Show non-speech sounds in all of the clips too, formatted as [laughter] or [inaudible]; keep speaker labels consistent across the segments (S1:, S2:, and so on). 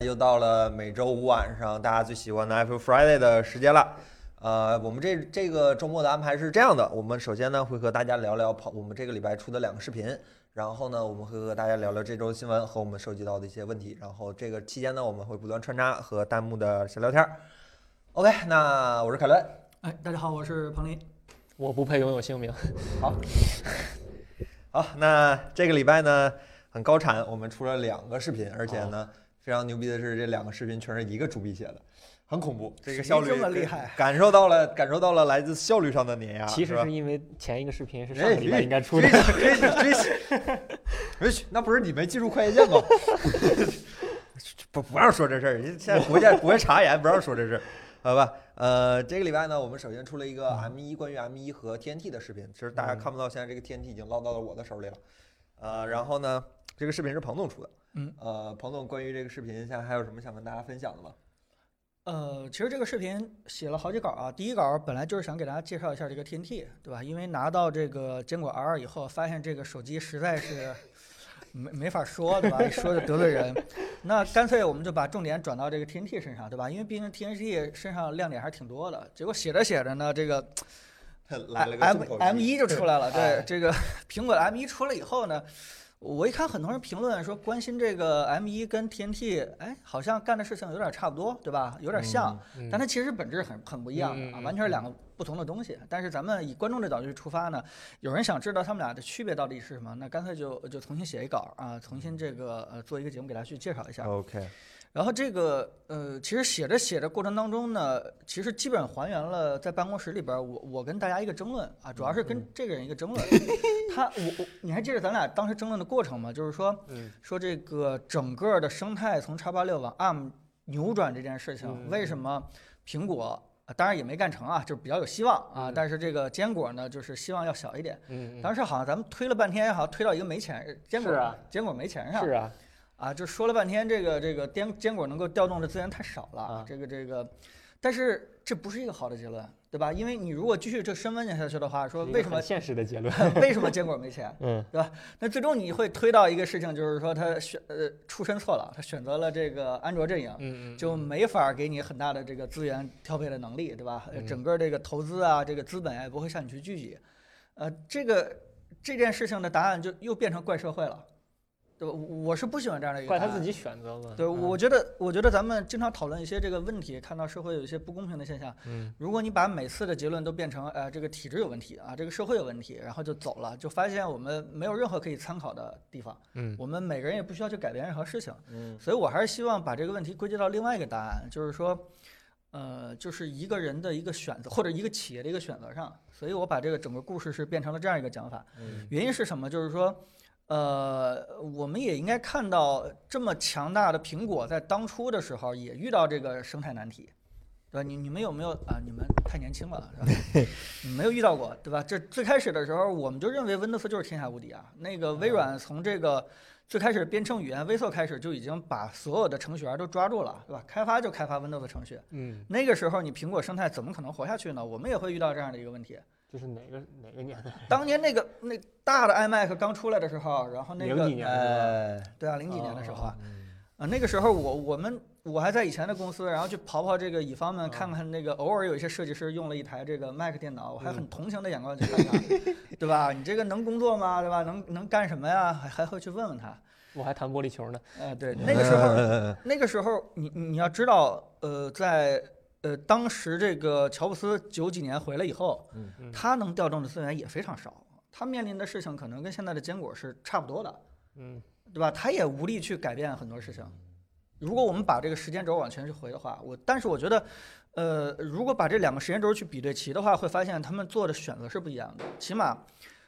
S1: 又到了每周五晚上大家最喜欢的 Apple Friday 的时间了。呃，我们这这个周末的安排是这样的：我们首先呢会和大家聊聊跑我们这个礼拜出的两个视频，然后呢我们会和大家聊聊这周新闻和我们收集到的一些问题，然后这个期间呢我们会不断穿插和弹幕的闲聊天儿。OK，那我是凯伦，
S2: 哎，大家好，我是彭林。
S3: 我不配拥有姓名。
S1: 好，那这个礼拜呢很高产，我们出了两个视频，而
S2: 哦
S1: 且呢、非常牛逼的是这两个视频全是一个主笔写的，很恐怖，这个效率
S2: 这么
S1: 跟
S2: 厉害，啊
S1: 感受到了感受到了来自效率上的碾压，
S3: 其实
S1: 啊吧
S3: 是因为前一个视频是上
S1: 哎
S3: 个礼拜应该
S2: [laughs]
S3: 出的
S1: 这。这这这，这那不是你没记住快捷键吗？ [laughs] 不不让说这事儿，人家现在国家国家查严，不让说这事儿， [laughs] 好吧？呃，这个礼拜呢，我们首先出了一
S2: 嗯
S1: 个 M 一关于 M 一和 TNT 的视频，其实大家看不到，现在这个 TNT 已经落到了我的手里了。呃，然后呢，这个视频是彭总出的，
S2: 嗯，
S1: 呃，彭总关于这个视频，现在还有什么想跟大家分享的吗？ [laughs]
S2: 呃，其实这个视频写了好几稿啊。第一稿本来就是想给大家介绍一下这个 TNT，对吧？因为拿到这个坚果 R 以后，发现这个手机实在是没没法说，对吧？一说就得罪人。那干脆我们就把重点转到这个 TNT 身上，对吧？因为毕竟 TNT 身上亮点还是挺多的。结果写着写着呢，这个
S1: 来了个
S2: 啊 M
S1: 重头
S2: M
S1: 戏
S2: 一就出来了。
S1: [laughs] 哎
S2: 对，这个 [laughs] 苹果的 M 一出来以后呢，我一看很多人评论说关心这个 M 一跟 TNT，哎，好像干的事情有点差不多，对吧？有点像，
S3: 嗯
S2: 但它其实本质很很不一样
S3: 嗯
S2: 的
S3: 嗯
S2: 啊，
S3: 嗯
S2: 完全是两个不同的东西。但是咱们以观众的角度去出发呢，有人想知道他们俩的区别到底是什么，那干脆就就重新写一稿啊，重新这个呃做一个节目给大家去介绍一下。
S1: OK，
S2: 然后这个呃，其实写着写着过程当中呢，其实基本还原了在办公室里边儿我我跟大家一个争论啊，主要是
S3: 嗯
S2: 跟这个人一个争
S3: [laughs]
S2: 论。他我我你还记得咱俩当时争论的过程吗？就是说
S3: 嗯
S2: 说这个整个的生态从叉八六往 ARM 扭转这件事情，
S3: 嗯
S2: 为什么苹果？啊当然也没干成啊，就是比较有希望啊，
S3: 嗯
S2: 但是这个坚果呢，就是希望要小一点。
S3: 嗯，嗯
S2: 当时好像咱们推了半天，好像推到一个没钱，坚果
S3: 是啊
S2: 坚果没钱上，
S3: 是啊，
S2: 啊，就说了半天这个这个坚坚果能够调动的资源太少了，
S3: 啊
S2: 这个这个，但是这不是一个好的结论，对吧？因为你如果继续这深问下去的话，说
S3: 一个
S2: 为什么
S3: 很现实的结论？
S2: [laughs] 为什么坚果没钱，
S3: 嗯
S2: 那最终你会推到一个事情，就是说他选呃出身错了，他选择了这个安卓阵营。
S3: 嗯嗯，
S2: 就没法给你很大的这个资源调配的能力，对吧？呃
S3: 嗯
S2: 整个这个投资啊，这个资本也不会向你去聚集，呃，这个这件事情的答案就又变成怪社会了，对吧？我我是不喜欢这样的一个
S3: 怪
S2: 答
S3: 他
S2: 案
S3: 自己选择嘛。
S2: 嗯对，
S3: 嗯
S2: 我觉得，我觉得咱们经常讨论一些这个问题，看到社会有一些不公平的现象。
S3: 嗯，
S2: 如果你把每次的结论都变成，呃，这个体制有问题啊，这个社会有问题，然后就走了，就发现我们没有任何可以参考的地方。
S3: 嗯
S2: 我们每个人也不需要去改变任何事情。
S1: 嗯
S2: 所以我还是希望把这个问题归结到另外一个答案，就是说，呃，就是一个人的一个选择或者一个企业的一个选择上。所以我把这个整个故事是变成了这样一个讲法。
S1: 嗯
S2: 原因是什么？就是说，呃，我们也应该看到这么强大的苹果在当初的时候也遇到这个生态难题，对吧？你你们有没有啊？你们太年轻了，是吧？你没有遇到过，对吧？这最开始的时候，我们就认为 Windows 就是天下无敌啊。那个微软从这个最开始编程语言 WSO 开始就已经把所有的程序员都抓住了，对吧？开发就开发 Windows 程序。
S3: 嗯，
S2: 那个时候，你苹果生态怎么可能活下去呢？我们也会遇到这样的一个问题。
S3: 就是哪个哪个年代？
S2: 当年那个那大的 iMac 刚出来的时候，然后那个
S3: 零几年是吧？
S2: 对啊，零几年的时候啊，
S1: 嗯
S2: 啊那个时候我我们我还在以前的公司，然后去跑跑这个乙方们，
S3: 啊
S2: 看看那个偶尔有一些设计师用了一台这个 Mac 电脑，我还很同情的眼光去看他，对吧？你这个能工作吗？对吧？能能干什么呀？还还会去问问他。
S3: 我还弹玻璃球呢。
S2: 呃，对，那个时候
S1: 呃
S2: [laughs] 那个时候你你你要知道，呃，在呃当时这个乔布斯九几年回来以后，
S1: 嗯
S3: 嗯
S2: 他能调动的资源也非常少，他面临的事情可能跟现在的坚果是差不多的。
S3: 嗯
S2: 对吧？他也无力去改变很多事情。如果我们把这个时间轴往前去回的话，我但是我觉得，呃，如果把这两个时间轴去比对齐的话，会发现他们做的选择是不一样的。起码，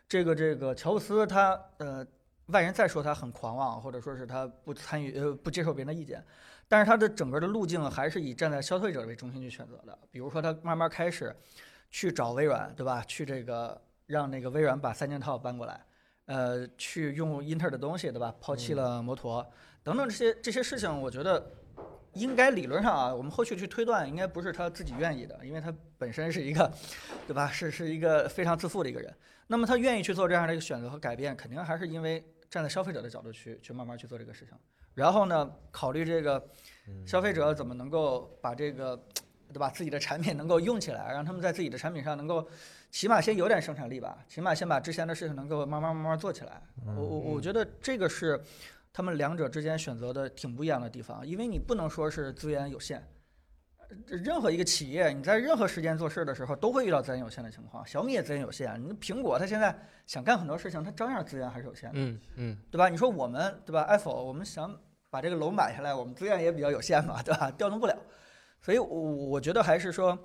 S2: 这个这个乔布斯他呃，外人再说他很狂妄，或者说是他不参与呃不接受别人的意见，但是他的整个的路径还是以站在消费者为中心去选择的。比如说他慢慢开始去找微软，对吧？去这个让那个微软把三件套搬过来。呃，去用英特尔的东西，对吧？抛弃了摩托、等等这些这些事情，我觉得应该理论上啊，我们后续去推断，应该不是他自己愿意的，因为他本身是一个，对吧？是是一个非常自负的一个人。那么他愿意去做这样的一个选择和改变，肯定还是因为站在消费者的角度去去慢慢去做这个事情。然后呢，考虑这个消费者怎么能够把这个，对吧？自己的产品能够用起来，让他们在自己的产品上能够，起码先有点生产力吧，起码先把之前的事情能够慢慢慢慢做起来。我我我觉得这个是他们两者之间选择的挺不一样的地方，因为你不能说是资源有限。呃任何一个企业，你在任何时间做事的时候，都会遇到资源有限的情况。小米也资源有限，你苹果它现在想干很多事情，它照样资源还是有限的。
S3: 嗯嗯，
S2: 对吧？你说我们对吧？Apple 我们想把这个楼买下来，我们资源也比较有限嘛，对吧？调动不了，所以我我觉得还是说，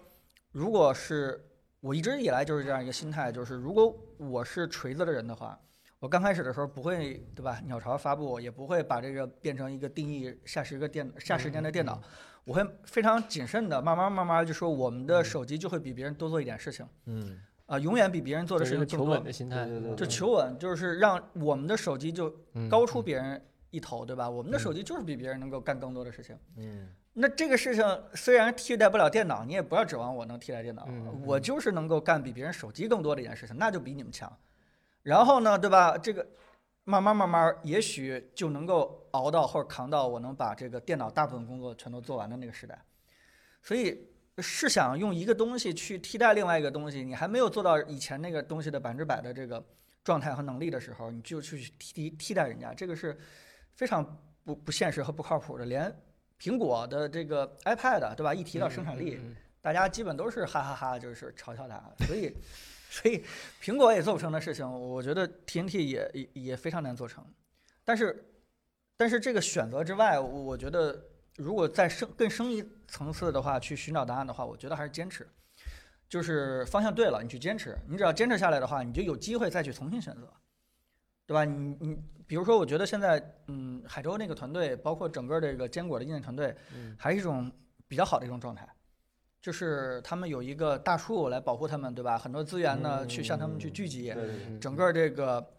S2: 如果是我一直以来就是这样一个心态，就是如果我是锤子的人的话，我刚开始的时候不会对吧？鸟巢发布也不会把这个变成一个定义下十个电下十年的电脑，
S3: 嗯
S2: 我会非常谨慎的，慢慢慢慢就说我们
S3: 嗯
S2: 的手机就会比别人多做一点事情
S1: 嗯，
S2: 啊、永远比别人做的
S3: 就
S2: 事
S3: 是一
S2: 情更
S3: 个求
S2: 多
S3: 稳。的嗯心态，
S1: 对对对
S2: 就求稳，就是让我们的手机就
S3: 嗯
S2: 高出别人一头，对吧？我们的手机就是比别人能够干更多的事情。
S1: 嗯
S2: 那这个事情虽然替代不了电脑，你也不要指望我能替代电脑呃
S3: 嗯嗯，
S2: 我就是能够干比别人手机更多的一件事情，那就比你们强。然后呢，对吧？这个慢慢慢慢，也许就能够熬到或者扛到我能把这个电脑大部分工作全都做完的那个时代。所以是想用一个东西去替代另外一个东西，你还没有做到以前那个东西的百分之百的这个状态和能力的时候，你就去替替替代人家，这个是非常不不现实和不靠谱的。连苹果的这个 iPad，对吧？一提到生产力，
S3: 嗯，嗯嗯
S2: 大家基本都是哈哈哈就是嘲笑它，所以所以苹果也做不成的事情，我觉得 TNT 也也也非常难做成。但是但是这个选择之外，我我觉得如果再深更深一层次的话，去寻找答案的话，我觉得还是坚持。就是方向对了，你去坚持，你只要坚持下来的话，你就有机会再去重新选择，对吧？你你比如说，我觉得现在嗯，海州那个团队，包括整个这个坚果的硬件团队，
S3: 嗯
S2: 还是一种比较好的一种状态，就是他们有一个大树来保护他们，对吧？很多资源呢去向他们去聚集
S1: 对，对对
S3: 嗯
S2: 整个这个，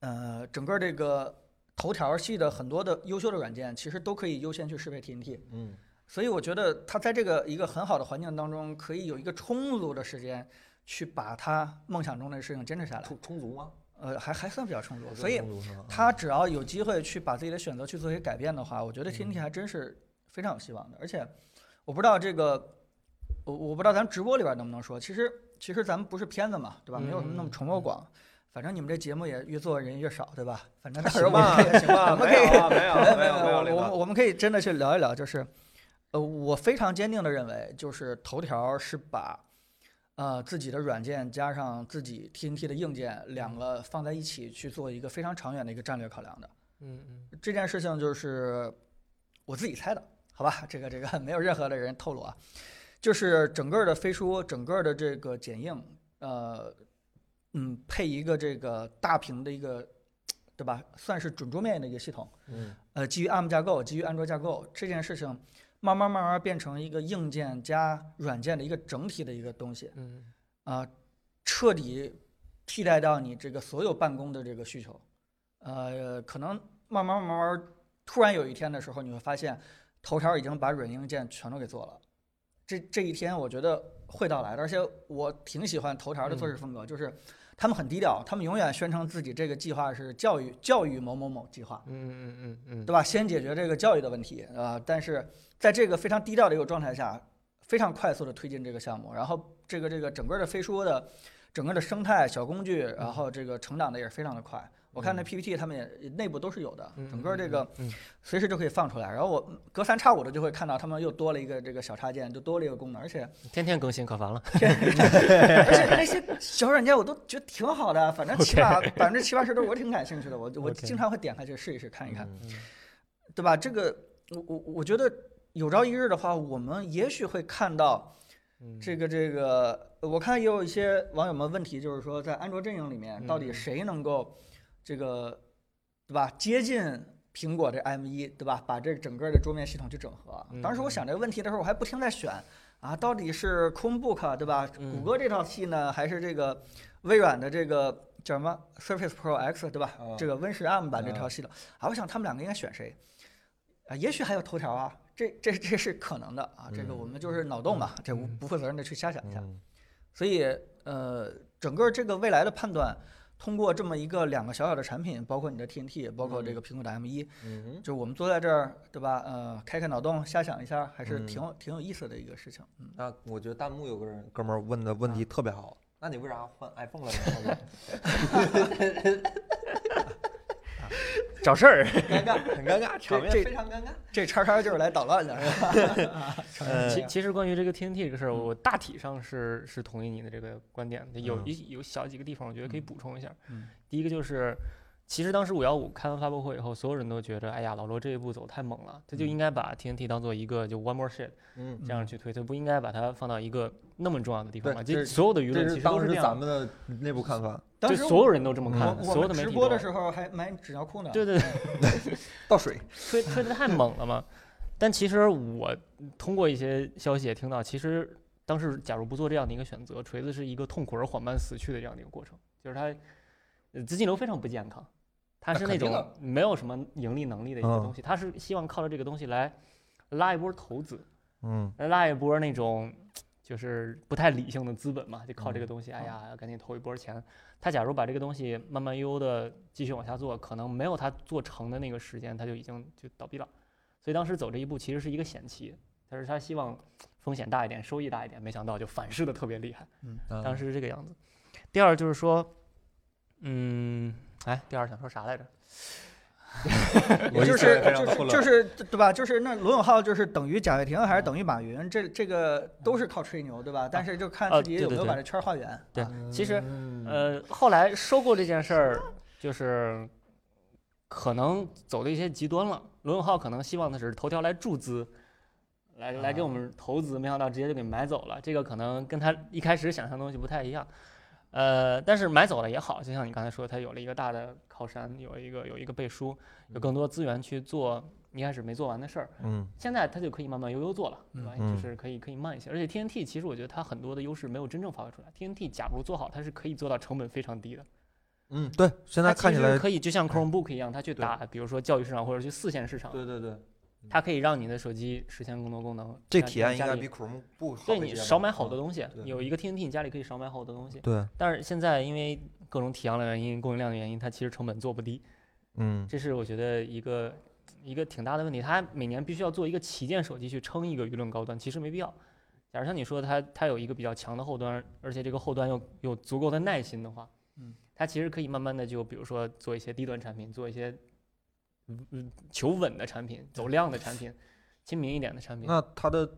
S2: 呃，整个这个头条系的很多的优秀的软件，其实都可以优先去适配 TNT。
S1: 嗯
S2: 所以我觉得他在这个一个很好的环境当中，可以有一个充足的时间去把他梦想中的事情坚持下来。
S1: 充充足吗？
S2: 呃，还还算比较充足，所以
S1: 充足是吗
S2: 他只要有机会去把自己的选择去做一些改变的话，我
S1: 嗯
S2: 觉得 TNT 还真是非常有希望的。而且我不知道这个，我我不知道咱们直播里边能不能说，其实其实咱们不是片子嘛，对吧？没有什么
S1: 嗯
S2: 那么传播广，反正你们这节目也越做人越少，对吧？反正到时
S1: 行
S2: 候我们
S1: 吧
S2: 可以
S1: 行吧，
S2: [laughs] 我们
S1: 没
S2: 可以
S1: 有啊 [laughs] 没有
S2: [laughs] 没有
S1: 没
S2: 没
S1: 有没有
S2: 有，
S1: 领
S2: 我
S1: 导
S2: 们我们可以真的去聊一聊，就是，呃，我非常坚定的认为，就是头条是把，呃，自己的软件加上自己 TNT 的硬件
S1: 嗯
S2: 两个放在一起去做一个非常长远的一个战略考量的。
S3: 嗯嗯
S2: 这件事情就是我自己猜的，好吧？这个这个没有任何的人透露啊，就是整个的飞书，整个的这个剪映，呃，嗯，配一个这个大屏的一个，对吧？算是准桌面的一个系统。
S1: 嗯
S2: 呃，基于 ARM 架构、基于安卓架构这件事情，慢慢慢慢变成一个硬件加软件的一个整体的一个东西
S3: 嗯
S2: 啊、彻底替代掉你这个所有办公的这个需求。呃，可能慢慢慢慢，突然有一天的时候，你会发现头条已经把软硬件全都给做了。这这一天，我觉得会到来的，而且我挺喜欢头条的做事风格，就是他们很低调，他们永远宣称自己这个计划是教育教育某某某计划。
S3: 嗯嗯嗯嗯，
S2: 对吧？先解决这个教育的问题啊、呃但是在这个非常低调的一个状态下，非常快速的推进这个项目，然后这个这个整个的飞书的整个的生态小工具，然后这个成长的也是非常的快。我看那 PPT 他们也内部都是有的，整个这个
S3: 嗯
S2: 随时就可以放出来。然后我隔三差五的就会看到他们又多了一个这个小插件，就多了一个功能，而且
S3: 天天更新可烦了，
S1: [laughs]
S2: 而且那些小软件我都觉得挺好的，反正起码百分之七八十都是我挺感兴趣的，我我
S3: OK
S2: 经常会点开去试一试看一看。
S1: 嗯
S2: 对吧？这个我我我觉得有朝一日的话，我们也许会看到
S3: 嗯
S2: 这个这个。我看也有一些网友们问题，就是说在安卓阵营里面，到底谁能够这个对吧接近苹果这 M 一对吧？把这整个的桌面系统去整合。当时我想这个问题的时候，我还不停在选啊，到底是 Chromebook 对吧？
S3: 嗯
S2: 谷歌这套系呢，还是这个微软的这个叫什么 Surface Pro X 对吧？
S1: 嗯
S2: 这个 Win 十 ARM 版这条
S1: 嗯
S2: 系统，啊，我想他们两个应该选谁？啊，也许还有头条啊，这这这是可能的啊，这个我们就是脑洞嘛，
S3: 嗯
S2: 这无不负责任的去瞎想一下。
S1: 嗯
S2: 所以呃，整个这个未来的判断，通过这么一个两个小小的产品，包括你的 TNT，包括这个苹果的 M 一、
S1: 嗯
S2: 就是我们坐在这儿，对吧？呃，开开脑洞，瞎想一下，还
S3: 嗯
S2: 是挺有、挺有意思的一个事情。嗯
S1: 哼，，那我觉得弹幕有个人哥们儿问的问题特别好，啊那你为啥换 iPhone 了 [laughs] 呢？
S3: 找事儿。
S1: 尴尬，很尴尬，场面
S2: 这
S1: 非常尴尬。
S2: 这叉叉就是来捣乱的，
S3: 嗯 [laughs]
S2: 是吧？
S1: 呃
S3: 其其实关于这个 TNT 这个事儿，
S2: 啊嗯
S3: 我大体上是是同意你的这个观点的，有
S1: 嗯
S3: 一有小几个地方，我觉得可以补充一下。
S2: 嗯
S3: 第一个就是，其实当时五幺五开完发布会以后，所有人都觉得，哎呀，老罗这一步走太猛了，他就
S2: 嗯
S3: 应该把 TNT 当做一个就 one more shit
S1: 嗯，
S3: 这样去推，他不应该把它放到一个那么重要的地方
S1: 对
S3: 吧？
S1: 这
S3: 这所有的舆
S1: 这
S3: 论其
S1: 是
S3: 实都
S1: 当
S3: 是
S1: 时
S3: 这
S1: 咱
S3: 样的，
S1: 们的内部看法。
S2: 当
S3: 就
S2: 时
S3: 所有人都这么看
S2: 我
S3: 的，
S2: 我
S3: 所有
S2: 们
S3: 的媒
S2: 直
S3: 体
S2: 播
S3: 都
S2: 的时候还买纸尿裤呢。
S3: 对对对，
S1: 倒水，
S3: 推
S1: [laughs]
S3: 推的太猛了嘛。但其实我通过一些消息也听到，其实当时假如不做这样的一个选择，锤子是一个痛苦而缓慢死去的这样的一个过程，就是它呃资金流非常不健康，它
S1: 那
S3: 是
S1: 肯
S3: 那
S1: 定
S3: 种
S1: 的
S3: 没有什么盈利能力的一个
S1: 嗯
S3: 东西，它是希望靠着这个东西来拉一波投资，
S1: 嗯
S3: 拉一波那种就是不太理性的资本嘛，就靠这个东西，哎
S2: 嗯
S3: 呀，赶紧投一波钱。他假如把这个东西慢慢悠悠的继续往下做，可能没有他做成的那个时间，他就已经就倒闭了。所以当时走这一步其实是一个险棋，但是他希望风险大一点，收益大一点，没想到就反噬的特别厉害，
S2: 嗯
S1: 嗯
S3: 当时是这个样子。第二就是说，嗯，哎，第二想说啥来着？
S1: 我
S2: 就
S1: 一
S2: 是
S1: 切非常
S2: 就
S1: 混
S2: 是就
S1: 乱
S2: 是对吧？就是那罗永浩就是等于贾跃亭还是等于马云，这这个都是靠吹牛对吧？但是就看
S3: 嗯啊
S2: 自己
S3: 对
S2: 有
S3: 对
S2: 没有
S3: 对
S2: 把这圈儿画圆。
S3: 对
S2: 啊，
S3: 其实
S1: 嗯
S3: 呃，后来收购这件事儿，就是可能走的一些极端了。罗永浩可能希望的是头条来注资，来来给我们投资，没想到直接就给买走了。这个可能跟他一开始想象的东西不太一样。呃，但是买走了也好，就像你刚才说，他有了一个大的靠山，有一个有一个背书，有更多资源去做一开始没做完的事儿。
S1: 嗯
S3: 现在它就可以慢慢悠悠做了，对吧？
S1: 嗯
S3: 就是可以可以慢一些。而且 TNT 其实我觉得它很多的优势没有真正发挥出来。TNT 假如做好，它是可以做到成本非常低的。
S1: 嗯，对，现在
S3: 它
S1: 看
S3: 其
S1: 起
S3: 实
S1: 来，哎
S3: 可以就像 Chromebook 一样，它去
S1: 对
S3: 打比如说教育市场或者去四线市场，
S1: 对对对，
S3: 它可以让你的手机实现更多功能。
S1: 这
S3: 让
S1: 体
S3: 你
S1: 验应
S3: 家
S1: 该
S3: 里
S1: 比 Chrome 不好。
S3: 对你少买好多
S1: 西。
S3: 东西，
S1: 对
S3: 有一个 TNT，你家里可以少买好多东西。
S1: 对，
S3: 但是现在因为各种体量的原因、供应量的原因，它其实成本做不低。
S1: 嗯，
S3: 这是我觉得一个一个挺大的问题。它每年必须要做一个旗舰手机去撑一个舆论高端，其实没必要。假如像你说的，它它有一个比较强的后端，而且这个后端又有足够的耐心的话，
S2: 嗯，
S3: 它其实可以慢慢的就比如说做一些低端产品，做一些嗯嗯求稳的产品、走量的产品、亲民一点的产品。
S1: 那它的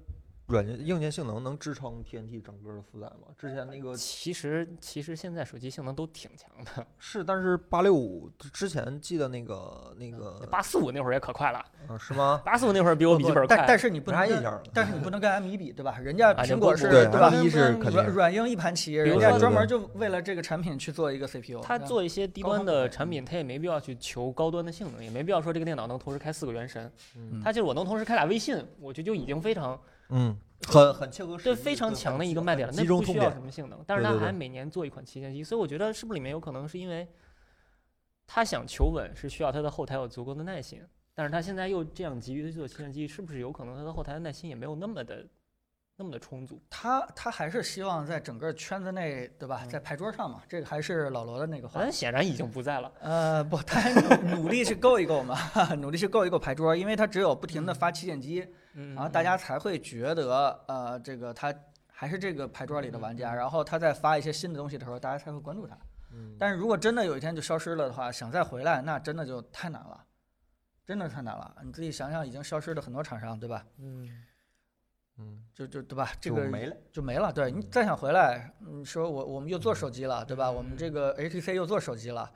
S1: 软件硬件性能能支撑 TNT 整个的负载吗？之前那个
S3: 其实其实现在手机性能都挺强的，
S1: 是，但是八六五之前记得那个那个
S3: 八四五那会儿也可快了，
S1: 呃是 [laughs] 吗？
S3: 八四五那会儿比我笔记
S2: 呃不
S3: 本快。
S2: 但但是你不
S1: 不啥
S2: 能
S1: 印
S2: 跟，
S1: 象了？
S2: 但是你不能跟 M 一比对吧？人家
S3: 啊这
S2: 苹
S3: 不
S2: 果
S3: 不
S2: 是
S1: 对
S2: 对吧？
S1: M1 是肯定
S2: 软软硬一盘棋，
S3: 比
S2: 人
S3: 如
S2: 家
S3: 说
S2: 专门就为了这个产品去做一个 CPU。对
S3: 他
S2: 吧啊
S3: 做一些低
S2: 高
S3: 端
S2: 通不
S3: 的
S2: 会
S3: 产品，他也没必要去求高端的性能，也没必要说这个电脑能同时开四个元神。
S1: 嗯
S3: 他就是我能同时开俩微信，我觉得就已经非常
S1: 嗯，很很切合实
S3: 这
S1: 际，
S3: 非常
S1: 对
S3: 强的
S1: 很
S3: 一个
S1: 切
S3: 卖点了，
S1: 击
S3: 那
S1: 中
S3: 不
S1: 痛
S3: 需要
S1: 点
S3: 什么性能。但是
S1: 对
S3: 他
S1: 对对
S3: 还每年做一款旗舰机，所以我觉得是不是里面有可能是因为他想求稳，是需要他的后台有足够的耐心。但是他现在又这样急于地做旗舰机，是不是有可能他的后台的耐心也没有那么的那么的充足？
S2: 他他还是希望在整个圈子内对吧，在牌桌上嘛，这个还是老罗的那个话
S3: 好。像显然已经不在了。
S2: 呃，不，他还努努力去够一够嘛， [laughs] 努力去够一够牌桌，因为他只有不停的发旗舰机，
S3: 嗯，
S2: 然后啊大家才会觉得呃，这个他还是这个牌桌里的玩
S3: 嗯
S2: 家，然后他在发一些新的东西的时候，大家才会关注他。
S1: 嗯
S2: 但是如果真的有一天就消失了的话，想再回来，那真的就太难了，真的太难了。你自己想想，已经消失的很多厂商，对吧？
S3: 嗯，
S1: 嗯，
S2: 就就对吧？这
S1: 就
S2: 个
S1: 没了。
S2: 就没了。对你再想回来，你说我我们又做手机了，对吧？我们这个 HTC 又做手机了，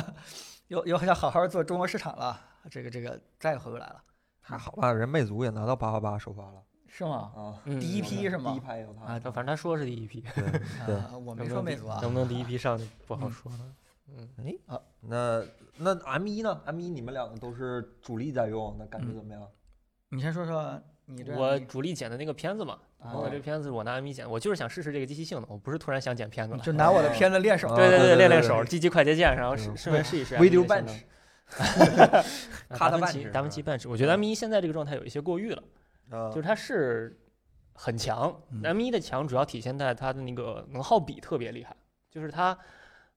S2: [laughs] 又又想好好做中国市场了，这个这个再也回不来了，
S1: 还好吧，人魅族也拿到八八八首发了
S2: 是吗？
S1: 啊，
S3: 嗯
S2: 第一
S1: 有
S2: 批
S1: 它
S2: 是吗
S1: 第一排有它
S2: 啊
S3: 他反正他说是第一批。
S1: 对对
S2: 啊，我没说魅族啊
S3: 能，不能第一批上就不好
S2: 嗯
S3: 说了。嗯，
S1: 哎
S2: 啊
S1: 那那 M 一呢？M 一你们两个都是主力在用，那感觉怎么样？
S2: 你先说说你这
S3: 我
S2: 你
S3: 主力剪的那个片子嘛，
S2: 啊
S3: 我这片子是我拿 M 一剪，我就是想试试这个机器性能，我不是突然想剪片子
S2: 你
S3: 了。
S2: 就拿我的片子练手
S1: 啊，
S3: 对
S1: 对对
S3: 对，
S1: 对
S3: 练练
S1: 对
S3: 手，
S1: 对
S3: 击击快捷键，然后试
S1: 嗯
S3: 顺便试一试 M1
S1: Video
S3: 的性能
S1: Bench Cut
S3: 啊达芬
S1: Bench
S3: 奇
S1: 是
S3: 达
S1: 吧
S3: 芬奇 Bench，我觉得 M 一现在这个状态有一些过誉了，
S1: 啊
S3: 就，是它是很强
S2: 嗯
S3: ，M 一的强主要体现在它的那个能耗比特别厉害，就是它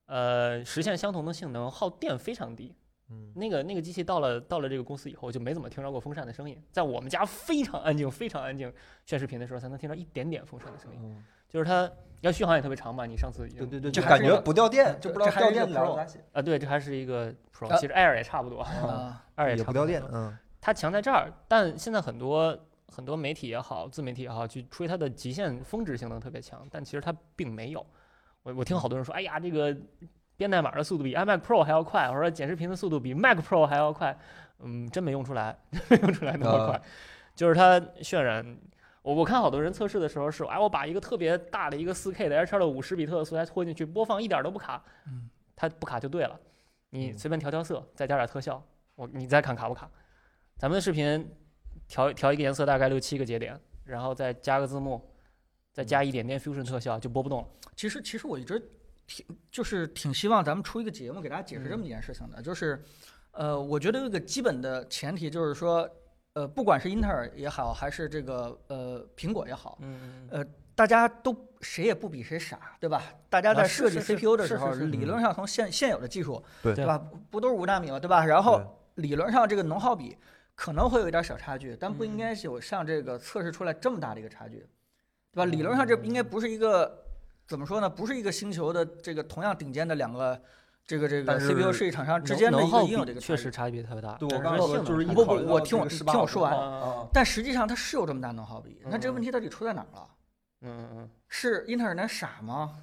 S3: 呃实现相同的性能耗电非常低。
S1: 嗯
S3: 那个那个机器到了到了这个公司以后，就没怎么听着过风扇的声音，在我们家非常安静、非常安静炫视频的时候，才能听着一点点风扇的声音。
S1: 嗯
S3: 就是它要续航也特别长嘛，你上次已经
S2: 对对
S1: 就
S2: 这
S1: 感
S2: 还是
S1: 觉
S2: 个
S1: 不掉电，就不知道
S2: 这还是
S1: 掉
S2: 一个
S1: 电聊
S2: Pro
S1: 啥写
S3: 啊，对，这还是一个 Pro，、
S2: 啊
S3: 其实 Air 也差不多
S2: 啊，
S3: ，Air 也
S1: 也
S3: 差
S1: 不
S3: 不
S1: 掉
S3: 多
S1: 电，嗯
S3: 它强在这儿，但现在很多很多媒体也好，自媒体也好，去吹它的极限峰值性能特别强，但其实它并没有。我我听好多人说，哎呀，这个编代码的速度比 iMac Pro 还要快，或者剪视频的速度比 Mac Pro 还要快，嗯，真没用出来， [laughs] 真没用出来那么
S1: 啊
S3: 快，就是它渲染。我我看好多人测试的时候是，哎，我把一个特别大的一个 4K 的 H 2 5 0比特的素材拖进去，播放一点儿都不卡，
S2: 嗯
S3: 它不卡就对了。你
S1: 嗯
S3: 随便调调色，再加点特效，我你再看卡不卡。咱们的视频调调一个颜色大概六七个节点，然后再加个字幕，再加
S2: 嗯
S3: 一点点 Fusion 特效就播不动了。
S2: 其实其实我一直挺就是挺希望咱们出一个节目给大家解释
S3: 嗯
S2: 这么一件事情的，就是呃，我觉得有一个基本的前提就是说，呃，不管是英特尔也好，还是这个呃苹果也好，
S3: 嗯
S2: 大家都谁也不比谁傻，对吧？大家
S3: 啊
S2: 在
S3: 是
S2: 设计
S3: 是是
S2: CPU 的
S3: 是
S2: 时候，
S3: 是是
S2: 理论上从现现有的技术，
S1: 对
S2: 对吧？不都是五纳米嘛，对吧？然后
S1: 对
S2: 理论上这个能耗比可能会有一点小差距，但不应
S3: 嗯
S2: 该有像这个测试出来这么大的一个差距，对
S3: 嗯
S2: 吧？理论上这应该不是一个怎么说呢？不是一个星球的这个同样顶尖的两个这个这个
S1: 但是
S2: CPU 设计厂商啊之
S3: 能
S2: 间的
S3: 能
S2: 一个
S3: 耗
S2: 应有
S3: 比
S2: 这个差
S3: 确
S2: 距
S3: 实差别特别大。
S1: 对，
S3: 但
S1: 我刚
S3: 是
S1: 说
S3: 性
S1: 就是
S3: 能
S1: 一
S3: 还
S2: 不
S3: 好
S2: 不我听我听我说完
S1: 啊，
S2: 但实际上它是有这么大能耗比，那这个问题到底出在哪儿了？
S3: 嗯嗯
S2: 是英特尔难傻吗？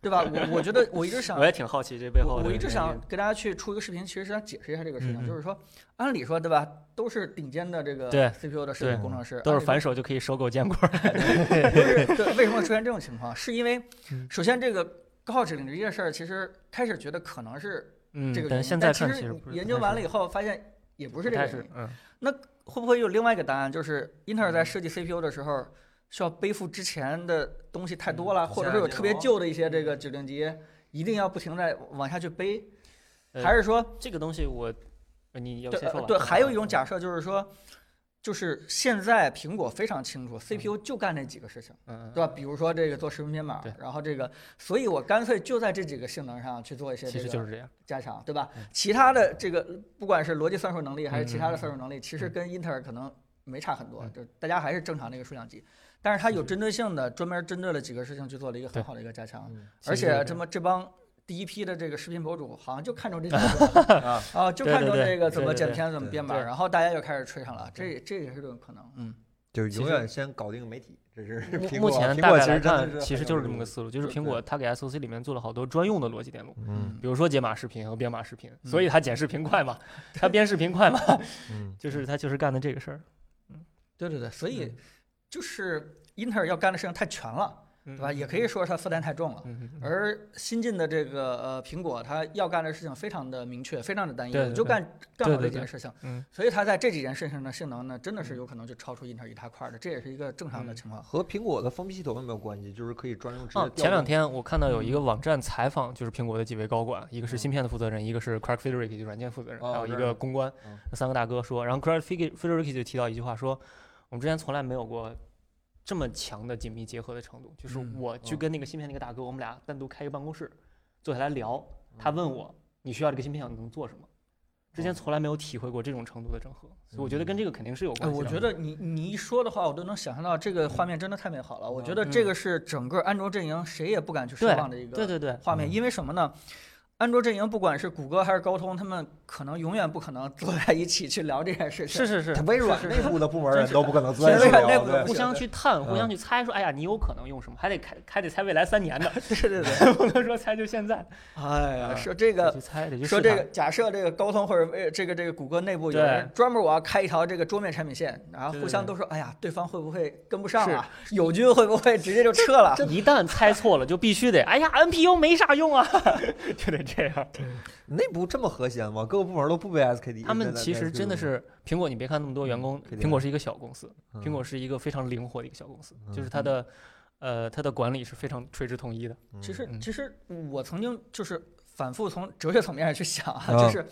S2: 对吧？我我觉得我一直
S3: 嗯， [laughs]
S2: 想
S3: 我也挺好奇这背后
S2: 我
S3: 的
S2: 我一直
S3: 原
S2: 想
S3: 因
S2: 给大家去出一个视频，其实是想解释一下这个事情，
S3: 嗯嗯
S2: 就是说，按理说对吧，都是顶尖的这个
S3: 对
S2: CPU 的设计
S3: 对
S2: 工程师，
S3: 都
S2: 按
S3: 是
S2: 理说
S3: 反手就可以收购坚果。
S2: 不是对，为什么会出现这种情况？是因为
S3: 嗯
S2: 首先这个高耗指令这件事儿，其实开始觉得可能是
S3: 嗯
S2: 这个，原
S3: 但
S2: 因，
S3: 现在
S2: 但其
S3: 看
S2: 实
S3: 不是
S2: 研究完了以后发现也不是这个
S3: 太
S2: 原
S3: 是
S2: 因，
S3: 嗯
S2: 会不会有另外一个答案，就是英特尔在
S3: 嗯
S2: 设计 CPU 的时候需要背负之前的东西
S3: 嗯
S2: 太多了，或者
S1: 现在
S2: 说有
S1: 这
S2: 特别
S1: 种
S2: 旧的一些这个指令集，一定要不停地往下去背，
S3: 呃
S2: 还是说？
S3: 这个东西我呃你要
S2: 对
S3: 先
S2: 呃
S3: 说吧嗯
S2: 对，还有一种假设就是说，就是现在苹果非常清楚，CPU 就干这几个事情，
S3: 嗯嗯嗯
S2: 对吧？比如说这个做视频编码
S3: 对，
S2: 然后这个，所以我干脆就在这几个性能上去做一些
S3: 其
S2: 这
S3: 实就
S2: 个
S3: 是这样。
S2: 加强，对吧
S3: 嗯？
S2: 其他的这个不管是逻辑算术能力还是其他的
S3: 嗯
S2: 算术能力，其实
S3: 嗯
S2: 跟英特尔可能没差很多，
S3: 嗯
S2: 就大家还是正常的一个数量级，但是它有
S3: 是
S2: 针对性的，专门针对了几个事情去做了一个很
S3: 对
S2: 好的一个加强，
S1: 嗯
S2: 而
S3: 其实就是
S2: 且
S3: 这
S2: 这
S3: 样
S2: 么这帮。第一批的这个视频博主好像就看中
S3: [laughs]
S2: 这几个了，
S1: 啊，
S2: 啊，就
S3: 对
S2: 看
S3: 对
S2: 中
S3: 对
S2: 这个怎
S3: 对
S2: 么
S3: 对
S2: 剪
S3: 对
S2: 片、怎么
S1: 对
S2: 编码，
S3: 对
S2: 然后大家就开始吹上了，这这也是种可能，嗯，
S1: 就是
S3: 其
S1: 永
S3: 实
S1: 远先搞定媒体，这是
S3: 目
S1: 苹
S3: 目
S1: 果
S3: 前
S1: 苹
S3: 大
S1: 果
S3: 概
S1: 其
S3: 来
S1: 实真的
S3: 看，其实
S1: 很
S3: 就
S1: 有
S3: 是这么
S1: 用
S3: 个思路，就是
S1: 对
S3: 苹果它给 SoC 里面做了好多专用的逻辑电路，
S1: 嗯
S3: 比如说解码视频和编码视频，所
S2: 嗯
S3: 以它剪视频快嘛，它编视频快嘛， [laughs]
S1: 嗯，
S3: 就是它就是干的这个事儿，
S2: 对对对，所以
S3: 嗯
S2: 就是英特尔要干的事情太全了，
S3: 对
S2: 对吧？也可以，说它负担太重了。
S3: 嗯嗯嗯
S2: 而新进的这个呃苹果，它要干的事情非常的明确，非常的单一，
S3: 对对
S2: 我就
S3: 对
S2: 干干
S3: 对
S2: 好这
S3: 对
S2: 件
S3: 对
S2: 事情。
S3: 嗯
S2: 所以它在这几件事情的性能呢，真的是有可能就超出英特尔一大块儿的，这也是一个正常的
S3: 嗯
S2: 情况。
S1: 和苹果的封闭系统有没有关系？就是可嗯以专用直接
S3: 哦
S1: 调，
S3: 前两
S1: 动
S3: 天我看到有一个网站采访，就是苹果的几位高管，一个是芯片的负责人，一个是 Craig Federici 就软件负责人，
S1: 嗯哦
S3: 还有
S1: 我
S3: 一
S1: 知道
S3: 个公关
S1: 嗯，
S3: 那三个大哥说，然后 Craig Fede- Federici 就提到一句话说，我们之前从来没有过。这么强的紧密结合的程度，就是
S2: 嗯
S3: 我去
S1: 哦
S3: 跟那个芯片那个大哥，我们俩单独开一个办公室，坐下来聊。他
S1: 嗯
S3: 问我，你需要这个芯片，你能做什么？之前
S1: 哦嗯
S3: 从来没有体会过这种程度的整合，所以我觉得跟这个肯定是有
S2: 哎，
S3: 关系的。
S2: 我觉得你你一说的话，我都能想象到这个画面真的太美好了。我觉得这
S3: 嗯
S2: 个是整个安卓阵营谁也不敢去奢
S3: 对
S2: 望的一个
S3: 对对对，
S2: 画面，
S1: 嗯
S2: 因为什么呢？安卓阵营不管是谷歌还是高通，他们可能永远不可能坐在一起去聊这件事情。
S3: 是是是，
S1: 它微软
S3: 是是
S1: 内部的部门人都不可能钻
S2: 真
S1: 研
S2: 是
S1: 这个
S2: 的内
S1: 了
S2: 部的
S1: 对
S2: 不
S3: 互
S2: 行
S3: 相
S2: 对
S3: 去探，互相
S1: 嗯
S3: 去猜，说哎呀，你有可能用什么？还得开还得猜未来三年的，
S2: 是， [laughs] 对对对。
S3: [laughs] 不能说猜就现在。
S2: 哎呀，
S3: 嗯
S2: 说这
S3: 得
S2: 个
S3: 去，猜，得去
S2: 说
S3: 试
S2: 这
S3: 探
S2: 个，假设这个高通或者呃这个这个谷歌内部有
S3: 对
S2: 人专门我要开一条这个桌面产品线，然后
S3: 对
S2: 互
S3: 对
S2: 相
S3: 对
S2: 都说，哎呀，对方会不会跟不上啊？友军会不会直接就撤了？
S3: 啊 [laughs] 一旦猜错了就必须得哎呀，NPU 没啥用啊，就得这样。
S1: 内部这么和谐吗？各个部门都不背 SKD，
S3: 他们
S1: 在
S3: 其实真的，
S1: 在 SKD
S3: 是苹果，你别看那么
S2: 嗯
S3: 多员工，
S1: 可以
S3: 苹果是一个小公司，
S1: 嗯
S3: 苹果是一个非常灵活的一个小公司，就是它
S2: 嗯
S3: 的，呃，它的管理是非常垂直统一的。
S1: 嗯
S2: 其实
S3: 嗯
S2: 其实我曾经就是反复从哲学层面上去想啊，
S1: 啊
S2: 就是。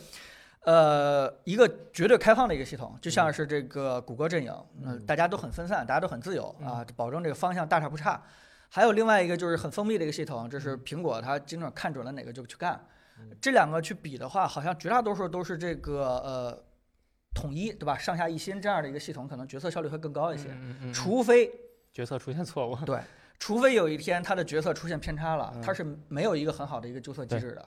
S2: 呃，一个绝对开放的一个系统，就像是这个谷歌阵营，嗯，
S1: 嗯
S2: 大家都很分散，大家都很自由啊，保证这个方向大差不差。还有另外一个就是很封闭的一个系统，这是苹果它精准看准了哪个就去干
S1: 嗯。
S2: 这两个去比的话，好像绝大多数都是这个呃统一，对吧？上下一心这样的一个系统，可能决策效率会更高一些。
S3: 嗯嗯
S2: 除非
S3: 决策出现错 [laughs] 误，
S2: 除非有一天他的决策出现偏差了
S3: 嗯，
S2: 他是没有一个很好的一个纠错机制的，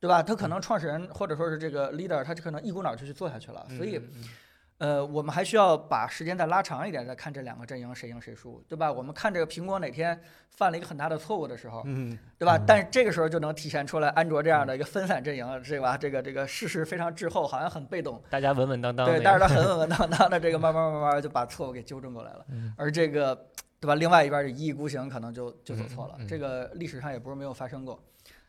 S2: 对吧？
S3: 嗯
S2: 他可能创始人或者说是这个 leader，他就可能一股脑儿就去做下去了。所以，
S3: 嗯嗯
S2: 呃，我们还需要把时间再拉长一点，再看这两个阵营谁赢谁输，对吧？我们看这个苹果哪天犯了一个很大的错误的时候，
S3: 嗯，
S2: 对吧
S1: 嗯？
S2: 但是这个时候就能体现出来，安卓这样的一个分散阵营，对吧？这个这个事实非常滞后，好像很被动，
S3: 大家稳稳当当的
S2: 对，
S3: 呀，
S2: 但是他很稳稳当当的，这个慢慢慢慢就把错误给纠正过来了
S3: 嗯，
S2: 而这个对吧？另外一边儿一意孤行，可能就就走错了
S3: 嗯嗯嗯。
S2: 这个历史上也不是没有发生过。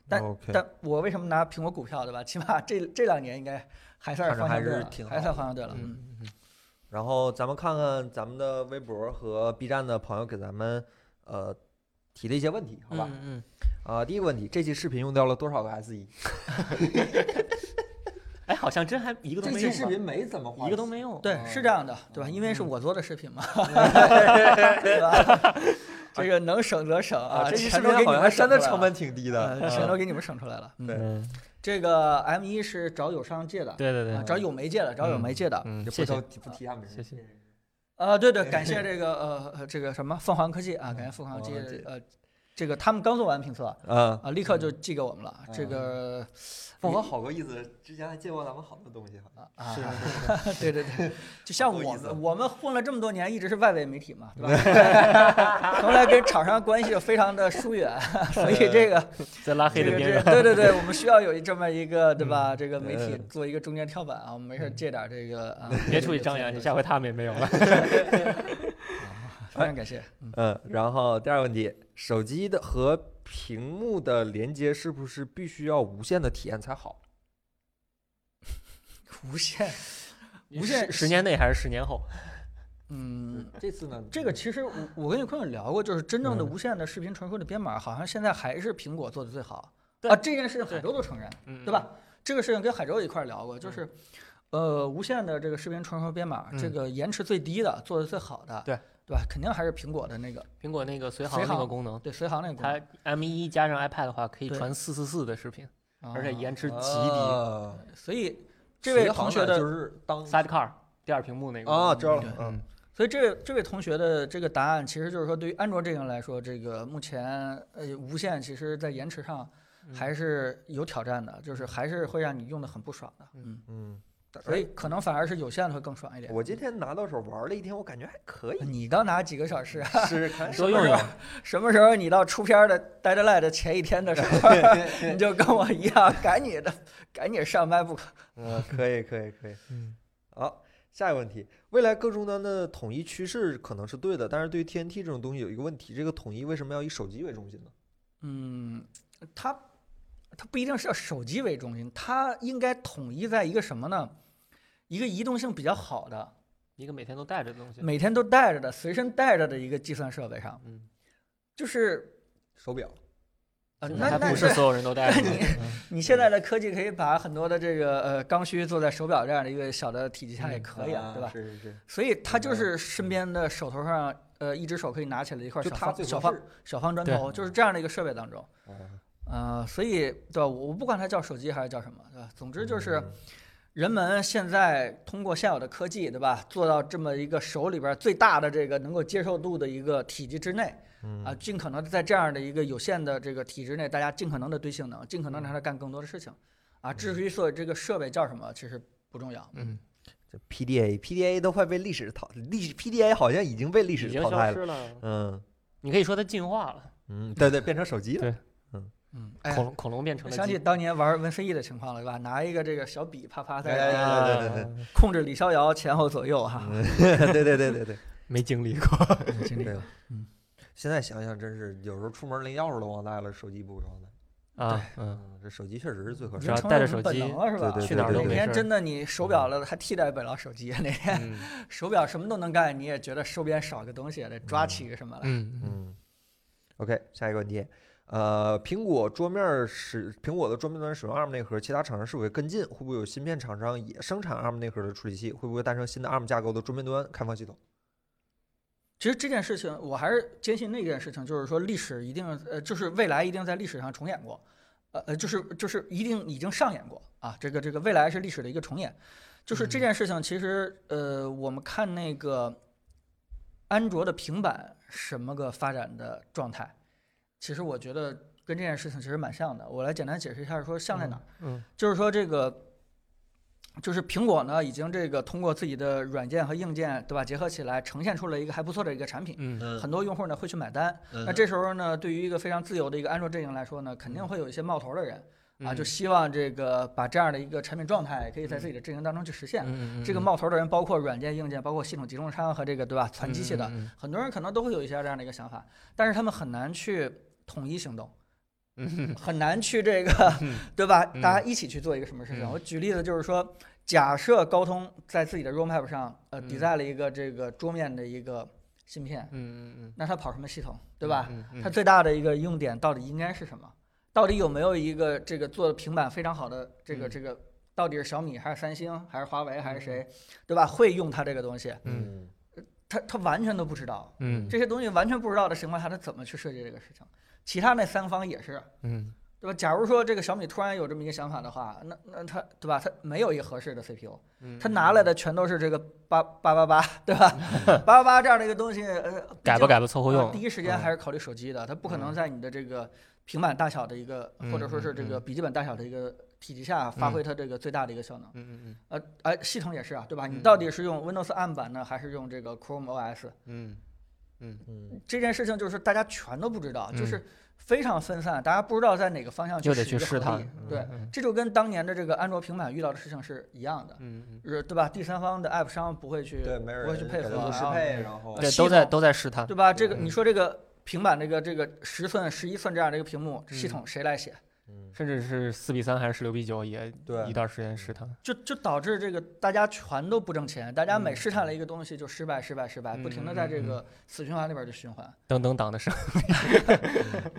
S1: OK，
S2: 但我为什么拿苹果股票，对吧？起码这这两年应该还算
S1: 看
S2: 是
S1: 着
S2: 方
S1: 还
S2: 向对
S1: 是
S2: 了
S1: 挺，
S2: 还
S1: 好
S2: 算方向对了。嗯，
S3: 嗯，嗯
S1: 然后咱们看看咱们的微博和 B 站的朋友给咱们呃提了一些问题，好吧？
S3: 嗯嗯。
S1: 啊、第一个问题，这期视频用掉了多少个 SE？
S3: 哎，好像真还一个都
S1: 这
S3: 没
S1: 期
S3: 用
S1: 视
S3: 吧，
S1: 频没怎么花，
S3: 一个都没用。
S1: 哦
S2: 对，是这样的，对吧？
S1: 嗯
S2: 因为是我做的视频
S1: [laughs]
S2: 嘛，对吧？ [laughs] 这个能省则省
S1: 啊，这期视
S2: 全
S1: 频
S2: 都给你
S1: 好像
S2: 们
S1: 删
S2: 省
S1: 的
S2: 出来
S1: 成
S2: 了
S1: 本挺低的， [laughs]
S2: 呃全
S1: 嗯
S2: 都给你们省出来了。嗯，
S1: 对
S3: 嗯，
S2: 这个 M 一是找友商借的，
S3: 对对对
S2: 啊，找有媒介的，找有媒介的。
S3: 嗯，
S1: 就
S3: 谢
S1: 不
S3: 谢
S1: 都。不提他们人
S3: 谢谢
S2: 呃，对对，感谢这个呃呃这个什么凤凰科技啊，感谢凤凰科
S1: 凤凰科技
S2: 技呃，这个他们刚做完评测啊、
S1: 嗯，
S2: 立刻就寄给我们了。这
S1: 嗯
S2: 个
S1: 凤凰好够意思，之前还借过咱们好多东西哈。
S2: 啊啊
S1: 是，
S2: 对对对，就像
S1: 不好意
S2: 我
S1: 思
S2: 们我们混了这么多年，一直是外围媒体嘛，对吧？从来跟厂商关系非常的疏远，所以这个
S3: 在拉黑
S2: 这
S3: 的
S2: 个
S3: 边
S2: 这个对
S3: 缘。
S2: 对对，我们需要有这么一个对吧？这个媒体做一个中间跳板啊，我们没事借点这个啊，
S3: 别出去张
S2: [laughs]
S3: 扬去，下回他们也没有了。
S2: 非常感谢。
S1: 嗯，然后第二个问题，手机的和屏幕的连接是不是必须要无线的体验才好？
S2: 无限，无限
S3: 十十年内还是十年后？
S2: 嗯。
S1: 这次呢，
S2: 这个其实我我跟你朋友聊过，就是真正的
S1: 嗯
S2: 无线的视频传输的编码，好像现在还是苹果做的最好。
S3: 对
S2: 啊，这件事情海
S3: 对
S2: 州都承认，
S3: 嗯，
S2: 对吧？这个事情跟海州一块儿聊过，就是，呃，无线的这个视频传输编码，这
S3: 嗯
S2: 个延迟最低的，做的最好的，
S3: 对
S2: 对吧？肯定还是苹果的那个
S3: 苹果那个随行
S2: 随
S3: 那个
S2: 行
S3: 功能，
S2: 对随行那个功
S3: 它 M 一加上 iPad 的话，可以
S2: 对
S3: 传四四四的视频，
S2: 能，
S3: 而且
S2: 啊，
S3: 延迟极低。
S1: 啊
S2: 所以这位
S1: 学行
S2: 同学
S1: 的
S2: 的，
S1: 就是当
S3: Sidecar 第二屏幕那个
S1: 啊，知道
S2: 对
S1: 了，嗯，
S2: 所以这位这位同学的这个答案，其实就是说，对于安卓阵营来说，这个目前呃无线其实在延迟上。还是有挑战的，就是还是会让你用的很不爽的，嗯，
S1: 嗯，
S2: 所以可能反而是有线的会更爽一点。，
S1: 我今天拿到手玩了一天，我感觉还可以
S2: 你刚拿几个小时啊？ [laughs]
S1: 试试看。
S3: 嗯多用啊用。
S2: 什么时候你到出片儿的 deadline 的前一天的时候，
S1: [laughs]
S2: 你就跟我一样，赶紧的，赶紧上班不可。
S1: 嗯，可以，可以，可以。
S3: 嗯，
S1: 好，下一个问题，未来各终端的统一趋势可能是对的，但是对于 TNT 这种东西有一个问题，这个统一为什么要以手机为中心呢？
S2: 嗯，它它不一定是要手机为中心，它应该统一在一个什么呢？一个移动性比较好的，
S3: 一个每天都带着的东西。
S2: 每天都带着的、随身带着的一个计算设备上，
S3: 嗯，
S2: 就是
S1: 手表，
S2: 呃，
S3: 现在
S2: 那
S3: 还
S2: 那
S3: 不是所有人都带
S2: [laughs]
S3: 着的。
S2: 你现在的科技可以把很多的这个呃刚需做在手表这样的一个小的体积下也可
S3: 嗯
S2: 以啊，对吧？
S1: 是是是，
S2: 所以它就
S1: 明白
S2: 是身边的手头上呃一只手可以拿起来一块
S1: 就
S2: 小
S1: 它
S2: 方
S1: 最
S2: 小
S1: 合
S2: 方
S1: 适。
S2: 小方砖
S3: 对
S2: 头，就是这样的一个设备当中。
S1: 嗯
S2: 呃，所以对吧？我我不管它叫手机还是叫什么，对吧？总之就是
S3: 嗯
S2: 人们现在通过现有的科技，对吧，做到这么一个手里边最大的这个能够接受度的一个体积之内，
S1: 嗯
S2: 啊，尽可能在这样的一个有限的这个体制内，大家尽可能的堆性能，尽可能让它干更多的事情，啊，至于说这个设备叫什么，其实不重要。
S3: 嗯，
S1: 这 PDA PDA 都快被历史淘，历史 PDA 好像已经被历
S3: 已
S1: 史
S3: 经
S1: 淘汰了。
S3: 消失了。
S1: 嗯
S3: 你可以说它进化了，
S1: 嗯，对对，变成手机了。
S2: 嗯，哎
S3: 恐
S2: 呀，
S3: 龙恐龙变成了
S2: 想起
S3: 鸡。
S2: 当年玩文森 E 的情况了，对吧？拿一个这个小笔，啪啪
S1: 哎
S2: 在
S1: 哎对对对
S3: 对，
S2: 控制李逍遥前后左右哈。
S1: [laughs] 对对对对对
S3: [laughs] 没经历过。
S2: 经历
S1: 对
S2: 过，嗯。
S1: 现在想想真是，有时候出门连钥匙都忘带了，手机不会忘带。
S3: 啊，嗯，
S1: 嗯，这手机确实是最合
S2: 已
S1: 适
S3: 是
S2: 经
S1: 的。
S3: 吧
S2: 成
S3: 带
S2: 为
S3: 着
S2: 我们
S3: 手
S2: 本
S3: 机
S2: 能了是吧？
S1: 对
S3: 去哪儿都
S2: 哪
S3: 没
S2: 天
S3: 事
S2: 真的你手表了，还替代不了手机。哪天
S3: 嗯
S2: [laughs] 手表什么都能干，你也觉得手边少个东西，得抓起一个什么来。
S3: 嗯嗯
S1: 嗯，OK，下一个问题，呃，苹果桌面儿使苹果的桌面端使用 ARM 内核，其他厂商是否会跟进？会不会有芯片厂商也生产 ARM 内核的处理器？会不会诞生新的 ARM 架构的桌面端开放系统？
S2: 其实这件事情，我还是坚信那件事情，就是说历史一定，呃，就是未来一定在历史上重演过，呃呃，就是就是一定已经上演过啊。这个这个未来是历史的一个重演，就是这件事情，其实呃，我们看那个安卓的平板什么个发展的状态，其实我觉得跟这件事情其实蛮像的。我来简单解释一下，说像在哪儿。
S3: 嗯
S2: 就是说这个，就是苹果呢，已经这个通过自己的软件和硬件，对吧，结合起来，呈现出了一个还不错的一个产品。
S3: 嗯
S1: 嗯
S2: 很多用户呢会去买单，那这时候呢，对于一个非常自由的一个安卓阵营来说呢，肯
S3: 嗯
S2: 定会有一些冒头的人啊，就希望这个把这样的一个产品状态可以在自己的阵营当中去实现。
S3: 嗯
S2: 这个冒头的人包括软件、硬件，包括系统集中商和这个对吧，传机器的，
S3: 嗯
S2: 很多人可能都会有一些这样的一个想法，但是他们很难去统一行动， [laughs] 很难去这个， [laughs] 对吧？
S3: 嗯
S2: 大家一起去做一个什么事情？
S3: 嗯
S2: 我举例子就是说，假设高通在自己的 roadmap 上，呃
S3: 嗯
S2: ，design 了一个这个桌面的一个芯片，
S3: 嗯嗯，
S2: 那它跑什么系统，对吧？？它
S3: 它
S2: 最大的一个应用点到底应该是什么？到底有没有一个这个做平板非常好的这个
S3: 嗯
S2: 这个？到底是小米还是三星还是华为还是谁，对吧？会用它这个东西，
S1: 嗯
S2: 他他完全都不知道，
S3: 嗯
S2: 这些东西完全不知道的情况下，他怎么去设计这个事情？其他那三方也是，
S3: 嗯
S2: 对吧？假如说这个小米突然有这么一个想法的话，那那他对吧？他没有一个合适的 CPU，
S3: 嗯，
S2: 他拿来的全都是这个八八八八，对吧？
S3: 嗯
S2: 八八八这样的一个东西，呃，
S3: 改吧改吧凑合
S2: 呃
S3: 用
S2: 第，一时间还是考虑手机的，它不可
S3: 嗯
S2: 能在你的这个平板大小的一个，或者说是
S3: 嗯
S2: 这个笔记本大小的一个体积下，发挥它这个最大的一个效能。
S3: 嗯
S2: 呃，哎，系统也是啊，对吧？你
S3: 嗯
S2: 到底是用 Windows 暗板呢，还是用这个 Chrome OS？
S3: 嗯
S1: 嗯
S2: 这件事情就是大家全都不知道，就
S3: 嗯
S2: 是非常分散，大家不知道在哪个方向
S3: 就得去
S2: 使
S3: 试嗯
S2: 一个合
S3: 它
S2: 力。对，
S1: 嗯
S2: 这就跟当年的这个安卓平板遇到的事情是一样的，
S3: 嗯
S2: 是对吧？第三方的 App 商不会去，
S1: 对，没人
S2: 不会去配
S1: 给
S2: 合
S1: 它做
S2: 啊，
S1: 适配，然后
S3: 嗯，对，都在都在试它，
S2: 对吧？这个
S3: 嗯
S2: 你说这个平板这个这个十寸、十一寸这样的一个屏幕，
S3: 嗯
S2: 系统谁来写？
S1: 嗯
S3: 甚至是四比三还是十六比九也
S1: 对嗯
S3: 一段时间试它，
S2: 就就导致这个大家全都不挣钱，大家每
S3: 嗯
S2: 试探了一个东西就失败、失败、失败，不停的在这个死循环里边去循环。
S3: 等等党的事，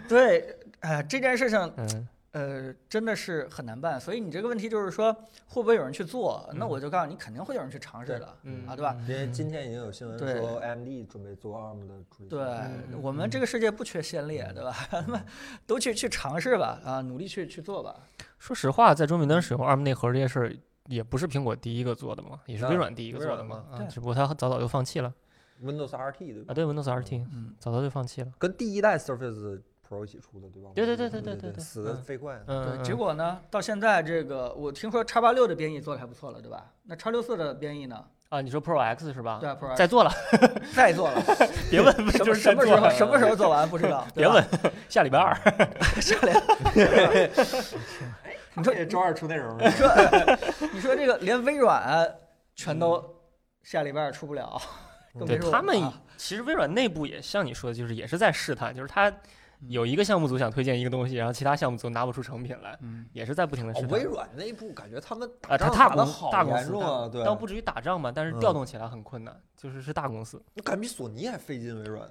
S2: 对，哎，这件事情
S3: 嗯
S2: 呃，真的是很难办，所以你这个问题就是说，会不会有人去做？那
S3: 嗯
S2: 我就告诉你，肯定会有人去尝试的。
S3: 嗯
S2: 啊对吧
S1: 因为今天已经有新闻
S2: 对
S1: 说 AMD 准备做 ARM 的处理器，
S2: 对、
S3: 嗯
S2: 我们这个世界不缺先烈，对吧？ [laughs] 咱们都去去尝试吧，啊，努力去去做吧。
S3: 说实话，在桌面端使用 ARM 内核这些事儿，也不是苹果第一个做的嘛，也是微
S1: 啊
S3: 软第一个
S1: 微
S3: 做的
S1: 软
S3: 嘛，
S2: 嘛
S3: 啊
S2: 对
S3: 只不过它早早就放弃了
S1: Windows RT 对吧
S3: 啊，？对 Windows RT
S2: 嗯，
S3: 早早就放弃了，
S1: 跟第一代 Surface Pro 一起出的对吧？
S3: 对对
S1: 对
S3: 对对对
S1: 对
S3: 对对
S1: 死的
S3: 嗯
S1: 飞快，
S3: 嗯，
S2: 对。结
S3: 嗯
S2: 果呢，到现在这个，我听说叉八六的编译做的还不错了，对吧？那叉六四的编译呢？
S3: 啊，你说 Pro X 是吧？
S2: 对啊，Pro
S3: 在做了，
S2: 再做
S3: [laughs]
S2: 了，
S3: 别问，
S2: 什
S3: 就
S2: 么
S3: 是
S2: 什
S3: 在
S2: 么
S3: 做
S2: 时候
S3: 了
S2: 什么时候做完不知
S3: [laughs]
S2: 道，对
S3: 别
S2: 吧
S3: 问，下礼拜二，
S2: 下来。你
S3: [laughs]
S2: 说
S1: 周二出内容，
S2: 你说，你说这个连微软全都下礼拜儿出不了，更
S3: 嗯对
S2: 别说
S3: 他
S2: 我
S3: 们
S2: 了啊
S3: 其实微软内部也像你说的，就是也是在试探，就是
S1: 嗯
S3: 他有一个项目组想推荐一个东西，然后其他项目组拿不出成品来，
S2: 嗯，
S3: 也是在不停的
S1: 哦
S3: 试探。
S1: 微软内部感觉他们
S3: 啊，
S1: 打
S3: 他
S1: 仗
S3: 大
S1: 打
S3: 公
S1: 的
S3: 司
S1: 好
S3: 大公
S1: 严
S3: 司
S1: 重啊，对，
S3: 倒不至于打仗吧，但是
S1: 嗯
S3: 调动起来很困难，就是是大公司，
S1: 我感觉比索尼还费劲，微软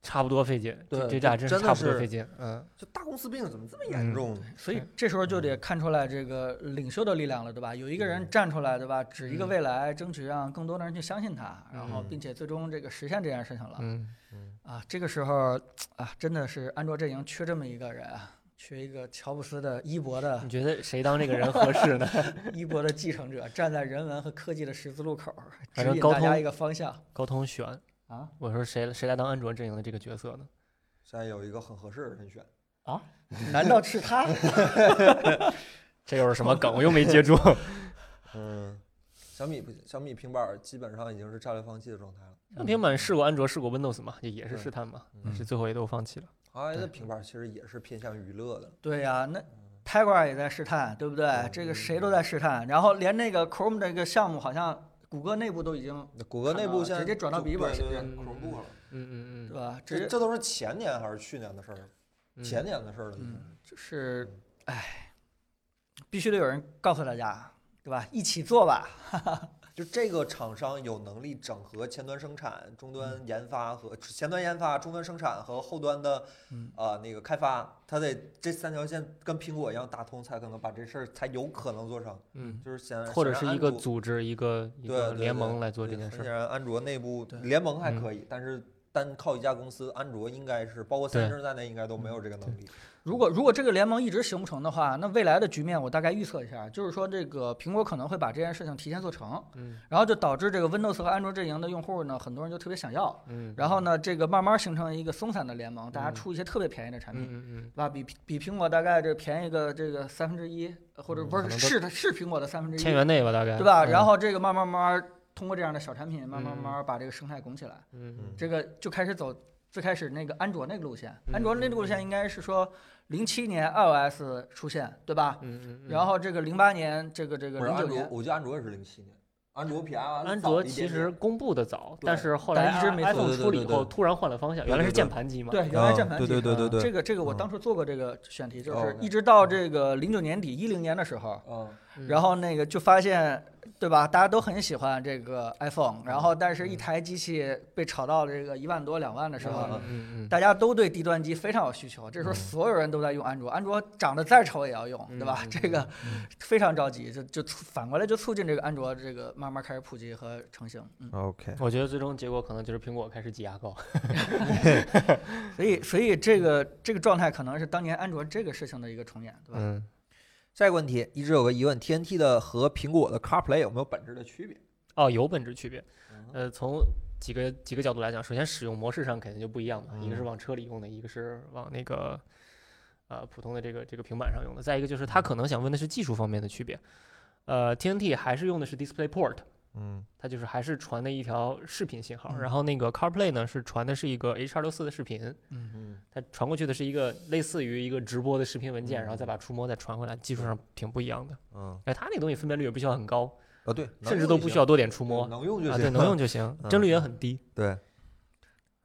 S3: 差不多费劲。
S1: 对
S3: 这
S1: 这
S3: 这俩真
S1: 真的
S3: 差不多
S1: 是啊
S3: 费劲。嗯，
S1: 就大公司病怎么这么
S2: 嗯
S1: 严重呢？
S2: 所以这时候就得看出来这个领袖的力量了，对吧？有一个人站出来，对吧？指一个
S3: 嗯
S2: 未来，争取让更多的人去相信他，然后
S1: 嗯
S2: 并且最终这个实现这件事情了
S3: 嗯，
S2: 啊！这个时候啊，真的是安卓阵营缺这么一个人啊。缺一个乔布斯的衣钵的
S3: [laughs] 你觉得谁当这个人合适呢？ [laughs]
S2: 衣钵的继承者，站在人文和科技的十字路口，指
S3: 反正
S2: 引
S3: 高
S2: 大家
S3: 通
S2: 一个方向
S3: 高通选，
S2: 啊！
S3: 我说谁谁来当安卓阵营的这个角色呢？
S1: 现在有一个很合适的人选，
S2: 难道是他？ [laughs]
S3: 这又是什么梗？我又没
S1: [laughs]
S3: 接住。
S1: 嗯，小米不行，小米平板儿基本上已经是战略放弃的状态了。
S3: 像平板试过安卓，试过 Windows 嘛，也也是
S1: 对
S3: 试探嘛，
S1: 嗯
S3: 但是最后也都放弃了。
S1: 华为的啊平板儿其实也是偏向娱乐的，
S2: 对呀、那 Tiger 也在试探，对不对？这个谁都在试探，然后连那个 Chrome 这个项目，好像谷歌内部都已经，
S1: 那谷歌内部
S2: 看到了
S1: 现在
S2: 直接转到
S1: 就
S2: 笔记本儿
S1: 对对
S2: 芯
S1: 对
S3: 片
S1: Chromebook 了。
S3: 嗯嗯
S2: 对吧？直
S1: 这
S2: 接
S1: 这都是前年还是去年的事儿了？
S3: 嗯
S1: 前年的事儿了，已经
S2: 嗯，就是，哎，必须得有人告诉大家，对吧？一起做吧。
S1: 就这个厂商有能力整合前端生产、终端
S3: 嗯
S1: 研发和前端研发、终端生产和后端的
S2: 嗯，
S1: 呃那个开发，它得这三条线跟苹果一样打通，才可能把这事儿才有可能做成。
S3: 嗯，
S1: 就是显然，
S3: 或者
S1: 显
S3: 是
S1: 然
S3: 一个
S1: 呃安卓
S3: 组织、一个一
S1: 对
S3: 个
S1: 对
S3: 联
S1: 对
S3: 盟来做
S1: 对
S3: 这件事
S1: 很
S3: 儿。
S1: 显然，安卓内部
S2: 对
S1: 联盟还
S3: 嗯
S1: 可以，但是单靠一家公司，安卓应该是包括三
S3: 对嗯
S1: 星在内，应该都没有这个能力。
S2: 如果如果这个联盟一直行不成的话，那未来的局面我大概预测一下，就是说这个苹果可能会把这件事情提前做成，
S3: 嗯
S2: 然后就导致这个 Windows 和安卓阵营的用户呢，很多人就特别想要，
S3: 嗯，
S2: 然后呢，这个慢慢形成一个松散的联盟，大家
S3: 嗯
S2: 出一些特别便宜的产品。
S3: 嗯嗯
S2: 对吧？比比苹果大概这便宜个这个三分之一，或者
S3: 嗯
S2: 不
S3: 可
S2: 是
S3: 能都
S2: 是的是苹果的三分
S3: 嗯，
S2: 之一，
S3: 千元内吧，大概
S2: 对吧？
S3: 嗯
S2: 然后这个慢慢慢慢通过这样的小产品，慢慢
S3: 嗯
S2: 慢慢把这个生态拱起来，
S3: 嗯
S2: 这个就开始走最开始那个安卓那个路线。安卓
S3: 嗯
S2: 那个路线应该是说零七年 iOS 出现，对吧？
S3: 嗯嗯，
S2: 然后这个零八年，这个这个
S1: 不是
S2: 零
S1: 安
S2: 九
S1: 卓
S2: 年，，
S1: 我觉得安卓也是零七年，安卓比 iOS
S3: 安
S1: 早
S3: 卓
S1: 一
S3: 其
S1: 点
S3: 实
S1: 点
S3: 公布的早，
S1: 对
S3: 但是后
S2: 但
S3: 来
S2: 一直没
S3: i-
S1: 做对
S3: iPhone
S1: 对
S3: 出了
S1: 对
S3: 以
S1: 对
S3: 后，突然换了方向，
S1: 对
S3: 原来是
S1: 对对
S3: 键盘机嘛。
S2: 对，原来
S1: 嗯
S2: 键盘
S1: 对
S2: 机
S1: 对对对对
S2: 这个这个我
S1: 嗯
S2: 当初做过这个选题，就是
S1: 哦
S2: 一直到这个零九年底一零年的时候，
S1: 嗯，
S3: 嗯
S2: 然后那个就发现，对吧？大家都很喜欢这个 iPhone，然
S1: 嗯
S2: 后但是一台机器被炒到这个一万多两万的时候
S1: 嗯，
S3: 嗯嗯
S2: 大家都对低端机非常有需求。这时候所有人都在用安卓，安卓长得再丑也要用，对吧
S3: 嗯？嗯
S2: 这个非常着急，就就促反过来就促进这个安卓这个慢慢开始普及和成型。嗯，
S1: OK，
S3: 我觉得最终结果可能就是苹果开始挤牙膏。
S2: 所以所以这个这个状态可能是当年安卓这个事情的一个重演，对吧？
S3: 嗯，
S1: 下一个问题，一直有个疑问：TNT 的和苹果的 CarPlay 有没有本质的区别？
S3: 哦，有本质区别。
S1: 嗯
S3: 呃，从几个几个角度来讲，首先使用模式上肯定就不一样嘛，一
S1: 嗯
S3: 个是往车里用的，一个是往那个呃普通的这个这个平板上用的。再一个就是他可能想问的是技术方面的区别。呃，TNT 还是用的是 DisplayPort，
S1: 嗯
S3: 它就是还是传的一条视频信号，
S2: 嗯
S3: 然后那个 CarPlay 呢是传的是一个 H 2 6 4的视频，
S2: 嗯，
S1: 嗯
S3: 它传过去的是一个类似于一个直播的视频文件，
S1: 嗯
S3: 然后再把触摸再传回来，技术
S1: 对
S3: 上挺不一样的。
S1: 嗯，
S3: 哎，它那个东西分辨率也不需要很高，
S1: 啊对，能
S3: 甚至
S1: 用
S3: 都
S1: 就
S3: 不需
S1: 行
S3: 要多点触
S1: 对
S3: 摸
S1: 能用就
S3: 啊，
S1: 行，
S3: 对，能用就行，
S1: 嗯
S3: 帧率也很低。
S1: 对，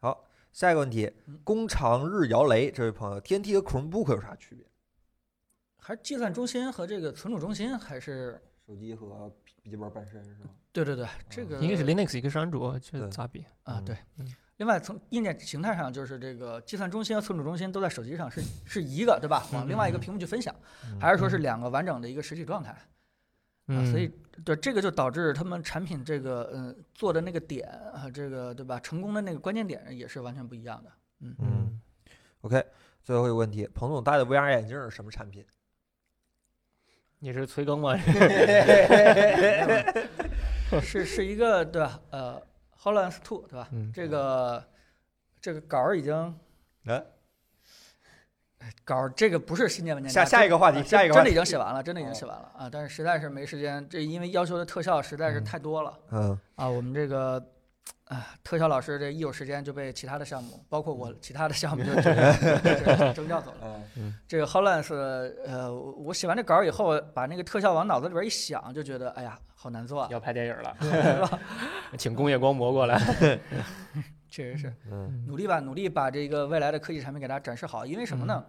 S1: 好，下一个问题
S2: 嗯，
S1: 工长日摇雷这位朋友，TNT 和 Chromebook 有啥区别？
S2: 还是计算中心和这个存储中心还是
S1: 手机和笔笔记本本身是吗？
S2: 对对对，这个
S3: 一个是 Linux，一个是安卓，这
S1: 对
S3: 咋比？
S2: 啊，
S1: 嗯
S2: 对
S3: 嗯。
S2: 另外，从硬件形态上，就是这个计算中心和存储中心都在手机上是是一个，对吧？往另外一个屏幕去分享，还是说是两个完整的一个实体状态？
S3: 嗯
S2: 啊，所以
S1: 嗯
S2: 对这个就导致他们产品这个呃做的那个点啊，这个对吧？成功的那个关键点也是完全不一样
S1: [laughs]
S2: 的。
S1: 嗯，OK，最后一个问题，彭总戴的 VR 眼镜是什么产品？
S3: 你是催更 [laughs] 吗？
S2: 是是一个对吧？呃，Hololens Two 对吧？
S3: 嗯
S2: 这个这个稿儿已经
S1: 哎，
S2: 稿儿这个不是新建文件
S1: 下
S2: 夹
S1: 下一个话
S2: 啊
S1: 题，
S2: 这
S1: 下一个话
S2: 真的
S1: 题，
S2: 已经写完了，真的已经
S1: 哦
S2: 写完了啊！但是实在是没时间，这因为要求的特效实在是
S3: 嗯
S2: 太多了
S1: 嗯
S2: 啊！我们这个啊，特效老师这一有时间就被其他的项目，包括我其他的项目就就 [laughs] 就征调走了。
S1: 嗯
S2: 这个 Hollands，呃，我我写完这稿儿以后，把那个特效往脑子里边一想，就觉得哎呀，好难做啊！
S3: 要拍电影了， [laughs] 请工业光魔过来。
S2: 确实是
S1: 嗯
S2: 努力吧，努力把这个未来的科技产品给大家展示好，因为什么呢？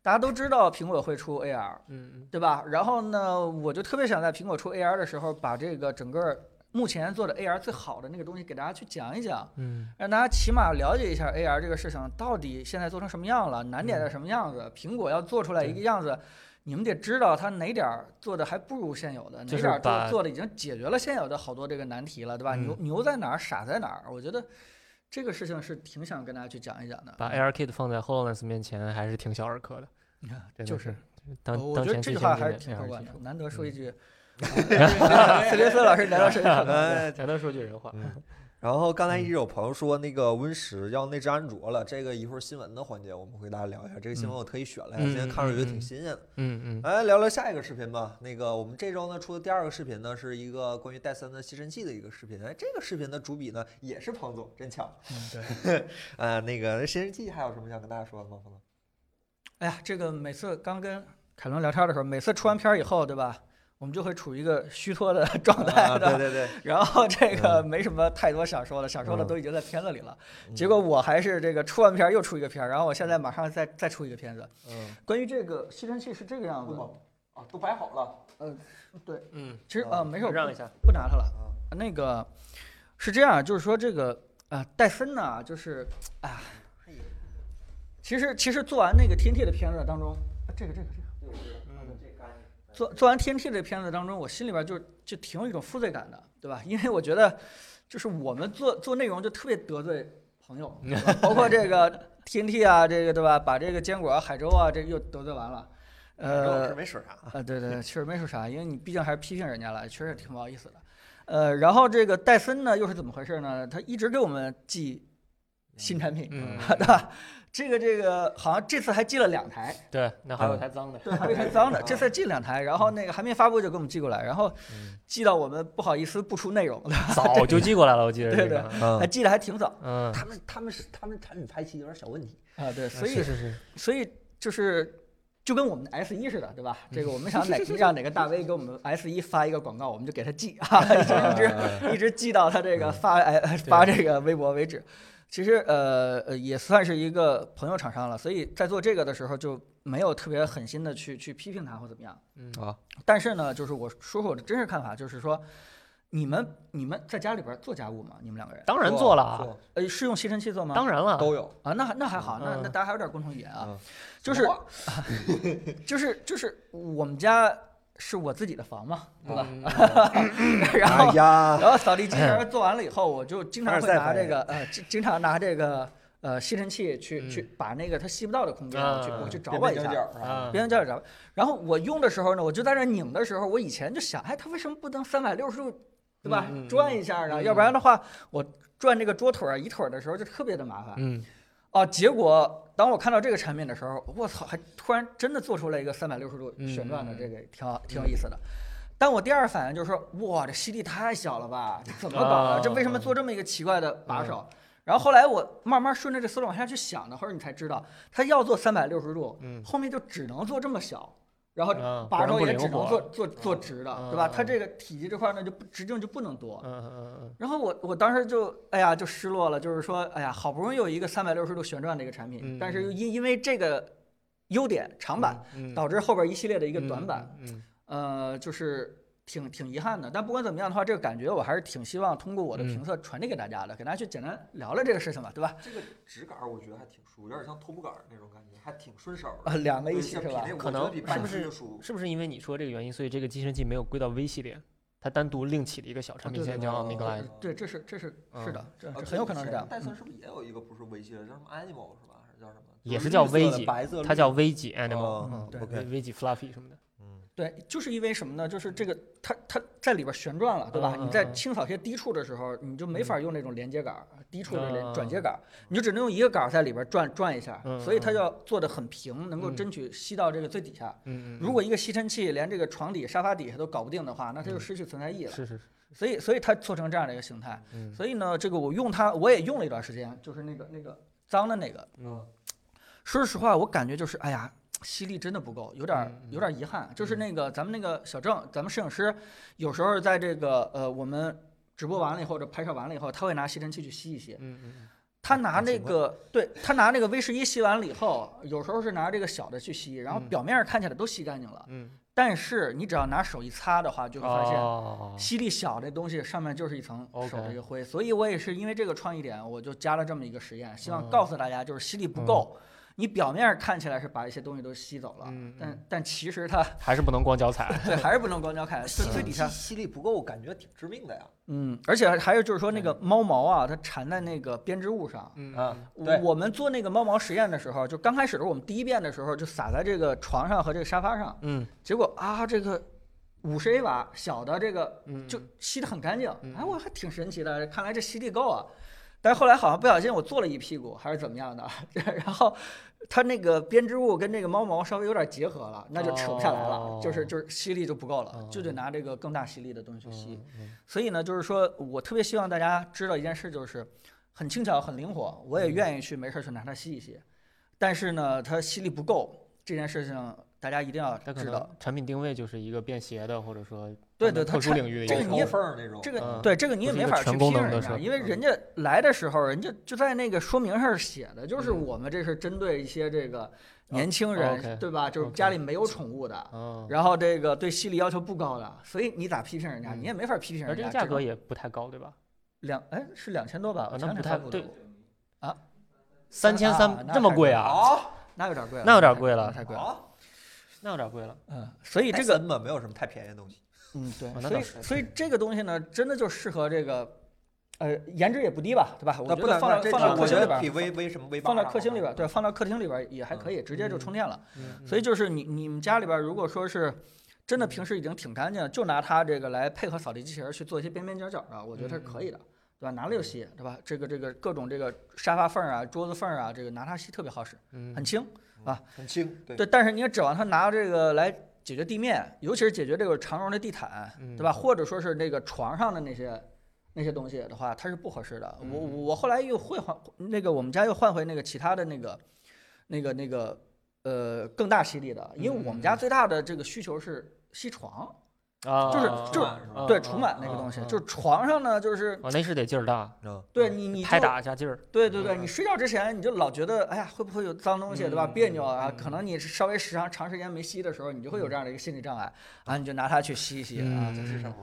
S2: 大家都知道苹果会出 AR，
S3: [laughs] 嗯
S2: 对吧？然后呢，我就特别想在苹果出 AR 的时候，把这个整个目前做的 AR 最好的那个东西给大家去讲一讲，
S3: 嗯
S2: 让大家起码了解一下 AR 这个事情到底现在做成什么样了，难
S3: 嗯
S2: 点在什么样子，苹果要做出来一个样子。你们得知道它哪点儿做的还不如现有的，哪
S3: 就是
S2: 点儿做
S3: 把
S2: 做的已经解决了现有的好多这个难题了，对吧？
S3: 嗯
S2: 牛牛在哪儿，傻在哪儿？我觉得这个事情是挺想跟大家去讲一讲的。
S3: 把 ARKit 放在 HoloLens 面前还是挺小儿科的，
S2: 你看，
S3: 真
S2: 就
S3: 的
S2: 是
S3: 是。当
S2: 嗯呃我
S3: 当
S2: 觉得
S3: 前
S2: 这
S3: 最
S2: 句
S3: 先
S2: 话
S3: 进
S2: 还
S3: 的
S2: 是挺客
S3: AR
S2: 观
S3: 技
S2: 的
S3: 术，。
S2: 难得说一
S3: [laughs]
S2: 句， [laughs]
S1: 嗯，
S2: 斯林斯老师难得说一句 [laughs] 客观的话。
S1: 哎，
S3: 全都说句人话。
S1: 然后刚才
S3: 嗯
S1: 一直有朋友说那个 Win 十要内置安卓了，这个一会儿新闻的环节我们会大家聊一下。这个新闻我特意选了一下，今天看着觉得挺新鲜的。
S3: 嗯嗯
S1: 哎来聊聊下一个视频吧。那个我们这周呢出的第二个视频呢是一个关于戴森的吸尘器的一个视频。哎，这个视频的主笔呢也是彭总，真巧。
S2: 嗯，对。
S1: 啊，那个吸尘器还有什么想跟大家说的吗，彭总？
S2: 哎呀，这个每次刚跟凯伦聊天的时候，每次出完片儿以后，对吧？我们就会处于一个虚脱的 [laughs] 状态
S1: 啊，
S2: 的。
S1: 对对对，嗯
S2: 然后这个没什么太多想说的，想说的都已经在片子里了。结果我还是这个出完片儿又出一个片儿，然后我现在马上再再出一个片子。
S1: 嗯，
S2: 关于这个吸尘器是这个样子，
S1: 啊，都摆好了，
S2: 对，
S3: 嗯，
S2: 其实
S1: 啊
S2: 呃没事，我
S3: 让一下，
S2: 不拿它了
S1: 啊。
S2: 那个是这样，就是说这个啊，戴森呢，就是啊，其实其实做完那个 TNT 的片子当中，啊这个这个这个。
S3: 嗯
S2: 做做完 TNT 这片子当中，我心里边就就挺有一种负罪感的，对吧？因为我觉得，就是我们做做内容就特别得罪朋友，对吧包括这
S3: [laughs]
S2: 个 TNT 啊，这个对吧？把这个坚果啊、海州啊，这个又得罪完了，
S1: 老师
S2: 呃，
S1: 没水啊，
S2: 啊，对对，对确实没说啥，因为你毕竟还是批评人家了，确实挺不好意思的。呃，然后这个戴森呢，又是怎么回事呢？他一直给我们寄新产品，
S3: 嗯
S2: [laughs] 对吧？这个这个好像这次还寄了两台，
S3: 对，那还有台脏的，
S2: 嗯 [laughs] 对，还有一台脏的，这次寄两台，然后那个还没发布就给我们寄过来，然后
S1: 嗯
S2: 寄到我们不好意思不出内容的，
S3: [laughs] 早就寄过来了，我记得
S2: 对
S3: 这个，
S2: 还
S1: 嗯，
S2: 寄的还挺早
S3: 嗯，
S1: 他们他们是他们产品排期有点小问题，
S2: 啊，对，所以
S3: 是是是，
S2: 所以就是就跟我们的 S 一似的，对吧？这个我们想
S1: [laughs]
S2: 哪让哪个大 V 给我们 S 一发一个广告，我们就给他寄
S1: [laughs]
S2: 啊，一直
S1: 嗯
S2: 一直一直寄到他这个发哎发这个微博为止。其实呃呃也算是一个朋友厂商了，所以在做这个的时候就没有特别狠心的去去批评他或怎么样。
S3: 嗯
S1: 啊，
S2: 但是呢，就是我说说我的真实看法，就是说。你们你们在家里边做家务吗？你们两个人，
S3: 当然做了啊，
S1: 做
S2: 呃，是用吸尘器做吗？
S3: 当然了，
S1: 都有，
S2: 啊，那还那还好，那那
S3: 嗯
S2: 大家还有点共同语言啊
S1: 嗯，
S2: [laughs] 就是就是就是我们家是我自己的房嘛，对吧？然后
S1: 哎
S3: 啊
S1: 呀，
S2: 然后扫地机器人
S3: 哎
S2: 儿做完了以后，我就经常会
S1: 凡尔赛
S2: 拿
S1: 凡
S2: 这
S1: 人
S2: 个呃，经经常拿这个呃吸尘器去
S3: 嗯
S2: 去把那个它吸不到的空间
S3: 啊
S2: 我去我去找
S1: 边
S2: 我
S1: 边
S2: 一
S1: 角
S2: 下。嗯
S1: 角啊，
S3: 啊，
S2: 边缘角角，然后我用的时候呢，我就在那儿拧的时候，我以前就想，哎，它为什么不能三百六十度，对吧？
S3: 嗯嗯嗯
S2: 转一下呢？
S3: 嗯
S2: 要不然的话，我转这个桌腿儿啊、椅腿儿的时候就特别的麻烦。
S3: 嗯，
S2: 哦，结果当我看到这个产品的时候，我操，还突然真的做出来一个三百六十度旋转的，
S3: 嗯
S2: 这个挺好，挺有意思的。但我第二反应就是说，哇，这吸力太小了吧，这怎么搞的？
S3: 啊嗯
S2: 这为什么做这么一个奇怪的把手？然后后来我慢慢顺着这思路往下去想的时候，你才知道，他要做三百六十度， [laughs]
S3: 嗯
S2: 后面就只能做这么小，然后
S3: 啊不
S2: 把
S3: 然
S2: 手
S3: 不
S2: 也
S3: 灵
S2: 只能
S3: 活
S2: 做做做直的，对吧？
S3: 啊
S2: 他这个体积这块儿呢，就不直径就不能多。
S3: 嗯嗯
S2: 然后我我当时就哎呀就失落了，就是说哎呀好不容易有一个三百六十度旋转的一个产品，
S3: 嗯
S2: 但是又因因为这个优点长板、
S3: 嗯，
S2: 导致后边一系列的一个短板，
S3: 嗯，
S2: 呃就是挺挺遗憾的。但不管怎么样的话，这个感觉我还是挺希望通过我的
S3: 嗯
S2: 评测传递给大家的，给大家去简单聊聊这个事情吧，对吧？ [laughs]
S1: 这个质感我觉得还挺舒服，有点像头部杆那种感觉，还挺顺手
S2: 啊，两个一起是吧？
S3: 可能是不是
S1: 舒服？
S3: 是不是因为你说这个原因，所以这个吸尘器没有归到 V 系列，它单独另起了一个小产品线叫 m i g l i
S2: 哦对，这是这是
S3: 嗯
S2: 是的，这
S1: 啊
S2: 这很有可能是这样。嗯
S1: 戴森是不是也有一个不是微机的，叫什么 Animal 是吧？还是叫什么？
S3: 也是叫微机
S1: 白
S2: 哦
S1: 色，哦
S3: 它叫 V 级 Animal，
S2: 嗯对
S1: OK，
S3: V 级 Fluffy 什么的，
S1: 嗯，
S2: 对，就是因为什么呢？就是这个它它在里边旋转了，对吧？
S3: 嗯
S2: 你在
S3: 嗯嗯
S2: 清扫一些低处的时候，你就没法用那种连接杆儿、低处的连
S3: 嗯
S2: 转接杆儿，你就只能用一个杆儿在里边转转一下，
S3: 嗯
S2: 所以它
S3: 嗯
S2: 要做的很平，能够
S3: 嗯
S2: 争取吸到这个最底下。
S3: 嗯嗯，
S2: 如果一个吸尘器连这个床底、沙发底下都搞不定的话，那它就
S3: 嗯
S2: 失去存在意义了。
S3: 是是是，
S2: 所以，所以它做成这样的一个形态。
S3: 嗯
S2: 所以呢，这个我用它，我也用了一段时间，就是那个那个脏的那个，
S3: 嗯
S2: 说实话，我感觉就是，哎呀，吸力真的不够，有点儿
S3: 嗯嗯
S2: 有点儿遗憾。就是那个咱们那个小郑，咱们摄影师，有时候在这个呃我们直播完了以后，或者拍摄完了以后，他会拿吸尘器去吸一吸。
S3: 嗯嗯
S2: 他拿
S1: 看
S2: 那
S1: 情
S2: 个，对他拿那个 V 十一吸完了以后，有时候是拿这个小的去吸，然后
S3: 嗯
S2: 表面上看起来都吸干净了，
S3: 嗯，
S2: 但是你只要拿手一擦的话，就会发现
S3: 哦，
S2: 吸力小这东西上面就是一层手
S3: OK
S2: 的一个灰，所以我也是因为这个创意点，我就加了这么一个实验，希望
S3: 嗯
S2: 告诉大家就是吸力不够，你表面看起来是把一些东西都吸走了，
S3: 嗯嗯
S2: 但但其实它
S3: 还是不能光脚踩，
S2: [laughs] 对还是不能光脚看，最最底下，
S1: 吸力不够，感觉挺致命的呀。
S2: 嗯，而且还有就是说那个猫毛啊，它缠在那个编织物上。
S3: 嗯
S1: 啊，
S2: 我们做那个猫毛实验的时候，就刚开始的时候，我们第一遍的时候就撒在这个床上和这个沙发上，
S3: 嗯
S2: 结果啊，这个五十 A 瓦小的这个
S3: 嗯，
S2: 就吸得很干净。
S3: 嗯
S2: 哎，我还挺神奇的，看来这吸力够啊。但是后来好像不小心我坐了一屁股，还是怎么样的， [laughs] 然后它那个编织物跟这个猫毛稍微有点结合了，那就扯不下来了，
S3: 哦
S2: 就是就是吸力就不够了，
S3: 哦
S2: 就得拿这个更大吸力的东西去吸。
S3: 嗯
S2: 所以呢，就是说我特别希望大家知道一件事，就是很轻巧、很灵活，
S3: 嗯
S2: 我也愿意去没事儿去拿它吸一吸，但是呢，它吸力不够这件事情，大家一定要
S3: 它可
S2: 知道
S3: 能。产品定位就是一个便携的，或者说
S2: 对
S3: 他
S2: 对
S3: 们
S2: 它
S3: 特殊
S2: 产
S3: 领域的一
S2: 这个
S3: 服
S2: 你
S1: 抽
S2: 也
S3: 务
S1: 缝儿那种，
S2: 这个
S3: 嗯
S2: 对这个你也
S3: 不是
S2: 没
S3: 一个
S2: 法去
S3: 全
S2: 批
S3: 功能
S2: 人
S3: 的嗯
S2: 家，
S3: 设
S2: 因为
S3: 备
S2: 人家来的时候，人家就在那个说明上写的，就是
S3: 嗯
S2: 我们这是针对一些这个年轻
S3: 哦
S2: 人，
S3: ，OK，
S2: 对吧？就是
S3: OK
S2: 家里没有宠物的，
S3: 嗯，
S2: 然后这个对吸力要求不高的，所以你咋批评人家？
S3: 嗯
S2: 你也没法批评
S3: 而
S2: 人
S3: 这
S2: 家。
S3: 个价格也不太高，对吧？
S2: 两哎是两千多吧？我
S3: 啊
S2: 前
S3: 那
S2: 两
S3: 不
S2: 天
S3: 太
S2: 发布的
S3: 对
S2: 啊，
S3: 三千
S2: 啊
S3: 三
S2: 那
S3: 这么
S2: 太
S3: 贵
S2: 贵哦
S3: 啊？
S1: 好，
S2: 那有点贵了，
S3: 那有点
S2: 太
S3: 贵
S2: 了，
S3: 了哦
S2: 太贵了。
S1: 好，
S3: 那有点贵了。
S2: 嗯，所以这
S1: 这
S2: 个
S1: 个嘛没有什么太便宜的东西。
S2: 嗯，对
S3: 啊，那
S2: 所
S3: 倒
S2: 以
S3: 是
S2: 所以这个东西呢，真的就适合这个，呃，颜值也不低吧，对吧？我
S1: 那
S2: 觉
S1: 不
S2: 得
S1: 能
S2: 放到
S1: 这
S2: 放
S1: 这
S2: 到客
S1: 我
S2: 厅
S1: 觉
S2: 里
S1: 得
S2: 边
S1: 比
S2: 儿，
S1: 微微什么微八
S2: 放到
S1: 啥
S2: 客厅
S1: 好
S2: 里边儿，
S1: 看
S2: 对，放到客厅里边儿也还可以，直接就充电了。
S3: 嗯
S2: 所以就是你你们家里边，如果说是真的平时已经挺干净了，就拿它这个来配合扫地机器人去做一些边边角角的，我觉得它是可以
S3: 嗯
S2: 的，对吧？拿了就吸，对吧？这个这个各种这个沙发缝儿啊、桌子缝儿啊，这个拿它吸特别好使，
S3: 嗯
S2: 很轻。
S1: 很轻，对
S2: 对，但是你也指望它拿这个来解决地面，尤其是解决这个长绒的地毯，
S3: 嗯
S2: 对吧？或者说是那个床上的那些那些东西的话，它是不合适的。我我我后来又会换那个，我们家又换回那个其他的那个那个那个呃更大吸力的，因为我们家最大的这个需求是吸床，
S3: 啊，
S2: 就是
S3: 啊
S2: 就是
S1: 吧
S3: 啊
S2: 对，
S3: 啊
S2: 除螨那个
S3: 啊
S2: 东西，
S3: 啊
S2: 就是床上呢就是。
S3: 啊，那是得劲儿大，
S1: 嗯，
S2: 对你，你
S3: 拍
S2: 就
S3: 打一下劲儿。
S2: 对对对，
S3: 嗯
S2: 你睡觉之前你就老觉得，哎呀，会不会有脏东西，对吧？
S3: 嗯
S2: 别扭啊，
S3: 嗯
S2: 可能你稍微时长长时间没吸的时候，你就会有这样的一个心理障碍啊，你就拿它去吸一吸
S3: 嗯
S2: 啊，就是
S1: 生活。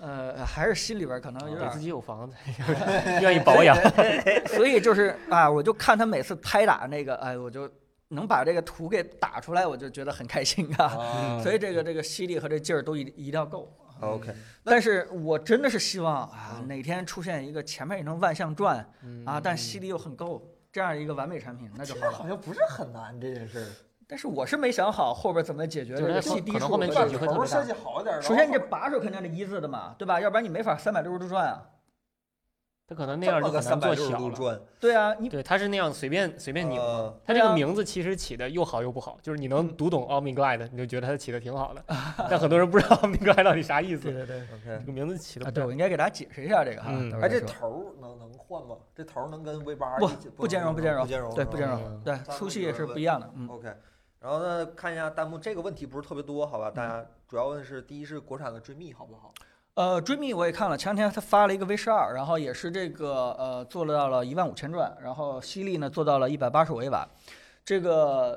S2: 呃，还是心里边可能有
S3: 得
S2: 点
S3: 自己
S2: [laughs]
S3: 有房子，愿意保养。
S2: 所以就是啊，我就看他每次拍打那个，哎，我就能把这个图给打出来，我就觉得很开心啊。
S3: 嗯
S2: [laughs]
S1: 啊
S2: 所以这个这个吸力和这劲儿都一定一定要够。
S1: OK，
S2: 但是我真的是希望啊，
S1: 嗯
S2: 哪天出现一个前面也能万象转
S3: 嗯
S2: 啊，但吸
S3: 西
S2: 力又很够这样一个完美产品，那就好了。
S1: 像不是很难这件事儿，
S2: 但是我是没想好后边怎么解决这
S3: 就是
S2: 个
S3: 它
S2: 气滴数
S3: 可能后面
S2: 的
S3: 解
S2: 问
S3: 决
S2: 题。
S3: 会特别大
S1: 好点儿
S2: 首先，你这把手肯定得一字的嘛，对吧？要不然你没法三百六十度转啊。
S3: 它可能那
S1: 那样
S3: 样就很难
S1: 三
S3: 做
S1: 百六十
S3: 小
S1: 度
S3: 了。
S1: 转，
S2: 对啊，你
S3: 对，它是那样随便随便扭。
S1: 呃
S3: 它
S2: 对
S3: 这个
S2: 啊嗯
S3: 名字其实起的又好又不好，就是你能读懂 OmniGlide，你就觉得它起的挺好的，但很多人不知道 OmniGlide 到底啥意思。
S2: [laughs] 对对
S1: ，OK
S3: 这。个名字起
S2: 啊，
S3: 的
S2: 对，我应该给大家解释一下这个哈。
S3: 嗯
S2: 等会
S1: 哎，
S2: 儿再
S1: 这
S2: 说
S1: 头儿能能换吗？这头儿能跟 V 八
S2: 不
S1: 不
S2: 不兼容，不兼容，
S1: 不兼容，
S2: 对，不兼
S1: 是吧
S2: 容，对，
S1: 咱嗯
S2: 粗
S1: 们
S2: 细
S1: 这
S2: 也
S1: 个
S2: 是
S1: 问
S2: 不一样的，嗯，
S1: OK，然后呢，看一下弹幕，这个问题不是特别多，好吧？
S2: 嗯
S1: 大家主要问的是，第一是国产的追觅好不好？
S2: 呃，Dreamy 我也看了，前两天他发了一个 V 十二，然后也是这个呃做到了一万五千转，然后吸力呢做到了一百八十五 A 瓦，这个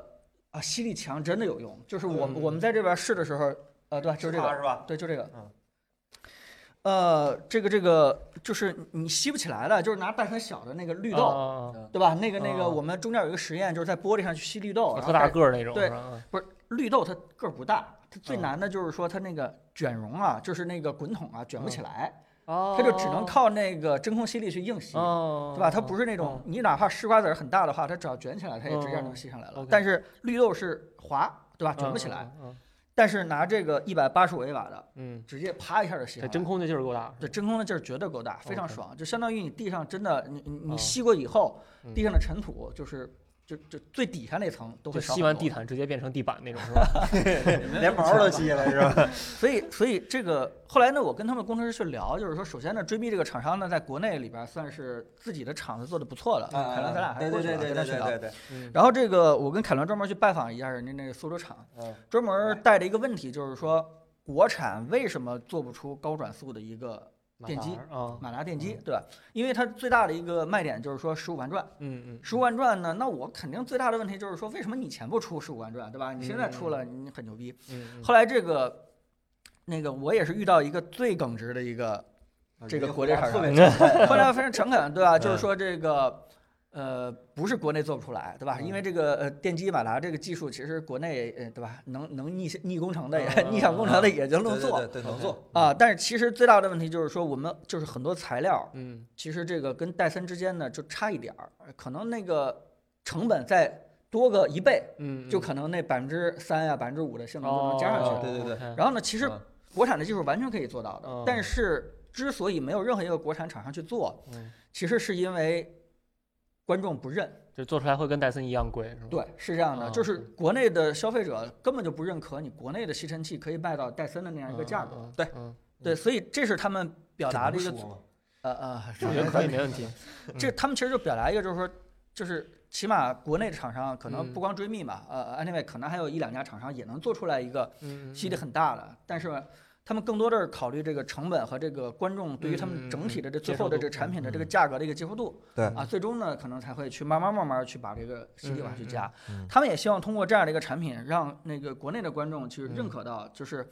S2: 啊吸力强真的有用，就是我
S1: 嗯
S2: 们我们在这边试的时候，呃，对吧，就是这
S1: 它
S2: 个，
S1: 是吧？
S2: 对，就这个
S1: 嗯，
S2: 呃，这个这个就是你吸不起来了，就是拿蛋很小的那个绿
S3: 绿
S2: 豆，
S3: 豆，
S2: 对吧？那个那个
S3: 哦
S2: 我们中间有一个实验，就是在玻璃上去吸绿豆，然后
S3: 特啊大
S2: 再
S3: 个儿那种。
S2: 对
S3: 是吧
S2: 不是绿豆它个儿不大，它最
S3: 嗯
S2: 难的就是说它那个卷绒啊，就是那个滚筒啊卷不起来，
S3: 哦，
S2: 它就只能靠那个真空吸力去硬吸，
S3: 哦，
S2: 对吧？它不是那种你哪怕丝瓜子儿很大的话，它只要卷起来，它也直接
S3: 嗯
S2: 能吸上来了
S3: ，OK。
S2: 但是绿豆是滑，对吧？
S3: 嗯
S2: 卷不起来。。
S3: 嗯嗯
S2: 但是拿这个一百八十五 A 瓦的，
S3: 嗯，
S2: 直接啪一下就吸
S3: 它
S2: 上
S3: 真
S2: 来。
S3: 空的劲儿够大。
S2: 对真空的劲儿绝对够大，非常
S3: OK
S2: 爽，就相当于你地上真的你你
S3: 哦
S2: 你吸过以后，
S3: 嗯
S2: 地上的尘土就是就就最底下那层都
S3: 就
S2: 会少很
S3: 吸完
S2: 多
S3: 地毯直接变成地板那种是吧？
S2: 嗯
S1: 连毛儿都吸了是吧？
S2: 所以，所以这个后来呢，我跟他们工程师去聊，就是说，首先呢，追觅这个厂商呢，在国内里边算是自己的厂子做的不错的。嗯
S1: [laughs]
S2: 凯伦咱俩还
S1: 对
S2: 过
S1: 嗯对
S2: 去
S1: 对
S2: 了
S1: 对对
S2: 跟他去
S1: 对
S2: 聊
S1: 对。对，
S3: [laughs] 嗯
S2: 然后这个，我跟凯伦专门去拜访一下人家那个苏州厂，
S1: 嗯，
S2: 专门带着一个问题，就是说国产为什么做不出高转速的一个 [laughs] 电机
S1: 嗯
S3: 啊，
S2: 马达电机，对吧？因为它最大的一个卖点就是说十五万转，
S3: 嗯嗯，
S2: 十五万转呢，那我肯定最大的问题就是说，为什么你以前不出十五万转，对吧？你现在出了，你很牛逼。
S3: 嗯，
S2: 后来这个那个我也是遇到一个最耿直的一个，这个国内厂商
S1: 特别
S2: [laughs] 后来非常诚恳，对吧？
S1: 嗯
S2: 就是说这个。呃，不是国内做不出来，对吧？
S3: 嗯
S2: 因为这个呃电机马达这个技术，其实国内呃，对吧？能能逆逆工程的也、[laughs]
S3: 嗯
S2: 逆向工程的也就能做
S1: 对对对，能做
S2: 啊。但是其实最大的问题就是说，我们就是很多材料，
S3: 嗯
S2: 其实这个跟戴森之间呢就差一点儿，可能那个成本再多个一倍，
S3: 嗯，
S2: 就可能那百分之三啊呀、百分之五的性能就能加上去了。
S1: 哦对对对
S2: 然后呢，其实
S1: 嗯哦
S2: 国产的技术完全可以做到的，
S3: 嗯
S2: 但是之所以没有任何一个国产厂商去做，
S3: 嗯
S2: 其实是因为观众不认。
S3: 就做出来会跟戴森一样贵，是吧？
S2: 对，是这样
S1: 哦
S2: 的，
S3: 嗯
S2: 就是国内的消费者根本就不认可你国内的吸尘器可以卖到戴森的那
S3: 嗯，
S2: 样一个价格。
S3: 嗯，
S1: 对
S3: 嗯
S2: 对，所以这是他们表达的一个
S1: 这能说吗
S2: 呃呃，
S3: 我觉得可以，没问题。
S2: 这他们其实就表达一个就是说就是起码国内厂商可能
S3: 嗯
S2: 不光追觅嘛，呃，anyway，可能还有一两家厂商也能做出来一个
S3: 嗯
S2: 吸力很大的，但是他们更多的是考虑这个成本和这个观众对于他
S3: 嗯嗯
S2: 们
S3: 嗯
S2: 整体的这
S3: 接
S2: 最
S3: 受
S2: 后的
S3: 度嗯
S2: 这个产品的这个
S1: 嗯
S2: 价格的一个接受度。
S1: 对
S2: 啊，最终呢，可能才会去慢慢慢慢去把这个吸力往下去加。
S1: 嗯嗯嗯
S2: 他们也希望通过这样的一个产品，让那个国内的观众去认
S3: 嗯
S2: 可到，就是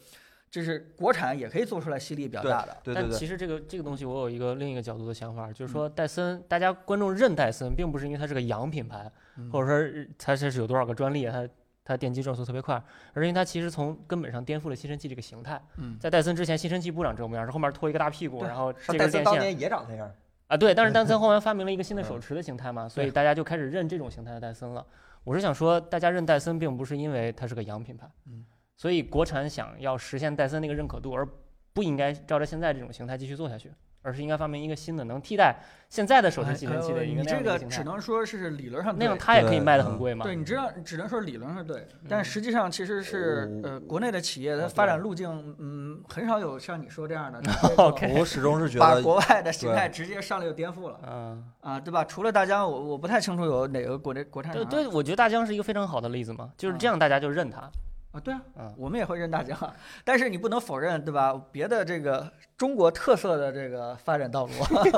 S2: 就是国产也可以做出来吸力比较大的。
S1: 对对
S3: 但
S1: 对，
S3: 其实这个这个东西，我有一个另一个角度的想法，
S2: 嗯
S3: 就是说戴森，大家观众认戴森，并不是因为它是个洋品牌，
S2: 嗯
S3: 或者说它这是有多少个专利，它它电机转速特别快，而是因为它其实从根本上颠覆了新生器这个形态。
S2: 嗯，
S3: 在戴森之前，新生器不长这个模样，是后面拖一个大屁股，
S2: 对
S3: 然后
S1: 上
S3: 这
S1: 戴森
S3: 根电
S1: 当
S3: 线
S1: 年也长那
S2: [laughs]
S1: 样，
S3: 啊，对。但是戴森后来发明了一个新的手
S1: 嗯
S3: 持的形态嘛，所以
S2: 对
S3: 大家就开始认这种形态的戴森了。我是想说，大家认戴森并不是因为它是个洋品牌
S2: 嗯，
S3: 所以国产想要实现戴森那个认可度，而不应该照着现在这种形态继续做下去，而是应该发明一个新的能替代现在的手持
S2: 哎
S3: 吸尘
S2: 呃
S3: 器的一个
S2: 你
S3: 那样
S2: 这
S3: 的一
S2: 个
S3: 个形
S2: 只
S3: 态。
S2: 能说是理论上
S3: 那样
S2: 对
S3: 它也可以
S1: 对
S3: 卖的很
S1: 嗯
S3: 贵嘛？
S2: 对你知道，只能说理论上对，
S3: 嗯
S2: 但实际上其实
S3: 哦
S2: 是呃，国内的企业
S1: 啊
S2: 它
S1: 对
S2: 发展路径，嗯，很少有像你说这
S3: [laughs]
S2: 样的
S3: OK
S1: 我始终是觉
S2: 把
S1: 得
S2: 国外的形
S1: 对
S2: 态直接上来就颠覆了
S3: 嗯，
S2: 啊，对吧？除了大疆，我我不太清楚有哪个国内国产啊
S3: 对
S2: 厂
S3: 对，我觉得大疆是一个非常好的例子嘛，就是这
S2: 啊
S3: 样大家就认它。
S2: 啊，对啊，
S3: 嗯
S2: 我们也会认大疆，但是你不能否认，对吧？别的这个中国特色的这个发展
S3: [laughs]
S2: 道路，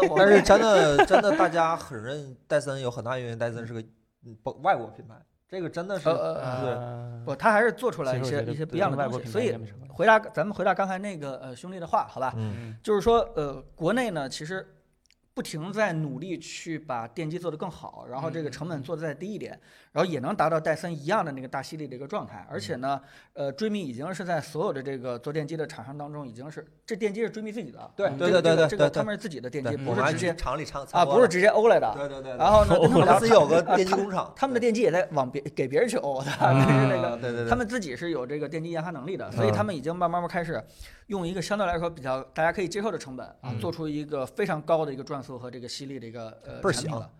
S2: 我
S1: 但
S2: 们
S1: 是真的真的，大家很认戴森，有很大原因，戴森是个嗯不外国品牌，这个真的是
S2: 呃呃呃，
S3: 呃
S2: 不，他还是做出来一
S3: 其实我
S2: 些
S3: 觉得
S2: 一些不
S3: 对
S2: 一样的
S3: 外
S2: 东
S3: 国
S2: 西。
S3: 品
S2: 所
S3: 牌应
S2: 以
S3: 该没什么问题
S2: 回答咱们回答刚才那个呃兄弟的话，好吧？
S1: 嗯
S3: 嗯
S2: 就是说呃，国内呢其实不停在努力去把电机做得更好，然后
S1: 嗯
S2: 这个成本做得再低一点，然后也能达到戴森一样的那个大吸力的一个状态。而且呢，呃，追觅已经是在所有的这个做电机的厂商当中，已经是这电机是追觅自己的，
S1: 对
S2: 嗯
S1: 对
S2: 这个
S1: 对
S2: 这个
S1: 对
S2: 这
S1: 对
S2: 个
S1: 对
S2: 他们是自己的电机，
S1: 我
S2: 不
S1: 们
S2: 是
S1: 还
S2: 直
S1: 去
S2: 接
S1: 厂里唱
S2: 啊，不是
S1: 直啊
S2: 直接啊欧来的。
S1: 对对对，[laughs]
S2: 然后呢，跟他们
S1: 公
S2: 聊
S1: 司有个
S2: 啊
S1: 电机
S2: 他
S1: 工 [laughs] 厂，
S2: 他们的
S1: 对
S2: 电机也在往别给别人去欧，我操，就是那个
S1: 啊对对对，嗯
S2: 他们自己是有这个电机研发能力的，所以他们已经慢慢慢开始用一个相对来说比较大家可以接受的成本啊
S1: 嗯，
S2: 做出一个非常高的一个转速和这个吸力的一个呃
S1: 倍儿
S2: 产品
S1: 响
S2: 了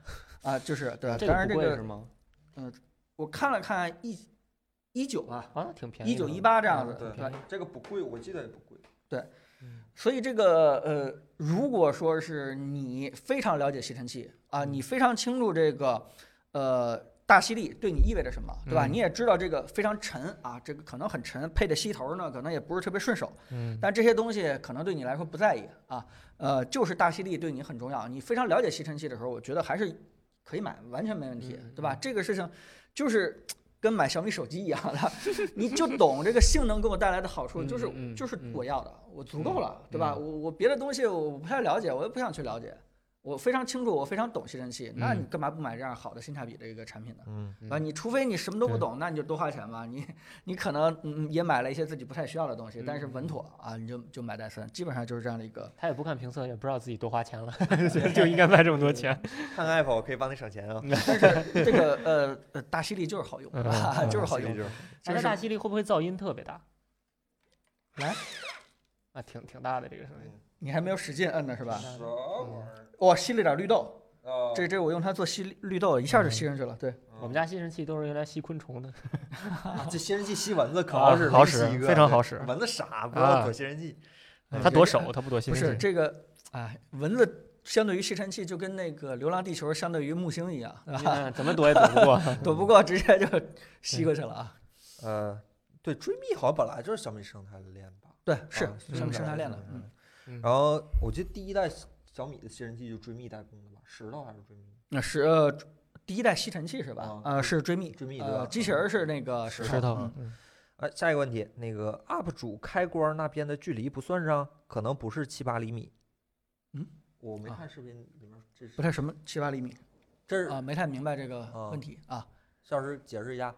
S2: 啊，就是对吧？
S3: 这
S2: 当然
S3: 个
S2: 这
S3: 不贵
S2: 个
S3: 是吗？
S2: 我看了看一一九吧，
S3: 好啊像挺便宜
S2: 一
S3: 的
S2: 九
S3: 嘛，
S2: 一八这样
S1: 嗯
S2: 子，
S1: 对
S2: 对吧？
S1: 这个不贵，我记得也不贵。
S2: 所以这个呃，如果说是你非常了解吸尘器啊，你非常清楚这个呃大吸力对你意味着什么，对吧？
S3: 嗯
S2: 你也知道这个非常沉啊，这个可能很沉，配的吸头呢可能也不是特别顺手，
S3: 嗯
S2: 但这些东西可能对你来说不在意啊，呃，就是大吸力对你很重要。你非常了解吸尘器的时候，我觉得还是可以买，完全没问题
S3: 嗯嗯，
S2: 对吧？这个事情就是跟买小米手机一样的，你就懂这个性能给我带来的好处，就是
S3: 嗯嗯嗯
S2: 就是
S3: 嗯
S2: 我要的，我足够了，对吧？我我别的东西我不太了解，我也不想去了解。我非常清楚，我非常懂吸尘器，那
S3: 嗯
S2: 你干嘛不买这样好的性价比的一个产品呢？
S1: 嗯，
S2: 啊，你除非你什么都不
S3: 对
S2: 懂，那你就多花钱吧。你你可能嗯也买了一些自己不太需要的东西，但是稳妥啊，你就就买戴森，基本上就是这样的一个。
S3: 他也不看评测，也不知道自己多花
S1: [laughs]
S3: 钱了，就就应该卖这么多钱。
S1: 看 Apple 可以帮你省钱啊，
S2: 但是这个呃呃大吸力就是好用，
S3: 嗯
S2: 啊、就是好用。
S1: 就是
S2: 就
S3: 哎那
S2: 是
S3: 大吸力会不会噪音特别大？
S2: 来
S3: 啊，挺挺大的这个声音。
S2: 你还没有使劲摁呢是吧？
S1: 什么玩意儿
S2: 我吸了点绿豆，
S1: 啊？嗯
S2: 这这我用它做吸绿豆，一下就吸上去了。对，
S3: 我们家吸尘器都是用来吸昆虫的，
S1: 啊这吸尘器吸蚊子可
S3: 啊
S1: 好使了，
S3: 好
S1: 一
S3: 使
S1: 吸一个
S3: 非常
S1: 对嗯
S3: 好使
S1: 蚊子傻，不要
S3: 啊
S1: 躲吸尘器。
S2: 哎这
S3: 它躲
S2: 个
S3: 手，它不躲吸
S2: 不是
S3: 尘器。
S2: 这个啊，蚊子相对于吸尘器就跟那个《流浪地球》相对于木星一样，
S1: 啊
S2: 对吧
S3: 嗯怎么躲也躲不
S1: [laughs]
S3: 过。
S2: [laughs] 躲不过直接就吸过去了啊。
S1: 呃，对，追觅好像本来就是小米生态链吧。
S2: 对，是
S1: 啊
S2: 像
S3: 嗯
S2: 生态链的，嗯。
S1: 嗯
S3: 嗯
S1: 然后我记得第一代小米的吸尘器就追觅代工的吧，石头还是追觅？
S2: 那是呃第一代吸尘器是吧？
S1: 啊
S2: 呃，是追觅，
S1: 追觅对吧
S2: 呃，机器人是那个石
S3: 石头
S2: 头，嗯，
S1: 哎，下一个问题，那个 UP 主开关那边的距离不算上，可能不是七八厘米。
S2: 嗯，
S1: 我没
S2: 啊
S1: 看视频里面，这是
S2: 不太什么七八厘米
S1: 这是
S2: 啊，没太明白这个
S1: 啊
S2: 问题啊。
S1: 肖老师解释一下。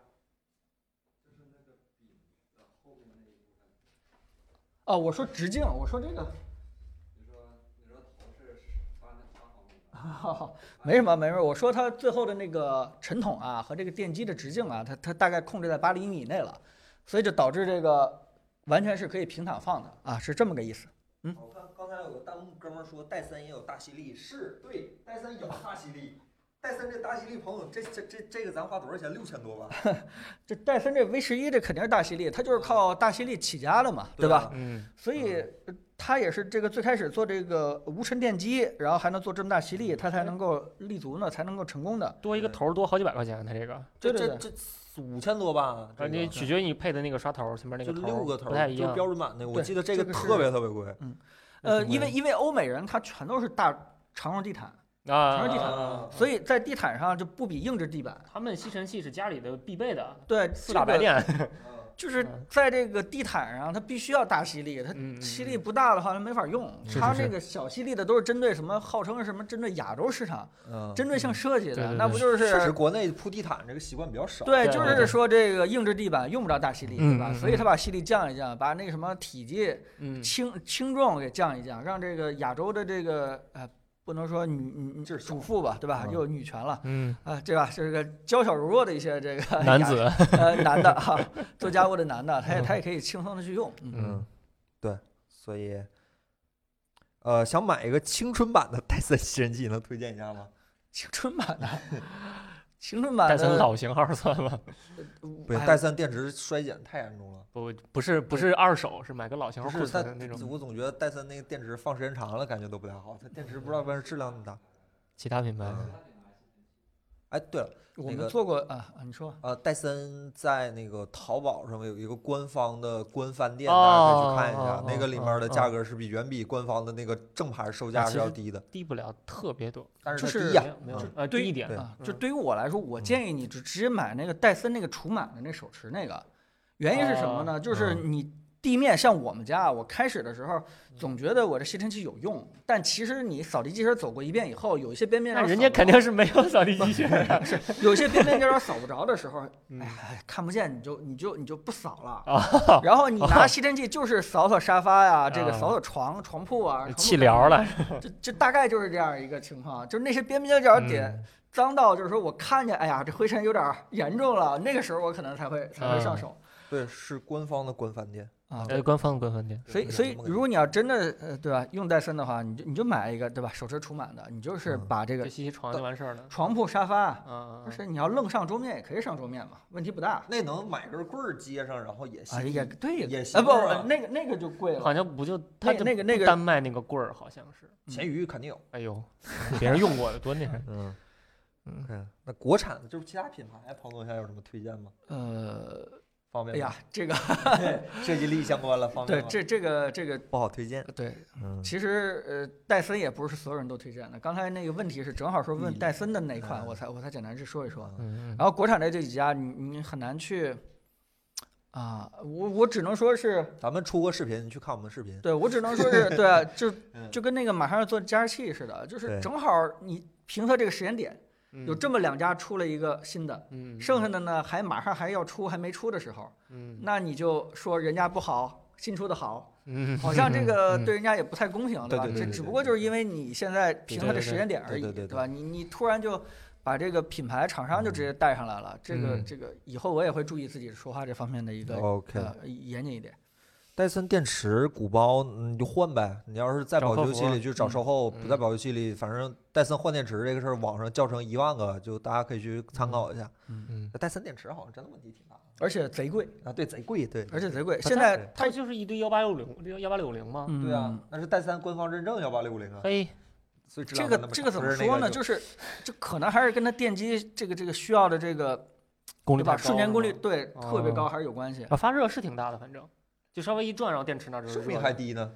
S2: 哦，我说直径，我说这
S1: [laughs]
S2: 个。啊，没什么，没什么。我说它最后的那个沉筒啊和这个电机的直径啊，它它大概控制在八厘米以内了，所以就导致这个完全是可以平躺放的啊，是这么个意思。嗯
S1: 我看刚才有个弹幕哥们儿说戴森也有大吸力，是对，戴森有大吸力。戴森这大吸力，朋友，这这这这个咱花多少钱？六千多吧？
S2: 这戴森这 V 十一这肯定是大吸力，它就是靠大吸力起家的嘛，对吧？
S1: 啊？
S3: 嗯，
S2: 所以呃他也是这个最开始做这个无尘电机，然后还能做这么大吸
S3: 嗯
S2: 力，他才能够立足呢，才能够成功的。
S3: 多一个头儿多好几百块钱，它这个
S1: 这
S2: 对
S1: 这
S2: 对
S1: 这五千多吧？
S3: 啊，
S1: 这
S3: 你
S1: 个嗯
S3: 取决于你配的那个刷头儿前面那
S1: 就
S3: 个头儿，
S1: 六个头儿，
S3: 不太一
S1: 就是
S3: 样。
S1: 标准版那个，我
S2: 对
S1: 记得这
S2: 这
S1: 个
S2: 个是
S1: 特别特别贵。
S2: 呃，
S3: 嗯
S2: 因为因为欧美人他全都是大长绒地毯，
S3: 啊啊，
S2: 全是地毯
S3: 啊啊啊
S2: 所以在地毯上就不比硬质地板。
S3: 他们吸尘器是家里的必备的，
S2: 对，
S3: 四
S2: 这
S3: 大白
S2: 个
S3: 电。
S2: 就是
S3: 嗯
S2: 在这个地毯上，它必须要大吸力，它
S3: 嗯，嗯
S2: 吸力不大的话，它没法用。
S3: 是
S2: 它
S3: 是
S2: 那个小吸力的都是针对什么？号称是什么针对亚洲市场，
S1: 嗯，
S2: 针对性设计
S3: 对
S2: 的，
S3: 对
S2: 那
S3: 对
S2: 不就
S1: 确实
S2: 是？
S1: 国内铺地毯这个习惯比较少。
S2: 对，
S3: 对
S2: 就
S3: 对
S2: 是
S3: 对
S2: 说这个硬质地板用不着大吸力，对
S3: 嗯
S2: 吧？
S3: 嗯
S2: 所以它把吸力降一降，把那个什么体积
S3: 嗯，
S2: 轻轻重给降一降，让这个亚洲的这个呃，不能说女女
S1: 至少
S2: 主妇吧，对吧？
S1: 嗯
S2: 又有女权了
S3: 嗯，
S2: 啊，对吧？这个娇小柔弱的一些这个
S3: [laughs] 男
S2: 亚
S1: 哎
S3: 子，
S2: 呃男的哈、做家务的男的，
S3: [laughs]
S2: 他也他也可以轻松的去用。嗯，
S1: 嗯，对，所以，呃，想买一个青春版的戴森吸尘器，能推荐一下吗？
S2: 青春版的，青春
S3: [laughs]
S2: 版
S3: 戴森
S2: 的，
S3: 老型号算吗？
S1: 不
S2: 哎
S1: 行，戴森电池衰减太严重了。
S3: [laughs] 不，不是，不是二手，是买个老型
S1: 不
S3: 号库
S1: 是，
S3: 存那
S1: 但
S3: 种。
S1: 我总觉得戴森那个电池放时间长了，感觉都不太好。它电池不知道为什么质量那么大。
S3: 其他品牌
S1: 嗯哎，对了，
S2: 我
S1: 那个
S2: 们做过啊啊，你说
S1: 呃，戴森在那个淘宝上面有一个官方的官方店，
S3: 哦
S1: 大家可以去看一
S3: 哦
S1: 下，那个里面的
S3: 哦
S1: 价格是比远比官方的那个正牌售价
S3: 其
S1: 是要
S3: 实
S1: 低的，
S3: 低不了特别多，
S1: 但
S2: 就是
S1: 它低
S2: 是
S1: 呀
S3: 没有，没有
S1: 嗯，
S3: 呃，
S2: 对
S3: 低一点
S1: 对
S2: 啊，
S3: 嗯
S2: 就对于我来说，我建议你就直接买那个戴森那个除螨的那手持那个，原因是什么
S3: 哦
S2: 呢？就是你地面像我们家啊，我开始的时候
S3: 嗯
S2: 总觉得我这吸尘器有用，但其实你扫地机器人走过一遍以后，有一些边边
S3: 那
S2: 角
S3: 人家肯定是没有扫地机器人 [laughs] 啊
S2: 有一些边边角角扫不着的时候，
S3: [laughs] 嗯
S2: 哎呀，看不见你就你就你就不扫了。
S3: 啊，
S2: 然
S3: [laughs]
S2: 后你拿吸尘器就是扫扫沙发呀，这个
S3: 啊
S2: 扫扫床、床铺啊，床铺
S3: 呃气疗了，
S2: 板，就就大概就是这样一个情况，啊就是那些边边角角点
S3: 嗯
S2: 脏到就是说我看见，哎呀，这灰尘有点儿严重了，那个时候我可能才会才会上手
S1: 对，是官方的官方店。
S2: 啊。
S3: 呃，官方官方店，
S2: 所以，所以如果你要真的呃，对吧，用戴森的话，你就你就买一个，对吧，手持除螨的，你就是
S1: 嗯
S2: 把这
S3: 就
S2: 个
S3: 洗洗床就完事儿了。
S2: 床铺、沙发，
S3: 啊
S2: 不，是你要愣上桌面也可以上桌面嘛，问题不大。
S1: 那能买根棍儿接上，然后也吸
S2: 啊，也
S1: 地。
S2: 对，
S1: 也
S2: 啊
S1: 行
S2: 不
S1: 是吧，
S2: 那个那个就贵了
S3: 好。像不就他
S2: 那
S3: 就
S2: 那个那
S3: 不
S2: 个
S3: 单卖那个棍儿，好像是。
S1: 闲鱼肯定有。！
S3: 哎 [laughs] 呦，别人用过的多厉害
S1: 嗯
S3: 嗯
S1: 嗯，那国产的就是其他品牌，彭总想有什么推荐吗？
S2: 呃，
S1: 方便
S2: 哎呀
S1: 吗，，
S2: 这个
S1: 设计力相关了，方便
S2: 对
S1: 吗
S2: 这这个这个
S1: 不好推荐。
S2: 对，
S1: 嗯，
S2: 其实呃，戴森也不是所有人都推荐的。刚才那个问题是正好说问
S1: 嗯
S2: 戴森的哪款，
S1: 嗯
S2: 我才我才简单去说一说。
S3: 嗯，嗯
S2: 然后国产的这几家，你你很难去啊，我我只能说是
S1: 咱们出过视频，你去看我们的视频。
S2: 对我只能
S1: [laughs]
S2: 说是对啊，就
S1: 嗯
S2: 就跟那个马上要做加湿器似的，就是
S1: 对嗯
S2: 正好你评测这个时间点，有，这么两家出了一个新的，
S3: 嗯嗯，
S2: 剩下的呢还马上还要出还没出的时候，
S3: 嗯，
S2: 那你就说人家不好，新出的好，
S3: 嗯，
S2: 好像这个
S3: 嗯
S2: 对人家也不太公平，
S1: 对
S2: 吧？
S1: 对对
S2: 这
S1: 对
S2: 只
S1: 对
S2: 不过
S1: 对
S2: 就是因为你现在评它的时间点而已，
S1: 对对对对对
S2: 吧？你你突然就把这个品牌厂商就直接带上来了，这个
S3: 嗯
S2: 这个以后我也会注意自己说话这方面的一个
S1: 哦 OK，
S2: 呃严谨一点。
S1: 戴森电池、鼓包，嗯，你就换呗。你要是在
S3: 找
S1: 保
S3: 客
S1: 修期
S3: 服
S1: 里去找售后，
S3: 嗯
S1: 不在保修期里，反正戴森换电池这个事儿，网上教程一万个，就大家可以去参考一下。
S3: 嗯，
S1: 戴森电池好像真的问题挺大
S2: 而且贼贵，
S1: 啊，对，贼贵，对，
S2: 而且贼贵。
S1: 它
S2: 现在
S1: 对
S3: 它不就是一堆幺八六零、幺八六零吗？
S1: 对啊
S2: 嗯，，
S1: 那是戴森官方认证幺八六零啊，
S3: 嘿，
S1: 所以质
S2: 这
S1: 量
S2: 个
S1: 才那么
S2: 这
S1: 差
S2: 个怎
S1: 不
S2: 么
S1: 是那
S2: 说
S1: 个
S2: 呢？就是这可能还是跟它电机这个这个需要的这个
S3: 功
S2: 对
S3: 率
S2: 吧？
S3: 太
S2: 瞬
S3: 高
S2: 间
S3: 了
S2: 功率
S3: 吗
S2: 对特别
S3: 哦
S2: 高还是有关系。
S3: 啊，发热是挺大的，反正就稍微一转，然后电池那就是
S1: 寿
S3: 热
S1: 命
S3: 的
S1: 还低呢。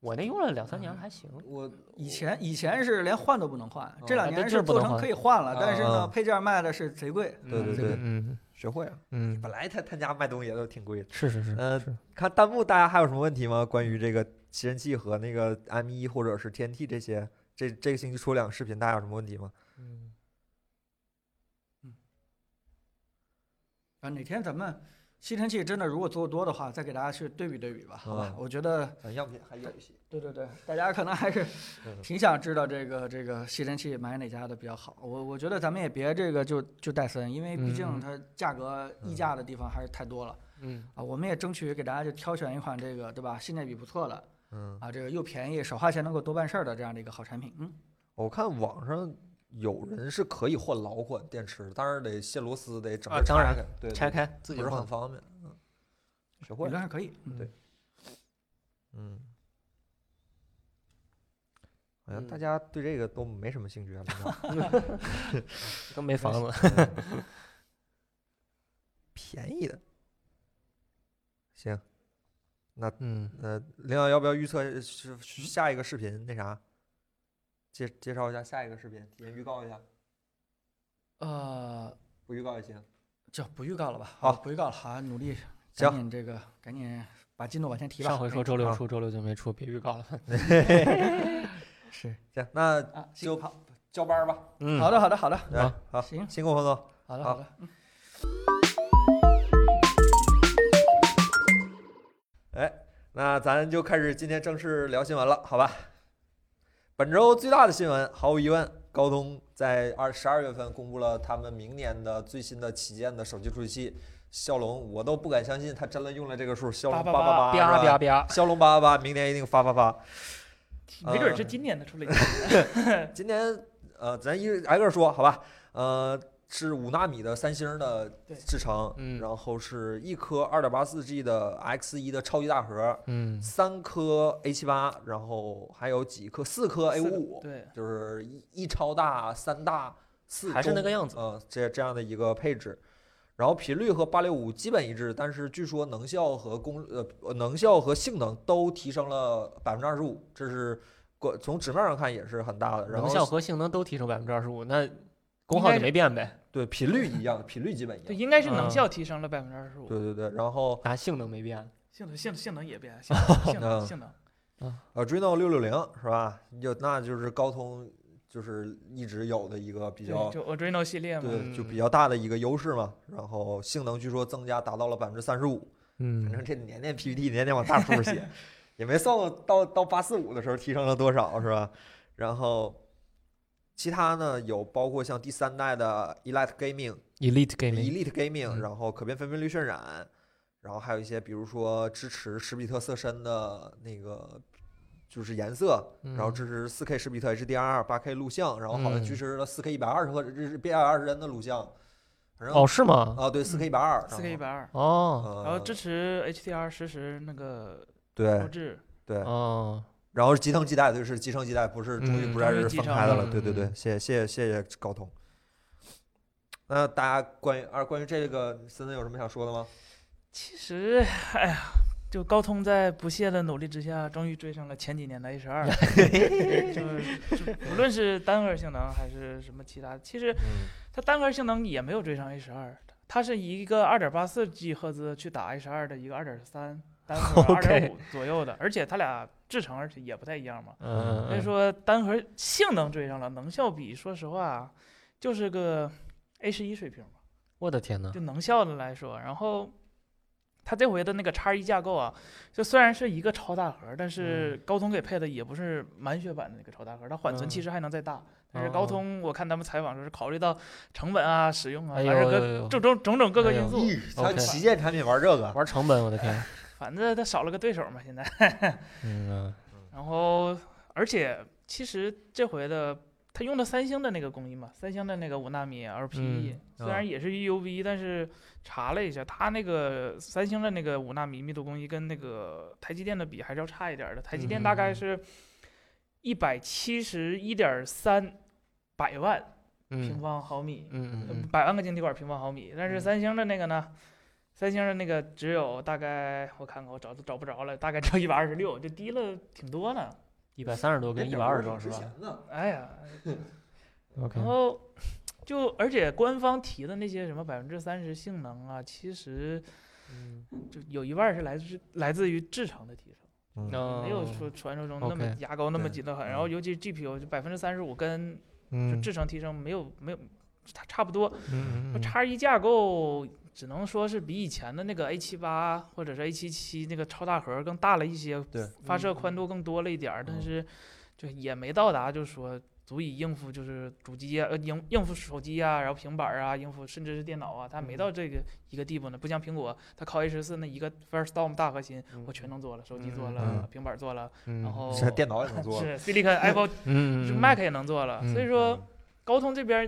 S3: 我那用了两三年还行，
S1: 我
S2: 以前以前是连换都不能换，这
S1: 哦
S2: 两
S3: 啊
S2: 年
S3: 这
S2: 是
S3: 不
S2: 做
S3: 能
S2: 成
S3: 换
S2: 可以换了，但是
S1: 啊啊
S2: 呢，配件卖的是贼贵。
S1: 对对
S3: 嗯
S1: 对
S3: 嗯
S1: 学会了，
S3: 嗯，
S1: 本来他他家卖东西也都挺贵的。
S3: 是是是，
S1: 呃
S3: 是，
S1: 看弹幕，大家还有什么问题吗？关于这个吸尘器和那个 M 一或者是 TNT 这些，这这个星期出两个视频，大家有什么问题吗？
S3: 嗯
S2: 啊，哪天咱们吸尘器真的如果做多的话，再给大家去对比对比吧，好吧
S1: 嗯？
S2: 我觉得
S1: 咱样品还有一些。
S2: 对对对，大家可能还是
S1: 嗯
S2: 挺想知道这个这个吸尘器买哪家的比较好。我我觉得咱们也别这个就就戴森，因为毕
S3: 嗯
S2: 竟它价格溢价的地方还是太多了
S3: 嗯
S2: 啊。我们也争取给大家就挑选一款这个对吧，性价比不错的
S1: 嗯，
S2: 啊，这个又便宜，少花钱能够多办事儿的这样的一个好产品。嗯，
S1: 我看网上有人是可以换老款电池，但是得卸螺丝，得整
S3: 啊
S1: 个
S3: 当
S1: 拆
S3: 然
S1: 开，对，
S3: 拆
S1: 对
S3: 开
S1: 不
S3: 自己
S1: 是
S3: 换
S1: 很，方便。嗯，学会
S2: 理
S1: 了。
S2: 论上可以。
S1: 对嗯，好像大
S3: 嗯
S1: 家对这个都没什么兴趣啊。好像
S3: 都没房子。
S1: 嗯便宜的，行，
S3: 嗯，
S1: 呃，林阳要不要预测是是下一个视频那啥？介介绍一下下一个视频，提前预告一下，
S2: 呃，
S1: 不预告也行。
S2: 就不预告了吧？
S1: 好
S2: 不预告了，好，努力，
S1: 行
S2: 赶紧这个，赶紧把进度往前提吧。
S3: 上回说周六
S1: 啊
S3: 出，周六就没出，别预告了。
S2: 是
S1: 行，那
S2: 啊，
S1: 就
S2: 行，好，
S1: 交班儿吧。
S3: 嗯，
S2: 好的，好的，好的，
S1: 来，
S3: 好
S1: 好，
S2: 行
S1: 辛苦彭总。
S2: 好的，
S1: 好
S2: 好的。
S1: 哎，那咱就开始今天正式聊新闻了，好吧？本周最大的新闻，毫无疑问，高通在二十二月份公布了他们明年的最新的旗舰的手机处理器骁龙，我都不敢相信他真的用了这个数，骁龙八八八，
S2: 888
S3: 啪啪啪，
S1: 骁龙八八八，明年一定发发发。
S2: 没准儿是
S1: 呃
S2: 今年的出来。
S1: 今年呃，咱一挨个说，好吧？呃，是五纳米的三星的
S2: 对
S1: 制程，
S3: 嗯
S1: 然后是一颗二点八四 G 的 X 一的超级大核，
S3: 嗯
S1: 三颗 A 7 8然后还有几颗四颗 A 5 5
S2: 对，
S1: 就是一一超大、三大、四
S3: 还是那
S1: 中
S3: 个样子
S1: 呃，这这样的一个配置。然后频率和八六五基本一致，但是据说能效和功呃呃能效和性能都提升了百分之二十五，这是过从纸面上看也是很大的。然
S3: 能效
S1: 后
S3: 和性能都提升百分之二十五，那功耗就没变呗，
S1: 对频率一样，频率基本一
S4: 对，
S1: 样。
S4: 应该是能
S3: 嗯
S4: 效提升了百分之二十五，
S1: 对对对，然后
S3: 啊，性能没变。
S4: 性能性性能也
S1: [laughs]
S4: 变，性能性
S1: 嗯
S4: 能性能，
S1: Adreno 呃六六零是吧？就那就是高通就是一直有的一个比较
S4: 对，就 Adreno 系列嘛，
S1: 对，就比
S3: 嗯
S1: 较大的一个优势嘛。然后性能据说增加达到了百分之三十五，反正
S3: 嗯，
S1: 这年年 PPT 年年往大处
S3: [laughs]
S1: 写，也没算过到到八四五的时候提升了多少是吧？然后其他呢有包括像第三代的 Elite Gaming、
S3: Elite Gaming，
S1: Elite Gaming，
S3: 嗯
S1: 然后可变分辨率渲染，然后还有一些比如说支持十比特色深的那个。就是颜色，然后
S3: 嗯
S1: 支持四 K 十比特 HDR、八 K 录像，然后好像
S3: 嗯
S1: 支持了四 K 一百二十赫兹、一百二十帧的录像，反正
S3: 哦，是吗？
S1: 啊，对，四 K 一百二，
S4: 四 K 一百二，
S3: 哦
S1: 呃，
S4: 然后支持 HDR 实时那个
S1: 嗯对
S4: 录制，
S1: 对，
S3: 哦，
S1: 然后是集成基带，对，是集成基带，不是终于
S3: 嗯
S1: 不再
S4: 终于
S1: 是
S4: 集
S1: 分
S4: 成
S1: 开的
S3: 了
S1: 了，对对对，
S3: 嗯
S1: 谢谢谢谢谢谢高通。那大家关于啊关于这个森森有什么想说的吗？
S4: 其实，哎呀，就高通在不懈的努力之下，终于追上了前几年的 H
S1: [laughs]
S4: 二，就是就无论是单核性能还是什么其他，其实
S1: 嗯，
S4: 它单核性能也没有追上 H 二，它是一个二点八四 G 赫兹去打 H 二的一个二点三单核
S3: [laughs]
S4: 二
S3: OK
S4: 点五左右的，而且它俩制程而且也不太一样嘛，
S3: 嗯，
S4: 所以说单核性能追上了，能效比说实话就是个 H 一水平嘛，
S3: 我的天呐，
S4: 就能效的来说，然后。它这回的那个叉一架构啊，就虽然是一个超大核，但是高通给配的也不是满血版的那个超大核，它缓
S3: 嗯
S4: 存其实还能再大。但是
S3: 哦
S4: 高通，我看他们采访说是考虑到成本啊、使用啊，
S3: 哎呦
S4: 还是
S3: 呦
S4: 各
S3: 呦呦，
S4: 种种种种各个
S3: 哎呦
S4: 因素，
S1: 咦，他
S3: OK
S1: 旗舰产品玩这个，
S3: 玩成本，我的
S1: [laughs]
S3: 天，
S4: 反正它少了个对手嘛，现在。
S3: 嗯
S4: 然后，而且其实这回的它用的三星的那个工艺嘛，三星的那个五纳米 LPE，、
S3: 嗯
S4: 虽然也是 EUV，、但是查了一下，它那个三星的那个五纳米密度工艺跟那个台积电的比还是要差一点儿的，台积电大概
S3: 嗯
S4: 是一百七十一点三百万平
S3: 嗯
S4: 方毫米。
S3: 嗯
S4: 呃
S3: 嗯
S4: 百万个晶体管平方毫米，但是
S3: 嗯
S4: 三星的那个呢？三星的那个只有大概我看看，我找都找不着了，大概只有一百二十六，就低了挺多呢。
S3: 一百三十多跟一百二十多是
S1: 之
S3: 吧
S1: 前呢？
S4: 哎呀，
S3: [laughs] ？OK，
S4: 然后就而且官方提的那些什么百分之三十性能啊，其实
S3: 嗯
S4: 就有一半儿是来自来自于制程的提升，
S3: 那
S1: 嗯
S4: 没有说传说中那么
S3: 哦 OK，
S4: 牙膏那么
S1: 对
S4: 紧的很。
S1: 嗯
S4: 然后尤其 GPU 就百分之三十五跟就
S3: 嗯
S4: 制程提升没有没有差差不多，
S3: 嗯嗯
S4: 叉一架构只能说是比以前的那个 A 7 8或者是 A 7 7那个超大核更大了一些，
S1: 对
S4: 发射
S3: 嗯
S4: 宽度更多了一点儿，
S1: 嗯
S4: 但是就也没到达就是说足以应付就是主机啊，呃应应付手机啊，然后平板儿啊，应付甚至是电脑啊，它
S1: 嗯
S4: 没到这个一个地步呢。不像苹果，它靠 A 1 4那一个 Firestorm 大核心，我全能做了，手机做
S1: 嗯
S4: 了，平板儿做了，
S3: 嗯
S4: 然后
S1: 现在电脑也能做了，
S4: 是 Silicon Apple
S1: [laughs]
S3: 嗯
S4: 就 Mac 也能做了，所以
S3: 嗯
S4: 说。
S1: 嗯
S4: 高通这边儿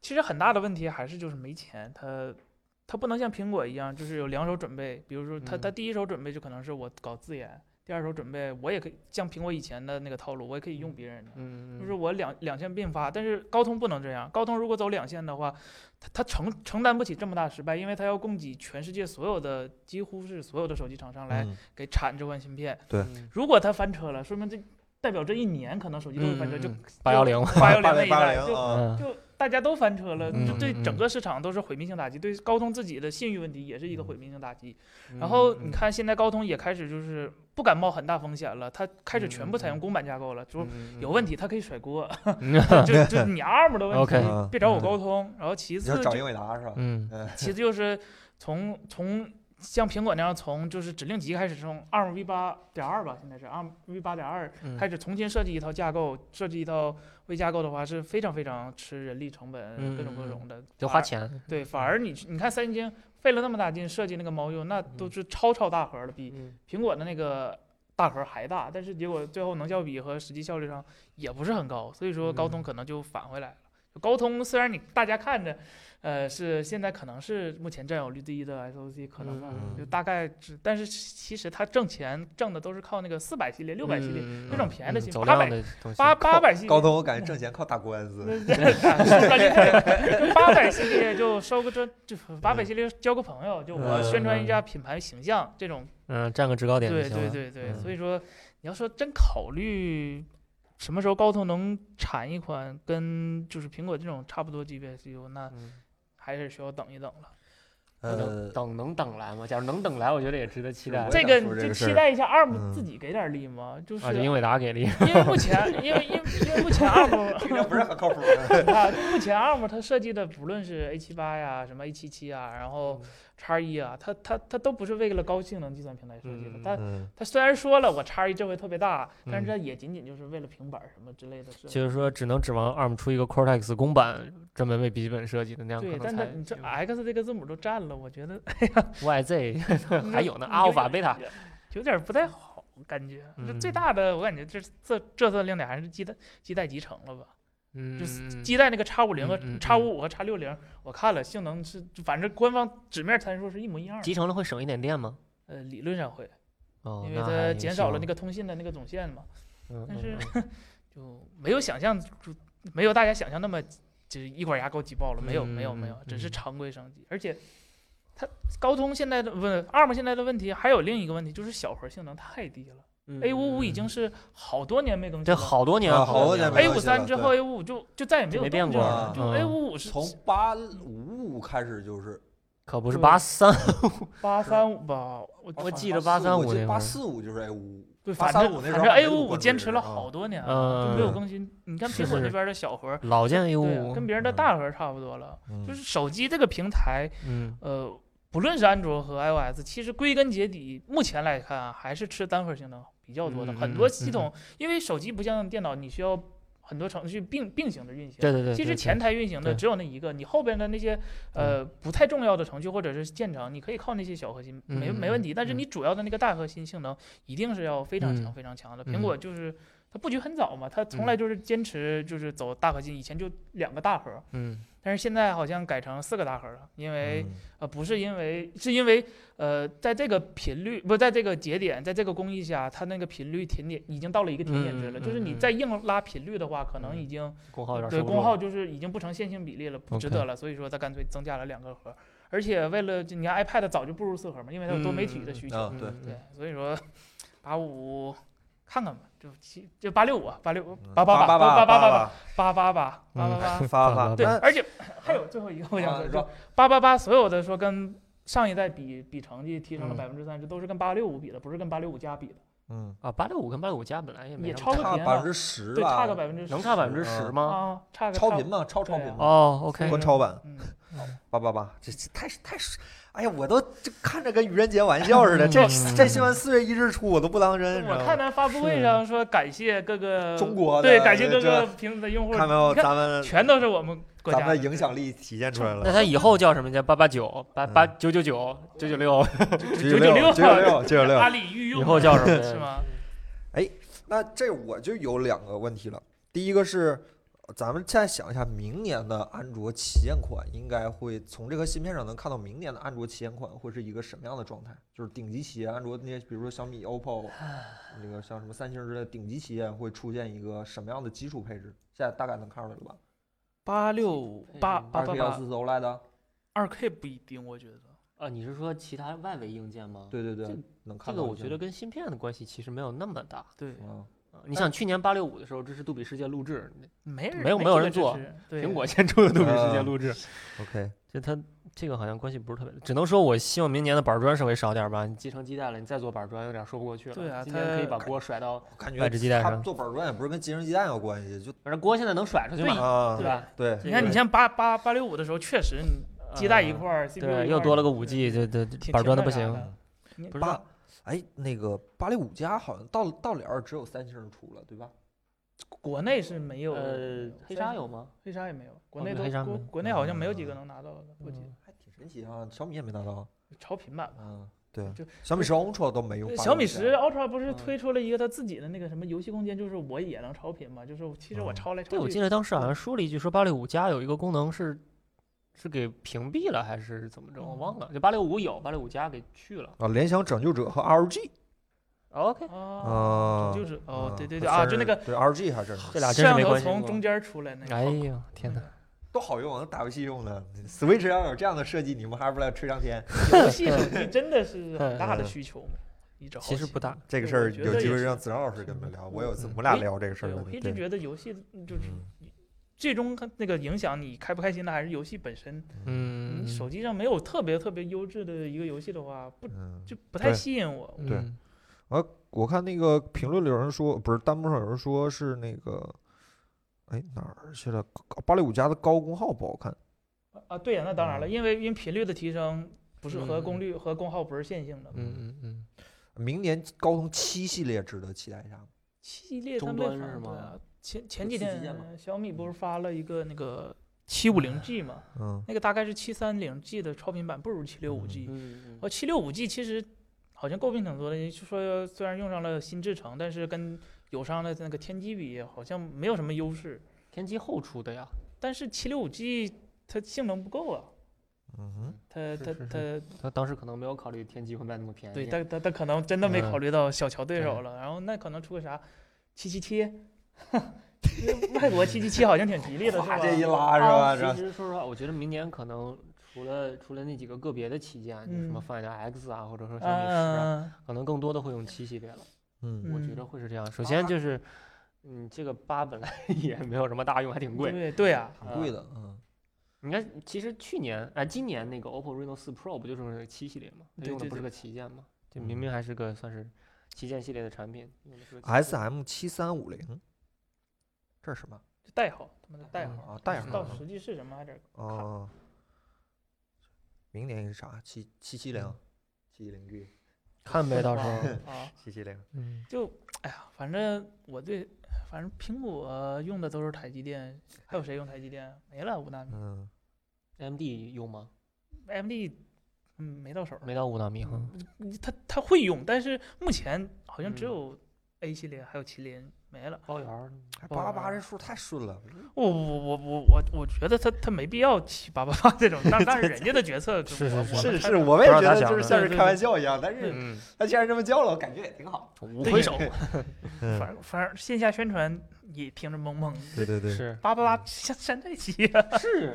S4: 其实很大的问题还是就是没钱，他
S1: 嗯
S4: 他不能像苹果一样，就是有两手准备。比如说他他第一手准备就可能是我搞自研，第二手准备我也可以像苹果以前的那个套路，我也可以用别人的。
S3: 嗯，
S4: 就是我两两线并发，但是高通不能这样。高通如果走两线的话，它它承承担不起这么大失败，因为它要供给全世界所有的几乎是所有的手机厂商来
S1: 嗯
S4: 给产这款芯片。
S1: 对
S3: 嗯
S4: 如果它翻车了，说明这代表这一年可能手机都会翻车，就
S3: 嗯嗯八幺零，
S4: 八幺零
S1: 八
S4: 那
S1: 零
S4: 一
S1: 八
S4: 代
S1: 零
S4: 就
S1: 啊，
S3: [laughs] 嗯，
S4: 就大家都翻车了，
S3: 嗯
S4: 就对
S3: 嗯嗯
S4: 整个市场都是毁灭性打击，对高通自己的信誉问题也是一个毁灭性打击。
S3: 嗯
S4: 然后你看，现在高通也开始就是不敢冒很大风险了，它开
S3: 嗯
S4: 始全部采用公版架构了，就是有问
S3: 题，
S4: 题它可以
S3: [laughs]
S4: 甩锅，
S3: 嗯
S4: [laughs] 就就你 ARM 的问题
S3: OK
S1: 嗯
S4: 别找我高通。然后其
S1: 你
S4: 次
S1: 要
S4: 就
S1: 找英伟达是吧？
S3: 嗯
S4: [laughs] 其次就是从从像苹果那样从就是指令集开始从 ARM V 八点二吧，现在是 ARM V 八点二
S3: 嗯
S4: 开始重新设计一套架构，设计一套微架构的话是非常非常吃人力成
S3: 嗯
S4: 本，各种各种的，
S3: 就花钱，嗯
S4: 对，反而你去你看三星费了那么大劲设计那个猫鼬，那都是超超大盒儿了，比
S3: 嗯
S4: 苹果的那个大盒儿还大，但是结果最后能效比和实际效率上也不是很高，所以说高
S3: 嗯
S4: 通可能就返回来了。高通虽然你大家看着，呃，是现在可能是目前占有率第一的 SOC，可能吧
S3: 嗯嗯
S4: 就大概只，但是其实它挣钱挣的都是靠那个四百系列、六百系列、
S3: 嗯
S4: 这种便宜
S3: 嗯
S4: 的芯
S3: 走
S4: 800
S3: 量的东西，
S4: [laughs] 八八百系列。
S1: 高通我感觉挣钱靠打官司，
S4: 八百系列就收个这就八百系列交个朋友，就我
S3: 嗯
S4: 宣传一下品牌形象这种。
S3: 嗯，站个制高点就
S4: 对
S3: 行
S4: 对
S1: 啊
S3: 了
S4: 对对，
S3: 嗯
S4: 所以说你要说真考虑什么时候高通能产一款跟就是苹果这种差不多级别 SU，那
S3: 嗯
S4: 还是需要等一等了。
S1: 呃
S3: 能，等能等来吗？假如能等来，我觉得也值得期
S1: 是
S3: 待
S1: 我。也
S4: 这
S1: 想
S4: 个
S1: 说
S4: 你
S1: 这
S4: 就
S1: 个事
S4: 期
S1: 儿
S4: 待一下 ARM
S1: 嗯
S4: 自己给点力嘛，就
S3: 啊，
S4: 是
S3: 就
S4: 因
S3: 英伟达给
S4: [laughs]
S3: 力，
S4: 为目前因为因为因为目前 ARM
S1: 这个不是很靠谱。
S4: 啊，目前 ARM 它设计的不论是 A 7 8呀、什么 A 7 7啊，然后
S3: 嗯
S4: X 1啊，它它它都不是为了高性能计算平台设计的。
S3: 嗯
S4: 它
S1: 嗯，
S4: 它虽然说了我 X 1这回特别大，但
S3: 嗯
S4: 是它也仅仅就是为了平板儿什么之类的设计。
S3: 就是说只能指望 ARM 出一个 Cortex 公版，专门为笔记本设计的那样，可
S4: 对，
S3: 能
S4: 但它你这
S3: 才
S4: X 这个字母都占了，我觉得 [laughs]
S3: YZ [laughs] 还有呢，阿尔法、贝塔，，
S4: 有点不太好感觉。这最
S3: 嗯
S4: 大的我感觉这这这算亮点还是基带基带集成了吧。
S3: 嗯，
S4: 就是基带那个叉五零和
S3: 嗯嗯嗯
S4: 叉五五和叉六零，我看了性能是，反正官方纸面参数是一模一样的。
S3: 集成了会省一点电吗？
S4: 呃，理论上会，
S3: 哦，
S4: 因为
S3: 那
S4: 它
S3: 还
S4: 减
S1: 啊
S4: 少了那
S3: 行，
S4: 个通信的那个总线嘛，
S3: 嗯
S4: 但
S3: 嗯
S4: 是
S3: 嗯
S4: [laughs] 就没有想象，就没有大家想象那么就是一管牙给我挤爆了，没有没有没有
S3: 嗯嗯，
S4: 只是
S3: 嗯
S4: 常规升级，而且。它高通现在的不是 ARM 现在的问题，还有另一个问题就是小核性能太低了。A
S2: 嗯
S4: 五五已经是好多年没更新
S3: [laughs] 这
S4: 了，
S3: 好多年
S1: 啊
S3: 了，哎
S1: 好多
S3: 多
S1: 年没
S4: ，A
S1: 更
S4: 五
S1: 新了
S4: 三之后 A 五五就就再也没有
S3: 没变
S4: 动静
S1: 过啊
S4: 了
S1: 了
S4: 就
S3: 嗯
S4: A 五五是
S1: 从八五五开始就是，
S3: 可不是
S4: 对
S3: 八三，
S4: 哎八三五吧，我
S3: 我记
S1: 得
S3: 得835
S1: 我记
S3: 那会
S1: 八
S3: 儿
S1: 四五就是 A 五五，
S4: 对，
S1: 八
S4: 反
S1: 三
S4: 正
S1: 五那时
S4: 反
S1: 候
S4: 正
S1: 还
S4: A
S1: 没有
S4: 五
S1: 过
S4: 五
S1: 渡
S4: 坚
S1: 日
S4: 持了
S1: 啊
S4: 好多年
S3: 嗯
S4: 了，就没有更新。你看
S3: 是
S4: 苹果
S3: 是
S4: 那边的小盒儿，
S3: 老见 A
S4: 对啊，
S3: 五
S4: 跟
S3: 五，
S4: 别人的
S1: 嗯
S4: 大盒儿差不多了。就是手机这个平台，
S3: 嗯
S4: 呃，不论是安卓和 iOS，其实归根结底，目前来看啊还是吃单核性能比较多的。
S3: 嗯
S4: 很
S3: 嗯嗯
S4: 多系统，因为手机不像电脑，你需要很多程序并并行的运行。
S3: 对对对，
S4: 其
S3: 对
S4: 实前台运行的
S3: 对嗯
S4: 只有那一个，你后边的那些呃不太重要的程序或者是建程，你可以靠那些小核心，没
S3: 嗯
S4: 没问题。但是
S3: 嗯
S4: 你主要的那个大核心性能一定是要非常强
S3: 嗯
S4: 非常强的。
S3: 嗯
S4: 苹果就是它布局很早嘛，它从来就是坚持就是走大核心，以前就两个大核，
S3: 嗯
S4: 但是现在好像改成四个大核了，因为
S1: 嗯
S4: 呃不是因为是因为呃在这个频率不在这个节点，在这个工艺下，它那个频率停点已经到了一个停点值了，
S3: 嗯嗯
S4: 就是你
S3: 嗯
S4: 再硬拉频率的话，可能
S3: 嗯
S4: 已经。
S3: 功耗有点
S4: 对，
S3: 受不
S4: 功
S3: 住
S4: 耗
S3: 了
S4: 就是已经不成线性比例了，不值
S3: OK
S4: 得了，所以说它干脆增加了两个核。而且为了就你看 iPad 早就步入四核嘛，因为它有多媒体的需求，
S1: 啊
S3: 嗯
S1: 对
S3: 嗯
S4: 对，所以说八五看看吧，就七就八六五啊八六
S1: 嗯
S4: 八
S1: 八
S4: 八八
S1: 八八
S4: 八八八八八八八
S3: 嗯
S4: 八八，
S1: 八
S3: 八
S1: 八，
S3: 八
S4: 对，
S1: 那
S4: [laughs] 而且还有最后一个我
S1: 啊
S4: 想
S1: 说
S4: 说，八八八所有的说跟上一代比比成绩提升了
S3: 嗯
S4: 百分之三十，都是跟八六五比的，不是跟八六五加比的，
S1: 嗯，
S3: 啊，八六五跟八六五加本来也没
S4: 也
S3: 什么差
S4: 超过
S1: 差
S4: 别人
S1: 百
S4: 了
S1: 分之十
S4: 对，
S1: 吧，
S4: 差个百分之
S3: 能差百分之
S1: 嗯
S3: 十吗？
S4: 啊，差个
S1: 超
S4: 差
S1: 频嘛，超超
S4: 对
S1: 频
S4: 啊
S1: 嘛，
S3: 哦
S1: 跟
S3: ，OK，
S1: 超版
S4: 嗯，
S1: 八八八，这这太太是，哎呀，我都这看着跟愚人节玩笑似的，这这新闻四月一日出，我都不当真，你知
S4: 我
S1: 道
S4: 看
S1: 吗？
S4: 他发布会
S3: 是
S4: 上说感谢各个
S1: 中国的
S4: 对，感谢
S1: 这
S4: 各个平台的用户，
S1: 看没有，
S4: 你看
S1: 咱们
S4: 全都是我们国
S1: 咱
S4: 家
S1: 们的影响
S4: 力，
S1: 力体现出来
S3: 那
S1: 了，
S3: 它以后叫什么？叫八八九、
S1: 嗯
S3: 八八九九九、九九六，
S1: 九六
S4: 996
S1: 九六九六
S4: 阿，里御用
S3: 以后叫什么
S4: [laughs] 是吗？
S1: 那这我就有两个问题了，第一个是，咱们再想一下，明年的安卓旗舰款应该会从这颗芯片上能看到明年的安卓旗舰款会是一个什么样的状态？就是顶级企业，安卓那些，比如说小米、OPPO，那个像什么三星之类的顶级企业会出现一个什么样的基础配置？现在大概能看出来了吧？
S4: 八六八八
S1: 二
S4: 八
S1: 十幺
S4: 八
S1: 四 OLED，
S4: 二 K 不一定，我觉得。
S3: 啊，你是说其他外围硬件吗？
S1: 对对对
S3: 这，
S1: 能看
S3: 这
S1: 到。
S3: 个我觉得，跟芯片的关系其实没有那么大。
S4: 对，
S1: 嗯，
S3: 啊你想去年八六五的时候支持杜比世界录制，
S4: 没人
S3: 没有没
S4: 没
S3: 有
S4: 这个
S3: 人
S4: 支
S3: 做
S4: 持，对
S3: 苹果先出的杜比世界
S1: 啊
S3: 录制，
S1: OK，
S3: 就它这个好像关系不是特别，只能说我希望明年的板砖稍微少点儿吧。你继承基带了，你再做板砖有点说不过去了。
S4: 对啊
S3: 今年可以
S4: 它
S3: 把锅甩到，
S1: 我感觉
S3: 外置鸡蛋
S1: 它
S3: 上
S1: 做板砖也不是跟集成鸡蛋有关系，就
S3: 反正锅现在能甩出去嘛，
S1: 啊
S3: 对，吧？
S1: 对，
S4: 你看你像八八八六五的时候，确实你基带一块儿，CPU
S3: 对，
S4: 一
S3: 又
S4: 块儿
S3: 多了个五 G，这这
S4: 挺
S3: 板
S4: 挺
S3: 砖都
S4: 那
S3: 不
S4: 啥
S3: 行。
S4: 的啊你
S3: 不知
S1: 八
S3: 道，
S1: 哎，那个八六五加好像到到了只有三星出了，对吧？
S4: 国内是没有，
S3: 呃，黑鲨有吗？
S4: 黑鲨也没有，国
S3: 哦
S4: 内
S3: 对
S4: 都
S3: 黑鲨
S4: 国
S3: 没有
S4: 国内好像没有几个能拿到的，我记
S3: 嗯
S4: 得
S1: 还挺神奇啊，小米也没拿到。
S4: 超频版吧。
S1: 嗯，对
S4: 啊就，
S1: 小米十 Ultra 都没用
S4: 对
S1: 865加。
S4: 呃小米十 Ultra 不是
S3: 嗯
S4: 推出了一个它自己的那个什么游戏空间，就是我也能超频嘛，就是其实我
S3: 哦
S1: 嗯
S4: 超来
S3: 对，
S4: 超
S3: 我记
S4: 去，
S3: 得当时好像说了一句，说八六五加有一个功能是是给屏蔽了还是怎么着，我忘嗯了。就八六五有，八六五加给去了。
S1: 啊，联想拯救者和 ROG
S3: OK，
S4: 哦，
S1: 啊，
S4: 就是哦，对对
S1: 嗯
S4: 对
S1: 它
S4: 啊，
S1: 算
S4: 就那
S1: 是
S4: 个
S1: 对 ROG 还真的
S3: 这俩真
S4: 摄
S3: 是
S4: 像
S3: 没
S4: 头
S3: 关系
S4: 从
S3: 过。
S4: 中间出来那个，嗯
S3: 哎呦天哪！
S1: 都好用，啊，打游戏用的。Switch 要有这样的设计，你们还不来吹上天？
S4: 游戏
S3: [laughs]
S4: 手机真的是很大的
S1: 嗯
S4: 需求嘛，一直好
S3: 其实
S4: 奇
S3: 不大，
S1: 这个
S4: 对
S1: 事儿
S4: 我觉
S1: 有
S4: 得
S1: 机
S4: 也
S1: 会
S4: 是
S1: 让子章老师跟你们聊。我有一次
S3: 嗯
S1: 我俩
S4: 我一
S1: 聊这个事儿
S4: 对，
S1: 的。
S4: 我一直觉得游戏就是
S1: 嗯
S4: 最终看那个影响你开不开心的还是游戏本身。
S3: 嗯，
S4: 你手机上没有特别特别优质的一个游戏的话，不
S1: 嗯，
S4: 就不太
S1: 对
S4: 吸引我。
S1: 对
S3: 嗯
S1: 我看那个评论里有人说，不是弹幕上有人说是那个，哎哪儿去了？八六五加的高功耗不好看。
S4: 啊，对呀、那当然了，
S1: 嗯
S4: 因为因为频率的提升不是和
S3: 嗯
S4: 功率和功耗不是线性的。
S3: 嗯嗯嗯。
S1: 明年高通七系列值得期待一下吗？
S4: 系列
S3: 终
S4: 单倍
S3: 端
S4: 反
S3: 是
S4: 对
S3: 吗
S4: 啊前前
S1: 有
S4: 几
S1: 四级键吗
S4: 天小米不是发了一个那个七五零 G 嘛，
S1: 嗯，
S4: 那个大概是七三零 G 的超频版，不如七六五 G。
S3: 嗯，
S4: 哦，七六五 G 其实好像诟病挺多的，就说虽然用上了新制程，但是跟友商的那个天玑比，好像没有什么优势。
S3: 天玑后出的呀，
S4: 但是七六五 G 它性能不够啊，
S1: 嗯哼，
S4: 它
S3: 是哎
S4: 它
S3: 是
S4: 它
S3: 他当时可能没有考虑天玑会卖那么便宜。
S4: 对，他他他可能真的没
S3: 嗯
S4: 考虑到小乔对手
S3: 对
S4: 了，然后那可能出个啥七七 [laughs] 七，外国七七七好像挺吉利的，是吧？哦
S1: 这一拉是吧？
S3: 啊，
S1: 这
S3: 其实说实话，我觉得明年可能除了除了那几个个别的旗舰，就什么泛亚 X 啊，或者说小米十啊，
S4: 嗯，
S3: 可能更多的会用七系列了。
S1: 嗯
S3: 我觉得会是这样。首先就是，嗯，这个八本来 [laughs] 也没有什么大用，还挺贵。呃
S4: 对对啊，
S1: 挺贵的，嗯，
S3: 你看，其实去年哎，今年那个 OPPO Reno 4 Pro 不就是那个七系列吗？它
S4: 对
S3: 用的
S4: 对嗯
S3: 不是个
S4: 对
S3: 旗舰吗？这明明还是个算是旗舰系列的产品，用的是个旗舰
S1: S 啊 M 七三五零，这是什么？
S4: 就代号，他们的代
S3: 嗯
S4: 号，
S1: 啊，代
S3: 嗯
S1: 号
S4: 到
S1: 啊
S4: 实际是什么还得
S1: 哦。明年是啥？七七七零，七七零 G，
S3: 看呗，到时候。
S4: [laughs] 候啊，
S1: 七七零。
S3: 嗯，
S4: 就哎呀，反正我对，反正苹果用的都是台积电，还有谁用台积电？啊没了，五纳米
S1: 嗯，
S3: m d 用吗？
S4: ，AMD 嗯没到手，
S3: 没到五纳米哈。
S4: 他他会用，但是目前好像
S3: 嗯
S4: 只有 A 系列还有麒麟没了。
S3: 包圆儿
S1: 哎八八八这数太顺了，
S4: 我我我我我我觉得他他没必要起八八八这种，
S3: [laughs]
S4: 但但是人家的决策
S3: 是是
S4: 我
S1: 是
S4: 们
S1: 是，我们也觉
S3: 不知道
S1: 得
S3: 咋想
S1: 就是
S3: 的
S1: 像是
S4: 对
S1: 开玩笑一样，但是
S3: 嗯，
S1: 他既然这么叫了，我感觉也挺好。
S3: 无
S4: 对
S3: 回首。
S4: [laughs]
S1: 嗯
S4: 反正反正线下宣传也听着懵懵的。
S1: 对对，
S4: [laughs]
S3: 是
S4: 八八八像山寨机啊，
S3: [laughs] 是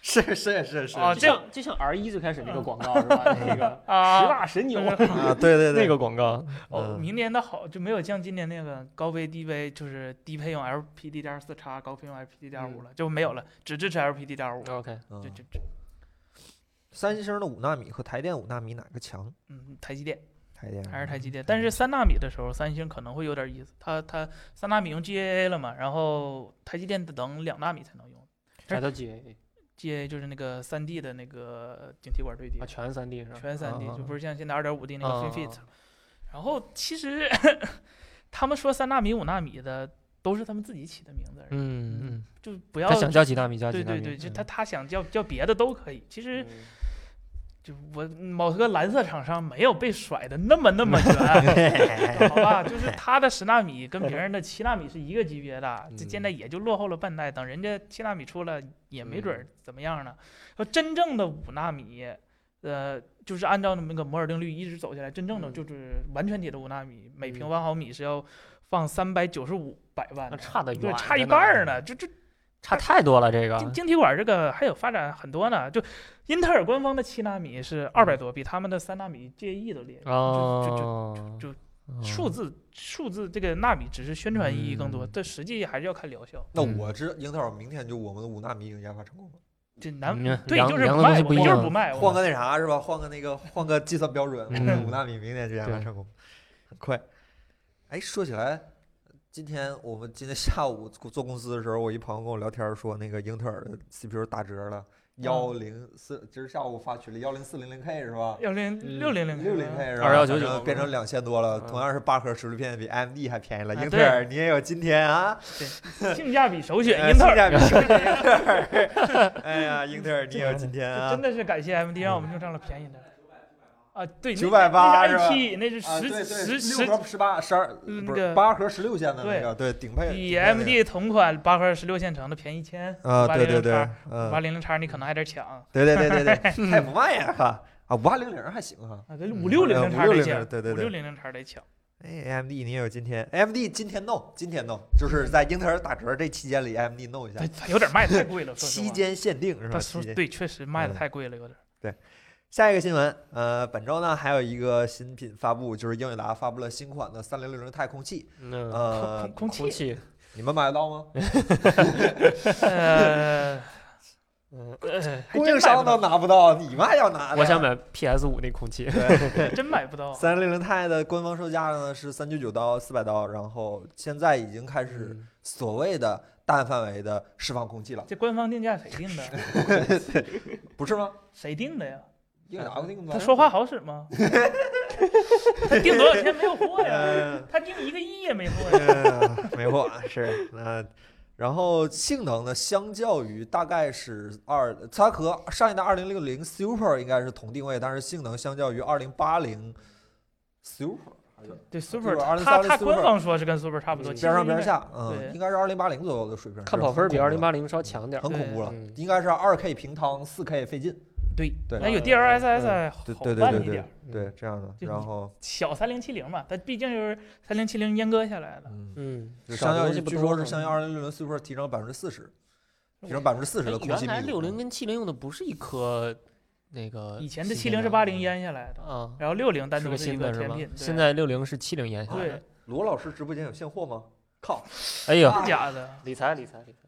S1: 是是是是
S4: 哦
S3: 就
S4: 这
S3: 像啊就像 R 一最开始那个广告是
S4: [laughs]
S3: 吧？那个
S4: 啊
S3: 十大神牛
S4: 就是
S1: 啊，对对对，
S3: [laughs] 那个广告，
S4: 哦，
S1: 嗯
S4: 明年的好就没有像今年那个高配低配，就是低配用 LPDDR 四叉，高配用 LPDDR 五
S3: 嗯
S4: 了，就没有了，只支持 LPDDR 五，
S3: OK，
S1: 嗯
S4: 就就就
S1: 三星的五纳米和台电五纳米哪个强？
S4: 嗯，台积电。
S1: 台电
S4: 还是台积
S3: 嗯
S4: 电。但是三纳米的时候，三星可能会有点意思，它它三纳米用 GAA 了嘛，然后台积电得等两纳米才能用
S3: 啥叫 GA
S4: GAA，就是那个三 D 的那个晶体管对接
S3: 啊？，全三 D 是吧？
S4: 全三 D，、
S3: 啊
S4: 就不
S3: 啊
S4: 是像现在二点五 D 那个
S3: 啊
S4: FinFET
S3: 啊。
S4: 然后其实 [laughs] 他们说三纳米、五纳米的都是他们自己起的名字而已，
S3: 嗯嗯，
S4: 就不要
S3: 他想叫几纳米叫
S4: 对
S3: 几纳
S4: 对
S3: 米？
S4: 对，就
S3: 嗯
S4: 他他想叫叫别的都可以。其实
S3: 嗯
S4: 就我某个蓝色厂商没有被甩的那么那
S3: [laughs]
S4: 么远，好吧？就是它的十纳米跟别人的七纳米是一个级别
S3: [laughs] 嗯
S4: 的，这现在也就落后了半代。等人家七纳米出了，也没
S3: 嗯
S4: 准儿怎么样呢？说真正的五纳米，呃，就是按照那个摩尔定律一直走下来，真正的
S3: 嗯
S4: 就是完全体的五纳米，每平方毫米是要放三百九十五百万
S3: 那嗯
S4: 的，
S3: 差得
S4: 对，
S3: 远，嗯
S4: 差一
S3: 真
S4: 半
S3: 的
S4: 儿呢，，这这
S3: 差太多了。这个
S4: 晶晶体管这个还有发展很多呢，就英特尔官方的七纳米是二
S3: 嗯
S4: 百多，比他们的三纳米介意都厉害。就就
S3: 哦，
S4: 就
S3: 哦
S4: 数字数字这个纳米只是宣传意义更多，
S3: 嗯
S4: 但实际还是要看疗效。
S1: 那
S3: 嗯
S1: 我知英特尔明天就我们的五纳米已经研发成功了，
S4: 这难
S3: 嗯
S4: 对，
S3: 量
S4: 就是
S3: 量的
S4: 不
S3: 东
S4: 卖，
S3: 西
S4: 我
S3: 不一
S4: 们就是
S3: 样
S4: 不卖。我
S1: 换
S4: 们
S1: 个那啥是吧？换个那个换个计算标准，我们的
S3: 嗯
S1: 五纳米明天就研发成功，很快。哎，说起来，今天我们今天下午坐公司的时候，我一朋友跟我聊天说，那个英特尔的 CPU 打折了，
S4: 嗯
S1: 幺零四，今儿下午发群里幺零四零零 K 是吧？
S4: 幺零六零零
S1: 嗯六零 K 是吧？
S3: 2199
S1: 反正变成两千多了，
S3: 嗯
S1: 同样是八核十六片，比 AMD 还便宜了。
S4: 啊
S1: 英特
S4: 对
S1: 尔你也有今天啊？
S4: 性价比首选
S1: 呃
S4: 英特
S1: 性
S4: 尔， [laughs]
S1: 价比首选英特尔。 [laughs] 哎呀，英特尔你也有今天
S4: 这
S1: 啊
S4: 真！的是感谢 AMD 让我们用上了便宜的。啊，对，那
S1: 980
S4: 那
S1: 是
S4: 是
S1: 吧
S4: i 7那是
S1: 啊，对
S4: 十十
S1: 对，
S4: 十
S1: 六核十八十二，
S4: 嗯
S1: 不
S4: 那
S1: 是
S4: 个
S1: 八核十六线的那
S4: 对
S1: 个，对，顶配
S4: 比
S1: 顶配那
S4: AMD 同款八核十六线程的便宜一千
S1: 个啊，
S4: 八
S1: 对对
S4: 零零
S1: 对
S4: 叉，
S1: 嗯
S4: 八，零零叉你可能还得抢
S1: 对对对对对，
S4: [laughs]
S1: 它也不慢呀哈，啊，五八零零还行哈。
S4: 啊，五六零零叉
S1: 5600
S4: 得抢，
S1: 对对
S4: 五
S1: 对
S4: 六零零叉得抢。
S1: 哎，AMD 你也有今天，AMD 今天弄，今天弄，就是在英特尔打折这期间里，AMD 弄一下
S4: 它，它 [laughs] 有点卖太贵了，说实话
S1: 期间限定是吧？
S4: 它
S1: 期
S4: 说
S1: 间
S4: 对，确实卖
S1: 嗯
S4: 的太贵了，有
S1: [laughs]
S4: 点。
S1: 下一个新闻，呃，本周呢还有一个新品发布，就是英伟达发布了新款的三零六零钛空气，
S3: 嗯，
S1: 呃，
S4: 空空
S3: 空
S4: 气，
S3: 气，
S1: 你们买得到吗？
S4: 呃，
S3: 嗯，
S4: 还
S1: 供
S4: 真
S1: 应商
S4: 买
S1: 都
S4: 不
S1: 拿不到，你们还要拿呢？
S3: 我想买 PS 五那空气，
S4: 到，真买不到。
S1: 三零零钛的官方售价呢是三九九到四百刀，然后现在已经开始
S3: 嗯
S1: 所谓的大范围的释放空气了，
S4: 这官方定价谁定的？
S1: 不是吗？
S4: 谁定
S1: [laughs]
S4: 的呀？
S1: 英伟达不定吗？
S4: 他说话好
S1: [laughs]
S4: 使吗？他定多少钱没有货呀？
S1: 呃，
S4: 他定一个亿也没货
S1: [laughs]
S4: 呀。
S1: 呃没货是那。然后性能呢，相较于大概是二，它和上一代二零六零 Super 应该是同定位，但是性能相较于二零八零 Super
S4: 对 Super，
S1: 2030
S4: 他他
S1: Super
S4: 官方说是跟 Super 差不多，
S3: 嗯
S4: 其实
S1: 边上边
S4: 应该
S1: 下，嗯
S4: 对，
S1: 应该是二零八零左右的水平，
S3: 看
S1: 是
S3: 跑分儿比
S1: 很
S3: 二
S1: 恐
S3: 零
S1: 怖了
S3: 八零稍强点儿
S1: 很。恐怖了
S3: 嗯，
S1: 应该是二 K 平汤，四 K 费劲。
S4: 对，
S1: 对
S4: 那有
S3: 嗯
S4: DLSS 好
S1: 对对对
S4: 办一
S1: 对
S4: 点
S1: 对
S4: 儿。
S1: 对，这样的。
S4: 就
S1: 然
S4: 你
S3: 啊
S1: 后，
S4: 小三零七零嘛，它毕竟就是三零七零阉割下来了。
S1: 嗯，相
S3: 嗯，少
S1: 较
S3: 的东
S1: 于
S3: 西不
S1: 据
S3: 多
S1: 说是
S3: 了嗯
S1: 相较二零六零 Super 提升了百分之四十，提升百分之四十
S3: 哎
S1: 的空气
S3: 原来
S1: 密
S3: 六
S1: 度。嗯
S3: 零跟七零用的不是一颗那个，
S4: 以前的七零是八零
S1: 嗯
S4: 阉下来的，
S3: 啊，
S4: 然后六零单
S3: 是
S4: 独
S3: 个
S4: 是一
S3: 新
S4: 个
S3: 的是
S4: 甜
S3: 吗
S4: 品。？对
S3: 现在六零是七零阉下来
S4: 对
S3: 的。，
S1: 罗老师直播间有现货吗？靠！
S3: 哎呦，
S4: 真假的？
S3: 理财理财理财，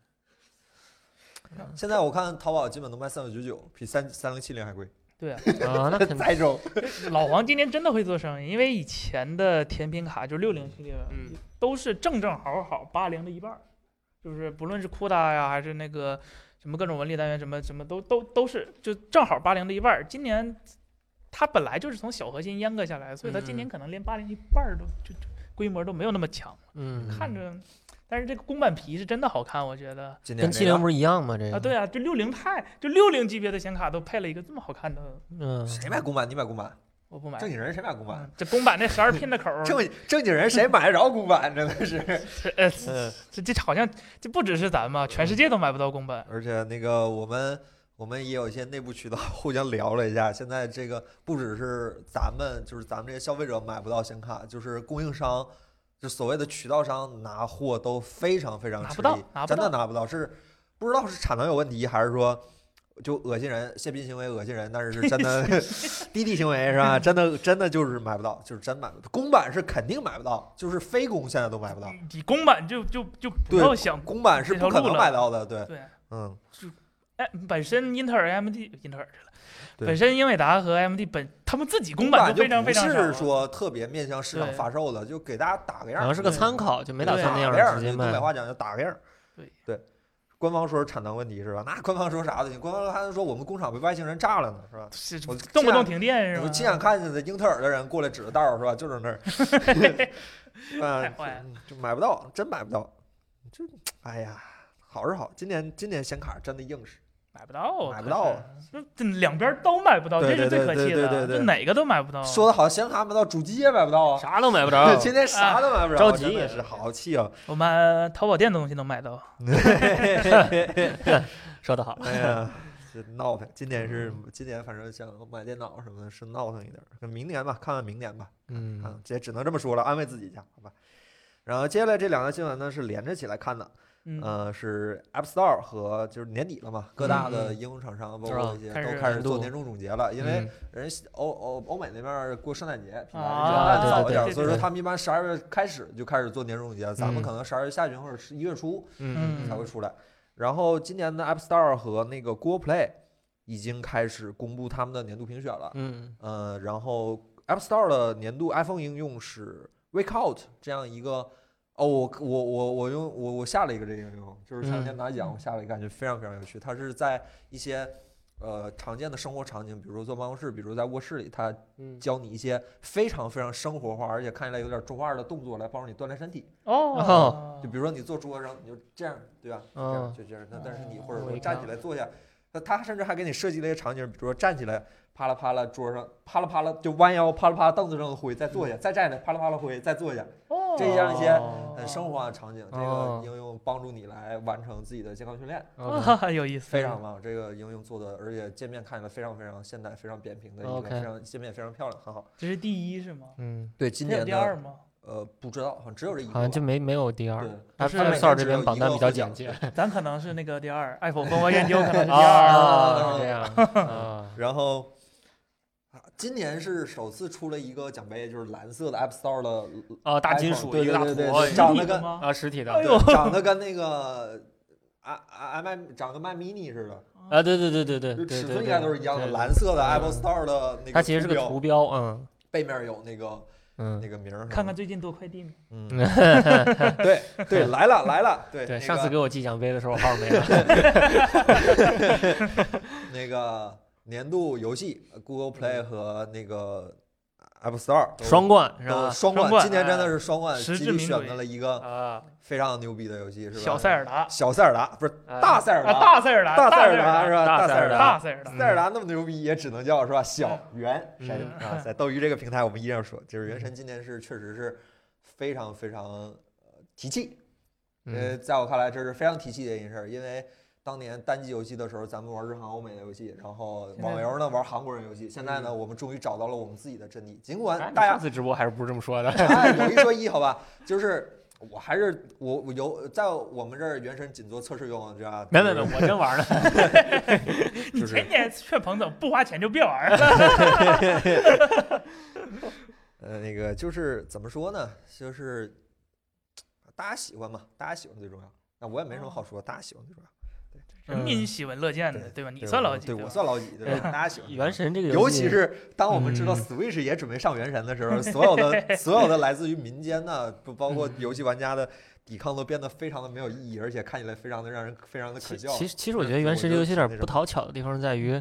S1: 现在我看淘宝基本都卖三九九九，比三三零七零还贵。
S4: 对啊， [laughs]
S3: 啊，那肯定。
S1: 再中，
S4: 老黄今年真的会做生意，因为以前的甜品卡就六零系列
S3: 嗯
S4: 都是正正好好八零的一半儿，就是不论是酷哒呀，还是那个什么各种文理单元，什么什么都都都是就正好八零的一半儿。今年它本来就是从小核心阉割下来，所以它今年可能连八零一半儿都就就规模都没有那么强，
S3: 嗯，
S4: 看着。但是这个公版皮是真的好看，我觉得
S1: 今
S3: 跟
S1: 年
S3: 七零不是一样吗？这个
S4: 啊，对，啊，就六零钛，就六零级别的显卡都配了一个这么好看的，
S3: 嗯，
S1: 谁买公版？你买公版？
S4: 我不买。
S1: 正经人谁买公版？
S4: 嗯这公版那十二 pin 的口
S1: [laughs]
S4: 儿，
S1: 正正经人谁买得着公版？真的是，
S4: 呃，
S1: 嗯。
S4: 这这好像这不只是咱们，啊全世界都买不到公版。
S1: 而且那个我们我们也有一些内部渠道 [laughs] 互相聊了一下，现在这个不只是咱们，就是咱们这些消费者买不到显卡，就是供应商，就所谓的渠道商拿货都非常非常
S4: 拿
S1: 吃
S4: 不到
S1: 力，
S4: 拿不
S1: 真的
S4: 到
S1: 拿不到，是不知道是产能有问题，还是说就恶心人泄逼行为恶心人，但是是真
S4: [laughs]
S1: 的低地行为是吧？真的真的就是买不到，就是真买不到，公版是肯定买不到，就是非公现在都买不到，
S4: 你公版就就就不
S1: 对
S4: 要想
S1: 公版是
S4: 这
S1: 不
S4: 条
S1: 可
S4: 路
S1: 能
S4: 了
S1: 买到的，对，
S4: 对，
S1: 嗯，
S4: 哎，本身英特尔、AMD、英特尔去了，
S1: 对
S4: 本身英伟达和 AMD 本他们自己公
S1: 版
S4: 版就非常非常
S1: 不
S4: 少啊
S1: 是
S4: 了。
S1: 说特别面向市场
S4: 对
S1: 发售的，就给大家打个样
S3: 好
S1: 儿，
S3: 像是个
S4: 对
S3: 参考，就没打
S4: 对啊
S3: 算那
S1: 打
S3: 样
S1: 个
S3: 儿
S1: 啊样
S3: 直
S1: 儿，
S3: 接
S1: 就东北
S3: 卖。
S1: 话讲就打个样儿。
S4: 对
S1: 对，官方说是产能问题是吧？那官方说啥的？你官方还说我们工厂被外星人炸了呢是吧？
S4: 是啊
S1: 我
S4: 动不
S1: 这样
S4: 动停电是
S1: 我
S4: 吧？
S1: 亲眼看见的英特尔的人过来指着道儿是吧？就是那儿，
S4: [laughs] 太
S1: 嗯，
S4: 坏了
S1: 嗯就买不到，真买不到。就哎呀，好是好，今年今年显卡真的硬实，
S4: 买不到，
S1: 买不
S4: 可
S1: 到
S4: 是，那这两边都买不到，
S1: 对
S4: 这是
S1: 对对
S4: 最可
S1: 对
S4: 气
S1: 对
S4: 的，
S1: 对对
S4: 就哪个都买不到。
S1: 说的好像显卡买不到，主机也买不到啊。。
S3: 啥都买不着
S1: [laughs] 今天啥都买不着，
S3: 着急
S1: 真的是好气
S4: [laughs]
S1: 啊！ [laughs]
S4: 我买淘宝店的东西能买到，
S3: 说得好，
S1: [laughs] 哎呀，这闹腾。今年是
S4: 嗯
S1: 今年，反正想买电脑什么的，是闹腾一点儿。明年吧，看看明年吧。
S3: 嗯
S1: 啊，这只能这么说了，安慰自己一下，好吧。然后接下来这两条新闻呢是连着起来看的，
S4: 嗯，
S1: 呃，是 App Store 和就是年底了嘛，各大
S4: 嗯
S1: 的应用厂商包
S3: 知道
S1: 括一些
S4: 哦开始
S1: 都开始做
S3: 年度
S1: 年终总结了，因为
S3: 嗯
S1: 人家欧欧欧美那边儿过圣诞节，品
S4: 啊
S1: 牌比较早一点儿，
S4: 对对对
S1: 所以
S3: 对
S1: 说
S3: 对
S1: 他们一般十二月开始就开始做年终总结，咱们
S3: 嗯
S1: 可能十二月下旬或者是一月初
S4: 嗯
S1: 才会出来。然后今年的 App Store 和那个 Google Play 已经开始公布他们的年度评选了，
S3: 嗯
S1: 呃，然后 App Store 的年度 iPhone 应用是 Wakeout 这样一个。哦，我我我我用我我下了一个这个应用，就是前两天拿奖，我下了一个，感觉非常非常有趣。它是在一些呃常见的生活场景，比如说坐办公室，比如在卧室里，它
S3: 嗯，
S1: 教你一些非常非常生活化，而且看起来有点中二的动作来帮助你锻炼身体。
S4: 哦，
S1: 就比如说你坐桌子上，你就这样，对吧？这样
S3: 嗯
S1: 就这样。那但是你
S4: 哦
S1: 或者
S3: 我
S1: 说
S3: 一
S1: 站
S3: 看
S1: 起来坐下，那他甚至还给你设计了一个场景，比如说站起来，啪啦啪啦桌上，啪啦啪啦就弯腰，啪啦啪啦凳子上的灰，再
S3: 嗯
S1: 坐下，再站起来，啪啦啪啦灰，再坐下，
S4: 哦
S1: 这样一些很生活
S4: 活，
S1: 化的场景。这个
S3: 哦
S1: 应用帮助你来完成自己的健康训练，
S3: [laughs] OK
S4: 啊有意思，
S3: 嗯
S1: 非常棒。这个应用做的，而且界面看起来非常非常现代，非常扁平的一个，
S3: OK
S1: 非常界面非常漂亮，很好。
S4: 这是第一是吗？
S3: 嗯，
S1: 对，今
S4: 这有
S1: 年
S4: 第二
S1: 的
S4: 吗？
S1: 呃不知道，好像只有这一个
S3: 好像就
S1: 吧。
S3: 没没有第二
S1: 对。，
S3: App
S4: 是它每
S3: Store
S1: 年只
S3: 这
S1: 有
S3: 边
S1: 一
S3: 榜单
S1: 个
S3: 比较
S1: 获奖
S3: 简洁
S1: 的。
S4: 咱可能是那个第二，爱否蜂窝研究可能是第二。
S3: [laughs] 啊，这样
S1: 嗯 [laughs]
S3: 啊，
S1: 然后，啊今年是首次出了一个奖杯，就是蓝色的 App Store 的
S3: 哦，大金
S1: iPhone，
S3: 属
S1: 对
S3: 一个大
S1: 对对
S3: 坨
S1: 对，
S4: 找
S1: 长得跟
S4: 吗？
S3: 啊，实体的
S4: 哎呦
S1: 对长得跟那个啊 i i m 长得跟 Mac mini 似的，
S3: 啊，对对对对对
S1: 就
S3: 对对，
S1: 尺寸应该都是一样的，
S3: 对
S1: 蓝色的 Apple
S3: 嗯
S1: Store 的那个，
S3: 它其实是个图，标，嗯
S1: 背面有那个那
S3: 嗯，
S1: 个名儿，
S4: 看看，最近多快递吗？
S3: [laughs]
S1: 嗯，对对，来了来了，对
S3: 对，
S1: 那
S3: 上次
S1: 个
S3: 给我寄奖杯的时候号没了，
S1: 那个年度游戏呃 Google Play 和那个 App Store 都
S3: 嗯双冠是
S1: 都
S3: 吧？
S1: 双
S4: 双冠
S1: 今年真的
S4: 哎
S1: 是双冠，
S4: 实
S1: 吉
S4: 至
S1: 利
S4: 名
S1: 选
S4: 归
S1: 择了一个
S3: 啊，
S1: 非常牛逼的游戏，是吧？
S4: 小塞尔达，
S1: 小塞尔达不是
S3: 哎
S1: 大塞尔
S4: 啊，
S1: 达，
S4: 大塞尔达，
S1: 大
S4: 塞
S1: 尔
S4: 达
S1: 达是吧？
S3: 大
S1: 塞
S3: 塞
S1: 尔
S3: 尔
S4: 大塞尔达
S1: 大，塞尔达那么牛逼，也只能叫是吧？小原神
S3: 嗯
S1: 啊，在斗鱼这个平台，我们依然说，就是原神今年是确实是非常非常呃提气，呃，
S3: 嗯
S1: 在我看来这是非常提气的一件事儿，因为。当年单机游戏的时候，咱们玩日韩、欧美的游戏，然后
S4: 现在
S1: 网游呢玩韩国人游戏。现在呢，我们终于找到了我们自己的真谛。尽管
S3: 哎你
S1: 大家
S3: 上次直播还是不是这么说的？
S1: 哎，有一说一，好吧，就是我还是我我有在我们这儿原神仅做测试用，对吧？
S3: 没没没，我真玩呢。
S1: 就
S4: 你
S1: 是
S4: 前年劝彭总不花钱就别玩了，
S1: 呃，那个就是怎么说呢？就是大家喜欢嘛，大家喜欢最重要。那我也没什么好说，大家喜欢最重要。
S4: 人民喜闻乐见的，对吧？你
S1: 对
S4: 算
S1: 我
S4: 老几？
S1: 对
S4: 吧
S1: 我算老几，对吧？大家喜欢。
S3: [laughs] 哎原。神这个游戏，
S1: 尤其是当我们知道
S3: 嗯
S1: Switch 也准备上原神的时候，所有的所有的来自于民间的，不包
S3: 嗯
S1: 括游戏玩家的抵抗都变得非常的没有意义，而且看起来非常的让人非常的可
S3: 其
S1: 笑。
S3: 其实其实我觉
S1: 对
S3: 得
S1: 我
S3: 原神
S1: 就
S3: 这游戏有
S1: 挺那
S3: 点不
S1: 什么
S3: 讨巧的地方在于，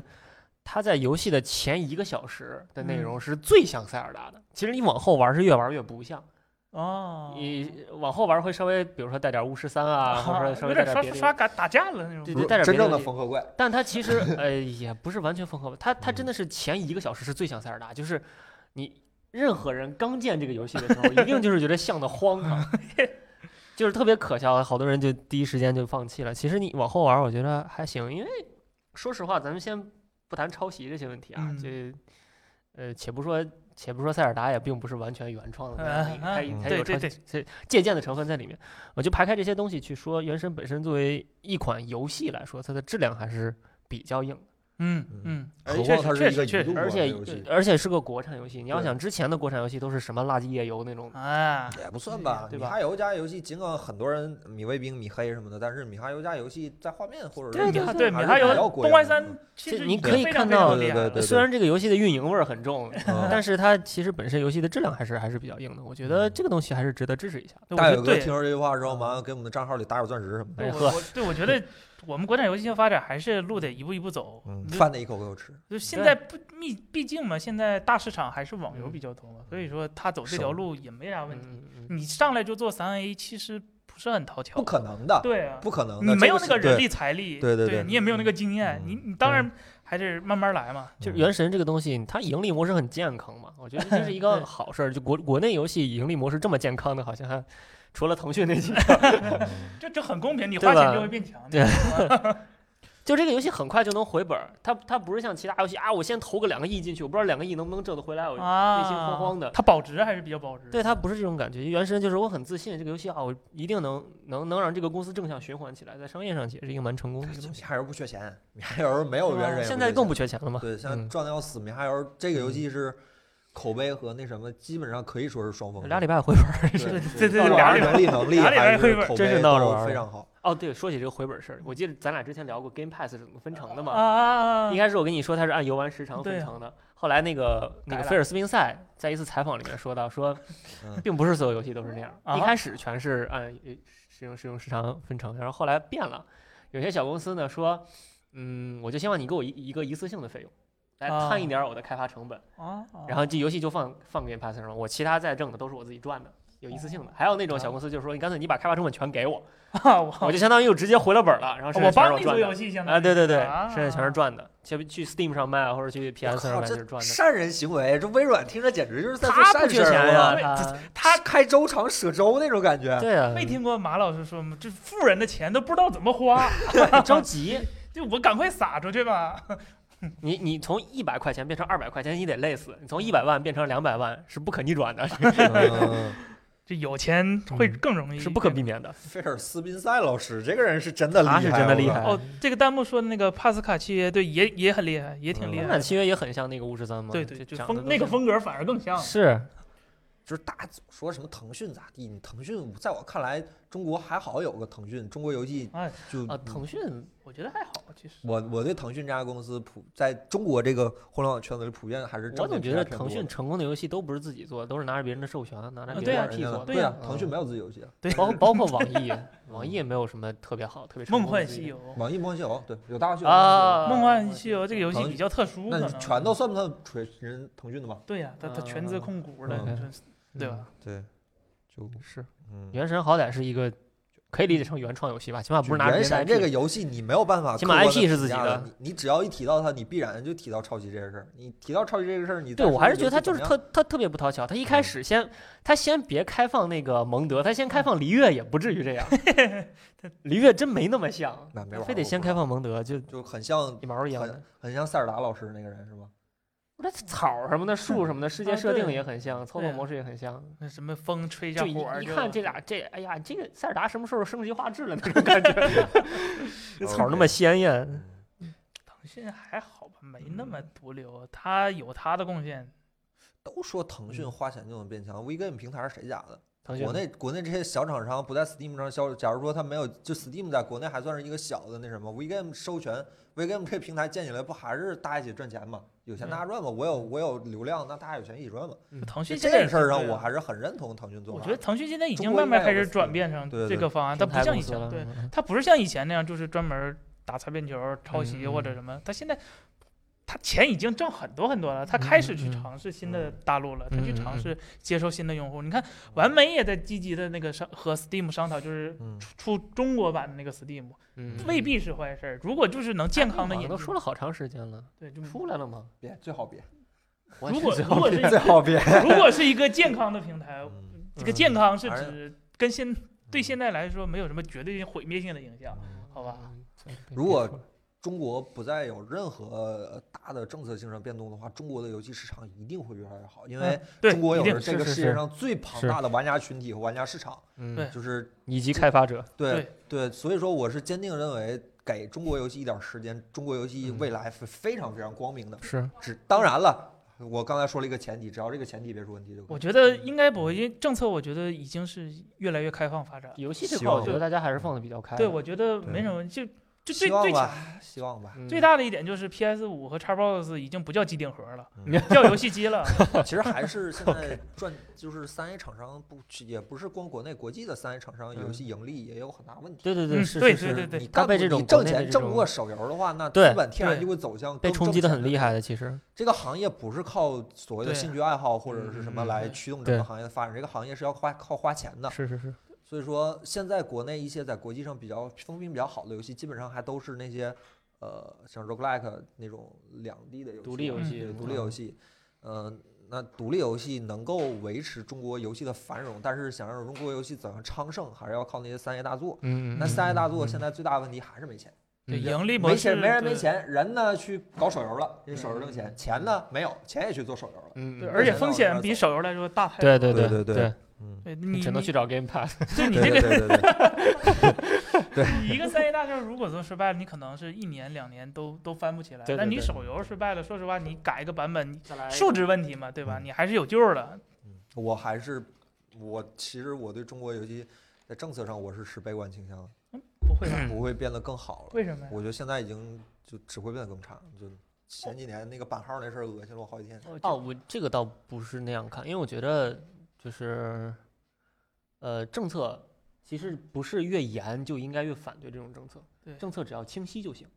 S3: 它在游戏的前一个小时的内
S4: 嗯
S3: 容是最像塞尔达的。其实你往后玩是越玩越不像，
S4: 哦，
S3: 你往后玩会稍微，比如说带点巫师三啊，或
S1: 哦
S3: 者稍
S4: 有
S3: 微带
S4: 点
S3: 点别的
S4: 刷刷
S3: 游戏。
S4: 打打架了那
S3: 对
S4: 种。
S1: 不是
S3: 对，带点别
S1: 真正的
S3: 的东西
S1: 缝合怪，
S3: 但它其实呃也不是完全缝合吧，它它真的是前一个小时是最像塞尔达，就是你任何人刚见这个游戏的时候，一定就是觉得像的荒唐，就是特别可笑，好多人就第一时间就放弃了。其实你往后玩，我觉得还行，因为说实话，咱们先不谈抄袭这些问题啊，
S4: 嗯
S3: 就呃且不说。且不说塞尔达也并不是完全原创的那样的一个，
S4: 嗯
S3: 它
S4: 嗯
S3: 它
S4: 对
S3: 有
S4: 对
S3: 抄
S4: 对
S3: 袭借鉴的成分在里面。我就排开这些东西去说，《原神》本身作为一款游戏来说，它的质量还是比较硬的，
S4: 嗯
S1: 嗯
S4: 嗯，
S1: 何
S4: 确
S1: 况
S4: 实
S1: 它是
S4: 确
S1: 一个
S4: 实确
S1: 一度
S4: 实，
S1: 过的
S3: 而且
S1: 游戏。
S3: 而且是个国产游戏。你要
S1: 对
S3: 想之前的国产游戏都是什么垃圾夜游那种，
S4: 啊，
S1: 也不算吧，
S3: 嗯对
S1: 米
S3: 吧
S1: 哈游家游戏尽管很多人米卫兵、米黑什么的，但是米哈游家游戏在画面或者
S3: 对
S1: 是
S3: 对
S4: 米哈
S3: 对
S4: 对
S1: 还
S4: 米
S1: 是
S4: 哈
S1: 比较
S4: 游
S1: 过
S4: 东关
S1: 瘾的
S4: 三，其
S3: 这
S4: 实
S3: 你
S4: 已经
S3: 可以
S4: 非
S3: 看
S4: 常非常
S3: 到
S4: 厉
S1: 对
S4: 害
S1: 对
S4: 了
S1: 对
S3: 虽然这个游戏的运营味儿很重，
S1: 嗯
S3: 但是它其实本身游戏的质量还是还是比较硬的。我觉得
S1: 嗯
S3: 这个东西还是值得支持一下。
S4: 对我
S1: 大
S4: 觉
S1: 有
S4: 得
S1: 哥
S4: 对
S1: 听说这句话之后，马上给我们的账号里打点钻石什么的，
S3: 哎
S4: 我
S3: 呵
S4: 我对我觉得我们国产游戏性发展还是路得一步一步走。
S1: 嗯，
S4: 就
S1: 饭得一口口吃。
S4: 就现在不毕毕竟嘛，现在大市场还是网游
S3: 嗯
S4: 比较多嘛，所以说他走这条
S1: 手
S4: 路也没啥问题。
S3: 嗯嗯嗯
S4: 你上来就做三 A，其实不是很讨巧
S1: 不。可能的，
S4: 对啊，
S1: 不可能的，
S4: 你没有
S1: 这
S4: 那个
S1: 是
S4: 人力财力，
S1: 对对
S4: 对
S1: 对
S4: 你也没有那个经验，
S1: 嗯
S4: 你你当然还是慢慢来嘛。
S3: 就是
S1: 嗯
S3: 原神这个东西，它盈利模式很健康嘛，我觉得这是一个 [laughs]
S4: 对
S3: 好事儿。就国国内游戏盈利模式这么健康的，好像还除了腾讯那 [laughs] 几个，
S1: [laughs]
S4: 这这很公平，你
S3: 对
S4: 花钱
S3: 吧
S4: 就会变强。
S3: 对 [laughs] 就这个游戏很快就能回本儿。它它不是像其他游戏啊，我先投个两个亿进去，我不知道两个亿能不能挣得回来，我
S4: 啊，
S3: 内心慌慌的
S4: 它保值还是比较保值。
S3: 对它不是这种感觉。原神就是我很自信，这个游戏啊，我一定能能能让这个公司正向循环起来，在商业上其实一个蛮成功的一个东西。
S1: 米哈游不缺钱，米哈游没有
S4: 对
S1: 原神也不缺
S4: 啊
S1: 钱，
S3: [laughs] 现在更不缺钱了嘛？
S1: 对，像
S3: 嗯
S1: 撞的要死，米哈游这个游戏是口碑和那什么，基本上可以说是双峰的。
S3: 俩礼拜回本儿。
S1: 对
S4: 对对
S1: 到了
S4: 俩
S1: 玩
S4: 礼
S1: 儿
S4: 拜
S1: 能力能力
S4: 俩礼拜
S1: 还
S4: 会
S1: 是
S4: 玩
S1: 口
S3: 真是
S1: 碑
S3: 闹着
S1: 都
S3: 玩儿
S1: 非
S3: 的
S1: 常好。
S3: 哦，对，说起这个回本儿事儿，我记得咱俩之前聊过 Game Pass 是怎么分成的嘛？
S4: 啊，
S3: 一开始我跟你说它是按游玩时长
S4: 对
S3: 分
S4: 啊
S3: 成的，后来那个那
S4: 改
S3: 个
S4: 了
S3: 菲尔斯宾塞在一次采访里面说到，说
S1: 嗯
S3: 并不是所有游戏都是那样，
S4: 啊
S3: 一开始全是按呃使用使用时长分成，然后后来变了，有些小公司呢说，嗯，我就希望你给我一一个一次性的费用，来
S4: 啊
S3: 摊一点儿我的开发成本，
S4: 啊，
S3: 然后这游戏就放放给 Pass 上，我其他再挣的都是我自己赚的。有一次性的，还有那种小公司就是说，你干脆你把开发成本全给我，
S4: 啊我
S3: 我就相当于我直接回了本儿了，然后剩下
S4: 哦我
S3: 全是
S4: 帮你
S3: 赚
S4: 做
S3: 的
S4: 游戏，相当于
S3: 啊，对对对，
S4: 啊
S3: 剩下全是赚的，去去 Steam 上卖啊或者去
S1: 我
S3: PS 上
S1: 靠
S3: 卖就是
S1: 这
S3: 赚的。
S1: 善人行为，这微软听着简直就是在做
S3: 他不
S1: 善事
S3: 缺
S1: 儿啊
S3: 钱
S1: 好
S3: 呀
S1: 吗，
S4: 啊
S3: 他
S1: 他开周长舍周那种感觉。
S3: 对啊，
S4: 没听过马老师说吗？这富人的钱都不知道怎么花，
S3: 着急。
S4: 就我赶快撒出去吧。
S3: [laughs] 你你从一百块钱变成二百块钱，你得累死；你从一百万变成两百万是不可逆转的，
S4: 哎
S1: 嗯
S4: 这有钱会
S3: 嗯
S4: 更容易，
S3: 是不可避免
S1: [laughs]
S3: 的。
S1: 菲尔斯宾塞老师这个人是真的厉害，
S3: 他是真的厉
S1: 我靠
S3: 害
S4: 哦，这个弹幕说的那个帕斯卡契约，对，也也很厉害，也挺厉
S1: 嗯
S3: 橄
S4: 害
S3: 榄
S4: 的。
S3: 契约也很像那个巫师三嘛，
S4: 对对，
S3: 就
S4: 就
S3: 长得
S4: 风
S3: 都
S4: 那个
S3: 像
S4: 风格反而更像了。
S3: 是
S1: 就是大家总说什么腾讯咋地？你腾讯在我看来，中国还好有个腾讯，中国游戏
S4: 哎
S1: 就
S3: 啊，腾讯
S4: 我觉得还好，其实
S1: 我我对腾讯这家公司普在中国这个互联网圈子里普遍还是
S3: 我
S1: 正
S3: 总
S1: 面
S3: 觉
S1: 评价
S3: 得
S1: 偏
S3: 腾
S1: 多
S3: 讯
S1: 的
S3: 成功的游戏都不是自己做的，都是拿着别人的授权，拿着
S4: 啊
S3: 别
S4: 对
S3: 人
S4: 啊
S1: 人
S3: 的 IP
S1: 家
S3: 做
S1: 的
S3: 的。
S4: 对
S1: 对
S4: 呀
S1: 腾讯没有自己游戏，啊
S4: 对
S3: 包包括网易，网易也没有什么特别好、特别成
S4: 梦
S3: 功的
S4: 幻
S3: 自己
S4: 西
S3: 的
S4: 游，
S1: 网易梦幻西游对有大话西游
S3: 啊
S4: 梦幻西游这个游戏
S1: 腾
S4: 比较特殊，
S1: 那
S4: 可
S1: 你
S4: 能
S1: 全都算不算锤人腾讯的吧？
S4: 对呀，他他全资控股的，
S1: 嗯
S4: 就是对吧？
S1: 对，就
S3: 是
S1: 嗯，
S3: 原神好歹是一个可以理解成原创游戏吧，起码不是拿着
S1: 原
S3: 别人
S1: 神
S3: 的
S1: 这个
S3: IP
S1: 游戏你没有办法
S3: 起
S1: 客
S3: 码
S1: 观地评价，
S3: IP 是自己的
S1: 你你只要一提到它，你必然就提到抄袭这个事儿。你提到抄袭这个事儿，你再
S3: 对我还是
S1: 说
S3: 觉
S1: 这
S3: 得他
S1: 个游
S3: 就
S1: 戏
S3: 是
S1: 怎么
S3: 特特特别不讨巧，他一开始先他先别开放那个蒙德，他先开放璃月也不至于这样，璃月真没那么像
S1: 那没，玩
S3: 非得
S1: 过
S3: 先
S1: 不
S3: 开放蒙德就
S1: 样就很像
S3: 一毛一样
S1: 很
S3: 的。
S1: 很像塞尔达老师那个人是吧？
S3: 那草什么的、树什么的，世界
S4: 啊
S3: 设定
S4: 对
S3: 也很像，操
S4: 对
S3: 作
S4: 啊
S3: 模式也很像，
S4: 那什么风吹一下
S3: 就一
S4: 火儿，
S3: 一看这俩这，哎呀，这个塞尔达什么时候升级画质了那种感觉，这草那么
S1: OK
S3: 鲜艳，
S4: 腾讯还好吧，没那么毒瘤，他有他的贡献。
S1: 都说腾
S3: 嗯
S1: 讯花钱就能变强，WeGame 平台是谁家的？
S3: 腾讯
S1: 国内国内这些小厂商不在 Steam 上销售，假如说它没有，就 Steam 在国内还算是一个小的那什么，WeGame 授权，WeGame 这平台建起来不还是大家一起赚钱吗？有
S3: 嗯
S1: 钱大家赚嘛，我有我有流量，那大家有钱一起赚嘛。
S4: 腾
S1: 这
S4: 讯现在
S1: 件事儿上，我
S4: 还
S1: 还是很认同腾讯做
S4: 我
S1: 法
S4: 觉得
S1: 的。
S4: 腾讯现在已
S1: 中
S4: 经
S1: 国
S4: 慢
S1: 应
S4: 慢
S1: 该
S4: 开
S1: 有
S4: 始
S1: 个
S4: 转
S1: 思
S4: 变成
S1: 对
S4: 这
S1: 对
S4: 个方案，它
S3: 平
S4: 不
S3: 台
S4: 像
S3: 公
S4: 以
S3: 司
S4: 前
S3: 了
S4: 对
S3: 嗯。嗯
S4: 他不是像以前那样，就是专门打擦边球、抄袭
S3: 嗯
S4: 或者什么。他现在，他钱已经挣很多很多了，他开始去
S3: 嗯嗯嗯
S4: 尝试新的大陆了，他去
S3: 嗯嗯
S4: 尝
S3: 嗯
S4: 试接收新的用户。你看，完美也在积极的那个商和 Steam 商讨，就是
S1: 嗯
S4: 出中国版的那个 Steam，
S3: 嗯
S4: 未必是坏事儿。如果就是能健康
S3: 好
S4: 的
S3: 像
S4: 引
S3: 都
S4: 进，
S3: 说了好长时间了，
S4: 对，
S1: 嗯
S4: 就
S3: 出来了吗？
S1: 别最好别，
S3: 我
S4: 如
S3: 也
S4: 果
S3: 是最
S4: 如
S3: 后
S4: 果 [laughs]
S3: 一
S4: 是
S3: 个 [laughs]
S1: 最好别。
S4: 如果是一个健康的平台，
S1: 嗯
S4: 这个健康是
S1: 还是
S4: 指跟现对现在来说没有什么绝对毁灭性的影响。好吧
S3: 嗯，
S1: 如果中国不再有任何呃大的政策性上变动的话，中国的游戏市场一定会越来越好，因为
S4: 嗯对，
S1: 中国有
S4: 一定
S1: 着这个
S3: 是是
S1: 世界
S3: 是
S1: 上最庞大的玩家群体和玩家市场，
S3: 对
S4: 对
S1: 就是
S3: 嗯以及开发者，
S1: 对对，所以说我是坚定认为，给中国游戏一点儿时间，中国游戏
S3: 嗯
S1: 未来是非常非常光明的。
S3: 是
S1: 只当然了，我刚才说了一个前提，只要这个前提别出问题就可
S4: 我
S1: 以。
S4: 觉得应该不会，因为政策我觉得已经是越来越开放发展。
S3: 游戏这
S1: 希
S3: 块，我
S1: 望
S3: 觉得大家还是放的比较开的。
S4: 对，我觉得
S1: 对
S4: 没什么，就就最
S1: 希望
S4: 最强
S1: 吧，希望吧。
S3: 嗯
S4: 最大的一点就是 PS 五和 Xbox 已经不叫机顶盒了
S1: 嗯，
S4: 叫游戏机
S1: [laughs]
S4: 了。
S1: 其实还是现在赚，就是三 A 厂商不也不是光国内，国际的三 A 厂商游
S3: 嗯
S1: 戏盈利也有很大问题。
S3: 对对
S4: 嗯
S3: 对，是
S4: 对
S3: 是
S4: 对对
S3: 是，
S4: 对
S1: 你
S3: 它
S1: 干
S3: 被
S1: 不
S3: 这
S1: 你
S3: 种
S1: 挣
S3: 国内
S1: 钱
S3: 的这
S1: 挣不过
S3: 种
S1: 手游的话，那
S3: 对
S1: 资本天然
S4: 对
S1: 就会走向
S3: 被
S1: 更
S3: 冲
S1: 挣
S3: 击的
S1: 钱
S3: 很厉害的，其实
S1: 这个行业不是靠所谓的
S4: 对
S1: 兴趣爱好或者是什么
S3: 嗯嗯嗯
S1: 来
S4: 对
S1: 驱动整个
S3: 对
S1: 行业的发展，这个行业是要花靠花钱的。
S3: 是是是，
S1: 所以说，现在国内一些在国际上比较风评比较好的游戏，基本上还都是那些呃像 roguelike 那种两 D 的游戏，啊
S3: 独立游
S4: 戏
S1: 对
S4: 嗯
S1: 独立游戏。呃，那独立游戏能够维持中国游戏的繁荣，但是想让中国游戏走向昌盛，还是要靠那些三 A 大作。
S5: 嗯，
S1: 那三 A 大作
S5: 嗯
S1: 现在最大的问题还是没钱，
S4: 对
S5: 嗯
S4: 盈利模
S1: 没
S4: 式
S1: 钱没人没
S4: 对嗯
S1: 钱，人呢去搞手游了，因为手游挣钱，钱呢没有，钱也去做手游了。
S5: 嗯，
S4: 对，
S5: 嗯
S4: 而且
S1: 嗯
S4: 风险比手游来说大太多
S5: 对对
S4: 了。
S1: 对
S5: 对
S1: 对
S5: 对，
S1: 嗯，
S4: 对，
S3: 你
S4: 你
S3: 只能去找 Game Pass。 [laughs]
S4: 就你
S1: 对
S4: 这
S1: 对
S4: 个
S1: 对对对，
S4: 你
S1: [laughs]
S4: 一个三 A 大作如果做失败了，你可能是一年两年都都翻不起来。
S3: 对对
S4: 但你
S3: 对
S4: 手游失败了，说实话，你改一个版本，你
S3: 再来一个
S4: 数值问题嘛，对吧？
S1: 嗯
S4: 你还是有救的。
S1: 我还是我其实我对中国游戏在政策上我是持悲观倾向的。
S4: 不会吧？
S1: 不会变得更好了。
S4: 为什么呀？
S1: 我觉得现在已经就只会变得更差。就前几年那个版号那事儿，恶心了我好几天。
S3: 哦，我这个倒不是那样看，因为我觉得就是，呃，政策其实不是越严就应该越反对这种政策
S4: 对，
S3: 政策只要清晰就行。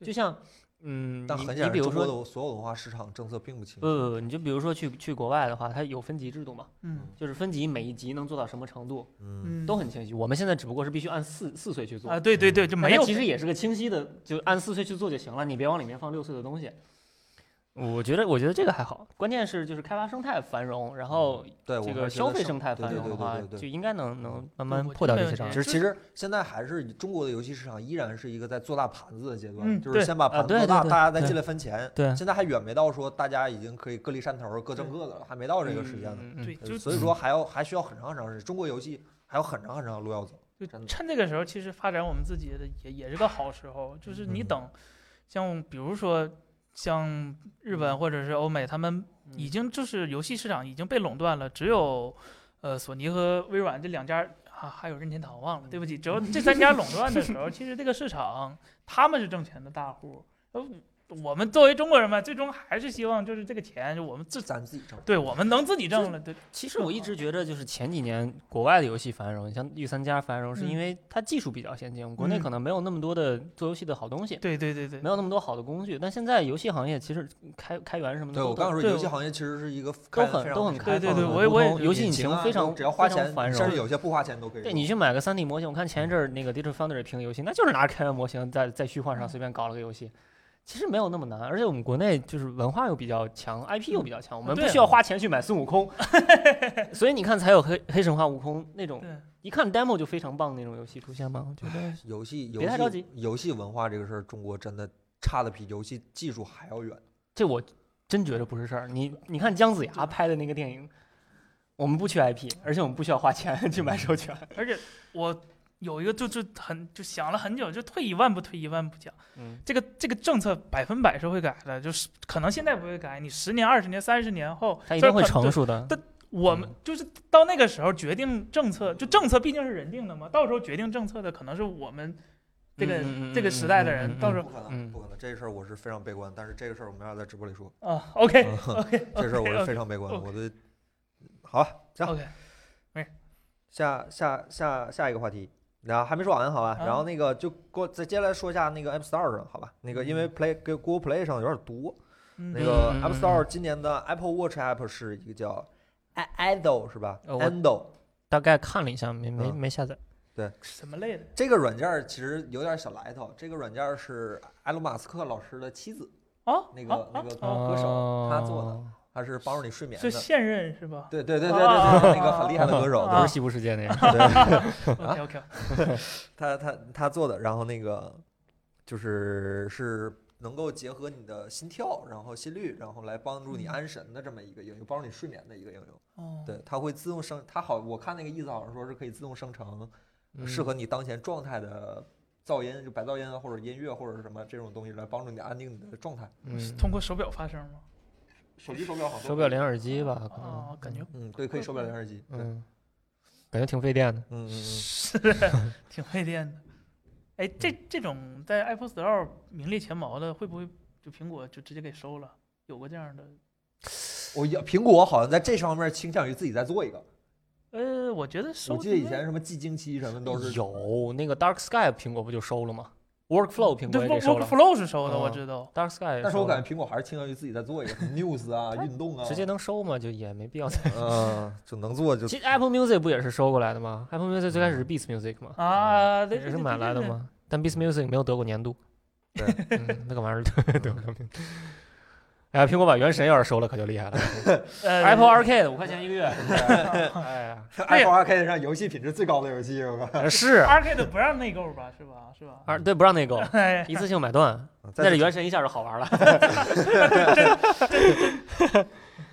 S4: 对
S3: 就像，嗯，
S1: 但
S3: 你
S1: 很
S3: 你
S1: 显
S3: 比
S1: 然，
S3: 如
S1: 中国
S3: 说，嗯
S1: 的所有文化市场政策并不清嗯
S3: 不不
S1: 晰。
S3: 不，你就比如说去去国外的话，它有分级制度嘛，
S4: 嗯
S3: 就是分级每一级能做到什么程度
S1: 嗯，
S4: 嗯，
S3: 都很清晰。我们现在只不过是必须按四四岁去做
S4: 啊，，对对对，就
S3: 大
S4: 没
S3: 家
S4: 有
S3: 其实也是个清晰的，就按四岁去做就行了，你别往里面放六岁的东西。我觉得，我觉得这个还好，关键是就是开发生态繁荣，然后
S1: 对，
S3: 这
S1: 我还是
S3: 个
S1: 觉
S3: 消
S1: 得
S3: 费
S1: 上
S3: 生态
S1: 对
S3: 繁
S1: 对
S3: 荣的
S1: 对
S3: 话，
S1: 对对
S3: 就
S1: 对。
S3: 应该能能慢
S4: 对
S3: 慢
S4: 我
S3: 破
S4: 觉
S3: 掉
S4: 得
S3: 这些
S4: 有
S3: 障
S4: 这
S1: 其
S3: 碍
S4: 样。
S1: 实，其实现在还是中国的游戏市场依然是一个在做大盘子的阶段，
S4: 嗯
S1: 就是
S4: 对
S1: 先把
S3: 啊
S1: 盘子
S3: 对
S1: 做大，
S3: 对对
S1: 大家再
S3: 对
S1: 进来分钱。
S3: 对
S1: 现在还远没到说大家已经可以各立山头儿、各挣各的了，还没到这个时间呢。
S3: 嗯，嗯
S4: 对，
S3: 嗯
S1: 呃
S4: 就
S1: 所以说还要还需要很长很长时间，中国游戏还有很长很长的路要走。
S4: 就
S1: 真的
S4: 趁这个时候，其实发展我们自己的也也是个好时候。就是你
S1: 嗯
S4: 等，像比如说像日本或者是欧美，他们已经就是游戏市场已经被垄断了，只有呃索尼和微软这两家啊，还有任天堂忘了，对不起，只有这三家垄断的时候，其实这个市场他们是挣钱的大户。呃，我们作为中国人嘛，最终还是希望就是这个钱我们自
S1: 咱自己挣。
S4: 对我们能自己挣了，对
S3: 其实我一直觉得，就是前几年国外的游戏繁荣，像御三家繁荣，是因
S4: 嗯
S3: 为它技术比较先进，我们国内
S4: 嗯
S3: 可能没有那么多的做游戏的好东西，
S4: 对对对对
S3: 没有那么多好的工具。但现在游戏行业其实开开源什么的
S1: 对，
S3: 都
S1: 我刚
S3: 都
S1: 刚说
S4: 对
S1: 游戏
S4: 我
S1: 行业其实是一个
S3: 都
S1: 开得非
S3: 很
S1: 常
S3: 都很
S1: 开
S3: 开
S4: 对对
S3: 放
S4: 对
S3: 的
S4: 我也
S3: 不
S4: 我也
S3: 同
S4: 觉
S3: 游
S4: 得
S3: 戏
S1: 引
S3: 引
S1: 擎
S3: 擎
S1: 啊
S3: 非
S1: 都
S3: 常
S1: 只要花
S3: 非常
S1: 钱，
S3: 繁
S1: 甚至
S3: 荣。
S1: 有些不花钱都可以。
S3: 对，你去买个 3D 模型，我看前一阵儿那个 Digital Foundry 评游戏，那就是拿着开源模型在在虚幻
S1: 嗯
S3: 上随便搞了个游戏，其实没有那么难。而且我们国内就是文化又比较强，IP
S1: 嗯
S3: 又比较
S1: 啊
S3: 强，我们不
S4: 对
S3: 需要花钱去买孙
S1: [laughs]
S3: 悟空，所以你看才有黑黑神话悟空那种
S4: 对。
S3: 一看 demo 就非常棒那种游戏出现吗？我觉得
S1: 游戏游
S3: 别太着
S1: 戏
S3: 急
S1: 游戏文化这个事儿，中国真的差的比游戏技术还要远。
S3: 这我真觉得不是事儿。你你看姜子牙拍的那个电影，我们不缺 IP，而且我们不需要
S1: [laughs]
S3: 花钱去买授
S1: 嗯
S3: [laughs] 权。
S4: 而且我有一个就就很就想了很久，就退一万步退一万步讲，
S3: 嗯，
S4: 这个这个政策百分百是会改的，就是可能现在不会改，你十年、二十年、三十年后，
S3: 它一
S4: 虽
S3: 定
S4: 然
S3: 会
S4: 可能
S3: 成。熟嗯的。
S4: 我们就是到那个时候决定政策，就政策毕竟是人定的嘛，到时候决定政策的可能是我们这个、
S3: 嗯嗯嗯
S4: 这个时代的
S3: 嗯
S4: 人，
S3: 嗯嗯
S4: 到时
S1: 不
S4: 候
S1: 可能，
S3: 嗯
S1: 不可能，这个事儿我是非常悲观。但是这个事儿我没法在直播里 [laughs] 说，
S4: 啊，OK
S1: 嗯
S4: OK，
S1: 这事儿我是非常悲观的。我对，好吧，行，
S4: OK，
S1: 下下下下一个话题，然后还没说完，好吧？
S4: 啊
S1: 然后那个就过再接下来说一下那个 App Store 上，好吧？那个因为 Play 跟 Google Play 上有点多，那
S4: 嗯，
S1: 个
S3: 嗯嗯
S1: App
S3: 嗯
S1: Store 今年的 Apple Watch App 是一个叫 a d o 是吧
S3: 呃我
S1: a d o
S3: 大概看了一下，没没
S1: 嗯
S3: 没下载。
S4: 什么类的？
S1: 这个软件儿其实有点小来头，这个软件儿是埃隆·马斯克老师的妻子，
S4: 哦，
S1: 那
S4: 啊
S1: 个那
S4: 啊
S1: 个
S4: 啊
S1: 歌
S3: 哦
S1: 手，他做的，他是帮助你睡眠
S4: 是
S1: 的。
S4: 现任是吧
S1: 对对对对对
S4: 啊啊
S1: 对，
S4: 啊
S1: 那个很厉害的歌手，
S4: 啊
S1: 对
S4: 啊
S3: 不是西部世界 [laughs] 那个。
S1: 对，
S4: ？OK OK，
S1: 他他他做的，然后那个就是是能够结合你的心跳，然后心率，然后来帮助你
S3: 嗯
S1: 安神的这么一个应用，帮助你睡眠的一个应用。
S4: 哦，
S1: 对，它会自动生，它好，我看那个意思好像说是可以自动生成
S3: 嗯
S1: 适合你当前状态的噪音，就白噪音啊，或者音乐或者什么这种东西来帮助你安定你的状态。
S3: 嗯
S4: 是通过手表发声吗？
S1: 手机手表好多
S3: 手表连耳机吧，可能。
S4: 哦，感觉
S1: 嗯，对，可以手表连耳机。对，
S3: 嗯，感觉挺费电的。
S1: 嗯嗯
S3: [laughs]
S1: 嗯，
S4: 是挺费电的。哎，这
S3: 嗯
S4: 这种在 Apple Store 名列前茅的，会不会就苹果就直接给收了？有过这样的？
S1: 我要苹果好像在这方面倾向于自己再做一个。
S4: 呃，我觉得收
S1: 我记得以
S4: 应该
S1: 前什么寂静期什么都是
S3: 有那个 Dark Sky，苹果不就收了吗？ Workflow 苹果
S4: 对
S3: 也
S4: ，Work
S3: 给收了
S4: Workflow 是收的，我
S3: 嗯
S4: 知道。
S3: ，Dark Sky
S1: 但
S3: 也
S1: 是我
S3: 收了
S1: 感觉苹果还是倾向于自己在做一个
S3: [laughs]
S1: 什么 news 啊、运动啊，
S3: 直接能收吗？就也没必要再。
S1: 嗯，就能做就
S3: [laughs] 其实 Apple Music 不也是收过来的吗？Apple Music 最开始是 Beats Music 嘛，
S4: 啊，对
S3: 也
S4: 对
S3: 是
S4: 对
S3: 买
S4: 对
S3: 来的
S4: 对
S3: 嘛。但 Beats Music 没有得过年度，
S1: 对
S3: [laughs] 嗯，那个玩意儿得过年度。哎呀，苹果把《原神》要是收了，可就厉 [laughs] 害了。
S4: 呃
S3: Apple Arcade 五块钱一 [laughs] 个月，哎呀，
S1: iPhone 二 K 上游戏品质最高的游戏，我靠，
S3: [laughs] 是啊
S4: Arcade 不让内购吧？是吧？是吧？
S3: 二对不让内 [laughs] 购，
S4: 哎，
S3: 一次性买断。
S1: 再次
S3: 那这《原神》一下就好玩了。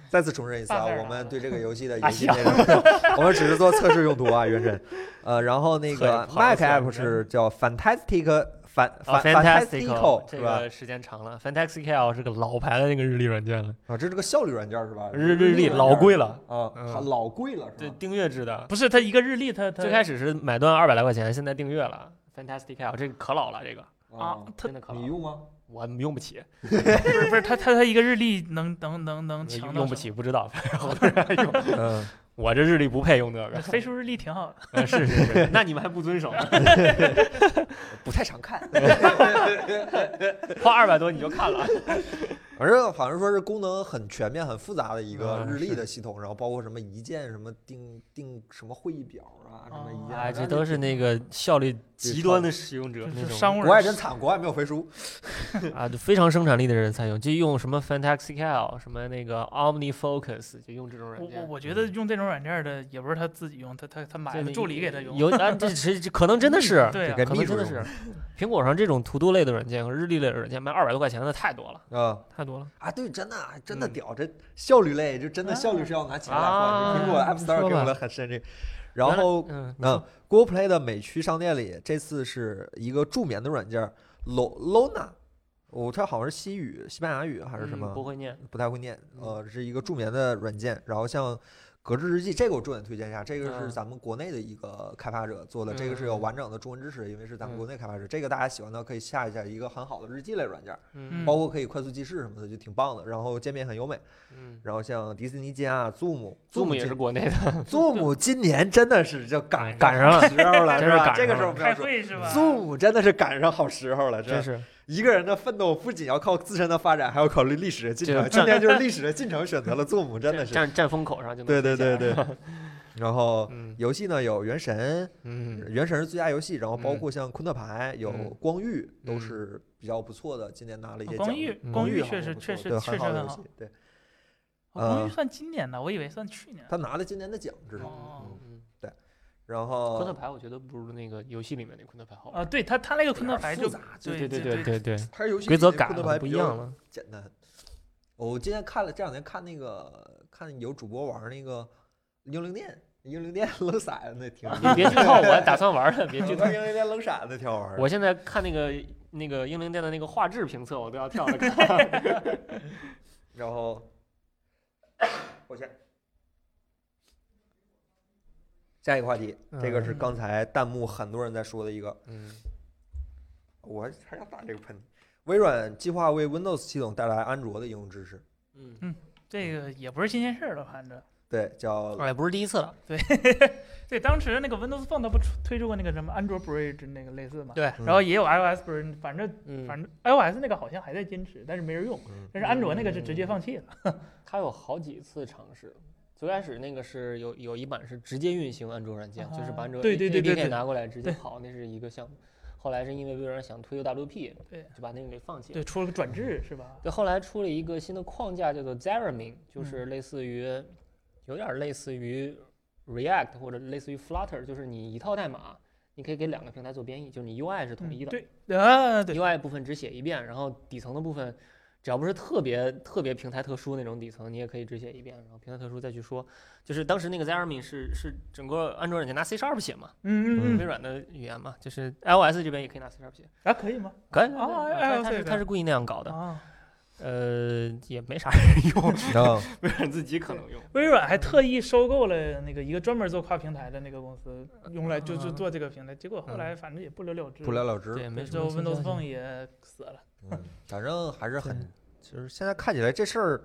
S1: 再次重申一次啊
S4: 大概，
S1: 我
S4: 啊
S1: 们对这个游戏
S3: [laughs]
S1: 的游
S3: 哎
S1: 戏内容，
S3: [laughs]
S1: 我们只是做测试用途啊，原神。呃，然后那个
S3: 很好
S1: Mac
S3: 笑
S1: app 是叫 Fantastic 反
S3: 啊 [laughs]
S1: 反
S3: Fantastical
S1: Fantastical
S3: 这
S1: 是吧？
S3: 个时间长了，Fantastical 是个老牌的那个日历软件了，
S1: 啊，这是个效率软件是吧？
S3: 日日历嗯老贵了，
S1: 啊，
S3: 嗯
S1: 它老贵了是
S3: 对
S1: 吧？
S3: 订阅制的。
S4: 不是，它一个日历，它它
S3: 最开始是买断二百来块钱，现在订阅了。Fantastical 这个可老了，这个
S4: 啊，它
S3: 真的可老
S1: 你。用
S3: [laughs]
S1: 吗？
S3: 我用不起，
S4: 不是不是它它它一个日历能能能能强
S3: 呃用
S4: 到
S3: 用不
S4: 什
S3: 起，不知道。好多人还用，
S1: 嗯，
S3: 我这日历不配用这
S4: 么。
S3: 个。
S4: 飞书日历挺好的，
S3: [laughs] 呃是是是，那你们还不遵守？
S1: [laughs] 不太常看，
S3: 花二百多你就看了。
S1: 反正好像说是功能很全面、很复杂的一个
S3: 嗯
S1: 日历
S3: 是
S1: 的系统，然后包括什么一键什么定定什么会议表啊，什么一键，
S3: [laughs] 哎，这都是那个效率极端的使用者
S4: 就
S3: 那
S4: 是
S3: 种。
S4: 商务
S1: 国外
S4: 人
S1: 真
S4: 士
S1: 惨，国外没有飞书。
S3: 啊，就非常生产力的人才用，就用什么 Fantastical，什么那个 OmniFocus，就用这种软
S4: 我我
S3: 件。嗯
S4: 我觉得用这种软件儿的也不是他自己用，他他他买
S3: 这
S4: 的
S3: 你
S4: 助理给他用。
S3: 有啊，
S4: [laughs]
S3: 这其实可能真的是，
S4: 对啊
S1: 给
S3: 可
S1: 秘
S3: 能
S1: 书
S3: 真的
S1: 用
S3: 是。苹果上这种 To Do 类的软件和日历类的软件卖二百多块钱的太多了，
S1: 啊
S3: 太多了。
S1: 啊，对，真的啊真的
S3: 嗯
S1: 屌，这效率类，这真的效率
S4: 啊
S1: 是要拿钱来换。
S3: 啊
S1: 这苹果 App
S3: 说
S1: Store 给我
S3: 吧
S1: 了很深这个，
S3: 原
S1: 然
S3: 来
S1: 后
S3: 嗯，你
S1: 嗯
S3: 说
S1: ，Google Play 的美区商店里，这次是一个助眠的软件儿 Lo Lona，我它好像是西语、西班牙语还是什
S3: 嗯
S1: 么
S3: 不，会念。
S1: 不太会念。
S3: 嗯
S1: 呃，是一个助眠的软件。然后像格致日记，这个我重点推荐一下，这个是
S3: 嗯
S1: 咱们国内的一个开发者做的，这个是
S3: 嗯
S1: 有完整的中文支持，因为是咱们国内开发者。这个大家喜欢的可以下一下一个很好的日记类软件儿，
S3: 嗯
S1: 包括可以快速记事什么的，就挺棒的。然后界面很优美。
S3: 嗯
S1: 然后像迪士尼金啊、Zoom、
S3: ，Zoom 也是国内的，
S1: Zoom，Zoom 今年真的是就赶
S3: 赶上了
S1: 好时候了，
S3: [laughs] 真
S1: 是
S3: 是
S1: 吧？
S3: 赶
S1: 这个
S3: 上
S1: 时候
S3: 了
S1: 我们
S4: 开
S1: 要说
S4: 会是
S3: 嗯
S4: 吧？
S1: ，Zoom 真的是赶上好时候了，
S3: 真
S1: 这
S3: 是
S1: 一个人的奋斗不仅要靠自身的发展，还要考虑历史的进
S3: 这
S1: 程。
S3: 个
S1: 今年就是历史的进程选择了 Zoom，真的是，
S3: 站站风口上就能
S1: 对对
S3: 飞起来
S1: 对对。然后
S3: 嗯
S1: 游戏呢有《原神》，《
S3: 嗯
S1: 原神》是最佳游戏，然后包
S3: 嗯
S1: 括像昆特牌、有
S3: 嗯
S1: 《光遇》都
S3: 嗯
S1: 是比较不错的，今年拿了一些奖。
S4: 哦光遇
S3: 嗯
S4: 光
S1: 遇
S4: 遇
S1: 好像
S4: 确
S1: 不错
S4: 实确实
S1: 对
S4: 确实
S1: 很好的
S4: 很
S1: 游
S4: 好
S1: 戏。，对
S4: 哦光
S1: 呃
S4: 遇算今年的，我以为算去年。
S1: 他拿了今年的奖，知道吗？
S4: 哦
S3: 嗯嗯
S1: 然
S3: 昆特
S1: 后
S3: 牌我觉得不如那个游戏里面那昆特牌好玩。
S4: 啊，对他他那个昆特牌
S1: 有点
S4: 就
S1: 复杂，
S3: 对
S4: 对
S3: 对对对，
S1: 它游戏
S3: 规则
S1: 比那
S3: 改
S1: 昆特
S3: 了
S1: 牌
S3: 不
S1: 比
S3: 一
S1: 较
S3: 样了。
S1: 简单。我今天看了这两天看那个看有主播玩那个英灵殿，英灵殿扔骰子那
S3: [laughs]
S1: 挺好
S3: 你
S1: 玩
S3: 别剧透，我
S1: [laughs]
S3: 打算玩了，别剧 [laughs]
S1: 儿，
S3: 透
S1: 玩。英灵殿扔骰子挺好玩儿的。
S3: 我现在看那个那个英灵殿的那个画质评测，我都要跳着看。
S1: 然后，抱歉。下一个话题，这个是刚才弹幕很多人在说的一个，
S3: 嗯，
S1: 我还要打这个喷嚏。微软计划为 Windows 系统带来安卓的应用支持，
S3: 嗯，
S4: 这个也不是新鲜事儿了，反正。
S1: 对，叫
S3: 也嗯哎不是第一次了。
S4: 对，当时那个 Windows Phone 它不出推出过那个什么 Android Bridge 那个类似嘛？
S3: 对
S1: 嗯
S4: 然后也有 iOS Bridge，反正
S3: 嗯
S4: 反正 iOS 那个好像还在坚持，但是没人用
S1: 嗯。
S4: 但是安卓那个是直接放弃了。
S3: 它有好几次尝试。最开始那个是有有一版是直接运行安卓软件，就是把安卓
S4: 啊对对对对
S3: APK
S4: 对
S3: 拿过来直接跑，那是一个项目。后来是因为微软想推 UWP，
S4: 对
S3: 就把那个给放弃了
S4: 对，。出了个转制是吧？
S3: 对，后来出了一个新的框架，叫做
S4: 嗯
S3: Xeramin，就是类似于，有点儿类似于 React 或者类似于 Flutter，就是你一套代码，你可以给两个平台做编译，就是你 UI 是统一
S4: 嗯
S3: 的、
S4: 对啊，对
S3: u i 部分只写一遍，然后底层的部分，只要不是特别特别平台特殊那种底层，你也可以只写一遍，然后平台特殊再去说。就是当时那个 Xeramin 是是整个安卓软件拿 C Sharp 写嘛，
S4: 嗯嗯
S3: 微
S4: 嗯，
S3: 软的语言嘛，就是 iOS 这边也可以拿 C Sharp 写，
S4: 啊，可以吗？
S3: 可以它
S4: 啊
S3: 它
S4: iOS
S3: 是
S4: 也
S3: 它
S4: 可以
S3: 是故意那样搞的，
S4: 啊，
S3: 呃，也没啥人
S1: 嗯
S3: 用。[laughs] 微软自己可能用。
S4: 微软还特意收购了那个一个专门做跨平台的那个公司，用来就就
S3: 啊
S4: 做这个平台，结果后来反正也不了了
S1: [laughs]
S4: 之。
S1: 不了了之，
S3: 对，没什
S4: 就
S3: 么新消
S4: Windows
S3: 息
S4: Phone 也死了。
S1: 嗯，反正还是
S3: 对
S1: 很，就是现在看起来这事儿，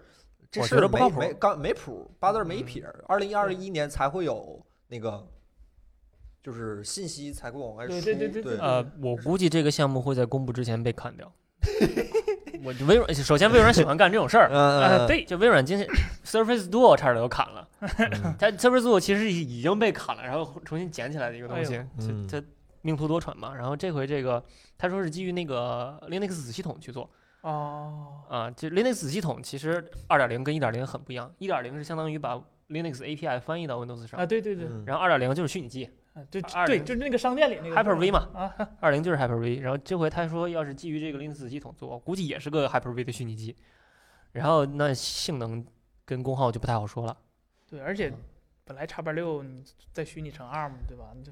S1: 这
S3: 我
S1: 事
S3: 觉
S1: 儿
S3: 得不
S1: 没
S3: 靠谱
S1: 没刚没谱，八字儿没一
S3: 嗯
S1: 撇儿。二零二一年才会有那个就是信息才会往外输。
S4: 对对对啊对对
S3: 呃，我估计这个项目会在公布之前被砍掉。我就微软，首先微软喜欢干这种事儿，
S1: [laughs]
S3: 呃
S1: 嗯，
S4: 啊，对，
S3: 就微软今天 Surface Duo 差点就砍了，
S1: 嗯
S3: 它 Surface Duo 其实已经被砍了，然后重新捡起来的一个东西，
S4: 哎
S1: 呦嗯
S3: 它它命途多舛嘛。然后这回这个他说是基于那个 Linux 子系统去做
S4: 哦，
S3: 啊，这 Linux 子系统其实2.0跟1.0很不一样，1.0是相当于把 Linux API 翻译到 Windows 上，
S4: 啊，对对对，
S1: 嗯
S3: 然后2.0就是虚拟机，
S4: 啊对
S3: 二
S4: 对，
S3: 零
S4: 就是那个商店里那个
S3: Hyper-V 嘛
S4: 啊，
S3: 二零就是 Hyper V，然后这回他说要是基于这个 Linux 系统做，我估计也是个 Hyper V 的虚拟机，然后那性能跟功耗就不太好说了。
S4: 对，而且
S1: 嗯
S4: 本来叉八六你再虚拟成 ARM 对吧？你就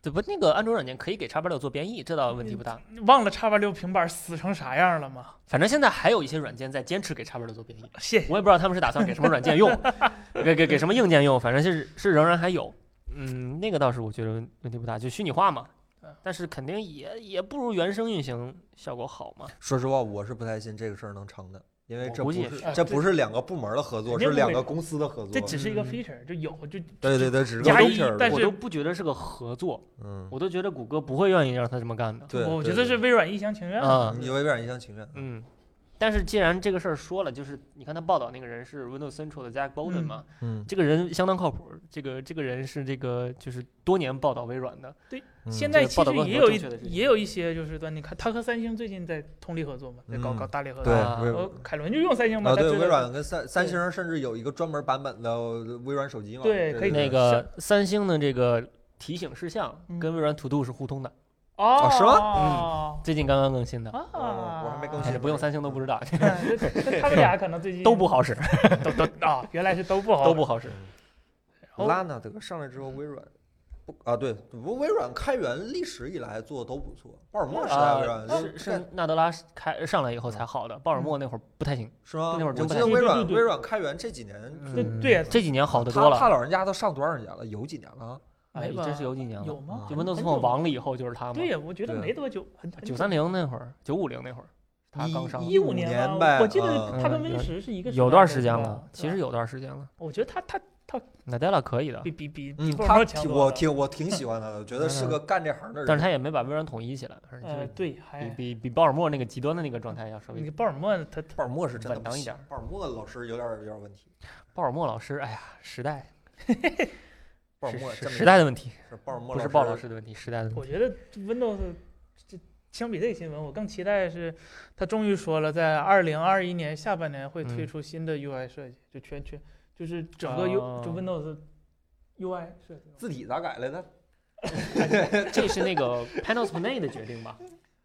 S3: 对不，那个安卓软件可以给叉八六做编译，这倒问题不大。
S4: 你忘了叉八六平板死成啥样了吗？
S3: 反正现在还有一些软件在坚持给叉八六做编译，
S4: 谢谢。
S3: 我也不知道他们是打算给什么软件
S4: [laughs]
S3: 用，给给给什么硬件用，反正是是仍然还有。嗯，那个倒是我觉得问题不大，就虚拟化嘛
S4: 嗯。
S3: 但是肯定也也不如原生运行效果好嘛。
S1: 说实话，我是不太信这个事儿能成的，因为
S3: 我
S1: 这
S3: 估
S1: 不
S3: 计也
S1: 是
S4: 是啊
S1: 这不是两个部门的合作，
S4: 肯定
S1: 是
S4: 不
S1: 两
S4: 会
S1: 个公司的合作。
S4: 这只是一个
S3: 嗯
S4: feature，就有就
S1: 对对对，只是个
S4: 加一
S1: feature
S4: 但
S3: 我
S4: 是
S3: 都不觉得是个合作，
S1: 嗯，
S3: 我都觉得谷歌不会愿意让他这么干的。
S1: 对，
S4: 我我
S1: 对
S4: 觉得
S1: 对
S4: 是微软一厢情愿
S3: 啊
S1: 你有点一厢情愿。
S3: 嗯，但是既然这个事儿说了，就是你看他报道那个人是 Windows Central 的 Jack Bowden
S4: 嗯
S3: 嘛，
S1: 嗯，
S3: 这个人相当靠谱。这个这个人是这个就是多年报道微软的，
S1: 嗯
S4: 现
S3: 这
S4: 在
S3: 个
S4: 其
S3: 报道
S4: 实
S3: 过很
S4: 也
S3: 多
S4: 有一
S3: 正确的事情
S4: 也有一些就是端倪，看他和三星最近在通力合作嘛，在搞
S1: 嗯
S4: 搞大力合
S1: 对，
S4: 作。
S3: 啊
S1: 微
S4: 我凯伦就用三星嘛，
S1: 啊，
S4: 他
S1: 对，
S4: 知
S1: 微
S4: 道
S1: 软跟三三
S4: 对
S1: 星甚至有一个专门版本的微软手机嘛。
S4: 对可以
S3: 那
S1: 对
S3: 个三星的这个提醒事项
S4: 嗯
S3: 跟微软 To Do 是互通的，
S4: 哦，
S1: 是
S4: 吗？
S3: 最近刚刚更新的，
S1: 哦
S4: 啊，
S1: 我还没更
S3: 哎
S4: [laughs]
S1: 新
S3: 不用三星都不知道，
S4: 新。他们俩可能最
S3: [laughs]
S4: 近
S3: 都不好使，
S4: 都都啊，原来是都嗯不好，
S3: 都不好使。
S4: 哦
S1: 拉纳德上来之后，微软不啊，对，不过微软开源历史以来做的都不错，鲍尔默时代微
S3: 啊
S1: 软，
S4: 哦
S1: 就是
S3: 是纳德拉开上来以后才好的，鲍尔
S4: 嗯
S3: 默那会儿不太行。
S1: 是吗？
S3: 那会
S1: 我
S3: 儿真
S1: 记
S3: 不太
S1: 得微
S4: 对
S1: 软
S4: 对对
S1: 微软开源这几年
S4: 对
S3: 嗯
S4: 对呀
S3: 这几年好的
S1: 他
S3: 多
S1: 他
S3: 了，
S1: 老人家都上多少年了？有几年了啊？
S3: 哎，
S4: 没吧
S3: 真是有几年了。
S4: 有吗？
S3: 就
S4: 很
S3: Windows
S4: 很
S3: Phone
S4: 久
S3: 亡了以后就是他嘛。
S4: 对呀，我觉得
S1: 对
S4: 没多久，很
S3: 九三零那会儿，九五零那会儿，他
S1: 一
S3: 刚上
S1: 一
S4: 一五年
S1: 年
S4: 吧
S1: 呗
S4: 我记得
S1: 嗯
S4: 他
S3: 嗯
S4: 跟 Win 十是一个
S3: 有段时
S4: 时
S3: 间
S4: 代的
S3: 了，其实，有段时间了。
S4: 我觉得他他
S3: Nadella 可以的，
S4: 比比比比
S1: 嗯，
S4: 鲍尔
S1: 他
S4: 默强
S1: 挺
S4: 多
S1: 我
S4: 了
S1: 挺我挺喜欢他的，觉得是个干这行的人。
S3: 但是他也没把微软统一起来，反正就是
S4: 呃对，还
S3: 比比比鲍尔默那个极端的那个状态要稍
S4: 那
S3: 微
S4: 个。鲍尔默他他
S1: 鲍尔默是真的
S3: 稳
S1: 不
S3: 当一
S1: 行
S3: 点儿，
S1: 鲍尔默老师有点有点问题。
S3: 鲍尔默老师，哎呀，时代
S1: 鲍尔
S3: 是
S1: 默
S3: 是
S1: 真
S3: 时代的问题，
S1: 是鲍尔默
S3: 不是鲍老师的问题，时代的问
S4: 我
S3: 题。 [laughs]
S4: 觉得 Windows 这相比这个新闻，我更期待是，他终于说了，在二零二一年下半年会
S3: 嗯
S4: 推出新的 UI 设计，就全全就是整个 U、就
S3: 哦
S4: Windows UI 设计。
S1: 字体咋改来的？
S3: 这是那 [laughs] 个 Panos Panay 的决定吧？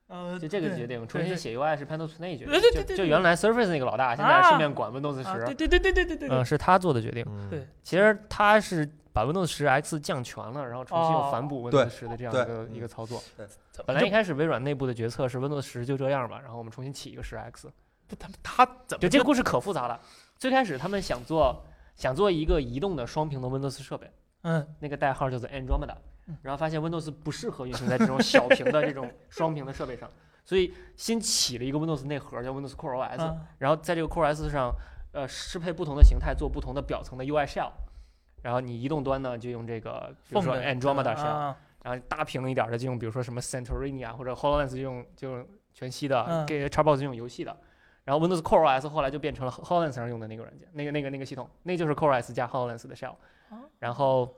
S4: 呃，
S3: 就这个
S4: 对
S3: 决定，
S4: 对
S3: 重新
S4: 对
S3: 写 UI 是 Panos Panay 决定
S4: 对对。
S3: 就
S4: 对对
S3: 就
S4: 对
S3: 原来 Surface 那个老大，现在
S4: 啊
S3: 顺便管 Windows
S4: 啊，对
S3: 十，
S4: 对对对对对对对，
S3: 嗯，是他做的决定。
S1: 嗯
S4: 对
S3: 其实他是把 Windows 十 X 降权了，然后重新
S4: 哦
S3: 又反哺
S1: 对
S3: Windows 十的这样
S1: 对
S3: 一个
S1: 嗯
S3: 一个操作。
S4: 怎么
S3: 本来
S4: 就
S3: 一开始微软内部的决策是 Windows 十就这样吧，然后我们重新起一个十 X。
S4: 不他他怎么
S3: 就这个故事可复杂了。最开始他们想做想做一个移动的双屏的 Windows 设备，
S4: 嗯
S3: 那个代号叫做 Andromeda，
S4: 嗯
S3: 然后发现 Windows 不适合运行在这种小屏的这
S4: [laughs]
S3: 种双屏的设备上，所以新起了一个 Windows 内核叫 Windows Core OS，、
S4: 啊
S3: 然后在这个 Core OS 上，呃，适配不同的形态做不同的表层的 UI shell。然后你移动端呢，就用这个，比如
S4: 缝
S3: 说
S4: 的
S3: Andromeda shell，、
S4: 啊
S3: 然后大屏一点儿的就用，比如说什么 Santorini 啊，或者 HoloLens 这种这种全息的，
S4: 嗯
S3: 给 Xbox 这种游戏的。然后 Windows Core OS 后来就变成了 HoloLens 上用的那个软件，那个那个那个系统，那就是 Core OS 加 HoloLens 的 shell
S4: 哦。
S3: 然后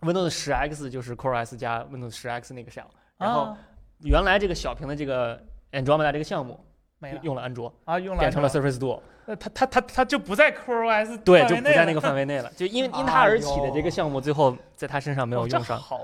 S3: Windows 10 X 就是 Core OS 加 Windows 10 X 那个 shell。然后
S4: 啊
S3: 原来这个小屏的这个 Andromeda 这个项目
S4: 没了
S3: 用了安卓，
S4: 啊，用
S3: 变成了
S4: 安卓
S3: Surface Duo，
S4: 呃他他他他就不在 CoreOS
S3: 对，
S4: 范
S3: 就
S4: 围
S3: 不
S4: 内
S3: 在那
S4: 了
S3: 个范围内
S4: [laughs]
S3: 了。就因为因他
S1: 哎
S3: 而起的这
S1: 呦
S3: 个项目，最后在他身上没有
S4: 哦这
S3: 用上，
S4: 好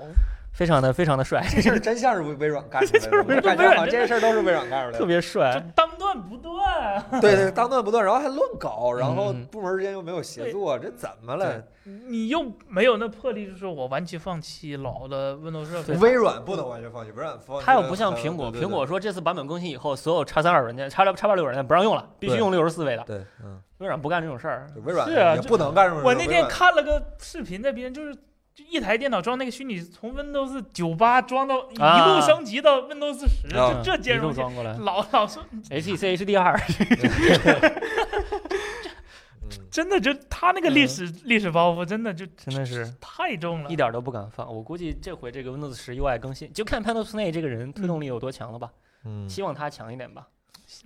S3: 非常的非常的
S4: [laughs]
S3: 帅，
S1: 这事儿真像是微微软干出来的，我感
S4: 微
S1: 觉
S4: 软
S1: 好像这些事儿都是微软干出来
S3: 特
S1: 的。
S3: 别帅
S4: 就。当断不断。啊
S1: 对对，当断不断，然后还乱搞，然后
S3: 嗯
S1: 部门之间又没有协作，这怎么了？
S4: [laughs] 你又没有那魄力，就说我完全放弃老的 Windows 设备。
S1: 微软不能完全放弃，微软放弃
S3: 它
S1: 了
S3: 又
S1: 很。
S3: 不像苹果，
S1: 对对
S3: 苹果说这次版本更新以后，所有叉三二软件、叉六叉八六软件不让用了，必须
S1: 对
S3: 用六十四位的。
S1: 对，对嗯，
S3: 微软不干这种事儿，
S1: 微软
S4: 是啊
S1: 也
S4: 这
S1: 不能干这种事儿。
S4: 我那
S1: 微
S4: 天
S1: 软
S4: 看了个视频，在别人就是就一台电脑装那个虚拟，从 Windows 九八装到一
S3: 啊
S4: 路升级到 Windows 十，
S1: 啊
S4: 就这兼
S3: 一路
S4: 容性，
S3: 装过来
S4: 老老说
S3: ，HTC HDR
S1: 嗯
S4: 真的就他那个历史历史包袱真的就
S3: 真的是
S4: 太重了
S3: 一。点儿都不敢放。我估计这回这个 Windows 十 UI 更新，就看 p a n o s n a 这个人推动力有多强了吧。
S1: 嗯
S3: 希望他强一点吧。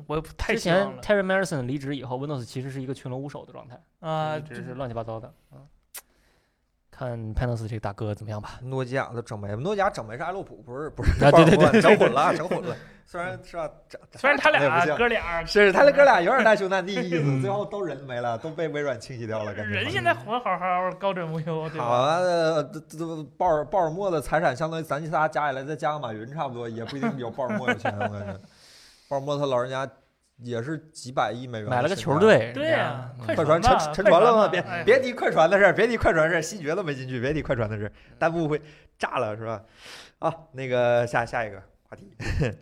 S4: 我也不太
S3: 之
S4: 希
S3: 前
S4: 望了
S3: Terry Morrison 离职以后，Windows 其实是一个群龙无首的状态，
S4: 啊！
S3: 只
S4: 这
S3: 是乱七八糟的。嗯，看 p a n o s 这个大哥怎么样吧。
S1: 嗯诺基亚的整没，诺基亚整没是爱洛普，不是不是，
S3: 啊对对
S1: 对，整混了，整混了。虽然是吧，整
S4: [laughs] 虽然他
S1: 长得也不
S4: 俩
S1: 像
S4: 哥俩
S1: 是他的哥俩有点大兄难弟意思，
S3: 嗯
S1: 最后都人没了，都被微软清洗掉了，感觉。
S4: 人现在活得好好，高枕无忧，对
S1: 好
S4: 吧？
S1: 啊，呃这这鲍尔鲍尔默的财产相当于咱仨加起来再加个马云差不多，也不一定有鲍尔默有钱，我感觉。鲍尔默他老人家也是几百亿美元，
S3: 买了个球。队，
S4: 对呀
S3: 呀，嗯
S4: 快
S1: 快
S4: 手
S1: 船
S4: 吧
S1: 沉沉船了吗？
S4: 快船吧
S1: 别
S4: 哎
S1: 别提快船的事儿，别提快船的事儿，西决都没进去，别提快船的事儿，弹幕会炸了是吧？啊，那个下下一个话题，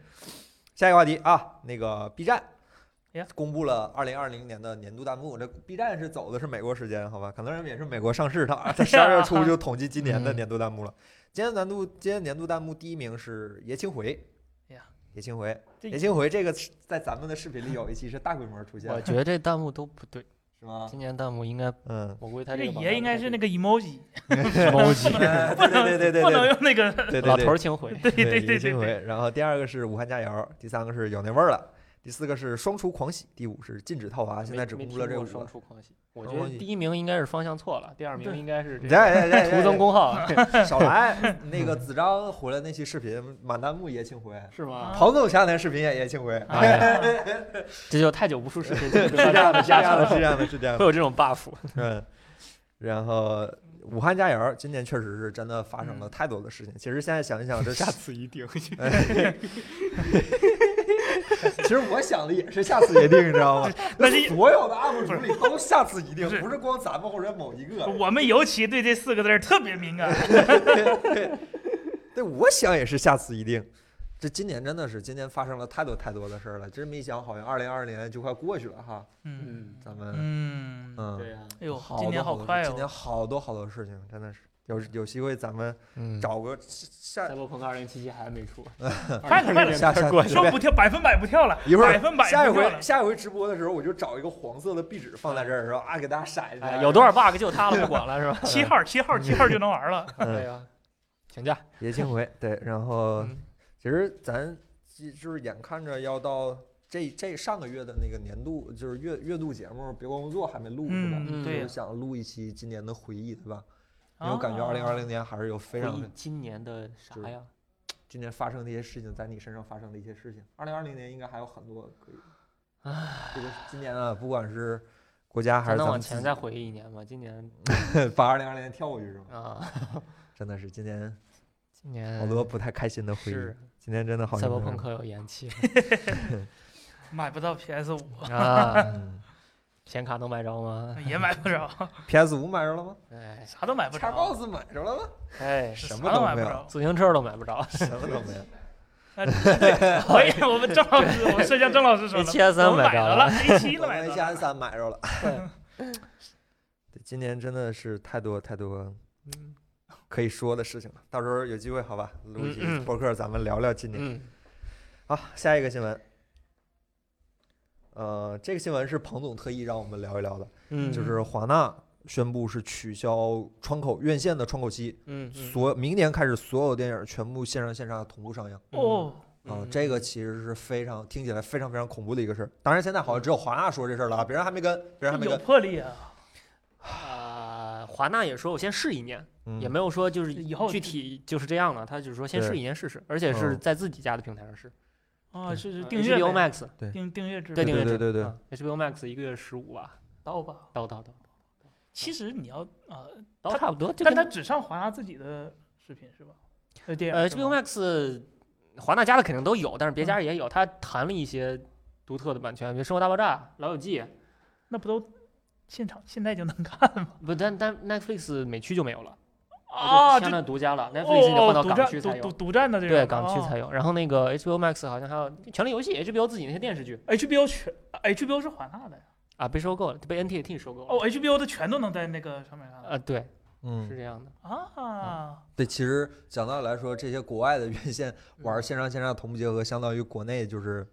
S1: [laughs] 下一个话题啊，那个 B 站
S4: 哎呀。
S1: 公布了二零二零年的年度弹幕，这 B 站是走的是美国时间，好吧？可能人也是美国上市，它
S4: [laughs]
S1: 它十二月
S4: 哎
S1: 初就统计今年的
S3: 嗯
S1: 年度弹幕了。今年难度，今年年度弹幕第一名是爷青回，
S4: 哎呀，
S1: 爷青回，
S4: 这
S1: 爷青回这个是在咱们的视频里有一期是大规模出现
S3: 我
S1: 的，
S3: 觉得这弹幕都不对，
S1: 是吗？
S3: 今年弹幕应该，
S1: 嗯，
S3: 我估计他
S4: 这
S3: 这
S4: 爷应该是那
S3: 个
S4: 个 emoji，
S3: 毛级
S1: 哎对对 [laughs] 对对对
S4: 不能
S1: 对
S4: 用
S1: [laughs]
S4: 那个，
S1: 对对，
S3: 老头儿情怀，
S4: 对对对
S1: 对
S4: 对对，
S1: 回。然后第二个是武汉加油，第三个是有那味儿了，第四个是双厨狂喜，第五是禁止套娃，现在只
S3: 没
S1: 公
S3: 没
S1: 布了
S3: 听
S1: 这
S3: 过
S1: 五
S3: 双
S1: 个。
S3: 出狂喜，我
S1: 双
S3: 觉
S1: 出狂
S3: 得
S1: 喜
S3: 第一名应该是方向错了，第二名
S4: 对
S3: 应该是这
S1: 哎
S3: 个
S1: 哎哎，
S3: 徒增
S1: 功
S3: 功耗，
S1: 少来！那个子章回来那期视频，满弹幕爷青回，
S3: 是吗？
S4: 啊
S1: 彭总前两天视频也爷青回，
S3: 哎呀，这就太久不出视频，这
S1: 是这样的，是这
S3: 下
S1: 样
S3: 场
S1: 的，是这样的，是这样的
S3: 会。有这种 buff。
S1: 嗯，然后武汉加油，今年确实是真的发生了太多的事情。其实现在想一想，这下
S3: 次
S1: [laughs]
S3: 一
S4: [laughs]
S3: 定。
S1: 其实我想的也是下次一
S4: [laughs]
S1: 定，你知道吗？
S4: 那是
S1: 所有的 UP 主里都下次一定
S4: 不，是
S1: 不是光咱们或者某一个。
S4: 我们尤其对这四个字儿特别敏感。
S1: 对，我想也是下次一定。这今年真的是，今年发生了太多太多的事儿了，真没想好像二零二年就快过去了哈。
S4: 嗯
S3: 嗯，
S1: 咱们
S4: 嗯，
S1: 嗯，
S3: 对呀，
S4: 哎呦，
S1: 好
S4: 今
S1: 多
S4: 年好
S1: 多
S4: 快
S1: 今年
S4: 哦！
S1: 好多好多事情，真的是有有机会咱们
S3: 嗯
S1: 找个下
S3: 赛博朋克二零七七还没出，
S4: 快了快了
S1: 下下
S3: 过去
S1: 下
S4: [laughs] 说不跳，百分百不跳了，
S1: 一会儿
S4: 百分百
S1: 下一
S4: 不跳了
S1: 回下一回直播的时候，我就找一个黄色的壁纸放在这儿，然后啊给大家晒一下。
S3: 哎有多少 bug 就他了，不管了是吧？
S4: 七号七号七号就
S1: [laughs]
S4: 能玩了。
S1: 嗯
S3: 对呀，请假。
S1: 别青回对，然后
S3: 嗯
S1: 其实咱就就是眼看着要到这这上个月的那个年度，就是月月度节目《别光工作》还没录是吧？
S3: 嗯
S4: 嗯，对
S1: 就
S4: 呀，
S1: 想录一期今年的回忆，对吧？因
S4: 啊
S1: 为我嗯感觉二零二零年还是有非
S3: 回
S1: 常
S3: 忆今年的啥呀？
S1: 今年发生的一些事情，在你身上发生的一些事情。二零二零年应该还有很多可以，这个今年啊，不管是国家还
S3: 还
S1: 是咱
S3: 能往
S1: 们
S3: 前再回忆一年吗？今年
S1: 自己 [laughs] 把二零二零年跳过去是吧？
S3: 啊，
S1: 真的是今年
S3: 今年
S1: 好多不太开心的回忆，
S3: 嗯是
S1: 今年真的好
S3: 赛
S1: 像
S3: 博
S1: 没有
S3: 朋克有延期
S4: [laughs] 买不到 PS 五
S3: [laughs] 啊，
S1: 嗯
S3: 显卡能买着吗？
S4: 也买不着，
S1: ，PS 五买着了吗
S3: 哎
S4: 啥都买不
S1: 叉
S4: 着，
S1: box 买着了吗？
S3: 哎，
S4: 是
S1: 什
S4: 啥
S1: 么都
S4: 买
S1: 没
S4: 不
S1: 有
S4: 着。
S3: 自行车都买不着，
S1: [laughs] 什么都没有。
S4: 啊，对，我也我们郑老师，我们摄像郑老师说了
S3: A73
S4: 我们买
S3: 买着
S4: 了
S3: 了
S4: [laughs] ，A 七
S1: 我
S4: 了买
S1: 们
S4: 着
S1: 下
S4: 了，
S1: 安三买着了。 [laughs] 对，今年真的是太多太多
S3: 嗯
S1: 可以说的事情了，到时候有机会好吧，录一
S3: 嗯
S1: 期
S3: 嗯
S1: 博客，咱们聊聊今年。
S3: 嗯，
S1: 好，下一个新闻。呃，这个新闻是彭总特意让我们聊一聊的，
S3: 嗯
S1: 就是华纳宣布是取消窗口院线的窗口期，
S3: 嗯嗯
S1: 所明年开始所有电影全部线上线下同步上映。
S4: 哦，
S1: 啊、
S3: 嗯
S1: 这个其实是非常听起来非常非常恐怖的一个事儿。当然，现在好像只有华纳说这事儿了，啊，别人还没跟，别人还没
S4: 有
S1: 跟。
S4: 魄力啊！
S3: 啊，华纳也说我先试一年，
S1: 嗯
S3: 也没有说就是
S4: 以后
S3: 具体就是这样的，他就是说先
S1: 对
S3: 试一年试试，而且是
S1: 嗯
S3: 在自己家的平台上试，
S4: 啊，是是
S3: 呃
S4: 订阅
S3: HBO
S4: 呗
S3: Max
S4: 订订阅制
S1: 对
S3: 对订阅制，
S1: 对对
S3: 啊，HBO Max 一个月十五吧，
S4: 到吧？
S3: 到到到
S4: 其实你要啊，
S3: 到
S4: 它
S3: 差不多，就
S4: 但他
S3: 跟
S4: 只上华纳自己的视频是吧？呃，电影
S3: 呃
S4: 是
S3: HBO
S4: 吗
S3: Max 华纳家的肯定都有，但是别
S4: 嗯
S3: 家也有，他谈了一些独特的版权，比如《生活大爆炸》《老友记》，
S4: 那不都现场现在就能看吗？
S3: 不，但但 Netflix 美区就没有了，
S4: 啊， [laughs]
S3: 就
S4: 这
S3: 签了独家了，Netflix 就
S4: 哦
S3: 换到
S4: 哦，独
S3: 港
S4: 占
S3: 区
S4: 独
S3: 才有
S4: 独。独占的这个
S3: 对，港区
S4: 哦
S3: 才有。然后那个 HBO Max 好像还有《权力游戏》，HBO 自己那些电视
S4: 哦
S3: 剧
S4: HBO 全 HBO 是华纳的呀，
S3: 啊，被收购了，被 NTT 收购了。
S4: 哦，HBO 的全都能在那个上面看
S3: 呃，对，是
S1: 嗯，
S3: 这样的。
S4: 啊。
S1: 对，其实讲
S3: 嗯 [laughs]
S1: 道理来说，这些国外的院线玩线上线下同步结合，相当于国内就是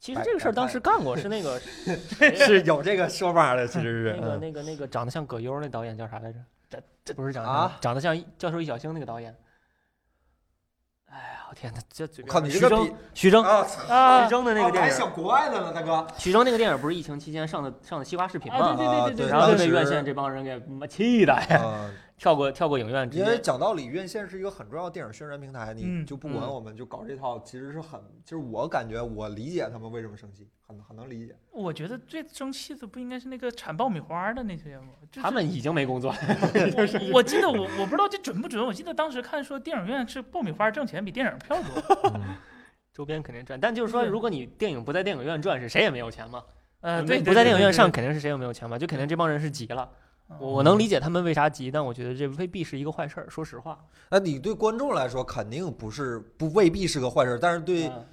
S3: 其实这个事儿当时干
S1: [laughs]
S3: 过，是那个
S1: 是有这个说法的，其实是
S3: 那个
S1: 嗯
S3: 那个那个长得像葛优那导演叫啥来着？
S4: 这
S3: 这不是长得
S1: 啊
S3: 像长得像一教授易小星那个导演。哎呀，我天哪，这嘴
S1: 我
S3: 边
S1: 靠，你
S3: 徐
S1: 这个
S3: 峥
S1: 比
S3: 徐峥
S1: 啊，
S4: 啊
S3: 徐峥的那
S1: 哦
S3: 个
S1: 我还
S3: 电影，
S1: 想国外的呢，大哥。
S3: 徐峥那个电影不是疫情期间上的上的西瓜视频
S4: 啊，
S3: 嘛？
S4: 对
S1: 啊
S4: 对对
S1: 对
S4: 对
S3: 然后就
S1: 当
S3: 被
S1: 时
S3: 院线这帮人给妈气的呀，
S1: 嗯，
S3: 跳过跳过影院直
S1: 因为
S3: 接。
S1: 讲道理，院线是一个很重要的电影宣传平台，你
S4: 嗯
S1: 就不管
S3: 嗯
S1: 我们就搞这套，其实是很，就是我感觉我理解他们为什么生气，很很能理解。
S4: 我觉得最生气的不应该是那个产爆米花的那些吗？就是
S3: 他们已经没工作了，
S4: 我我记得我我不知道这准不准，我记得当时看说电影院吃爆米花挣钱比电影票多。
S3: 嗯周边肯定赚。但就是说，
S4: 对
S3: 如果你电影不在电影院赚，是谁也没有钱嘛。
S4: 呃，
S3: 嗯
S4: 对，
S3: 不在电影院上，
S4: 对，
S3: 肯定是谁也没有钱嘛，就肯定这帮人是急了。
S4: 嗯
S3: 我我能理解他们为啥急，但我觉得这未必是一个坏事儿。说实话，
S1: 那你对观众来说肯定不是不未必是个坏事，但是对
S3: 嗯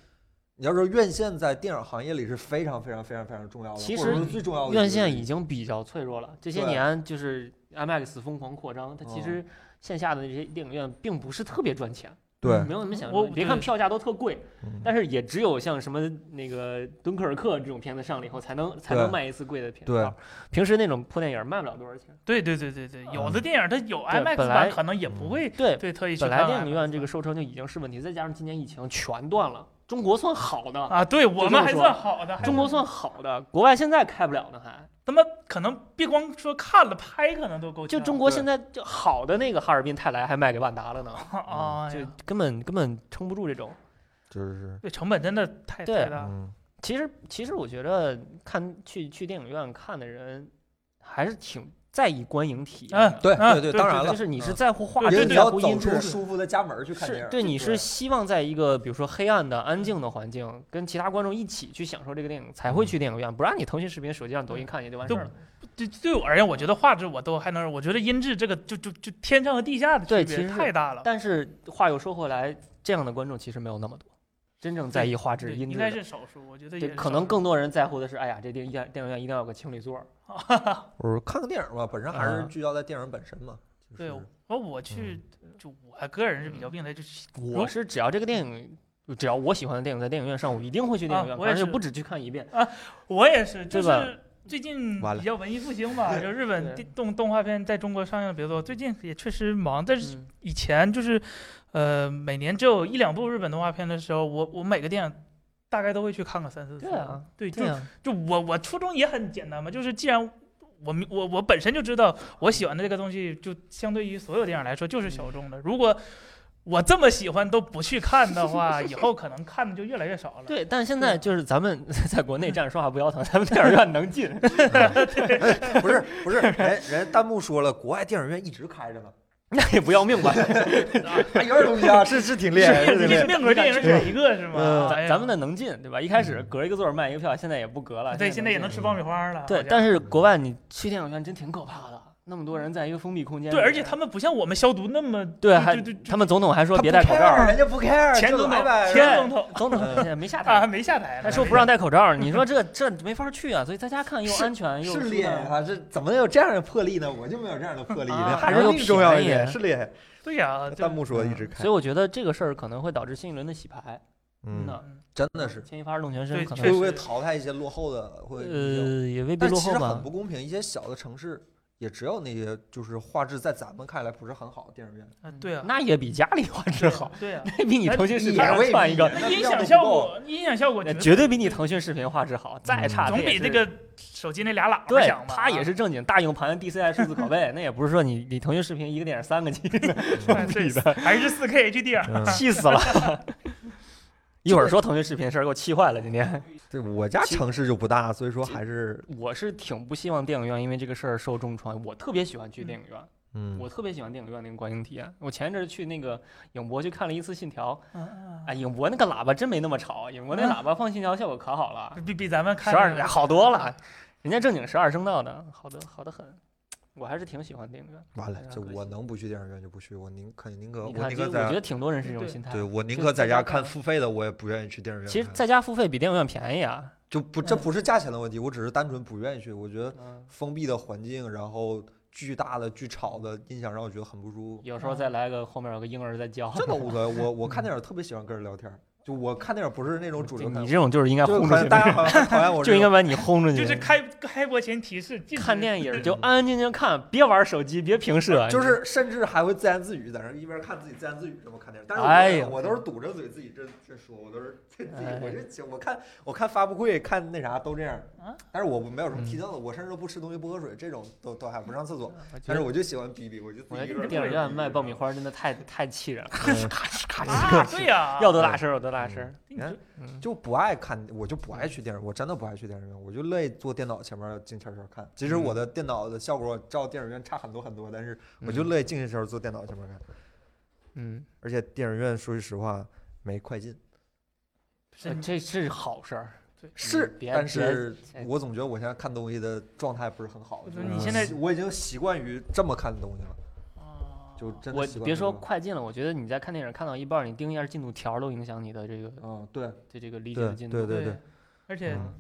S1: 你要说院线在电影行业里是非常非常非常非常重要的，
S3: 其
S1: 或者
S3: 实
S1: 说最重要的一个
S3: 院线已经比较脆弱了。这些
S1: 对
S3: 年就是 IMAX 疯狂扩张，它其
S1: 哦
S3: 实线下的这些电影院并不是特别赚钱，
S1: 对
S3: 没有你们想
S4: 我
S3: 的。别看
S4: 对
S3: 票价都特贵
S1: 嗯，
S3: 但是也只有像什么那个《敦刻尔克》这种片子上了以后，才能才
S1: 对
S3: 能卖一次贵的片
S1: 对
S3: 票。平时那种破电影卖不了多少钱。
S4: 对对对对对，有的电影它有
S3: 嗯对
S4: IMAX
S3: 本来
S4: 版，可能也不会
S3: 对，
S4: 对特意去
S3: 本
S4: 看 IMAX
S3: 来
S4: 版。
S3: 电影院这个收成就已经是问题，再加上今年疫情全断了，中国算好的，
S4: 啊，对我
S3: 这
S4: 们
S3: 么
S4: 还
S3: 说
S4: 算好的，还
S3: 中国算好的，国外现在开不了呢还。
S4: 他妈可能别光说看了拍，可能都够
S3: 就
S4: 呛
S3: 中国
S1: 对
S3: 现在就好的那个哈尔滨泰来还卖给万达了呢，
S4: 啊，哎
S3: 嗯就
S4: 呀
S3: 根本根本撑不住这种。
S1: 就是
S4: 对成本真的太
S3: 对啊
S4: 太大了。
S1: 嗯
S3: 其实其实我觉得看去去电影院看的人还是挺在意观影体验
S4: 嗯
S3: 的，
S1: 哎对
S4: 啊
S1: 对对，
S4: 对
S1: 当然
S3: 就
S1: 了，
S3: 是你是
S1: 嗯
S3: 在乎画
S4: 啊
S1: 因为
S3: 质，
S1: 你
S3: 在
S1: 要
S3: 乎
S1: 走
S3: 音质
S1: 出。舒服的家门去看电
S3: 是
S1: 影，
S3: 对，你是希望在一个比如说黑暗的、安静的环境，跟其他观众一起去享受这个电影，才会去电影院。不然你腾讯视频、手机上、抖音嗯看也就完事
S4: 就
S3: 儿了。
S4: 对对我而言，我觉得画质我都还能，我觉得音质这个就就就天上和地下的
S3: 对
S4: 区
S3: 其
S4: 别
S3: 实
S4: 太大了。
S3: 但是话又说回来，这样的观众其实没有那么多，真正在意画质、
S4: 对
S3: 音
S4: 应
S3: 质
S4: 该
S3: 的。
S4: 是少数，我觉得
S3: 对，
S4: 也是
S3: 可
S4: 少
S3: 能
S4: 数
S3: 更多人在乎的是，哎呀，这电电电影院一定要有个情侣座儿。
S1: 我说看个电影吧，本身还是
S3: 嗯
S1: 聚焦在电影本身嘛。就
S4: 对
S1: 是
S4: 我我去
S3: 嗯
S4: 就我还个人是比较病态，就是
S3: 我是只要这个电影，只要我喜欢的电影在电影院上，我一定会去电影
S4: 啊
S3: 院，
S4: 我
S3: 反
S4: 也
S3: 正
S4: 是
S3: 就不止去看一遍。
S4: 我也是，就
S3: 对吧
S4: 是最近
S1: 完了
S4: 比较文艺复兴
S3: [laughs]
S4: 吧，就日本
S3: 对
S4: 电动动画片在中国上映的比较多，最近也确实忙，但是
S3: 嗯
S4: 以前就是呃每年只有一两部日本动画片的时候，我我每个电影。大概都会去看个三四次，
S3: 对啊，
S4: 对，就
S3: 对啊，
S4: 就我我初衷也很简单嘛，就是既然我明我我本身就知道我喜欢的这个东西，就相对于所有电影来说就是小众的。如果我这么喜欢都不去看的话，以后可能看的就越来越少了。
S3: 对。但现在就是咱们 [laughs] 在国内站着说话不腰疼，咱们电影院能进。 [laughs]
S1: [laughs] 不是不是，人人弹幕说了，国外电影院一直开着呢，
S3: 那也不要命吧？
S1: [laughs] 还有点东西啊，是是挺厉害，是
S4: 是命
S1: 挺厉
S4: 是
S1: 害。
S4: 命格电影选一个是吗？哎
S3: 咱
S4: 呀
S3: 咱们的能进，对吧？一开始隔一个座儿卖一个票，现在也不隔了。
S4: 嗯对，现在也能
S3: 进
S4: 吃爆米花了。
S3: 对
S4: 好，像
S3: 但是国外你去电影院真挺可怕的，那么多人在一个封闭空间里
S4: 对，
S3: 面。
S4: 而且他们不像我们消毒那么
S3: 对
S4: 就
S3: 还
S4: 就就就
S3: 他们总统还说
S1: 他
S3: 别
S1: 不
S3: 戴口
S1: care，
S3: 罩儿，
S1: 人家不 care，
S4: 前
S1: 就
S4: 总
S1: 来
S4: 统
S1: 呗。
S4: 前
S3: 天
S4: 总统
S3: 总统现在没下
S4: 啊
S3: 台
S4: 还。没下台呢，
S3: 还说不让戴口罩儿，你说
S4: [laughs]
S3: 这这没法去啊，所以在家看又安全又
S1: 是
S3: 舒
S1: 厉害
S3: 坦
S1: 啊！这怎么能有这样的魄力呢？我就没有这样的魄力，
S3: 啊
S1: 还是
S3: 又
S1: 力重要一
S3: 便宜
S1: 点，是厉害。
S4: 对
S3: 啊
S4: 呀，就嗯
S1: 弹幕说一直
S3: 所
S1: 开
S3: 以，我觉得这个事儿可能会导致新一轮的洗牌，真的
S4: 嗯
S1: 真的是
S3: 牵一发而动全身，
S4: 对
S1: 会
S3: 可
S4: 确
S3: 能
S1: 不会
S4: 实
S1: 淘汰一些落后的？会有，
S3: 呃也未必
S1: 但
S3: 落
S1: 其
S3: 后
S1: 实很
S3: 吧
S1: 不。公平，一些小的城市。也只有那些就是画质在咱们看来不是很好的电影院，
S4: 啊对啊，
S3: 那也比家里画质
S4: [laughs]
S3: 好，
S4: 对啊，
S3: 那比你腾讯视频
S1: 也
S3: 上
S1: 未
S3: 串
S1: 必
S3: 一个，
S1: 那
S4: 音
S1: 料
S4: 响
S1: 都不
S4: 效
S1: 够
S4: 果音响效果
S3: 那
S4: 绝
S3: 绝对比你腾讯视频画质好，再差它
S4: 嗯总
S3: 也
S4: 比那
S3: 是
S4: 个手机那俩喇叭
S3: 对
S4: 响，吧？啊
S3: 它也是正经大硬盘 DCI 数字拷贝，那也不是说你你腾讯视频一个电影三个 G
S4: 哎
S3: 比
S4: 对
S3: 的，
S4: 还是四 K
S3: [laughs]
S4: 啊 HDR。
S3: 气死了。一会儿说腾讯视频的事儿，给我气坏了。今天
S1: [laughs] 对，我家
S3: 其
S1: 城市就不大，所以说还是
S3: 我是挺不希望电影院因为这个事儿受重创，我特别喜欢去电影院。
S1: 嗯
S3: 我特别喜欢电影院那个观影体验。我前一阵儿去那个影博去看了一次《信条》，哎，影博那个喇叭真没那么吵，影博那
S4: 啊
S3: 喇叭放《信条》效果可好了，
S4: 比比咱们嗯看
S3: 十二、好多了，人家正经十二声道的，好的好的很。我还是挺喜欢电影院。
S1: 完了
S3: 哎，呀
S1: 这
S3: 可
S1: 我
S3: 惜
S1: 能不去电影院就不去，我宁肯宁可
S3: 你
S1: 呃我
S3: 看，
S1: 宁
S3: 就
S1: 可
S3: 我觉
S1: 在
S3: 得挺多人是这种
S4: 对
S3: 心态
S1: 对。我宁
S3: 就
S1: 可
S3: 是
S1: 在
S3: 在家
S1: 家看
S3: 看
S1: 付费的，我也不愿意去电影院看。
S3: 其实在家付费比电影院便宜啊。
S1: 就不这
S4: 嗯
S1: 不是价钱的问题，我只是单纯不愿意去。我觉得
S3: 嗯，
S1: 封闭的环境，然后巨大的、巨吵的音响让我觉得很不舒服。
S3: 有时候再来个后面有个婴儿在叫，嗯
S1: 这个无所谓，我我看电影特别喜欢跟人聊天儿，就我看那种不是那种主流看
S3: 你
S1: 法，
S3: 这种就是应该
S1: 就
S3: 轰
S1: 可
S3: 出
S1: 能
S3: 去，
S1: 大家好像很讨厌我这
S3: [laughs] 就应该
S1: 种，
S3: 把你轰
S1: [laughs]
S3: 出去。
S4: 就是开开播前提示，禁
S3: 嗯
S4: 止
S3: 看电影就安安静静看，别玩手机，别平视。
S1: 嗯啊就是甚至还会自言自语，在那儿一边看自己自言自语这么看电影。但是
S3: 哎呀
S1: 我我都是堵着嘴自己这这说，我都是自己我这我看我看发布会看那啥都这样
S4: 啊，
S1: 但是我没有什么提升的，我甚至都不吃东西不喝水，这种都都还不上厕所，
S3: 我觉
S1: 但是
S3: 得
S1: 我就喜欢逼逼，我就自
S3: 嗯我
S1: 己一
S3: 觉
S1: 个
S3: 得
S1: 人
S3: 电影
S1: 坐着
S3: 院
S1: 逼逼
S3: 卖爆米花真的太太气人了，咔哧咔哧咔
S4: 啊，
S3: 哧，
S4: 对
S3: [laughs]
S4: 呀，
S3: 要多大声有多大声。
S4: 你这
S3: 嗯，
S1: 就不爱看，我就不爱去电影，我真的不爱去电影院，我就乐意坐电脑前面静悄悄看。即使
S3: 嗯
S1: 我的电脑的效果照电影院差很多很多，但是嗯我就乐意静下悄坐电脑前面看。
S3: 嗯，
S1: 而且电影院说句实话没快进，
S3: 这
S4: 真
S3: 呃这是好事儿。
S1: 是，
S3: 嗯别哎
S1: 但是
S3: 别
S1: 我总觉得我现在看东西的状态不是很好。
S4: 我觉
S1: 就
S4: 得
S1: 是
S4: 你现在
S1: 习我已经习惯于这么看东西了，
S4: 啊
S1: 就真的
S3: 我
S1: 习惯
S3: 别
S1: 这
S3: 说
S1: 种
S3: 快进了，我觉得你在看电影看到一半儿，你盯一下进度条儿都影响你的这个
S1: 嗯，对
S3: 对这个理解
S1: 对
S3: 的
S1: 对
S3: 进
S1: 对
S3: 度。
S1: 对
S4: 对，而且
S1: 嗯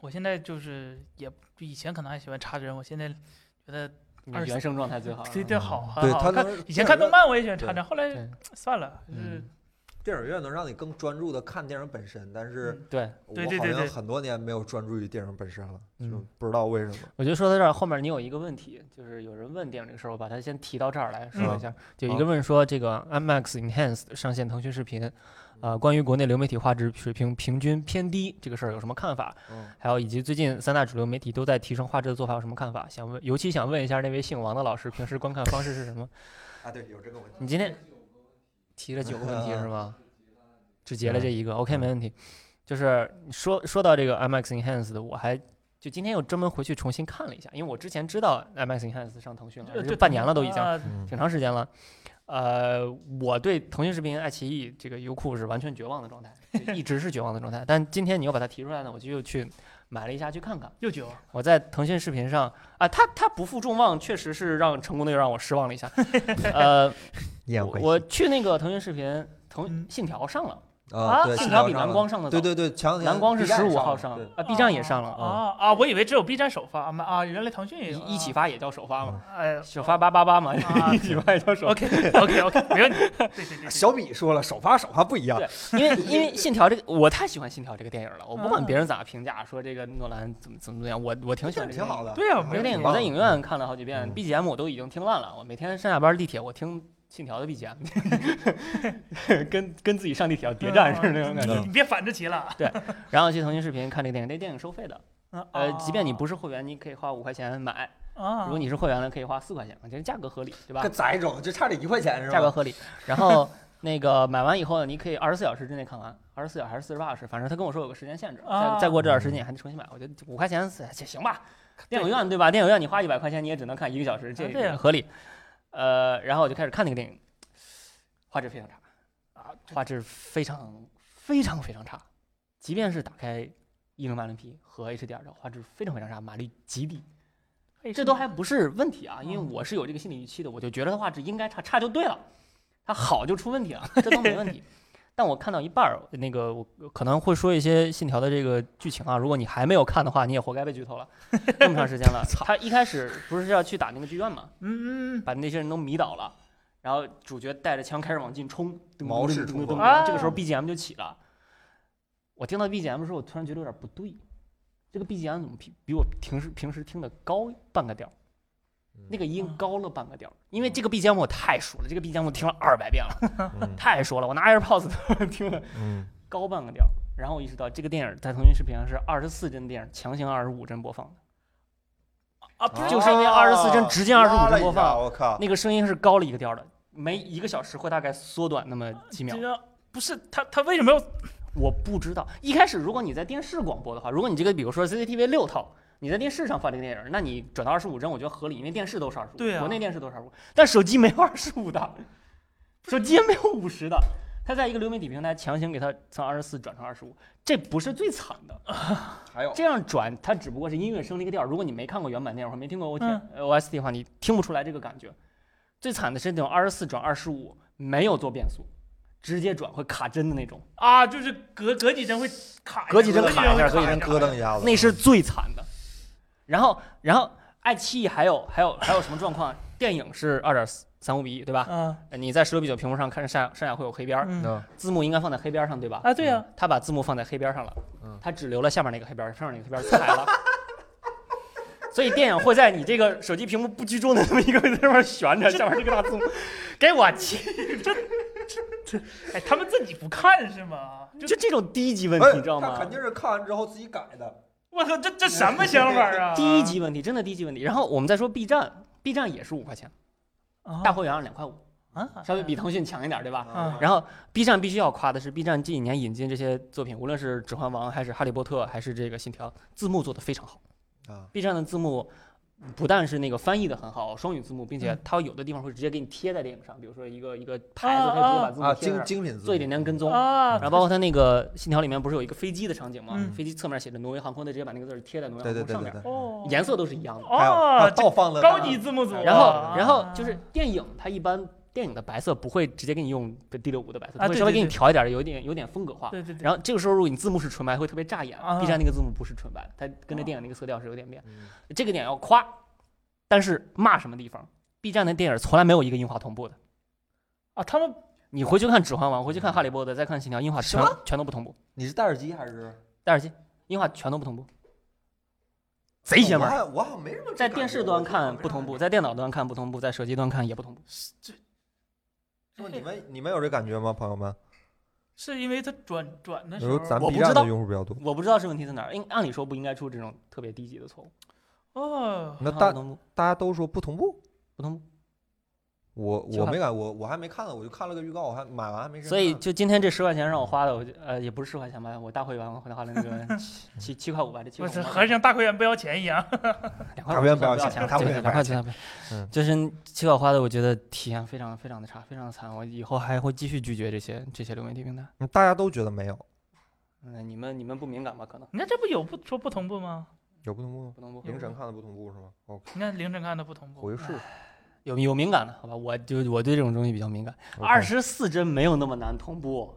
S4: 我现在就是也以前可能还喜欢插针，我现在觉得
S3: 你
S4: 二
S3: 的
S4: 十
S3: 原生状态最好。嗯
S4: 这这好很
S1: 对
S4: 好
S1: 他
S4: 看
S1: 能
S4: 以
S1: 电
S4: 前看
S1: 影
S4: 动
S1: 院
S4: 漫我也喜欢插
S1: 对
S4: 针，后来
S3: 对
S4: 算了，就是
S3: 嗯
S1: 电影院能让你更专注的看电影本身，但是
S4: 嗯
S3: 对，
S1: 我
S4: 对对
S1: 好
S4: 对
S1: 像
S4: 对
S1: 很多年没有专注于电影本身了，就
S3: 嗯
S1: 不知道为什
S3: [laughs]
S1: 么。
S3: 我觉得说到这儿，后面你有一个问题，就是有人问电影这个事儿，我把它先提到这儿来说一下。就有一个问说，这个 IMAX Enhanced 上线腾讯视频，呃，关于国内流媒体画质水平平均偏低这个事儿有什么看法？
S1: 嗯，
S3: 还有以及最近三大主流媒体都在提升画质的做法有什么看法？想问，尤其想问一下那位姓王的老师，平时观看方式是什么？
S1: 啊，对，有这个问题。
S3: 你今天 [laughs] 提了九个问题是吗？只结了这一个，OK，
S1: 嗯
S3: 没问题。就是说说到这个 IMAX Enhanced，我还就今天又专门回去重新看了一下，因为我之前知道 IMAX Enhanced 上腾讯了，
S4: 这
S3: 而且
S4: 这
S3: 半年了都已经，
S4: 啊
S1: 嗯
S3: 挺长时间了。呃，我对腾讯视频、爱奇艺、这个优酷是完全绝望的状态，就一直是绝望的状态。但今天你又把它提出来呢，我就又去买了一下去看看。
S4: 又九
S3: 我在腾讯视频上啊，它它不负众望，确实是让成功的又让我失望了一下。呃，
S1: 眼
S3: 我我去那个腾讯视频，腾
S4: 嗯
S3: 信条上了，
S1: 啊，
S4: 啊
S1: 对，
S3: 信
S1: 信
S3: 条
S1: 条
S3: 比
S1: 上
S3: 蓝
S1: 了
S3: 光上的
S1: 对，
S3: 早
S1: 对对，前两天
S3: 蓝光是
S1: B 站
S3: 十五号
S1: 上
S3: 上
S1: 了，
S3: 啊，B 站也上了嗯
S4: 啊啊！我以为只有 B 站首发啊啊，原来腾讯也有
S3: 一一起，发也叫首发嘛，
S4: 啊哎
S3: 首发八八八嘛，[laughs]
S4: 啊
S3: 一起发也叫首发。
S4: ，OK [laughs] OK OK，没问题，对对对
S1: 对
S3: [laughs]
S4: 对，
S1: 啊小米说了，首发首发不一样，
S3: 因为因为信条这个我太喜欢信条这个电影了，我不管
S4: 啊
S3: 别人咋评价，说这个诺兰怎么怎么怎么样，我我挺喜欢这
S1: 挺
S3: 个电
S1: 好
S3: 影。
S1: 的。嗯
S4: 对啊
S3: 这个
S4: 没
S3: 电
S1: 挺
S3: 影
S1: 棒
S3: 我
S1: 的
S3: 在影院看了好几遍
S1: 嗯
S3: ，BGM 我都已经听烂了。我每天上下班地铁我听信条的 BGM，跟跟自己上地铁要谍
S4: 嗯
S3: 战似的那种感觉。
S1: 觉
S4: 你你别反着骑了，
S3: 然后去腾讯视频看这个电影，这电影收费的，
S4: 啊
S3: 呃，即便你不是会员，你可以花五块钱买；
S4: 啊，
S3: 如果你是会员了，可以花四块钱，这价格合理，对吧
S1: 跟？宰一种就差这一块钱是
S3: 啊价格
S1: 吧？
S3: 合理。然
S4: [laughs]
S3: 后那个买完以后呢，你可以二十四小时之内看完，二十四小时还是四十八小时，反正他跟我说有个时间限制，
S4: 啊
S3: 再再过这段时间你还得重新买。我觉得五块钱哎这行吧，电影
S4: 对啊
S3: 院对吧？电影院你花一百块钱你也只能看一个小时，这
S4: 对呀
S3: 也合理。呃，然后我就开始看那个电影，画质非常差，
S4: 啊，这
S3: 画质非常非常非常差，即便是打开一零八零 P 和 HDR 的画质非常非常差，码率极低。
S4: 哎
S3: 这都还不是问题啊，因为
S4: 嗯
S3: 我是有这个心理预期的，我就觉得它画质应该差，差就对了，它好就出问题了，这都没问
S4: [laughs]
S3: 题。但我看到一半儿，那个我可能会说一些《信条》的这个剧情啊，如果你还没有看的话，你也活该被剧
S4: [laughs]
S3: 透了。那么长时间了，他一开始不是要去打那个剧院嘛，
S4: 嗯嗯
S3: 把那些人都迷倒了，然后主角带着枪开始往进冲，噔
S1: 毛
S3: 噔
S1: 氏
S3: 噔
S1: 冲
S3: 噔
S1: 锋
S3: 噔噔
S4: 啊
S3: 这个时候 BGM 就起了。我听到 BGM 的时候，我突然觉得有点不对，这个 BGM 怎么比比我平时平时听的高半个调儿？
S1: 嗯
S3: 那个音
S4: 啊
S3: 高了半个调儿，因为这个 BGM 我太熟了，这个 BGM 我听了二百遍了，
S1: 嗯
S3: 太熟了，我拿 AirPods 都听了
S1: 嗯
S3: 高半个调儿。然后我意识到这个电影在腾讯视频上是二十四帧电影强行二十五帧播放的，
S4: 啊，不是
S3: 就是因为24帧直接25
S1: 拉了
S3: 帧播
S1: 一下
S3: 放
S1: 我靠！
S3: 那个声音是高了一个调儿的，每一个小时会大概缩短那么几秒
S4: 这。个不是他他为什么要
S3: 我不知道，一开始如果你在电视广播的话，如果你这个比如说 CCTV 六套，你在电视上放这个电影，那你转到二十五帧，我觉得合理，因为电视都是二十五，
S4: 对啊
S3: 国内电视都是二十五，但手机没有二十五的，手机也没有五十的，它在一个流媒体平台强行给它从二十四转成二十五，这不是最惨的，
S1: 还有
S3: 这样转它只不过是音乐升了一个调儿，如果你没看过原版电影或者没听过呃 O T
S4: 嗯
S3: O S T 的话，你听不出来这个感觉。最惨的是那种二十四转二十五，没有做变速，直接转会卡帧的那种。
S4: 啊？就是隔隔几帧会卡一下，
S3: 隔几帧
S4: 帧
S3: 卡一下
S4: 会
S3: 隔几帧
S1: 咯噔一下子，
S3: 那是最惨的。然后，然后爱奇艺还有还有还有什么状况？电影是二点三五比一，对吧？
S4: 啊，
S3: 你在十六比九屏幕上看上下上下会有黑边儿，
S4: 嗯，
S1: 嗯
S3: 字幕应该放在黑边儿上，对吧？
S4: 啊，对呀，
S3: 他把字幕放在黑边儿上了
S1: 嗯，
S3: 他只留了下面那个黑边儿，上面那个黑边儿裁了。所以电影会在你这个手机屏幕不居中的这么一个在那边悬着，下面这个大字幕，给我气！嗯
S4: 哎，他们自己不看是吗？就
S3: 就这种低级问
S1: 哎
S3: 题，你知道
S1: 他
S3: 吗？
S1: 肯定是看完之后自己改的。
S4: 我操，这这什么想法啊？
S3: 低级问题，真的低级问题。然后我们再说 B 站，B 站也是五块钱，
S4: 啊
S3: 大会员是两块五，
S4: 啊，
S3: 稍微
S1: 嗯
S3: 比腾讯强一点，对吧？
S4: 啊
S3: 然后 B 站必须要夸的是，B 站这几年引进这些作品，无论是《指环王》还是《哈利波特》还是这个《信条》，字幕做得非常好。
S1: 啊
S3: ，B 站的字幕不但是那个翻译的很好，双语字幕，并且
S4: 嗯
S3: 它有的地方会直接给你贴在电影上，比如说一个一个牌子，
S4: 啊
S3: 它直接把字幕
S1: 啊，
S3: 贴在
S1: 精
S3: 那儿，
S1: 精品字
S3: 做一点点跟踪。
S4: 啊
S3: 然，后包括它那个《信条》里面不是有一个飞机的场景吗
S4: 嗯？
S3: 飞机侧面写着挪威航空，它直接把那个字儿贴在挪威
S1: 对对
S3: 航空
S1: 对
S3: 上
S1: 对
S3: 面，
S1: 对。
S4: 哦，
S3: 颜色都是一样的。
S1: 还有啊还
S4: 哦
S1: 有，倒放的
S4: 高级字幕组啊，
S3: 然
S1: 啊
S3: 后，然后就是电影，它一般电影的白色不会直接给你用第六五的白色，
S4: 啊
S3: 它会
S4: 对
S3: 稍微
S4: 对
S3: 给你
S4: 对
S3: 调一点儿，有一点有点风格化。
S4: 对对对，
S3: 然后这个时候，如果你字幕是纯白，会特别扎眼
S4: 啊。哦
S3: B 站那个字幕不是纯白，它跟着电影那个色调是有点变。
S1: 嗯
S3: 这个点要夸，但是骂什么地方？B 站的电影从来没有一个音画同步的。
S4: 啊，他们
S3: 你回去看《指环王》，回去看《哈利波特》，再看《信条》，音画全全都不同步，
S1: 你是戴耳机还是？
S3: 戴耳机，音画全都不同步，贼邪门
S1: 我
S3: 儿。
S1: 好我好像没什么这
S3: 在
S1: 感
S3: 电
S1: 觉
S3: 视
S1: 我就
S3: 端看
S1: 没
S3: 不
S1: 啥
S3: 同
S1: 感
S3: 步，
S1: 觉
S3: 在电脑端看不同步，在手机端看也不同步。
S1: 就你们你们有这感觉吗，朋友们？
S4: 是因为他转转的
S1: 比
S4: 时
S1: 如
S4: 候，哦
S1: 咱
S3: 我
S1: B
S3: 不
S1: 站
S3: 知道
S1: 的用户比较多，
S3: 我不知道是问题在哪儿，应按理说不应该出这种特别低级的错误。啊
S4: 哦，
S1: 那
S3: 不
S1: 大
S3: 同步，
S1: 大家都说不同步，
S3: 不同步。
S1: 我
S3: 就
S1: 我
S3: 还
S1: 没敢，我我还没看呢，我就看了个预告，我还买完还没时间看。
S3: 所以就今天这十块钱让我花的，我就呃也不是十块钱吧，我大会员我花了那 [laughs] 个七七七块五吧，这七
S4: 我
S3: 块五
S4: 是
S3: 吧
S4: 合着像大会员不要钱一样，
S3: 两块
S1: 大
S3: 五
S1: 会员
S3: 七
S1: 不要
S3: 块五
S1: 钱
S3: 钱，
S1: 大会
S3: 对
S1: 员
S3: 两
S1: 不要
S3: 块钱，
S1: 嗯
S3: 就是七块花的，我觉得体验非常非常的差，非常的惨。我以后还会继续拒绝这些这些流媒体平台。
S1: 嗯大家都觉得没有，
S3: 嗯，你们你们不敏感吧？可能
S4: 你看这不有不说不同步吗？
S1: 有不同步吗？
S3: 不能不
S1: 凌晨看的不同步是吗？OK，
S4: 你看凌晨看的不同
S3: 哦
S4: 步，
S1: 回去试试。
S3: 哎有有敏感的，好吧？我就我对这种东西比较敏感。二十四帧没有那么难同步，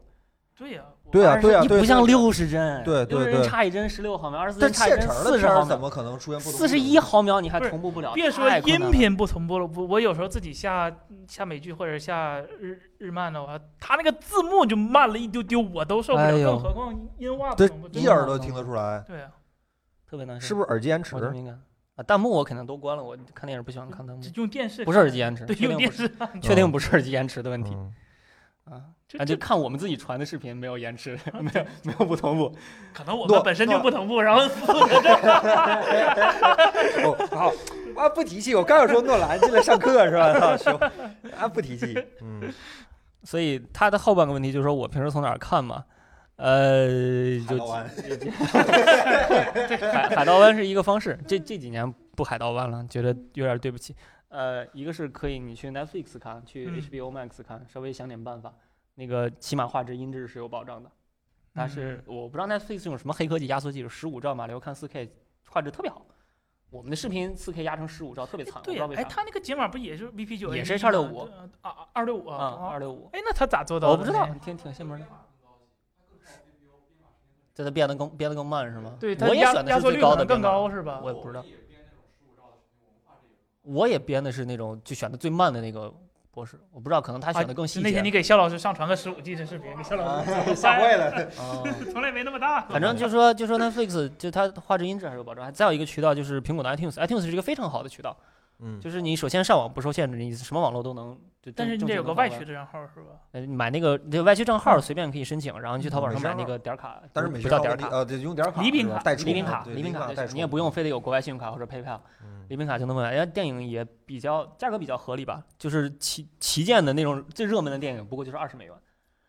S4: 对呀，我
S1: 对啊
S3: 20
S1: 对啊
S3: 你
S1: 对
S3: 不
S1: 对
S3: 像
S1: 对
S3: 六十帧，
S1: 对对
S3: 60帧
S1: 对
S3: 差一帧十六毫秒，二十四
S1: 但
S3: 帧差一
S1: 现
S3: 帧
S1: 成的
S3: 四十
S1: 片儿
S3: 毫秒
S1: 怎。么可能出现不同步
S3: 四
S1: 呢？
S3: 十一毫秒你还
S4: 不是
S3: 同步不了，
S4: 别说
S3: 太困难
S4: 音
S3: 了，
S4: 频不同步了，我我有时候自己下下美剧或者下日日漫的话，他那个字幕就慢了一丢丢，我都受不了，
S3: 哎呦
S4: 更何况音画不
S1: 这
S4: 同步。真
S1: 一
S4: 的
S1: 耳朵听得出来，
S4: 对啊，
S3: 特别难受，
S1: 是不是耳机延
S3: 嗯我就
S1: 迟？
S3: 敏感啊，弹幕我肯定都关了，我看电影不喜欢看弹幕
S4: 这，用电视
S3: 不是耳机延迟，
S4: 对，
S3: 确定
S4: 用电
S3: 不是
S4: 视看
S3: 确定不是耳机延迟的问题
S1: 嗯
S3: 啊。
S4: 这
S3: 啊，就
S4: 这
S3: 看我们自己传的视频没有延迟， [laughs] 没有没有不同步。
S4: 可能我
S1: 诺
S4: 们本身就不同步，然后
S1: 哦，好啊，不提气。我刚要说诺兰进来上课是吧？操，行啊，不提气。嗯，
S3: 所以他的后半个问题就是说我平时从哪儿看嘛？呃，
S1: 海
S3: [laughs] 就
S1: 盗湾
S3: 海海盗湾是一个方式，这这几年不海盗湾了，觉得有点对不起。呃，一个是可以你去 Netflix 看，去
S4: 嗯
S3: HBO Max 看，稍微想点办法。那个起码画质、音质是有保障的，但是
S4: 嗯
S3: 我不知道 Netflix 用什么黑科技压缩技术，十五兆码流看 4K 画质特别好。我们的视频 4K 压成十五兆，特别惨，我不
S4: 对
S3: 知
S4: 呀
S3: 道，为
S4: 哎，
S3: 啥。
S4: 他那个解码不也是 VP 九
S3: 也是265
S4: 啊二六五
S3: 啊，
S4: 啊？
S3: 二六五，
S4: 哎，那他咋做到的？
S3: 我不知道，挺挺邪门的。这它变得更变得更慢是吗？
S4: 对，他
S3: 我也
S4: 压
S3: 选的
S4: 压
S3: 是
S4: 缩
S3: 最
S4: 率
S3: 高
S4: 可
S3: 的
S4: 能更
S3: 编码
S4: 高是吧？
S3: 我也不知道。我也编的是那种就选的最慢的那个博士，我不知道，可能他
S4: 啊
S3: 选的更细
S4: 那
S3: 节
S4: 天你。给肖老师上传个十五 G 的视频，给肖
S3: [laughs]
S4: 老
S1: [laughs]
S4: 师哎
S1: 啊吓坏了。
S3: 啊
S4: [laughs] 从来没那么大。
S3: 反正就说就说 Netflix 就它画质音质还是有保障，再有一个渠道就是苹果的 iTunes，iTunes 是一个非常好的渠道，
S1: 嗯，
S3: 就是你首先上网不受限制，你什么网络都能。就
S4: 但是你
S3: 正
S4: 得有个外嗯区
S3: 的，
S4: 的账号是吧？
S3: 呃，你买那个那个外区账号随便可以申请，然后你去淘宝
S1: 嗯
S3: 上
S1: 没
S3: 买那
S1: 账号
S4: 啊
S3: 个点儿卡，
S1: 但是
S3: 不
S1: 美
S3: 不
S1: 学上
S3: 叫点
S1: 的
S3: 儿
S1: 礼
S3: 卡，
S1: 呃，得用点儿卡
S4: 礼品
S1: 是吧
S4: 卡
S1: 代充
S3: 礼品
S1: 的
S3: 卡，
S1: 对
S3: 礼品卡
S1: 卡
S3: 就
S1: 代
S3: 行
S1: 充，
S3: 你也不用非得有国外信用卡或者 PayPal，
S1: 嗯。
S3: 礼品卡就能买。人家哎电影也比较价格比较合理吧，就是旗旗舰的那种最热门的电影，不过就是二十美元。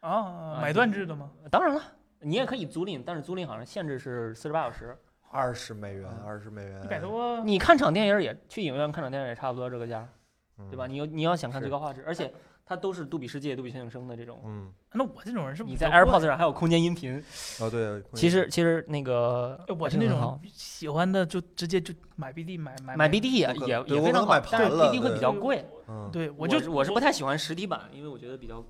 S4: 啊，
S3: 啊
S4: 买断制的吗？
S3: 当然了，你也可以租赁，但是租赁好像限制是四十八小时。
S1: 二十美元，
S3: 嗯
S1: 二十美元，
S4: 一百多，
S3: 你看场电影也去影院看场电影也差不多这个价，
S1: 嗯
S3: 对吧？？你有你要想看
S1: 是
S3: 最高画质，而且它都是杜比世界、杜比全景声的这种。
S1: 嗯，
S4: 那我这种人是
S3: 你
S4: 不
S3: 在
S4: 得过
S3: AirPods 上还有空间音频，
S1: 哦对，
S3: 其实其实那个
S4: 哎我
S3: 还
S4: 是那
S3: 很
S4: 种
S3: 好
S4: 喜欢的就直接就买 BD 买买
S3: 买 BD 也
S1: 我可
S3: 也
S1: 对
S3: 也
S1: 我
S3: 非
S1: 可能
S3: 常
S1: 买
S3: 好，但是
S1: 盘了
S3: BD 会比
S1: 对
S3: 较贵。
S1: 嗯，
S4: 对，我
S3: 我
S4: 就是
S3: 我是不太喜欢实体版，因为我觉得比较贵。
S1: 嗯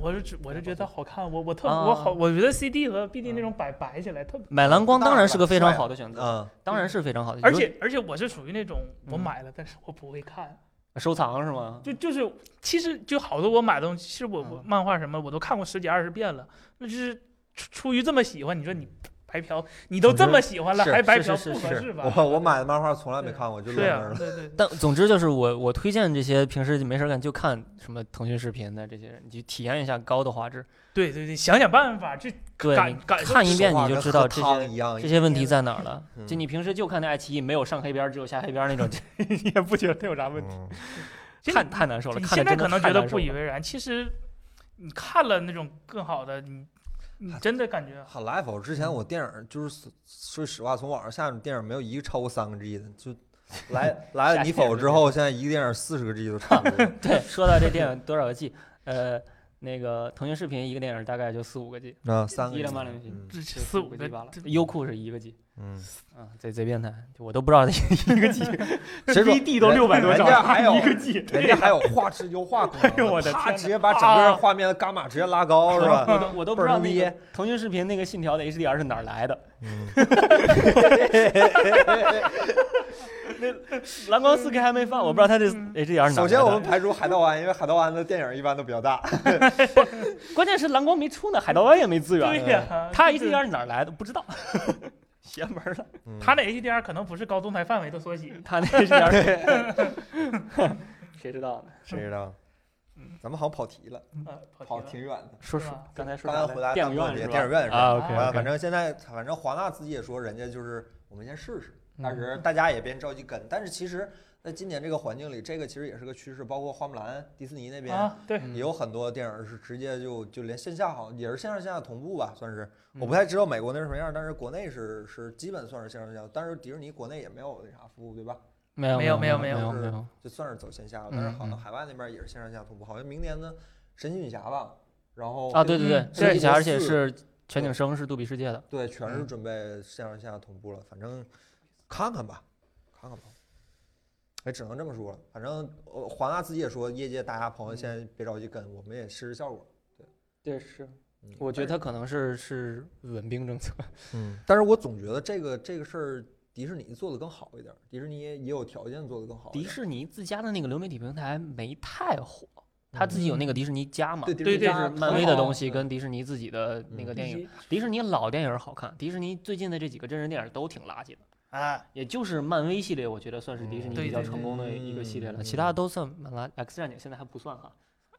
S4: 我是只我是觉得好看，我我特
S3: 啊
S4: 我好，我觉得 CD 和 BD
S3: 嗯
S4: 那种摆摆起来特别，
S3: 买蓝光当然是个非常好的选择，
S1: 嗯，
S3: 当然是非常好的选择。
S4: 而且而且我是属于那种我
S3: 嗯
S4: 买了，但是我不会看，
S3: 收藏是吗？
S4: 就就是其实就好多我买东西，其实我我
S3: 嗯
S4: 漫画什么我都看过十几二十遍了，那就是出出于这么喜欢，你说你白嫖，你都
S3: 总之
S4: 这么喜欢了
S1: 是
S4: 还白
S3: 是
S4: 嫖，
S3: 是
S4: 不合
S1: 是
S4: 适吧？
S1: 我我买的漫画从来没看过，就
S4: 对啊
S1: 愣那
S4: 呀
S1: 儿，了。
S4: 对对对，
S3: 但总之就是我我推荐这些平时没事儿干就看什么腾讯视频的这些人，你去体验一下高的画质。
S4: 对对对，想想办法，这
S3: [laughs] 对，
S4: 感
S3: 你
S4: 感受
S3: 看一遍
S1: 说话
S3: 你就
S1: 跟
S3: 知
S1: 喝
S3: 道这
S1: 汤
S3: 些
S1: 一样
S3: 这，些问题在哪儿了。
S1: 嗯
S3: 就你平时就看那爱奇艺没有上黑边儿，只有下黑边儿那种，你也不觉得它有啥问题，
S1: 嗯
S4: 其实
S3: 太太难受了。
S4: 你
S3: 看
S4: 现
S3: 着真
S4: 在
S3: 的
S4: 可能
S3: 太
S4: 觉得
S3: 难
S4: 不
S3: 受
S4: 以
S3: 了 [laughs]
S4: 为然，其实你看了那种更好的，你你
S3: 啊
S4: 真的感觉
S1: 很 life。之前我电影就是说实话，从网上下的电影没有一个超过三个 G 的， [laughs] 就来来了
S3: 吓
S1: 你
S3: 一跳
S1: 否
S3: 就
S1: 之
S3: 是
S1: 后，现在一个电影四十个 G 都差不多了。
S3: 对，说到这电影多少个 G，呃，那个腾讯视频一个电影大概就四五个 G，
S1: [laughs] 啊，三个
S3: 低
S1: G，
S3: 了吗？两 G，
S1: 嗯
S4: 这
S3: 就
S4: 四五
S3: 个
S4: 个
S3: G 罢了
S4: 这。
S3: 优酷是一个 G，
S1: [laughs] 嗯，
S3: 啊，贼贼变态，就我都不知道它 [laughs] 一个 G，
S1: 谁说
S3: BD 都
S1: 人
S3: 600多兆
S1: 人家 [laughs] 还有
S3: 一个 G，
S1: 人家还有画质优化功能呢， [laughs]
S3: 哎呦我的
S1: 啪
S3: 天哪
S1: 直接把整个画面的伽马直接拉 [laughs] 高，是吧？
S3: 我都我都不知道那
S1: 倍儿
S3: 个
S1: 牛
S3: 腾讯视频那个信条的 HDR 是哪儿来的。
S1: 嗯，
S3: [laughs] 蓝光 4K 还没放，我不知道它这
S4: 嗯
S3: HDR 是哪儿来的。
S1: 首先我们排除海盗湾，因为海盗湾的电影一般都比较大。
S3: 关键是蓝光没出呢，海盗湾也没资源。 [laughs]
S4: 对呀，
S3: 它
S4: 就是
S3: HDR 是哪儿来的不知
S4: [laughs]
S3: 道，邪门儿了。
S1: 嗯
S4: 它那 HDR 可能不是高动态范围的缩写，
S3: 它那 HDR，谁 [laughs]
S4: [laughs]
S3: 知道呢？
S1: 谁知道？咱们好像跑题了，
S4: 呃，跑
S1: 嗯跑
S4: 题
S1: 挺
S4: 了。
S1: 远的。
S3: 说
S4: 是
S3: 说
S4: 吧
S3: 刚才说
S1: 刚才回答
S3: 啥来着电影
S1: 大
S3: 院
S1: 哥
S3: 是吧
S1: 电影院是吧
S3: 啊
S1: 好吧，
S3: ，OK
S1: 反
S3: OK，
S1: 正现在，反正华纳自己也说，人家就是我们先试试，
S3: 嗯
S1: 但是大家也别着急跟。但是其实，在今年这个环境里，这个其实也是个趋势，包括花木兰、迪士尼那边
S4: 啊，对，
S1: 也
S3: 嗯
S1: 有很多电影是直接就就连线下好像也是线上线下同步吧，算是。
S3: 嗯
S1: 我不太知道美国那是什么样，但是国内是是基本算是线上线下，但是迪士尼国内也没有那啥服务，对吧？
S3: 没有
S4: 没有
S3: 没
S4: 没有
S3: 有
S1: 嗯没有
S3: 没有，
S1: 就算是走线下了，但是好像
S3: 嗯嗯
S1: 海外那边也是线上线下同步，好像明年的神奇女侠吧，然后
S3: 啊，对对对
S4: 嗯，
S3: 神
S1: 对
S3: 奇侠，而且
S1: 四
S3: 是全景声，是杜比世界的。
S1: 对，全是
S3: 嗯
S1: 准备线上线下同步了，反正看看吧，看看吧。哎，只能这么说了。反正呃华纳自己也说，业界大家朋友先别着急跟，我们也试试效果。
S3: 对，是，
S1: 嗯
S3: 我觉得它可能是是稳兵政策。
S1: 嗯，但是我总觉得这个这个事儿，迪士尼做的更好一点儿，迪士尼也有条件做的更好一
S3: 迪
S1: 点儿。
S3: 士尼自家的那个流媒体平台没太火，它自己有那个迪士尼家嘛，
S1: 对
S3: 就
S1: 迪
S4: 对
S1: 士尼
S4: 对
S1: 家
S3: 是漫
S1: 很
S3: 威的
S1: 好
S3: 东西
S1: 嗯
S3: 跟迪士尼自己的那个电影。迪士尼老电影好看，迪士尼最近的这几个真人电影都挺垃圾的，
S4: 哎
S2: 啊，
S3: 也就是漫威系列，我觉得算是迪士尼
S4: 对
S3: 比较
S4: 对对
S3: 成功的一个系列
S1: 嗯
S3: 了，其他都算蛮垃。X 战警现在还不算哈，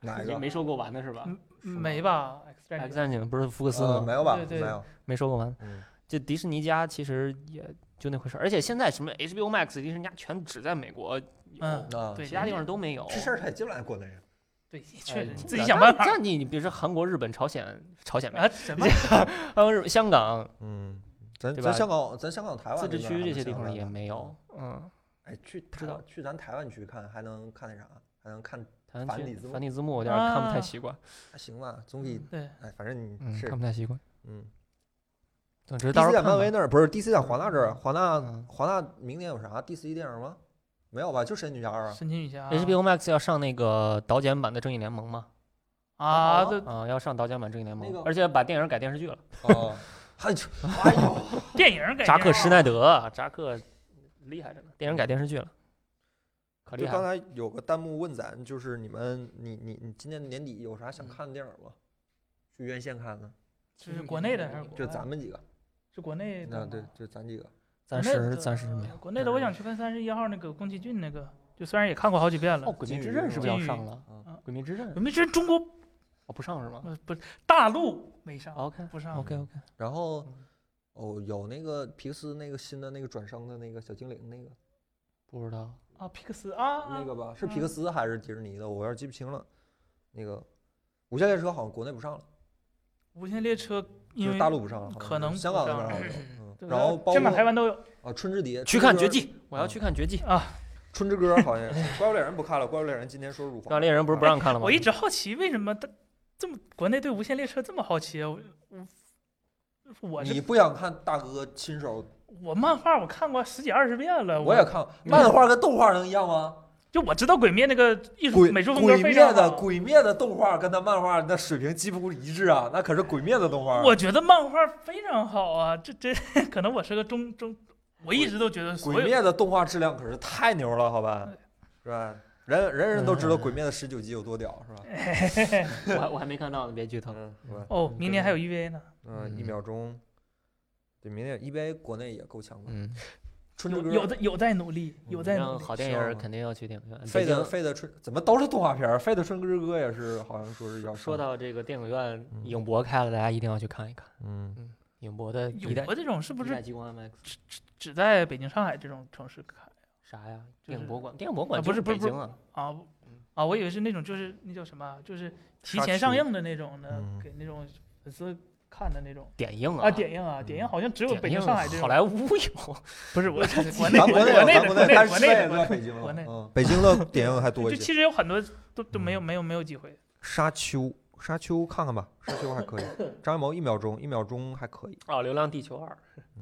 S1: 哪一
S3: 也
S1: 个？
S3: 没收购完呢是吧
S4: 嗯没吧？X 战
S3: ？X
S4: 警
S3: 战警不是福克斯
S1: 呃，
S3: 吗？
S1: 没有吧？
S4: 对对
S1: 没有。
S3: 没收购完。
S1: 嗯
S3: 这迪士尼家其实也就那回事儿，而且现在什么 HBO Max、迪士尼家全只在美国有，
S4: 嗯
S1: 啊，
S4: 对
S3: 其他地方都没有。
S1: 这事儿他也进不来国内啊。
S4: 对，确实
S3: 哎
S4: 你自己想办法
S3: 但但你你比如说韩国、日本、朝鲜、朝鲜没有，
S4: 啊，什么？
S3: 韩国、日本、香港
S1: 嗯，咱
S3: 对
S1: 咱
S3: 吧
S1: 香港，咱香港、台湾
S3: 自
S1: 那
S3: 治
S1: 边
S3: 区
S1: 还
S3: 这
S1: 能
S3: 些地
S1: 想
S3: 方
S1: 办
S3: 也
S1: 法
S3: 没有。嗯，
S1: 哎，去台
S3: 知道
S1: 湾去咱台湾区看，还能看那啥，还能看
S3: 台湾
S1: 繁
S3: 区
S1: 体字幕
S3: 繁体字幕我有点看不太
S4: 啊
S3: 习惯，
S1: 还行吧，总比
S4: 对，
S1: 哎，反正你
S3: 嗯，
S1: 是
S3: 看不太习惯。
S1: 嗯。
S3: 总之
S1: DC
S3: 到时候
S1: 在
S3: 看
S1: 漫威
S3: 吧。
S1: 那儿不是 DC 在华纳这儿，华纳
S3: 嗯
S1: 华纳明年有啥 DC 电影吗？没有吧？就神奇女侠二啊。
S4: 神奇女侠
S3: HBO Max 要上那个导剪版的《正义联盟》嘛？
S4: 啊，这
S3: 啊、要上导剪版《正义联盟
S1: 那》个，
S3: 而且把电影改电视剧了。
S1: 哦，还就 [laughs] 哎呦，
S4: 电影啊给
S3: 扎克施耐德，扎克厉害着呢，电影改电视剧了，可
S1: 就
S3: 厉害
S1: 刚
S3: 了。
S1: 才有个弹幕问咱，就是你们你你你今年年底有啥想
S3: 嗯
S1: 看的电影吗？去院线看呢？
S4: 是国内的还是国
S1: 就
S4: 外
S1: 咱们几个，
S4: 是国内
S1: 那
S4: 的吗，
S1: 对，就咱几个。
S3: 暂
S4: 国内的
S3: 时暂时没有。
S4: 国内的我想去看三十一号那个宫崎骏那个，就虽然也看过好几遍了，
S3: 哦，《鬼
S1: 金
S3: 灭之
S1: 鱼
S3: 刃
S1: 是》吧
S3: 是不是要
S4: 呃金鱼
S3: 上了？啊
S1: 嗯
S3: 《鬼灭之刃》
S4: 我们这中国
S3: 哦不上是吗啊
S4: 呃不是大陆没上，
S3: ？OK
S4: 不上
S3: OK OK，
S1: 然后
S3: 嗯，
S1: 哦，有那个皮克斯那个新的那个转生的那个小精灵那个
S3: 不知道。
S4: 啊，皮克斯啊，
S1: 那个吧，是皮
S4: 嗯
S1: 克斯还是迪士尼的？我有点记不清了。那个《无限列车》好像国内不上了，
S4: 无限列车，因
S1: 就
S4: 为
S1: 是大陆不上了，好像
S4: 可
S1: 是
S4: 能
S1: 香
S4: 不
S1: 港那
S4: 上
S1: 边好像有。
S4: [laughs] 对
S1: 嗯，然后包
S4: 香港、台
S1: 括
S4: 湾都有
S1: 啊，春之蝶
S3: 去
S1: 春
S3: 看《
S1: 之
S3: 绝
S1: 歌
S3: 技》，我要去看《绝技》。《
S4: 啊。
S1: 春之歌好像也是。怪物猎人不看了，怪物猎人今天说乳
S3: 钢
S1: 房。
S3: 猎人》不是不让看了吗？
S4: 我一直好奇为什么他这么国内对无限列车这么好奇啊？我我我
S1: 你
S4: 这
S1: 不想看大哥亲手？
S4: 我漫画我看过十几二十遍了，
S1: 我
S4: 呃我
S1: 也看过漫画跟动画能一样吗？
S4: 就我知道鬼灭那个艺术
S1: 鬼
S4: 美术风格
S1: 鬼
S4: 非
S1: 灭
S4: 常
S1: 的
S4: 好。
S1: 鬼灭的动画跟他漫画那水平几乎一致啊，那可是鬼灭的动画。
S4: 我觉得漫画非常好啊，这这 [laughs] 可能我是个中中，我一直都觉得所
S1: 鬼
S4: 有
S1: 灭的动画质量可是太牛了，好吧？是吧？人人人都知道《
S4: 嗯
S1: 鬼灭》的十九集有多屌，是吧？
S3: 我还我还没看到呢，别剧透。
S1: 嗯，是吧？
S4: [laughs] 哦，明年还有 EVA 呢，
S1: 嗯，一
S3: 嗯
S1: 秒钟，对，明年 EBA 国内也够强吧？
S3: 嗯，
S1: 春之
S4: 有
S1: 歌
S4: 有在有在努力，有在努
S3: 让
S4: 力。
S3: 好电影
S1: 是
S3: 儿
S1: 吗
S3: 肯定要去电影院。
S1: 费
S3: 毕竟
S1: 的费的春怎么都是动画片儿？费的《春之歌》也是，好像说是要
S3: 说
S1: 上，
S3: 到这个电影院
S1: 嗯
S3: 影博开了，大家一定要去看一看。
S1: 嗯，
S3: 影博的一
S4: 有
S3: 代
S4: 过这种是不
S3: 一代
S4: 是
S3: 激光 MX
S4: 只在北京、上海这种城市看
S3: 啥呀？
S4: 就
S3: 电影
S4: 是
S3: 博馆，电影博馆
S4: 啊不
S3: 就是
S4: 不
S3: 北
S4: 是不
S3: 京啊，
S4: 啊？啊，我以为是那种就是那叫什么，啊就是提
S1: 杀
S4: 前上
S1: 青
S4: 映的那种的
S1: 嗯，
S4: 给那种粉丝看的那种
S3: 点映
S4: 啊，点映啊，
S3: 嗯
S4: 点映好像只有
S3: 点
S4: 北京、
S3: 映
S4: 上海这
S3: 好
S4: 种，
S3: 莱坞有，
S4: 不是我
S1: [laughs]
S4: 国内
S1: 咱国内
S4: 国内
S1: 有咱国
S4: 的内
S1: 但
S4: 国
S1: 是
S4: 内的
S1: 也
S4: 国
S1: 在
S4: 内
S1: 北京了，
S4: 国内
S1: 嗯，北京的点映还多
S4: 就
S1: 一些。
S4: 其实有很多都都没有没有没有机会。
S1: 沙丘，沙丘看看吧，沙丘还
S4: [laughs]
S1: 可以。张艺谋一秒钟，一秒钟还可以。
S3: 哦，《流浪地球二》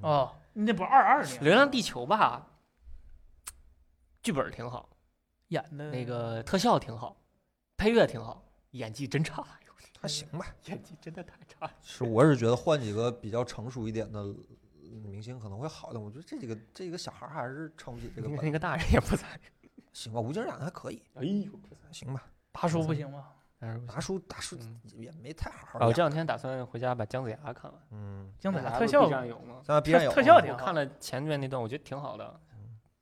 S4: 哦，那不二二
S3: 《
S4: 年
S3: 流浪地球》吧，剧本儿挺好，
S4: 演的
S3: 那个特效挺好，配乐挺好，演技真差，哎呦
S1: 还行吧，
S3: 演技真的太差了。
S1: 是我是觉得换几个比较成熟一点的明星可能会好一点。我觉得这几个这几个小孩儿还是撑不起这个
S3: 那
S1: 本。
S3: 那个大人也不咋地。
S1: 行吧，吴京演的还可以，
S3: 哎呦，
S1: 还行吧。
S4: 大叔不行吗？
S3: 但是不行
S1: 达叔达叔
S3: 嗯
S1: 也没太好
S3: 啊
S1: 好
S4: 哦
S3: 我
S1: 演。
S3: 这两天打算回家把《姜子牙》看完。
S1: 嗯，
S4: 姜子
S3: 姜
S4: 牙
S3: 子
S4: 特
S3: 不
S4: 效
S3: 哎 B 站有吗？哦
S1: 咱俩必然有
S4: 特效
S1: 啊
S4: 挺
S3: 我
S4: 好
S3: 看了前面那段，我觉得挺好的。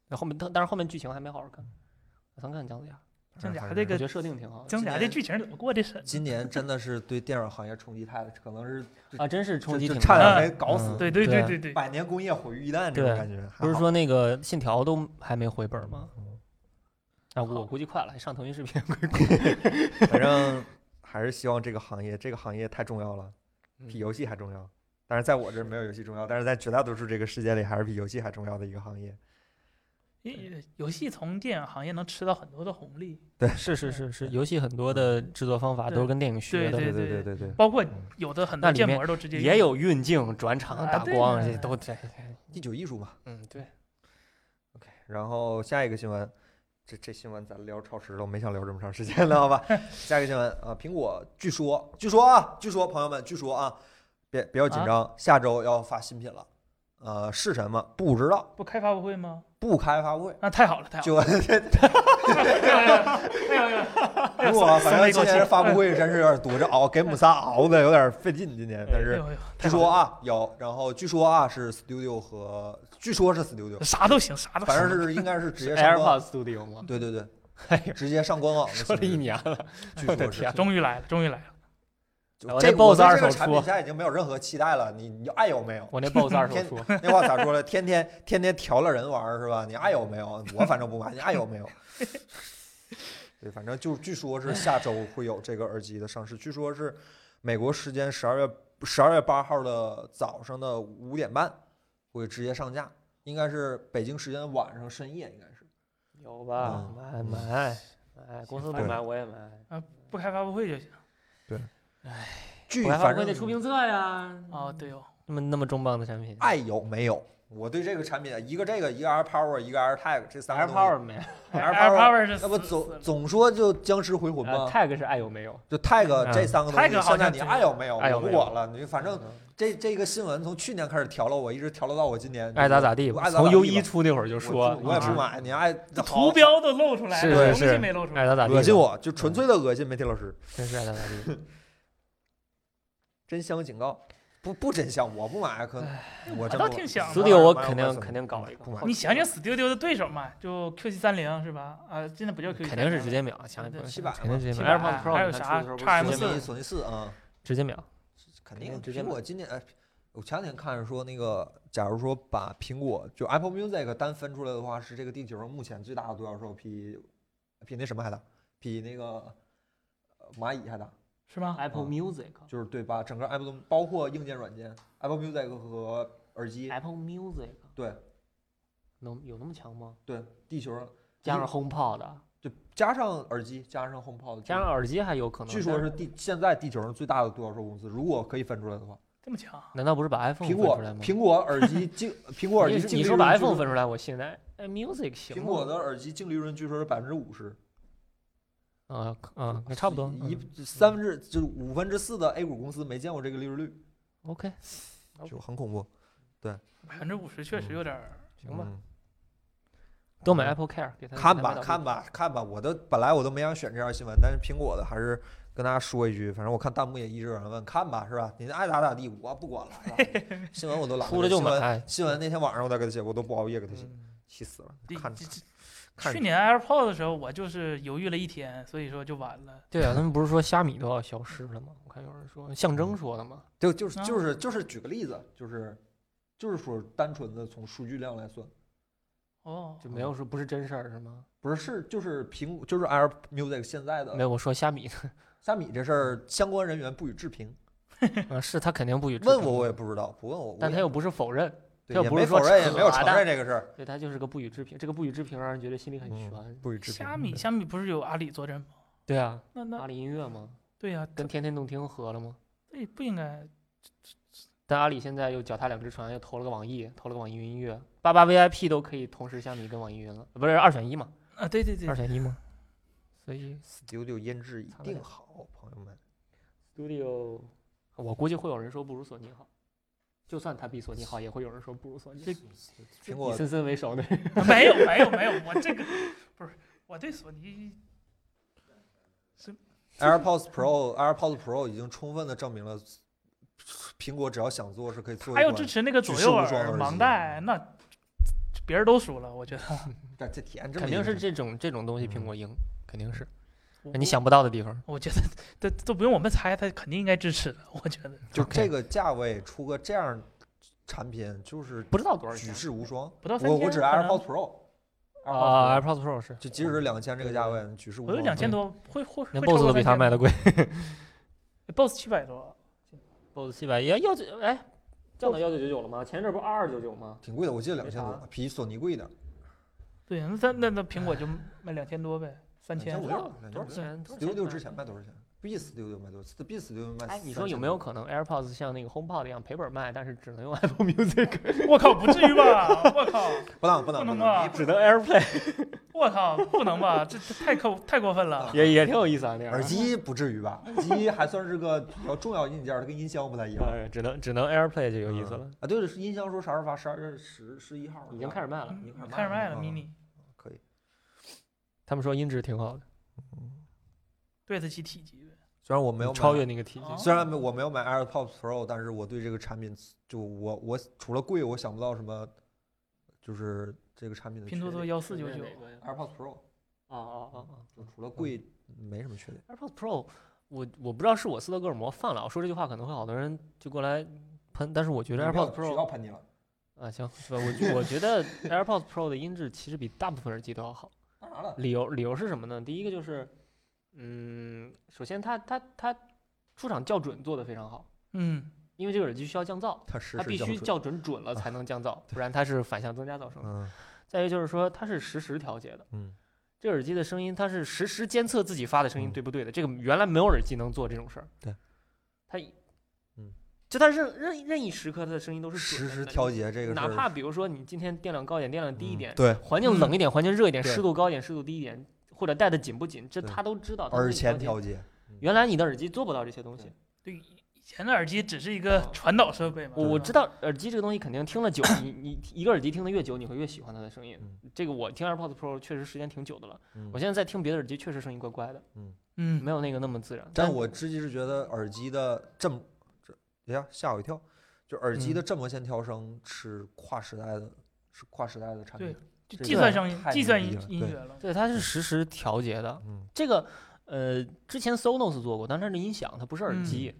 S3: 那后面，但但是后面剧情还没好好看。打算看姜子牙，
S4: 姜子牙
S1: 还
S4: 这
S1: 嗯是
S3: 我
S4: 个
S3: 觉得设定挺好的
S4: 姜子牙这剧情怎么过的审？
S1: 今年真的是对电影行业冲击太，可能是
S3: 啊，真是 [laughs] 冲击
S1: 就
S3: 挺
S1: 就差
S3: 大
S4: 啊
S3: 的
S1: 点没搞死
S3: 嗯，
S4: 对对对
S3: 对
S4: 对对，
S1: 百年工业毁于一旦这种
S3: 对
S1: 感觉。
S3: 不是说那个《信条》都还没回本吗？
S1: 嗯
S3: 啊，我我估计快了，上腾讯视
S4: [laughs]
S3: 频
S1: [laughs]
S3: 嗯
S1: 反正还是希望这个行业，这个行业太重要了，比
S3: 嗯
S1: 游戏还重要。但是在我这儿没有游戏重要，但是在绝大多数这个世界里，还是比游戏还重要的一个行业。
S4: 游游戏从电影行业能吃到很多的红利，
S3: 是是是是，游戏很多的制作方法都是
S4: 对
S3: 跟电影学的，
S1: 对
S4: 嗯对
S1: 对
S4: 对
S1: 对对，
S4: 包括有的很多
S3: 那里
S4: 建
S3: 面
S4: 模都直接
S3: 也有运镜、转场、
S4: 啊
S3: 打
S4: 对
S3: 光，
S4: 对
S3: 这
S4: 对
S3: 都这，
S1: 第九艺术嘛。
S3: 嗯，对，
S1: 然后下一个新闻，这这新闻咱聊超时了，我没想聊这么长时间了，
S3: [laughs]
S1: 好吧？下一个新闻啊，苹果据说，据说啊，据说朋友们，据说啊，别不要紧
S4: 啊
S1: 张，下周要发新品了。呃，是什么不知道，
S4: 不开发布会吗？
S1: 不开发
S3: [laughs]
S1: 布会。
S4: 那太好了，太
S1: 就
S4: 好了！
S1: [laughs] 如果反正今年这发布会真是有点多，这熬给我们仨熬的有点费劲，今年。但
S4: 哎
S1: 是
S4: 呦哎呦
S1: 据
S4: 太好
S1: 说啊有，然后据说啊是 Studio 和，据说是
S3: [laughs]
S1: Studio，
S4: 了啥都行，啥都行。
S1: 反正是应该是直接上官网，
S3: AirPods Studio 吗？
S1: 对对对，
S3: 哎呦，
S1: 直接上官网的
S3: 说了一
S1: 形式，
S3: 年 [laughs] 了，
S1: 据
S3: 我的
S1: 说是
S3: 天。
S4: 终于来了，终于来了！
S1: 就
S3: 我
S1: 这
S3: 啊那
S1: 个我
S3: Bose
S1: 对
S3: 二
S1: 这个
S3: 手
S1: 产
S3: 出
S1: 品现在已经没有任何期待了，你你爱有没有？
S3: 我那 BOSS 二手
S1: 天
S3: 书，
S1: 那话咋说了？天天天天调了人玩儿是吧？你爱有没有？我反正不买，你爱有没有？ [laughs] 对，反正就据说是下周会有这个耳机的上市，据说是美国时间十二月十二月八号的早上的五点半会直接上架，应该是北京时间的晚上深夜，应该是。
S3: 有吧？买买买，公司
S1: 嗯
S3: 不
S1: 对
S3: 买我也买。
S4: 不开发布会就行。
S1: 据
S3: 我还发
S1: 反
S3: 布会得
S1: 正
S3: 出评测呀。
S4: 哦，对哦，
S3: 那么那么重磅的产品
S1: 爱有没有？我对这个产品，一个这个，一个 AirPower，一个 AirTag，这三个东西
S3: ，AirPower 没
S1: AirPower-
S4: AirPower 哎 [laughs] 是
S1: 要不
S4: 死
S1: 总总说就僵尸回魂
S3: 呃
S1: 吗？
S3: ？Tag 是爱有没有？
S1: 就 tag 这
S3: 嗯
S1: 三个东
S4: tag
S1: 西，
S4: 好
S1: 现在
S4: 像
S1: 你
S4: 真哎
S1: 爱有没有？
S3: 爱有
S1: 我不
S3: 没有
S1: 管了，你反正这这个新闻从去年开始调了我，一直调了到我今年。
S3: 爱咋咋地
S1: 我
S3: 吧
S1: 爱，咋
S3: 从
S1: 咋
S3: U
S1: 地
S3: 一
S1: 吧
S3: 出那会儿就
S1: 我
S3: 说
S1: 不，我也
S3: 一
S1: 不
S3: 直
S1: 买，你爱
S4: 嗯这
S1: 好
S4: 图标都露出来
S3: 是
S4: 了，
S3: 是
S4: 东西
S3: 是
S4: 没露出
S3: 爱
S4: 来。
S3: 咋咋地吧，
S1: 恶心我，就纯粹的恶心媒体老师，
S3: 真是爱咋咋地。
S1: 真香警告，不不真香，我不买，可能我真
S4: 倒
S1: 不
S4: 挺
S1: 买
S4: 想的
S3: Studio 我
S1: 买
S3: 肯
S1: 买
S3: 定
S1: 买
S3: 肯定搞一个
S1: 不，买
S4: 你想想 Studio 的对手嘛，就 QC 三零是吧？啊，现在不叫 QC，
S3: 肯定是直接秒，想
S4: 对
S1: 700
S3: 肯定直接
S4: 700
S3: 秒。AirPods Pro
S4: 还有
S3: 你看
S4: 啥
S3: 出的时候不是
S4: XM4
S1: 索
S3: 直接
S1: 尼
S3: 秒
S1: 索尼四啊，
S3: 直接秒。
S1: 肯
S3: 肯
S1: 定
S3: 定直接
S1: 苹
S3: 买
S1: 果今年。哎我前两天看说那个，假如说把苹果就 Apple Music 单分出来的话，是这个地球上目前最大的独角兽，比比那什么还大，比那个呃蚂蚁还大。
S4: 是吗？
S3: Apple Music。
S1: 就是对吧？整个 Apple 都包括硬件、软件，Apple Music 和耳机，
S3: Apple Music
S1: 对
S3: 能有那么强吗？
S1: 对，地球上
S3: 加上 HomePod，啊
S1: 就加上耳机，加上 HomePod，
S3: 加上耳机还有可能。
S1: 据说
S3: 但
S1: 是地现在地球上最大的独角兽公司，如果可以分出来的话，
S4: 这么强？
S3: 难道不是把 iPhone
S1: 苹
S3: 分
S1: 果
S3: 出来吗？
S1: 苹果耳机
S3: [laughs]
S1: 净苹果耳
S3: 你
S1: 机
S3: 是
S1: 净
S3: 你
S1: 利
S3: 说
S1: 润
S3: 把
S1: 据
S3: iPhone
S1: 说
S3: 分出来，我信。哎哎，Music 行吗。
S1: 苹果的耳机净利润据说是百分之五十，
S3: 啊啊，那差不多。
S1: 一
S3: 嗯
S1: 一三分之就五分之四的 A 股公司没见过这个利润率，
S3: OK，哦
S1: 就很恐怖，
S3: 嗯
S4: 百分之五十确实有点儿
S3: 行吧。
S1: 嗯
S3: 都买 Apple Care 给它
S1: 看
S3: 给它
S1: 吧
S3: 卖，到
S1: 看吧，看吧。我都本来我都没想选这条新闻，但是苹果的还是跟大家说一句，反正我看弹幕也一直有人问，看吧，是吧？你爱咋咋地，我不管了，是吧？新闻我都懒得
S3: [laughs] 出了就
S1: 新闻
S3: 买。嗯
S1: 新闻那天晚上我再给他写，我都不熬夜给他写，气死了。
S4: 这
S1: 看
S4: 这这
S1: 看
S4: 去
S1: 着
S4: 年 AirPods 的时候，我就是犹豫了一天，所以说就晚了。
S3: 对啊，他们不是说虾米都要消失了吗？我看有人说象
S1: 嗯
S3: 征说的嘛，
S1: 就就是
S4: 啊
S1: 就是就是举个例子，就是就是说单纯的从数据量来算，
S4: 哦，
S1: 嗯
S3: 就没有说不是真事儿是吗？
S1: 不是是就是苹果就是 Air Music 现在
S3: 没
S1: 的
S3: 有，我说虾
S1: [laughs]
S3: 米，
S1: 虾米这事儿，相关人员不予置评。
S3: 嗯，是他肯定不予置
S1: 问
S3: 评
S1: 我我
S3: 的
S1: 也不知道，不问我，
S3: 但
S1: 我
S3: 他
S1: 也
S3: 又不是否认，
S1: 对
S3: 他又
S1: 也
S3: 不
S1: 没
S3: 是说
S1: 否认，也
S3: 扯
S1: 没有承
S3: 淡
S1: 认这个事儿，
S3: 所以他就是个不予置评。这个不予置评让人觉得心里很
S1: 嗯
S3: 悬。
S1: 不予置评。
S4: 虾米虾米不是有阿里坐镇吗？
S3: 对啊，
S4: 那
S3: 阿
S4: 那
S3: 里音乐嘛，
S4: 对呀、
S3: 跟天天动听合了吗？
S4: 对不应该
S3: 但阿里现在又脚踏两只船，又投了个网易，投了个网易云音乐，八八 VIP 都可以同时虾米跟网易云了，呃不是二选一嘛？
S4: 啊？对对对
S3: 二，选一嘛。所以
S1: Studio 音质一
S3: 擦了
S1: 定
S3: 点
S1: 好，朋友们。
S3: Studio，我估计会有人说不如索尼好，就算它比索尼好，也会有人说不如索尼。
S4: 这
S1: 苹
S3: 以
S1: 果
S3: 森森为首的，
S4: [laughs] 没有没有没有，我这个不是我对索尼
S1: AirPods Pro、AirPods Pro 已经充分的证明了，苹果只要想做是可以做一
S4: 还有
S1: 款。
S4: 支持那个左
S1: 举世
S4: 右
S1: 无双
S4: 耳
S1: 耳
S4: 盲
S1: 机
S4: 带，那别人都输了，我觉得。
S1: 哎这这体验真
S3: 肯定是
S1: 这
S3: 这种这种东西苹
S1: 嗯
S3: 果赢，肯定是
S4: 我
S3: 你，想不到的地方。
S4: 我我觉得这都不用我们猜，他肯定应该支持的，我觉得
S1: 就
S3: OK
S1: 这个价位出个这样产品，就是
S3: 不知道多少
S1: 举
S3: 钱
S1: 世无双。
S4: 不到三
S1: 我
S4: 千。
S1: 我指
S4: 可能
S1: AirPods Pro，
S3: 啊
S1: AirPods Pro
S3: ，AirPods Pro 是，
S1: 就即使是两千这个价位，举世无
S4: 我有
S1: 双。
S4: 两千
S3: 对
S4: 多，会会会
S3: 连
S4: 超
S3: BOSS
S4: 过
S3: 都比它
S4: 3000
S3: 卖的贵。
S4: ，BOSS 七百多，
S3: BOSS 七百也要九，哎，降到幺九九九了吗？前一阵不是二二九九吗？
S1: 挺贵的，我记得两
S3: 没
S1: 千
S3: 啥
S1: 多，比索尼贵点儿，
S4: 对，那他那那苹果就卖两千多呗，三千
S1: 千五。六，两千
S3: 多少
S1: 五
S3: 钱？啊
S1: 六。Studio 之前卖多少钱？B Studio 卖多少？B Studio 卖
S3: 哎，
S1: 三千多。
S3: 你说有没有可能 AirPods 像那个 HomePod 一样赔本卖，但是只能用 [laughs] Apple Music，
S4: [laughs] 我靠，不至于吧？我靠，
S1: 不能不
S4: 不
S1: 能
S4: 能
S1: 能
S4: 吧？
S3: 只能 AirPlay，
S4: 我靠，不能吧？这这太扣太过分了。
S3: 也也挺有意思啊那样。
S1: 耳机不至于吧？耳机还算是个比较重要硬件，它跟音箱不太一样。
S3: 呃，只能只能 AirPlay 就有意思
S1: 嗯
S3: 了，
S1: 啊，对了，是音箱说啥时候发？十二月十十一号
S3: 已经开始卖了。
S1: 你
S4: 嗯
S1: 看
S4: 开始卖了
S1: 嗯
S4: mini，
S1: 可以。
S3: 他们说音质挺好的，
S4: 对得起体积呗。
S1: 虽然我没有买
S3: 超越，那个体积。
S4: 哦
S1: 虽然我没有买 AirPods Pro，但是我对这个产品，就我我除了贵，我想不到什么，就是这个产品的
S4: 拼多
S1: 缺
S4: 多
S1: 点
S4: 幺四九九，
S1: AirPods Pro
S3: 啊啊啊啊！
S1: 就除了贵嗯没什么缺点。
S3: AirPods Pro，我我不知道是我斯德哥尔摩犯了，我说这句话可能会好多人就过来喷，但是我觉得
S1: 你不要
S3: AirPods
S1: 不要
S3: Pro
S1: 喷你了，
S3: 啊行，不我觉我
S1: [laughs]
S3: 觉得 AirPods Pro 的音质其实比大部分耳机都要好。
S1: 当然了，
S3: 理由理由是什么呢？第一个就是，嗯，首先它它它出厂校准做得非常好，
S4: 嗯，
S3: 因为这个耳机需要降噪，
S1: 它实
S3: 它必
S1: 时校
S3: 须
S1: 准。啊
S3: 校准准了才能降噪，不然它是反向增加噪声。
S1: 嗯
S3: 再一个就是说它是实时调节的。
S1: 嗯，
S3: 这耳机的声音，它是实时监测自己发的声音
S1: 嗯
S3: 对不对的。这个原来没有耳机能做这种事儿。
S1: 对，
S3: 它一，
S1: 嗯，
S3: 就它任任任意时刻它的声音都是
S1: 实
S3: 准的
S1: 时
S3: 那
S1: 调
S3: 种
S1: 节这个
S3: 哪
S1: 是
S3: 怕比如说你今天电量高一点，电量低一
S1: 嗯
S3: 点，
S1: 对，嗯
S3: 环境冷一点，环境热一点，
S1: 对
S3: 湿度高一点，湿度低一点，或者戴的紧不紧，这
S1: 对
S3: 它都知道。它
S1: 耳
S3: 自己
S1: 前
S3: 节
S1: 调。节。
S3: 原来你的耳机做不到这些东西
S1: 对，
S4: 对，以前的耳机只是一个传导设备嘛。
S3: 我
S4: 是
S3: 嗯哦我
S4: 吧
S3: 知道耳机这个东西肯定听了久，你你一个耳机听的越久，你会越喜欢它的声音
S1: 嗯。
S3: 这个我听 AirPods Pro 确实时间挺久的了，
S1: 嗯
S3: 我现在在听别的耳机确实声音怪怪的，
S4: 嗯，
S3: 没有那个那么自然。
S1: 但我至今是觉得耳机的振，这哎呀吓我一跳，就耳机的
S3: 嗯
S1: 振膜线调声是跨时代的，是跨时代的产品
S4: 对。就
S1: 这
S4: 计
S1: 个
S4: 算声音
S1: 太，
S4: 计
S1: 牛
S4: 算
S1: 逼
S4: 音
S1: 了
S4: 音
S1: 对
S4: 学了。
S3: 对，它是实时调节的。
S1: 嗯，
S3: 这个呃，之前 Sonos 做过，但它是音响，它不是耳
S1: 嗯
S3: 机。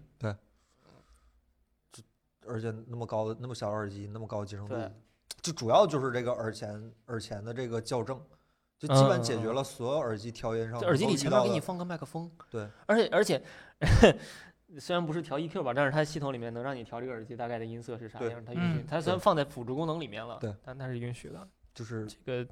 S1: 而且那么高的那么小的耳机，那么高的集成
S3: 对
S1: 度，就主要就是这个耳前耳前的这个校正，就基本解
S3: 嗯
S1: 决
S3: 嗯嗯
S1: 了所有耳机调音上
S3: 这耳机
S1: 能够
S3: 里
S1: 遇
S3: 前面
S1: 到
S3: 给你
S1: 的
S3: 放个麦克风。
S1: 对，
S3: 而且而且 [laughs] 虽然不是调 EQ 吧，但是它系统里面能让你调这个耳机大概的音色是啥
S1: 对
S3: 样，它允许。
S4: 嗯
S3: 它虽然
S1: 对
S3: 放在辅助功能里面了，
S1: 对，
S3: 但它是允许的。
S1: 就是
S3: 这个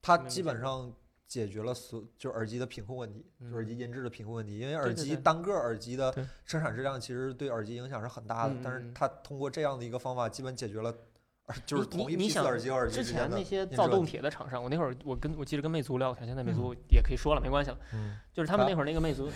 S1: 它
S3: 那个
S1: 基
S3: 叫
S1: 本上解决了所就耳机的品控问题，就耳
S3: 嗯
S1: 机音质的品控问题。因为
S3: 对
S1: 耳
S3: 对
S1: 机
S3: 对
S1: 单个耳机的
S3: 对
S1: 生产质量其实对耳机影响是很大的，但
S3: 嗯嗯
S1: 是
S3: 嗯
S1: 它通过这样的一个方法，基本解决了 [laughs] 耳就是
S3: 你
S1: 同
S3: 你
S1: 一
S3: 你
S1: 批次
S3: 想
S1: 耳机和耳机之
S3: 之
S1: 间
S3: 前
S1: 的
S3: 那。些
S1: 质
S3: 造
S1: 问
S3: 动
S1: 题
S3: 铁的厂商，我那会儿我跟我记得跟魅族聊过天，现在魅族也可以说了，没关系了。
S1: 嗯
S3: 就是他们
S1: 啊
S3: 那会儿那个魅族，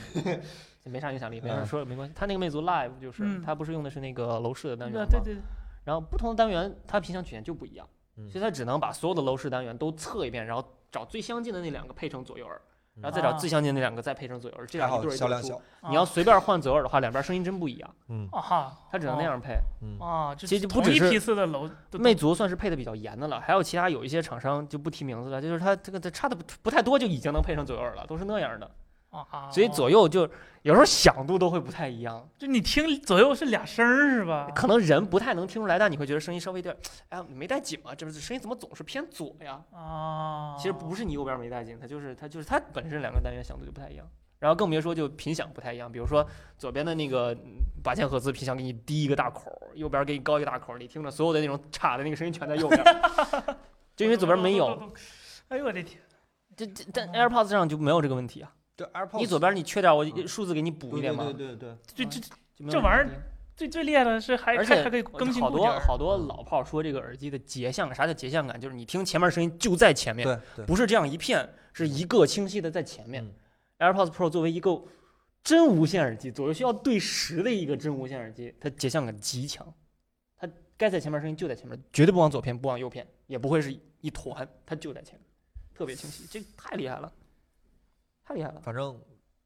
S3: 没啥影响力，没事儿
S1: 嗯
S3: 说了没关系。他那个魅族 Live 就是
S4: 嗯
S3: 它不是用的是那个楼市的单元
S4: 对
S3: 吗？
S4: 对对，
S3: 然后不同的单元它频响曲线就不一样。
S1: 嗯
S3: 所以它只能把所有的楼市单元都测一遍，然后找最相近的那两个配成左右耳，然后再找
S4: 啊
S3: 最相近的那两个再配成左右耳，这
S1: 嗯还
S3: 样
S1: 嗯
S3: 一
S1: 好
S3: 对儿一
S1: 销
S3: 对儿
S1: 量
S3: 出。
S1: 小，
S3: 你要随便换左耳的话，两边声音真不一样，
S1: 嗯
S4: 啊哈，
S3: 它只能那样配。
S1: 嗯
S4: 啊，就
S3: 其实
S4: 是
S3: 不
S4: 同
S3: 只
S4: 一
S3: 是
S4: 批次的楼都
S3: 魅族算是配的比较严的了，还有其他有一些厂商就不提名字了，就是它这个它差的不不太多，就已经能配上左右耳了，都是那样的，
S4: 啊啊，
S3: 所以左右就有时候响度都会不太一样，
S4: 就你听左右是俩声儿是吧？
S3: 可能人不太能听出来，但你会觉得声音稍微有点，哎呀没带紧吧，这不是声音怎么总是偏左呀？
S4: 啊，
S3: 哎其实不
S1: 哦
S3: 是你右边没带紧，它就是它就是它本身两个单元响度就不太一样，然后更别说就频响不太一样，比如说左边的那个嗯八千赫兹频响给你低一个大口儿，右边给你高一个大口儿，你听着所有的那种差的那个声音全在右边儿，就因为左边没
S4: [laughs]
S3: 有。。
S4: 哎呦我的天！
S3: 这这但
S4: 哦
S3: AirPods 上就没有这个问题啊，
S1: 对 AirPods，
S3: 你左边你缺点，我
S1: 嗯
S3: 数字给你补一点嘛
S1: 对。对对对，
S4: 这
S3: 嗯
S4: 这
S3: 就没有
S4: 这
S3: 问
S4: 玩意儿
S3: 题
S4: 最最厉害的是还
S3: 而
S4: 还
S3: 且
S4: 还可以更新
S3: 好
S4: 固件
S3: 多
S4: 儿
S3: 好多
S1: 嗯
S3: 老炮儿说这个耳机的节像，啥叫节像感？就是你听前面声音就在前面，
S1: 对对，
S3: 不是这样一片，是一个清晰的在前面
S1: 嗯。
S3: AirPods Pro 作为一个真无线耳机，左右需要对时的一个真无线耳机，它节像感极强，它该在前面声音就在前面，绝对不往左偏，不往右偏，也不会是一团，它就在前面，特别清晰，这太厉害了，太厉害了。
S1: 反正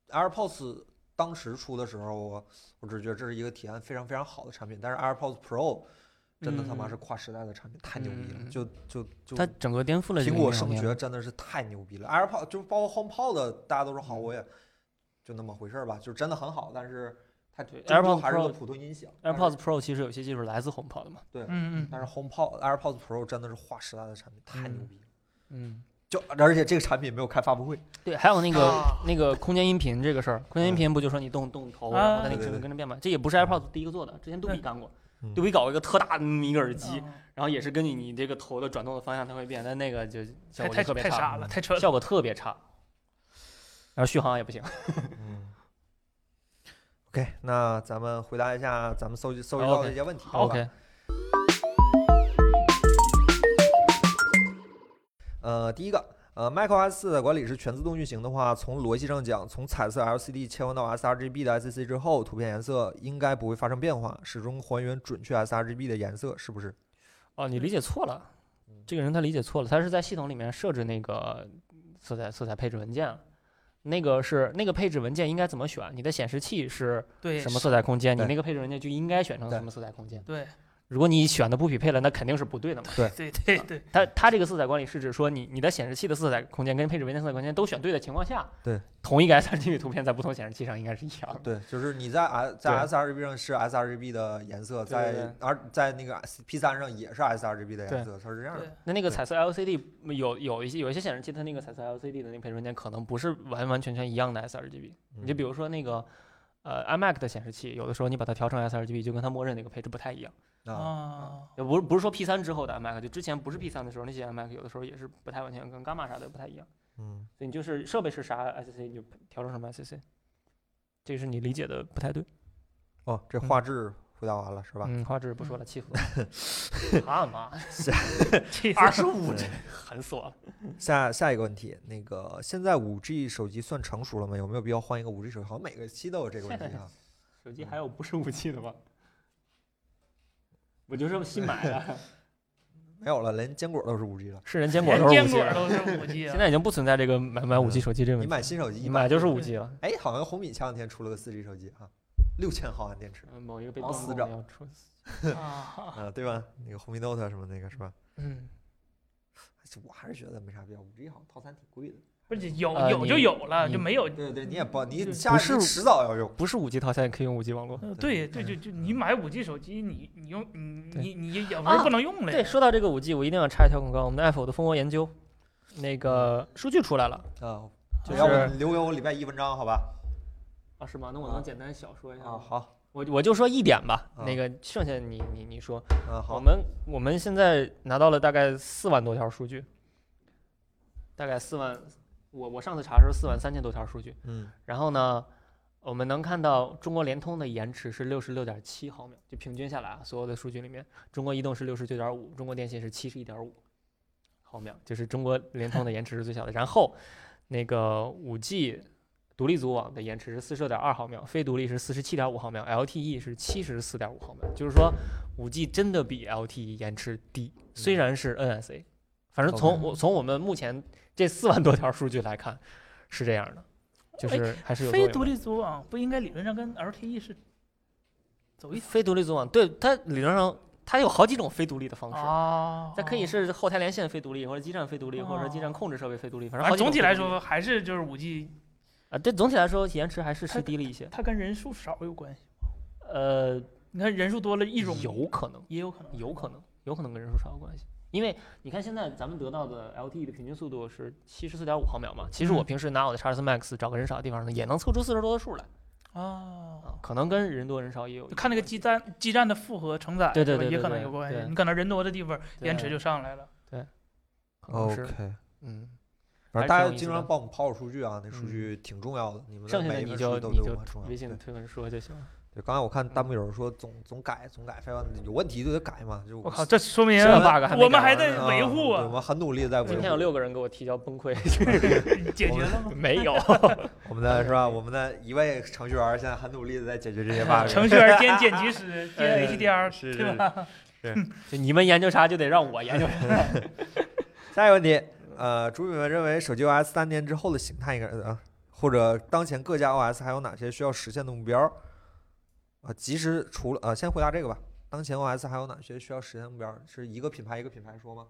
S1: AirPods 当时出的时候，我我只是觉得这是一个体验非常非常好的产品，但是 AirPods Pro 真的他妈
S3: 嗯
S1: 是跨时代的产品，太牛逼了，
S3: 嗯
S1: 就就就
S3: 它整个颠覆了这
S1: 苹
S3: 个
S1: 果
S3: 概
S1: 声
S3: 念
S1: 学真的是太牛逼了，AirPod 就是包括 HomePod 的，大家都说好，我也就那么回事儿吧，就是真的很好，但是它
S3: 对
S1: 终究
S3: AirPods
S1: 还是个
S3: Pro-
S1: 普通音响但是
S3: AirPods Pro 其实有些技术来自 HomePod 的嘛，
S4: 嗯
S1: 但
S4: 嗯，
S1: 是 HomePod AirPods Pro 真的是划时代的产品，太牛
S3: 嗯
S1: 逼了。
S3: 嗯，
S1: 就而且这个产品没有开发布会，
S3: 对，还有那个、
S4: 啊
S3: 那个空间音频这个事儿，空间音频不就说你动动头，然后它那个
S1: 啊对对
S3: 声
S1: 对
S3: 音跟着变嘛，这也不是 AirPods 第一个做的，之前杜比
S4: 嗯
S3: 干过
S1: 嗯，
S3: 杜比搞过一个特大的一个耳机，
S4: 啊
S3: 然后也是根据你这个头的转动的方向它会变，但那个就效果就
S4: 太太
S3: 特别
S4: 太傻
S3: 差，嗯
S4: 了，太蠢了。
S3: 效果特别差，然后续航也不行。
S1: 嗯。OK，那咱们回答一下咱们搜集搜集
S3: 好
S1: 到的
S3: ，OK
S1: 一些问题。好吧
S3: OK，
S1: 呃，第一个，呃，macOS 四的管理是全自动运行的话，从逻辑上讲，从彩色 LCD 切换到 sRGB 的 SCC 之后，图片颜色应该不会发生变化，始终还原准确 sRGB 的颜色，是不是？
S3: 哦，你理解错了
S1: 嗯，
S3: 这个人他理解错了，他是在系统里面设置那个色彩色彩配置文件了。那个是那个配置文件应该怎么选？你的显示器是
S4: 对，
S3: 什么色彩空间，你
S1: 对
S3: 那个配置文件就应该选成
S1: 对
S3: 什么色彩空间。
S4: 对
S3: 如果你选的不匹配了，那肯定是不对的嘛。
S4: 对对对，
S3: 它它这个色彩管理是指说你你的显示器的色彩空间跟配置文件色彩空间都选对的情况下，
S1: 对
S3: 同一个 sRGB 图片在不同显示器上应该是一样的。
S1: 对，就是你在 S 在
S3: 对
S1: sRGB 上是 sRGB 的颜色，
S3: 对对
S1: 在 R 在那个 P 3上也是 sRGB 的颜色，它是这样的
S4: 对。
S3: 那那个
S1: 对
S3: 彩色 LCD 嗯有有一些有一些显示器它那个彩色 LCD 的那个配置文件可能不是完完全全一样的 sRGB。你就比
S1: 如，
S3: 如说那个呃 iMac 的显示器，有的时候你把它调成 sRGB 就跟它默认那个配置不太一样。
S1: 啊，
S4: 啊，
S3: 也不是不是说 P 3之后的 iMac，就之前不是 P 3的时候，那些 iMac 有的时候也是不太完全跟 Gamma 啥的不太一样。
S1: 嗯，
S3: 所以你就是设备是啥 SC 你就调成什么 SC，这个是你理解的不太对。
S1: 哦，这
S3: 嗯
S1: 画质回答完了是吧？
S3: 嗯，画质不说了，气死我
S1: [laughs]
S3: 了。啊 [laughs] 妈，
S4: 这
S3: 二十五
S1: 对
S3: 帧，狠死我了。
S1: 下下一个问题，那个现在五 G 手机算成熟了吗？有没有必要换一个五 G 手机？好像每个期都有这个问题啊。
S3: 手机还有不是五 G 的吗？我就是新买的，
S1: 没有了，连坚果都是五 G 了。
S3: [laughs] 是人坚果
S4: 连
S3: 都是
S4: 坚
S3: 五 G，
S4: 果都是五 G
S3: 现
S4: 啊。
S3: 在已经不存在这个买买五 G 手机这个
S1: 你
S3: 问题，
S1: 买新手机，
S3: 你买就是五
S4: 对
S3: G 了。
S1: 哎，好像红米前两天出了个四 G 手机啊，六千毫安电池，
S3: 嗯某一个被
S1: 王
S3: 断
S1: 思
S3: 供
S1: 长
S3: 的要出，
S4: 啊，
S1: 啊，对吧？那个红米 Note 什么那个是吧？哎
S3: 嗯，
S1: 我还是觉得没啥必要，五 G 好像套餐挺贵的。
S4: 不是有
S3: 呃
S4: 有就
S3: 你
S4: 有了，就
S3: 你
S4: 没有。
S1: 对对，你也不，你
S4: 对
S1: 下
S3: 不
S1: 次
S3: 是
S1: 迟早要用。
S3: 不是五 G 套餐也可以用五 G 网络。
S4: 呃
S1: 对
S4: 对对，就就你买五 G 手机，你你用你
S3: 嗯对
S4: 你你有时
S3: 啊
S4: 候不能用了呀。
S3: 对，说到这个五 G，我一定要插一条广告。我们的 Apple 的蜂窝研究，那
S1: 嗯
S3: 个数据出来了
S1: 啊，
S3: 就
S1: 要
S3: 是
S1: 不你留给我礼拜一文章好吧？
S3: 啊，是吗？那我
S1: 啊
S3: 能简单小说一下
S1: 啊，
S3: 吗？
S1: 好，
S3: 我我就说一点吧，
S1: 啊
S3: 那个剩下你你你说。
S1: 啊
S3: 我
S1: 好，
S3: 们我们现在拿到了大概四万多条数据，大概四万，我我上次查的时候四万三千多条数据。
S1: 嗯
S3: 然后呢，我们能看到中国联通的延迟是六十六点七毫秒，就平均下来啊，所有的数据里面，中国移动是六十九点五，中国电信是七十一点五毫秒，就是中国联通的延迟是最小的。然后那个五 G 独立组网的延迟是四十六点二毫秒，非独立是四十七点五毫秒，LTE 是七十四点五毫秒。就是说，五 G 真的比 LTE 延迟低，虽然是 NSA，反正从
S1: OK
S3: 我从我们目前这四万多条数据来看，是这样的，就
S4: 哎
S3: 是还是有作
S4: 非
S3: 用的
S4: 独立组网不应该理论上跟 LTE 是走一
S3: 非独立组网，对它理论上它有好几种非独立的方式。
S4: 啊？
S3: 它可以是后台连线非独立，或者基站非独立，或者说基站
S4: 哦
S3: 控制设备非独立，反
S4: 反
S3: 正好几
S4: 正啊总
S3: 种
S4: 体
S3: 非
S4: 来
S3: 独立
S4: 说还是就是五 G，
S3: 啊，对，总体来说延迟还是是
S4: 它
S3: 低了一些。
S4: 它跟人数少有关系。
S3: 呃，
S4: 你看人数多了，一种
S3: 有可能，
S4: 也有可能
S3: 有可能，有可能跟人数少有关系。因为你看现在咱们得到的 LTE 的平均速度是七十四点五毫秒嘛，其实我
S4: 嗯
S3: 平时拿我的 X4 Max 找个人少的地方呢，也能凑出四十多的数来
S4: 啊。
S3: 啊，可能跟人多人少也有一
S4: 就
S3: 定
S4: 看那个
S3: 关系
S4: 基站基站的负荷承载，
S3: 对对
S4: 是吧
S3: 对对
S4: 也可能
S3: 对
S4: 有关
S3: 对
S4: 系。你可能人多的地方延迟
S3: 对
S4: 就上来了。
S3: 可能是
S1: OK，
S3: 嗯，
S1: 反正
S3: 还
S1: 大家
S3: 挺有意
S1: 经
S3: 思
S1: 常
S3: 的
S1: 帮我们抛抛数据啊，那数
S3: 嗯
S1: 据挺重要的，你们的
S3: 剩下的
S1: 每一
S3: 你
S1: 份
S3: 就
S1: 数据都
S3: 你
S1: 对我
S3: 就
S1: 们很重要。
S3: 微信
S1: 对
S3: 推文说就行了。
S1: 对，刚才我看弹幕有人说总总改总改，非常有问题就得改嘛，就
S4: 我靠，这说明
S3: 这 bug 还没
S4: 我
S3: 改
S4: 们还
S3: 完
S4: 在
S3: 呢
S4: 维护
S1: 啊对我
S4: 啊，
S1: 们很努力地在维护。
S3: 今天有六个人给我提交崩 [laughs] 溃，
S4: 解决了吗？
S3: 没 [laughs] 有，
S1: 我们的是吧？我们的一位程序员现在很努力的在解决这
S3: [laughs]
S1: 些 bug。
S4: 程
S1: [laughs]
S4: 序员兼剪辑师 [laughs] 兼
S1: 哎
S4: HDR，
S1: 是
S4: 对
S1: 是
S4: 吧？
S3: 就你们研究啥就得让我研究啥。
S1: 下一个问题，呃，主笔们认为手机 OS 三年之后的形态应该是啊，或者当前各家 OS 还有哪些需要实现的目标？啊，其实除了呃，先回答这个吧。当前 OS 还有哪些需要实现的目标？是一个品牌一个品牌说吗？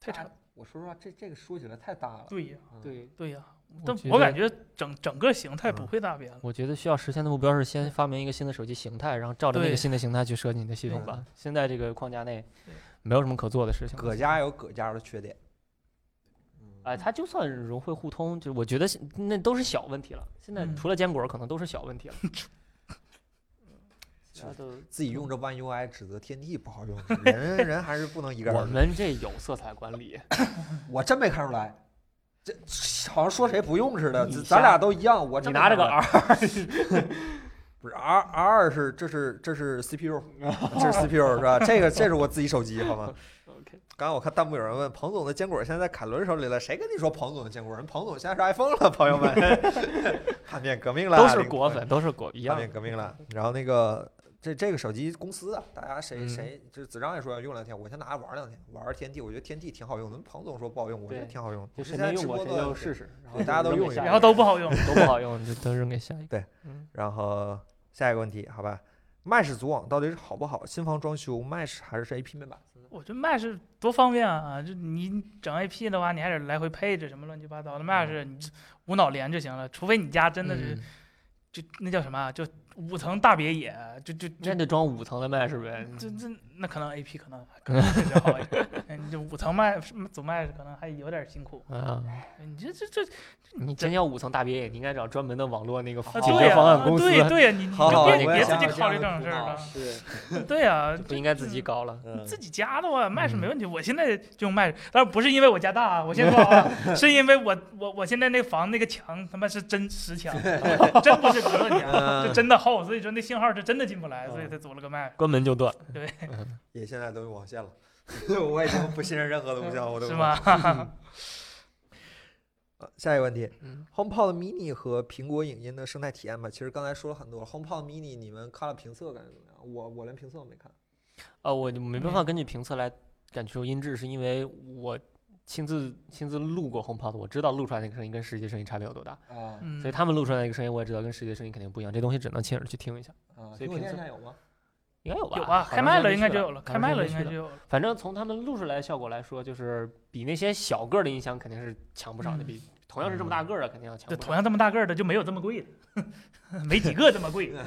S4: 太长，
S1: 我说实话，这这个说起来太大了。
S4: 对呀，
S1: 嗯，
S3: 对，
S4: 对呀。
S3: 我
S4: 但
S3: 觉
S4: 我
S3: 得
S4: 感觉整整个形态不
S1: 嗯
S4: 会大变了。
S3: [laughs] 我觉得需要实现的目标是先发明一个新的手机形态，然后照着那
S4: 对
S3: 个新的形态去设计你的系统
S1: 对
S3: 吧。现在这个框架内
S4: 对
S3: 没有什么可做的事情。
S1: 各家有各家的缺点。嗯
S3: 哎，它就算融会互通，就我觉得现那都是小问题了。现在
S4: 嗯
S3: 除了坚果，可能都是小
S1: [laughs]
S3: 问题了。其他都
S1: 自己用这 One UI 指责天地不好用，人人还是不能一概
S3: 我
S1: 而论。
S3: 们这有色彩管
S1: [laughs]
S3: 理，
S1: 我真没看出来，这好像说谁不用似的，
S3: 你
S1: 咱
S3: 瞎
S1: 咱俩都一样。我
S3: 你
S1: 真没
S3: 拿着
S1: 看出
S3: 个
S1: 来
S3: R，
S1: [laughs] 不是 R R 二是这是这是 CPU，这
S3: [laughs]
S1: 是 CPU 是吧？这个这是我自己手机好吗
S3: OK
S1: 刚才我看弹幕有人问彭总的坚果现在在凯伦手里了，谁跟你说彭总的坚果？人彭总现在是 iPhone 了，朋友们， [laughs] 叛变革命了，
S3: 都是
S1: 领
S3: 果粉，都是果一
S1: 叛
S3: 样
S1: 变革命了。然后那个这这个手机公司啊，大家谁
S3: 嗯
S1: 谁就是子章也说要用两天，我先拿着玩两天，玩玩天地，我觉得天地挺好用的。彭总说不好用，我觉得
S3: 对
S1: 挺好用。
S3: 就
S1: 我
S3: 谁
S1: 现
S3: 没
S1: 在
S3: 用
S1: 直
S3: 过
S1: 播
S3: 谁
S1: 都在
S3: 就试试，
S1: 然后大家都用一下
S4: 然后都不好用，
S3: [laughs] 都不好用，就都扔给下一个。
S1: 然后下一个问题，好吧，Mesh 组网到底是好不好？新房装修 Mesh 还是 AP 面板？ [laughs]
S4: 我觉得 Mesh 多方便啊！就你整 AP 的话，你还得来回配置什么乱七八糟的。Mesh 你无脑连就行了，除非你家真的是
S3: 嗯
S4: 就那叫什么啊，就五层大别野，就就
S3: 那
S4: 就
S3: 得装五层的麦是呗？
S4: 这这那可能 AP 可能可能确实好一 [laughs] 点，嗯，就五层卖总卖可能还有点辛苦。哎
S3: 啊，
S4: 你这这这
S3: 你真要五层大别野，你应该找专门的网络那个
S4: 啊
S3: 解
S4: 对
S3: 决
S4: 呀、
S3: 方案公司， [laughs]
S4: 对对呀、你你
S1: 好好
S4: 就别
S1: 我也
S4: 别
S1: 想
S4: 自己
S1: 有这
S4: 考
S1: 样
S4: 虑
S1: 的苦
S4: 这种事儿
S1: 恼 [laughs]
S4: 了。
S3: 是
S4: 对呀、
S3: 不应该自己搞了。
S1: 嗯
S4: 自己家的话，卖是没
S3: 嗯
S4: 问题。我现在就用卖，当然不是因为我家大啊，我先
S1: [laughs]
S4: 说啊，是因为我我我现在那房那个墙他妈是真
S1: [laughs]
S4: 实墙，真不是隔热
S1: 嗯
S4: 墙，是真的厚，所以说那信号是真的进不来，所以才组了个麦。
S3: 关门就断，
S1: 也现在都用网线了， [laughs] 我已经不信任任何东西了，我都 [laughs]
S4: 是？吗？
S1: 呃下一个问题
S3: 嗯
S1: ，HomePod Mini 和苹果影音的生态体验吧。其实刚才说了很多，HomePod Mini 你们看了评测感觉怎么样？我我连评测都没看。
S3: 啊！我就没办法根据评测来感受音质，是因为我亲自亲自录过 HomePod，我知道录出来那个声音跟实际声音差别有多大，
S1: 啊
S4: 嗯
S3: 所以，他们录出来那个声音我也知道跟实际的声音肯定不一样，这东西只能亲耳去听一下，
S1: 啊
S3: 所
S1: 苹
S3: 以
S1: 果
S3: 评测
S1: 店现在有吗？
S3: 应该有吧？
S4: 有
S3: 啊，
S4: 啊，开麦了应该就有了，
S3: 好
S4: 开
S3: 像
S4: 麦
S3: 是
S4: 了
S3: 没
S4: 应
S3: 去
S4: 该
S3: 的
S4: 就有了。
S3: 反正从他们录出来的效果来说，就是比那些小个儿的音箱肯定是强不少的，
S4: 嗯
S3: 比同样是这么大个儿的肯定要强
S4: 对，
S3: 不少。
S4: 同样这么大个儿的就没有这
S1: [laughs]
S4: 么贵的，没几个这么贵。
S1: 嗯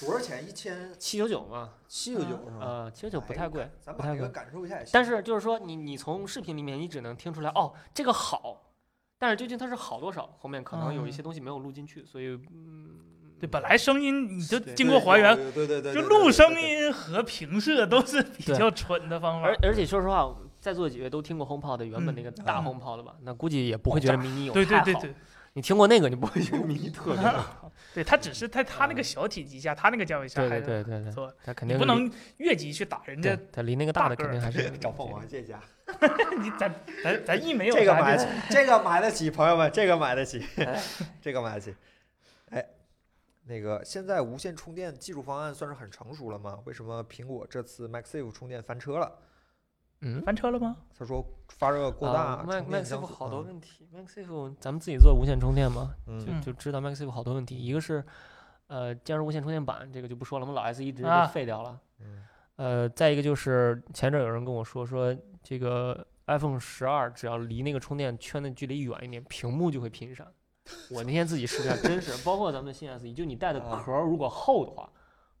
S1: 多少钱？一千
S3: 七九九嘛，
S1: 七九九是
S4: 嗯
S1: 吗？
S3: 呃，七九九不太贵，
S1: 咱
S3: 不
S1: 把
S3: 太
S1: 这个
S3: 贵。
S1: 感受一下也行。
S3: 但是就是说你，你从视频里面，你只能听出来哦，这个好，但是究竟它是好多少，后面可能有一
S4: 嗯
S3: 些东西没有录进去，所以嗯，
S4: 对，本来声音你就
S3: 对
S1: 对
S4: 经过还原，
S1: 有有对对对，
S4: 就
S1: 对
S4: 录声。音和平射都是比
S3: 对
S4: 较蠢的方法
S3: 而。而且说实话，在座几位都听过 HomePod 原本那个大
S1: 嗯
S3: HomePod 的吧？那估计也不会觉得迷你有
S4: 对对
S3: 太
S4: 对
S3: 好
S4: 对。，
S3: 你听过那个，你不会觉得迷你
S4: [laughs]
S3: 特别好。
S4: 对，它只是在它那个小体积下，它那个价位下
S3: 嗯对
S4: 还
S3: 对对
S4: 是
S3: 对
S4: 不
S3: 对，
S4: 错的，
S3: 它肯
S4: 你
S3: 定
S4: 不
S3: 离
S4: 能越级去打人
S3: 对
S4: 家。
S3: 它离那个
S4: 大
S3: 大的
S4: 个
S3: 肯
S4: 儿
S3: 定还是
S1: 对对对找凤凰借家，
S4: [laughs] 你咱咱咱一没有
S1: 这个
S4: 啥
S1: 买
S4: 就
S1: 得起，这个买得起，朋友们，这个买得起，这个买得起。哎，那个现在无线充电技术方案算是很成熟了吗？为什么苹果这次 MagSafe 充电翻车了？
S4: [laughs]
S3: 嗯，
S4: 翻车了吗？
S1: 他说发热过大，
S3: 啊麦
S1: 充电
S3: 麦克
S1: 相
S3: 风
S1: 似
S3: 好多，问题。麦克风咱们自己做无线充电嘛，
S1: 嗯
S3: 就
S1: 嗯，
S3: 就知道 MagSafe 好多问题，一个是呃加入无线充电板，这个就不说了，我们老 S 一直
S4: 啊
S3: 就废掉了。
S1: 嗯
S3: 呃，再一个就是前阵儿有人跟我说说这个 iPhone 十二只要离那个充电圈的距离远一点，屏幕就会频闪。我那天自己试了一下，真是，包括咱们的新 S 一，就你带的
S1: 啊
S3: 壳儿如果厚的话，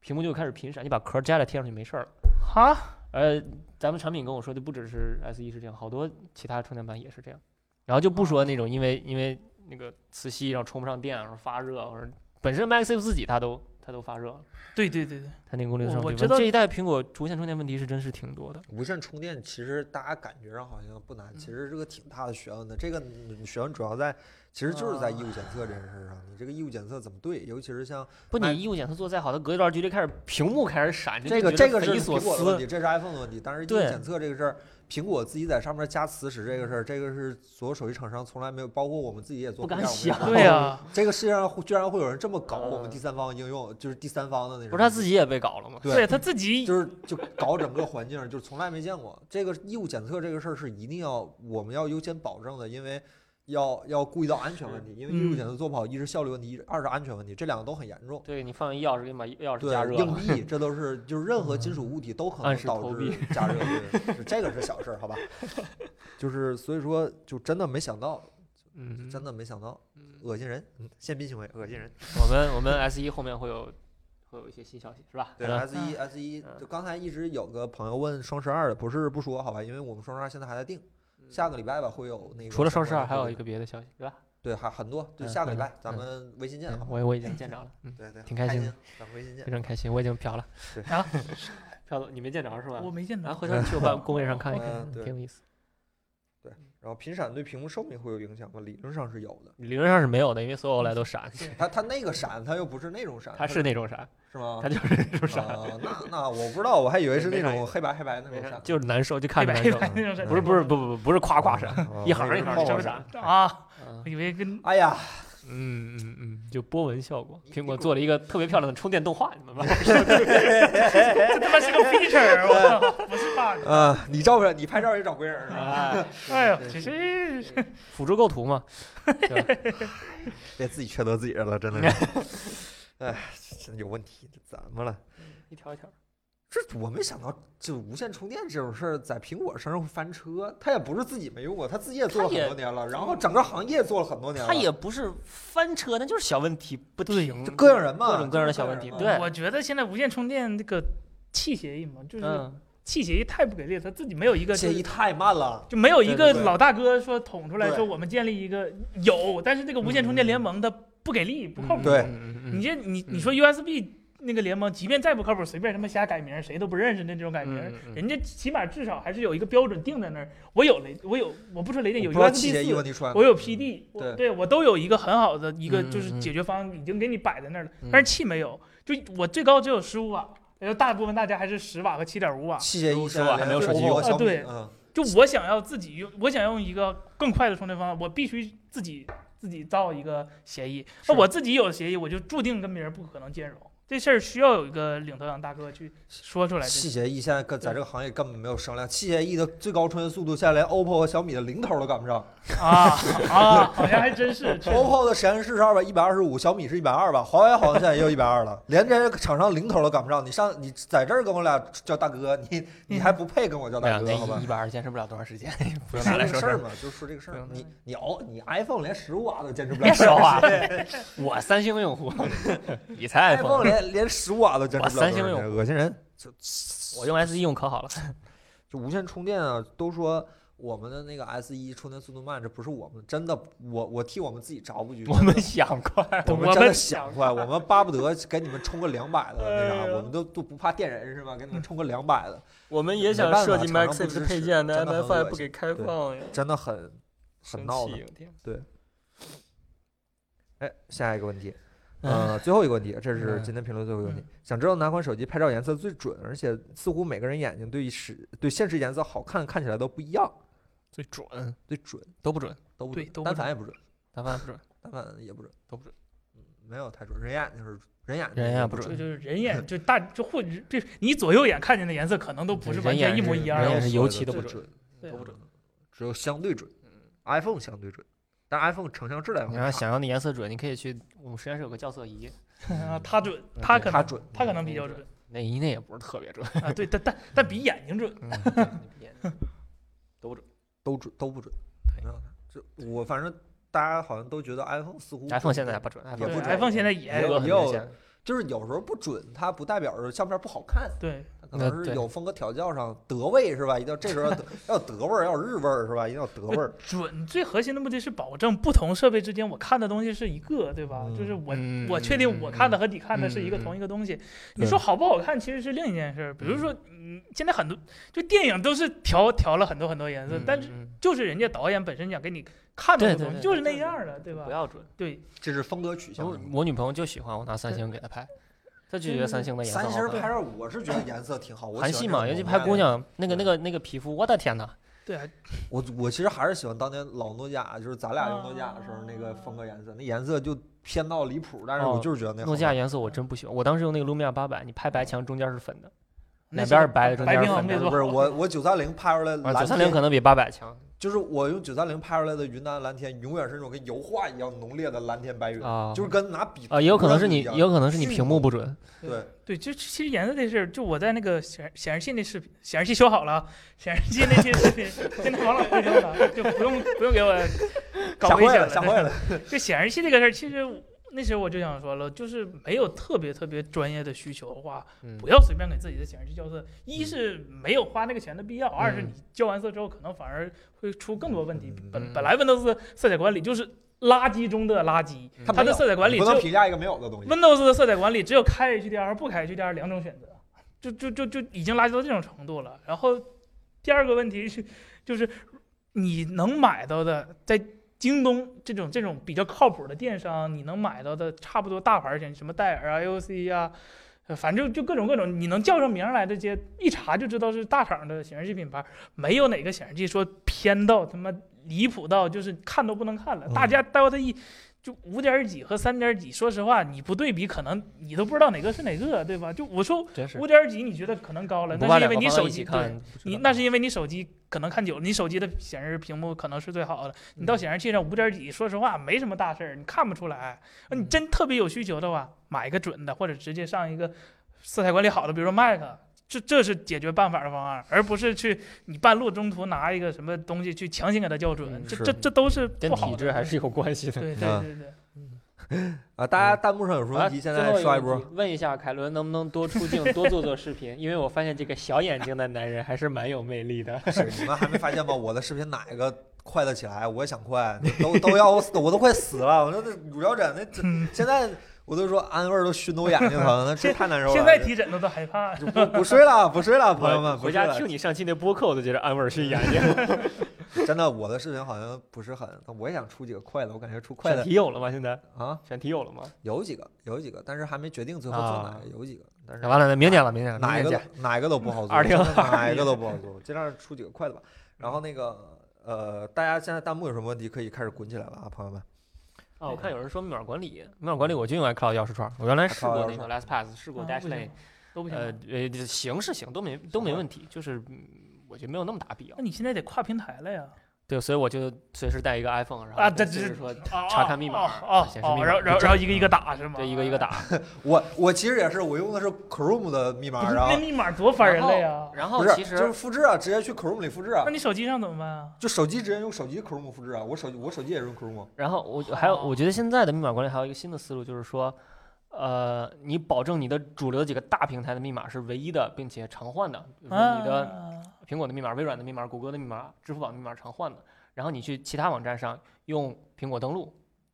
S3: 屏幕就开始频闪，你把壳儿摘了贴上去没事儿了。
S4: 哈，
S3: 呃，咱们产品跟我说的不只是 S 一是这样，好多其他充电板也是这样。然后就不说那种因为因为那个磁吸然后充不上电，然后发热，啊或者本身 MagSafe 自己它都它都发热了，
S4: 对对对对，
S3: 它那个功率
S4: 我
S3: 上去
S4: 我
S3: 问
S4: 知道
S3: 这一代苹果无线充电问题是真是挺多的。
S1: 无线充电其实大家感觉上好像不难，其实这
S3: 嗯
S1: 个挺大的学问的。这个嗯你学问主要在，其实就是在
S3: 啊
S1: 义务检测这件事上，你这个义务检测怎么对，尤其是像
S3: 不，
S1: 哎
S3: 你义务检测做再好，它隔一段距离开始屏幕开始闪，
S1: 这
S3: 个
S1: 个这个
S3: 匪
S1: 是
S3: 夷所
S1: 苹果的问
S3: 思。
S1: 题，这是 iPhone 的问题。但是硬
S3: 对
S1: 检测这个事儿，苹果自己在上面加磁石这个事儿，这个是所有手机厂商从来没有，包括我们自己也做
S3: 不
S1: 过
S3: 敢
S1: 这样的事儿。
S3: 想啊
S4: 对呀、
S1: 这个世界上会居然会有人这么搞我们
S3: 嗯
S1: 第三方应用，就是第三方的那种。
S3: 不是他自己也被搞了吗？
S1: 对
S4: 对他自己
S1: 就是就搞整个环境，就从来没见过。这个义务检测这个事儿是一定要我们要优先保证的，因为要要顾及到安全问题，因为义务
S4: 嗯
S1: 检测做不好，一是效率问题，一是二是安全问题，这两个都很严重。
S3: 对你放一钥匙，给你把钥匙
S1: 对
S3: 加热
S1: 硬
S3: 了。
S1: 币，这都是就是任何金属物体都可能
S3: 暗示
S1: 导
S3: 投
S1: 致
S3: 币
S1: 加热，对是这个是小事儿，好吧？就是所以说，就真的没想到，
S3: 嗯，
S1: 真的没想到，恶心人，嗯献斌行为，恶心人。
S3: 我们我们 S 一后面会有会有一些新消息是吧？
S1: 对
S3: 嗯
S1: ，S 一 S 一，
S3: 嗯
S1: 就刚才一直有个朋友问双十二的，不是不说好吧？因为我们双十二现在还在定，
S3: 嗯
S1: 下个礼拜吧会有那个。
S3: 除了双十二，还有一个，别的消息是吧？
S1: 对，还很多，对，
S3: 嗯
S1: 下个礼
S3: 嗯
S1: 拜咱
S3: 嗯
S1: 们微信见，
S3: 嗯
S1: 好吧？
S3: 我我已经见着了，嗯，
S1: 对对，
S3: 挺
S1: 开
S3: 开心的，
S1: 咱们微信见
S3: 非。常开心，我已经嫖了。
S1: 对
S4: 啊，
S3: 嫖了，你没见着是吧？
S4: 我没见
S3: 然
S4: 着
S3: 后。回头去我办工位上看一
S1: 嗯
S3: 看，
S1: 对
S3: 挺有意思。
S1: 然后频闪对屏幕寿命会有影响吗？理论上是有的。
S3: 理论上是没有的，因为所有 OLED 都闪，
S1: 它它那个闪，它又不是那种闪，
S3: 它是那种闪，
S1: 是吗？
S3: 它就是那种闪，
S1: 啊，那那我不知道，我还以为是那
S3: 没啥
S1: 种黑白黑白那种
S3: [laughs] 没啥
S1: 闪，
S3: 就是难受，就看
S4: 黑
S3: 着
S4: 白
S3: 难
S4: 黑
S3: 受
S4: 白。那种闪
S3: 不是不是不不不是夸夸闪，
S1: 啊
S3: 一行
S1: 那
S3: 一
S1: 个
S3: 行
S1: 泡泡
S3: 的
S1: 闪
S3: 闪。
S4: [laughs] 啊，
S3: 嗯
S4: 我以为跟
S1: 哎
S3: [laughs]
S1: 呀，
S3: 嗯嗯嗯，就波纹效果。
S1: 你
S3: 苹
S1: 你
S3: 果
S1: 给
S3: 做了一个特别漂亮的充电动画，你们 [laughs] 玩过吗？
S4: 这他
S1: [laughs]
S4: 妈是个 feature，我操，不是 bug。
S1: 啊，你照片，你拍照也找鬼影儿啊，
S3: 哎
S4: 哎呦，这是
S3: 辅助构图嘛，
S1: 别自己缺德自己人了，真的是。 [laughs] 哎，真有问题，这怎么了？
S3: 一条一条。
S1: 这我没想到，就无线充电这种事儿在苹果身上会翻车。它也不是自己没用过，它自己也做了
S3: 它
S1: 很
S3: 也
S1: 多年了，然后整个行业做了很多年了。
S3: 它也不是翻车，那就是小问题不停
S1: 就，膈应人嘛，嗯
S3: 各种各样的小问题
S1: 就是膈应人嘛
S3: 对
S4: 我觉得现在无线充电这个气协议嘛，就是
S3: 嗯，
S4: 气协议太不给力，他自己没有一个就
S1: 这
S4: 是
S1: 一太慢了。
S4: 就没有一
S3: 对对
S4: 个
S1: 对
S4: 老大哥说捅出来
S1: 对
S4: 说我们建立一个有，但是这个无线充电联盟它不给力，不靠谱。
S1: 对
S3: 嗯，嗯
S4: 你
S3: 嗯
S4: 这你你
S3: 嗯
S4: 说 USB 那个联盟，即便再不靠谱，随便他妈瞎改名，谁都不认识那这种改
S3: 嗯
S4: 名
S3: 嗯，嗯
S4: 人家起码至少还是有一个标准定在那儿。我有雷，我有我不说雷电有
S1: 我不知道气
S4: USB
S1: 节一
S4: 四
S1: 问。题出来没，
S4: 我有 PD，我
S1: 对
S4: 对我都有一个很好的一个
S3: 嗯嗯
S4: 就是
S3: 嗯
S4: 解决方案，已经给你摆在那儿了
S3: 嗯。
S4: 但是气没有，就我最高只有十五瓦，然后大部分大家还是十瓦和七点五瓦。
S1: 气节一
S3: 说完还没有手机用
S1: 用
S4: 啊对
S1: 嗯，
S4: 就我想要自己用，我想用一个更快的充电方案，我必须自己自己造一个协议。那
S1: 是
S4: 我自己有协议，我就注定跟别人不可能兼容。这事儿需要有一个领头羊大哥去说出来这
S1: 细
S4: 事。
S1: 节 E 现在跟在这个行业根本没有商量，细节 E 的最高充电速度现在连 OPPO 和小米的零头都赶不上。
S4: 啊
S1: [laughs]
S4: 啊，好像还真是。真是
S1: OPPO 的实验室是二百一百二十五，小米是一百二吧，华为好像现在也有一百二了，连这些厂商零头都赶不上。你上你在这儿跟我俩叫大哥，你你还不配跟我叫
S3: 没
S1: 大
S3: 有，
S1: 哥好吧
S3: 哎那一？百二十坚持不了多长时间，嗯 [laughs] 不
S1: 就
S3: 用
S1: 说
S3: 拿来
S1: 这个事
S3: 说事
S1: 儿
S3: 儿。
S1: 嘛，就是说这个事
S3: 对
S1: 儿。你你熬你 iPhone 连十五瓦都坚持不了，
S3: 别说话， [laughs] 我三星用户，
S4: 嗯
S3: [laughs] 你才
S1: iPhone
S3: iPhone，
S1: 连连十五瓦都坚持不了，
S3: 我三星用户
S1: 恶心人。
S3: 我用 S 一用可好了。
S1: 就无线充电啊，都说我们的那个 S 一充电速度慢，这不是我们真的，我我替我们自己着不屈。
S3: 我们想快，
S1: 我们
S4: 我
S1: 真的
S4: 们
S1: 想快，我们巴不得给你们充个两百的那
S4: 哎
S1: 啥，
S4: 呦
S1: 我们都都不怕电人是吧？给你们充个两百的，
S3: 我们
S1: 也想设计 MagSafe 的配件但 MFI 不给
S3: 开
S1: 放
S3: 呀，
S1: 真的很很闹腾。哎，下一个问题，呃，最后一个问题，这是
S3: 嗯
S1: 今天评论最后一个问题，想知道哪款手机拍照颜色最准，而且似乎每个人眼睛对使对现实颜色好看看起来都不一样。
S3: 最准
S1: 最准
S3: 都不准，
S1: 都不
S4: 对
S1: 准，
S4: 都不
S1: 单反也不准，
S3: 单反不准，
S1: 单反也不准，
S3: 都不准。
S1: 嗯，没有太准，人眼就是人眼
S3: 人眼
S1: 也
S3: 不
S4: 就
S3: 准
S4: 就是人眼就大就或者这你左右眼看见的颜色可能都不是完全一模一样
S3: 人眼
S4: 的。
S3: 是尤其都不
S1: 准，
S4: 对
S1: 都不准，只有相对准
S3: 嗯。
S1: iPhone 相对准，但 iPhone 成像质量
S3: 你
S1: 很
S3: 要
S1: 差
S3: 想要你颜色准，你可以去我们实验室有个校色仪，
S4: 啊他准，他可
S1: 它
S4: 能
S1: 准，
S4: 他可能比较准
S3: 那一那也不是特别准。
S4: 啊，对，但但但比眼睛准。
S3: 嗯，
S1: 都准都不准，
S3: 对
S1: 没有它这我反正大家好像都觉得 iPhone 似乎
S3: [laughs] iPhone 现在还不准
S1: 也
S4: 对
S1: 不准
S4: ，iPhone 现在
S1: 也
S4: 也
S1: 有
S3: 有
S1: 也有，就是有时候不准，它不代表着相片不好看，
S4: 对，
S1: 它可
S3: 那
S1: 能是
S3: 对
S1: 有风格调教上德味是吧？一定要这时候要德要
S3: [laughs]
S1: 有德味儿，要有日味儿是吧？一定要有德味儿。
S4: 准最核心的目的是保证不同设备之间我看的东西是一个，对吧？就是我
S3: 嗯
S4: 我确定我看的和你看的是一
S3: 嗯
S4: 个
S3: 嗯嗯
S4: 同一个东西。
S3: 对
S4: 你说好不好看其实是另一件事儿。比如说，嗯，现在很多就电影都是调调了很多很多
S3: 嗯
S4: 颜色，但是就是人家导演本身想给你看到的
S3: 对对
S4: 东西
S3: 对
S4: 就是
S3: 对
S4: 那
S3: 对
S4: 样儿的，对吧
S3: 不？要准。
S4: 对，
S1: 这是风格取向
S3: 我
S1: 的。
S3: 我女朋友就喜欢我拿三星给她拍，她就觉得三星的颜色
S1: 三
S3: 好
S1: 星儿
S3: 看。
S1: 拍照，我是觉得颜色挺好，我
S3: 韩
S1: 喜欢
S3: 系
S1: 这
S3: 嘛，
S1: 种
S3: 尤其
S1: 浓
S3: 拍
S1: 艳
S3: 姑
S1: 的。
S3: 娘，那个那个那个皮肤，我的天呐，
S4: 对啊，
S1: 我我其实还是喜欢当年老诺基亚，就是咱俩用诺基亚的时候那个风格颜色，那颜色就偏到离谱，但是我
S3: 哦
S1: 就是觉得那
S3: 诺
S1: 好
S3: 基亚
S1: 看
S3: 颜色我真不喜欢。我当时用那个路米亚八百，你拍白墙中间是粉的，
S4: 那
S3: 两边是
S4: 是
S3: 白的，中
S4: 白
S3: 间
S4: 平
S3: 是
S4: 衡
S3: 粉
S4: 那
S3: 的。啊
S4: 种
S1: 不是我我九三零拍出来蓝
S3: 九三
S1: 天
S3: 零可能比八百强
S1: 就是我用九三零拍出来的云南蓝天，永远是那种跟油画一样浓烈的蓝天白云，
S3: 啊，
S1: 就是跟拿笔
S3: 啊，也有可能是你，
S1: 涂上
S3: 也
S1: 去一样
S3: 有可能是你屏幕不准。
S1: 对，
S4: 对，就其实颜色这事儿，就我在那个显显示器那视频，显示器修好了啊，显示器那些视频 [laughs] 真的王老师修的，就不用不用给我搞
S1: 吓
S4: 危
S1: 坏
S4: 险
S1: 了，吓
S4: 真的 [laughs]
S1: 坏了。
S4: 这显示器这个事儿，其实我那时候我就想说了，就是没有特别特别专业的需求的话，
S3: 嗯
S4: 不要随便给自己的显示器校色。一是没有花那个钱的必要，二是
S3: 嗯
S4: 你校完色之后，可能反而会出更多问题。
S1: 嗯
S4: 本本来 Windows 色彩管理就是垃圾中的垃圾，
S3: 嗯
S4: 它的色彩管理
S1: 不
S4: 只
S1: 能
S4: 有
S1: 评价一个没有的东西。
S4: Windows 的色彩管理只有开 HDR 和不开 HDR 两种选择，就就就就已经垃圾到这种程度了。然后第二个问题是，就是你能买到的，在京东这种这种比较靠谱的电商，你能买到的差不多大牌儿型，什么戴尔啊、IOC 啊。呃反正就各种各种，你能叫上名儿来的这些，一查就知道是大厂的显示器品牌，没有哪个显示器说偏到他妈离谱到就是看都不能看了。
S1: 嗯
S4: 大家都它一就五点儿几和三点儿几，说实话，你不对比，可能你都不知道哪个是哪个，对吧？就我说
S3: 真是
S4: 五点儿几，你觉得可能高了，
S3: 不
S4: 那
S3: 把
S4: 是因
S3: 两
S4: 为
S3: 个
S4: 你
S3: 放到
S4: 手
S3: 一起
S4: 机对，
S3: 看，
S4: 你那是因为你手机可能看久了，你手机的显示屏幕可能是最好的。你
S3: 嗯
S4: 到显示器上五点几，说实话没什么大事儿，你看不出来。那
S3: 嗯
S4: 你真特别有需求的话，买一个准的，或者直接上一个色彩管理好的，比如说 Mac，这这是解决办法的方案，而不是去你半路中途拿一个什么东西去强行给它校准，
S3: 嗯
S4: 这
S1: 是
S4: 这这都是
S3: 跟
S4: 不好
S3: 体
S4: 的。
S3: 质还是有关系
S1: [laughs]
S3: 的。
S4: 对对
S1: 嗯
S4: 对对，
S1: 啊，大家弹幕上有什么
S3: 啊
S1: 问题，现
S3: 最
S1: 在
S3: 后
S1: 刷一
S3: 个问
S1: 波
S3: 题。问一下凯伦能不能多出镜，多做做视频？因为我发现这个小眼睛的男人还是蛮有魅力的。
S1: 是你们还没发现吗？我的视频哪个快得起来？我也想快，都都要我死，我都快死了。我说那乳胶枕那这
S4: 嗯
S1: 现在我都说安慰儿都熏得我眼睛疼，那这太难受了。
S4: 现在提枕头都害怕。
S1: 就不不睡了，不睡了，朋友
S3: 我
S1: 们，不睡
S3: 回家
S1: 了。
S3: 听你上期那播客，我都觉得安慰是眼睛。
S1: 真的，我的视频好像不是很，我也想出几个快的，我感觉出快
S3: 选
S1: 的
S3: 题有了吗？现在
S1: 啊，
S3: 选题有了吗？
S1: 有几个，有几个，但是还没决定最后做哪
S3: 啊
S1: 个，有几个，但是
S3: 完了，明年了，明年了，
S1: 哪一
S3: 明
S1: 个
S3: 年
S1: 都哪一个都不好
S3: [laughs]
S1: 做，
S3: 2022
S1: 真的哪一个都不好做，尽量出几个快的吧。然后那个呃，大家现在弹幕有什么问题可以开始滚起来了啊，朋友们。
S3: 见？啊，我看有人说密码管理，密码管理我就用来 Cloud 钥匙串儿。我原来试
S1: 靠
S3: 过
S1: 钥匙
S3: 那个 LastPass，试过
S4: 啊不
S3: Dashlane，
S4: 行都不行。
S3: 呃呃，这行是行，都没都没
S1: 行
S3: 问题，就是嗯我觉得没有那么大必要
S4: 那。你现在得跨平台了呀！
S3: 对，所以我就随时带一个 iPhone，然后
S4: 啊，
S3: 就
S4: 这
S3: 随
S4: 这
S3: 时说
S4: 查
S3: 查看密码啊
S4: 哦
S3: 显示
S4: 哦，
S3: 密码
S4: 然后然后
S3: 这
S4: 然后一个一个打是吗？
S3: 对一个一个打，
S1: 我我其实也是，我用的是 Chrome 的密
S4: 不
S1: 码，
S4: 是
S1: 然
S4: 那
S1: 后
S4: 密码多烦人了呀！
S3: 然后
S1: 不是
S3: 其
S1: 就是
S3: 实
S1: 复制啊，直接去 Chrome 里复制啊
S4: 那，你手机上怎么办啊？
S1: 就手机直接用手机 Chrome 复制啊，我手机我手机也是用 Chrome，
S3: 然后我还有我觉得现在的密码管理还有一个新的思路，就是说，呃，你保证你的主流几个大平台的密码是唯一的，并且常换的，比如说你的
S4: 啊
S3: 苹果的密码、微软的密码、谷歌的密码、支付宝的密码常换的，然后你去其他网站上用苹果登录，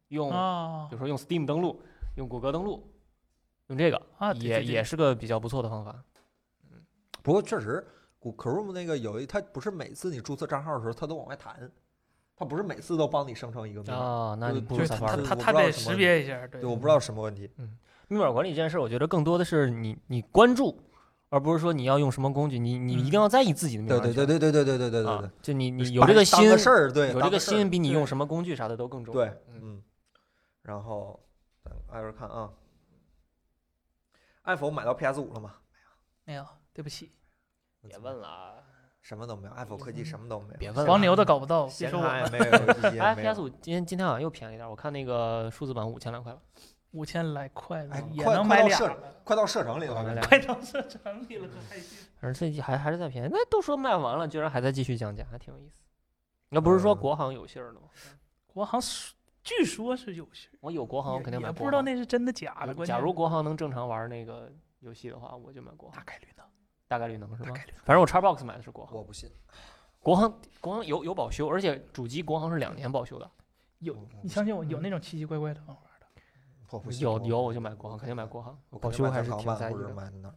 S3: 用
S4: 啊
S3: 比如说用 Steam 登录，用谷歌登录，用这个
S4: 啊，对
S3: 也
S4: 对对
S3: 也是个比较不错的方法。
S1: 不过确实，谷 Chrome 那个有一，它不是每次你注册账号的时候，它都往外弹，它不是每次都帮你生成一个密码。
S3: 啊，那
S1: 就
S3: 你
S1: 是
S3: 不
S1: 就
S3: 如
S1: 是
S3: 撒
S1: 它
S3: 花
S4: 他
S3: 儿。
S1: 我
S4: 他
S1: 不知
S4: 他
S1: 道
S4: 得
S1: 什么
S4: 识别一下，对
S1: 对，我不知道什么问题。
S3: 密码管理这件事儿，我觉得更多的是你你关注，而不是说你要用什么工具，你你一定
S6: 嗯
S3: 要在意自己的密码
S1: 对
S3: 安全。
S1: 对对对对对对对对对对
S3: 啊，就你你
S1: 对，
S3: 有这个
S1: 当
S3: 心，
S1: 事儿，对，
S3: 有这
S1: 当
S3: 个
S1: 事儿
S3: 心比你用
S6: 对
S3: 什么工具啥的都更重要。
S1: 对，
S3: 嗯
S1: 嗯，然后咱挨着看啊。爱否买到 PS 五了吗？
S4: 没有，对不起，
S1: 嗯
S3: 别问了啊，
S1: 什么都没有，爱否科技什么都没有，
S3: 别问了。啊
S4: 黄牛的搞不到，别
S1: 显
S4: 说我
S1: 卡
S3: [laughs]
S1: 也没有，游戏机也没有。
S3: 哎，PS 五今天今天好像又便宜点儿，我看那个数字版五千来块了。
S4: 五千来块
S1: 哎
S4: 了，也
S1: 快
S4: 能
S1: 快
S4: 买
S1: 到
S4: 俩
S1: 社
S4: 了，
S1: 快到射程里了，
S3: 买
S1: 感觉
S3: 俩
S4: [laughs] 快到社城里了，可开心。
S3: 反正最近还还是在便宜，那都说卖完了，居然还在继续降价，还挺有意思。那不是说
S1: 嗯
S3: 国行有信儿的吗？
S4: 国行是据说是有信儿，
S3: 我有国行，我肯定
S4: 也
S3: 买国
S4: 也不
S3: 行。
S4: 知道那是真的假的。
S3: 如
S4: 关键
S3: 假
S4: 是
S3: 如国行能正常玩那个游戏的话，我就买国行
S4: 大，概率能，
S3: 大概率能是
S4: 大
S3: 吗
S4: 概？率能。
S3: 反正我 Xbox 买的是国行，
S1: 我不信，
S3: 国行国行有有保修，而且主机国行是两年保修的。
S4: 有
S1: 我，
S4: 你相信我，有
S3: 嗯
S4: 那种奇奇怪怪的方法的。
S1: 我不信。
S3: 有
S1: 我
S3: 有我就买国行，肯定买国行，
S1: 我
S3: 保
S1: 肯定买
S3: 修还
S1: 正
S3: 是
S1: 常
S3: 挺
S1: 版
S3: 在意
S1: 或者
S3: 的。
S1: 买那儿，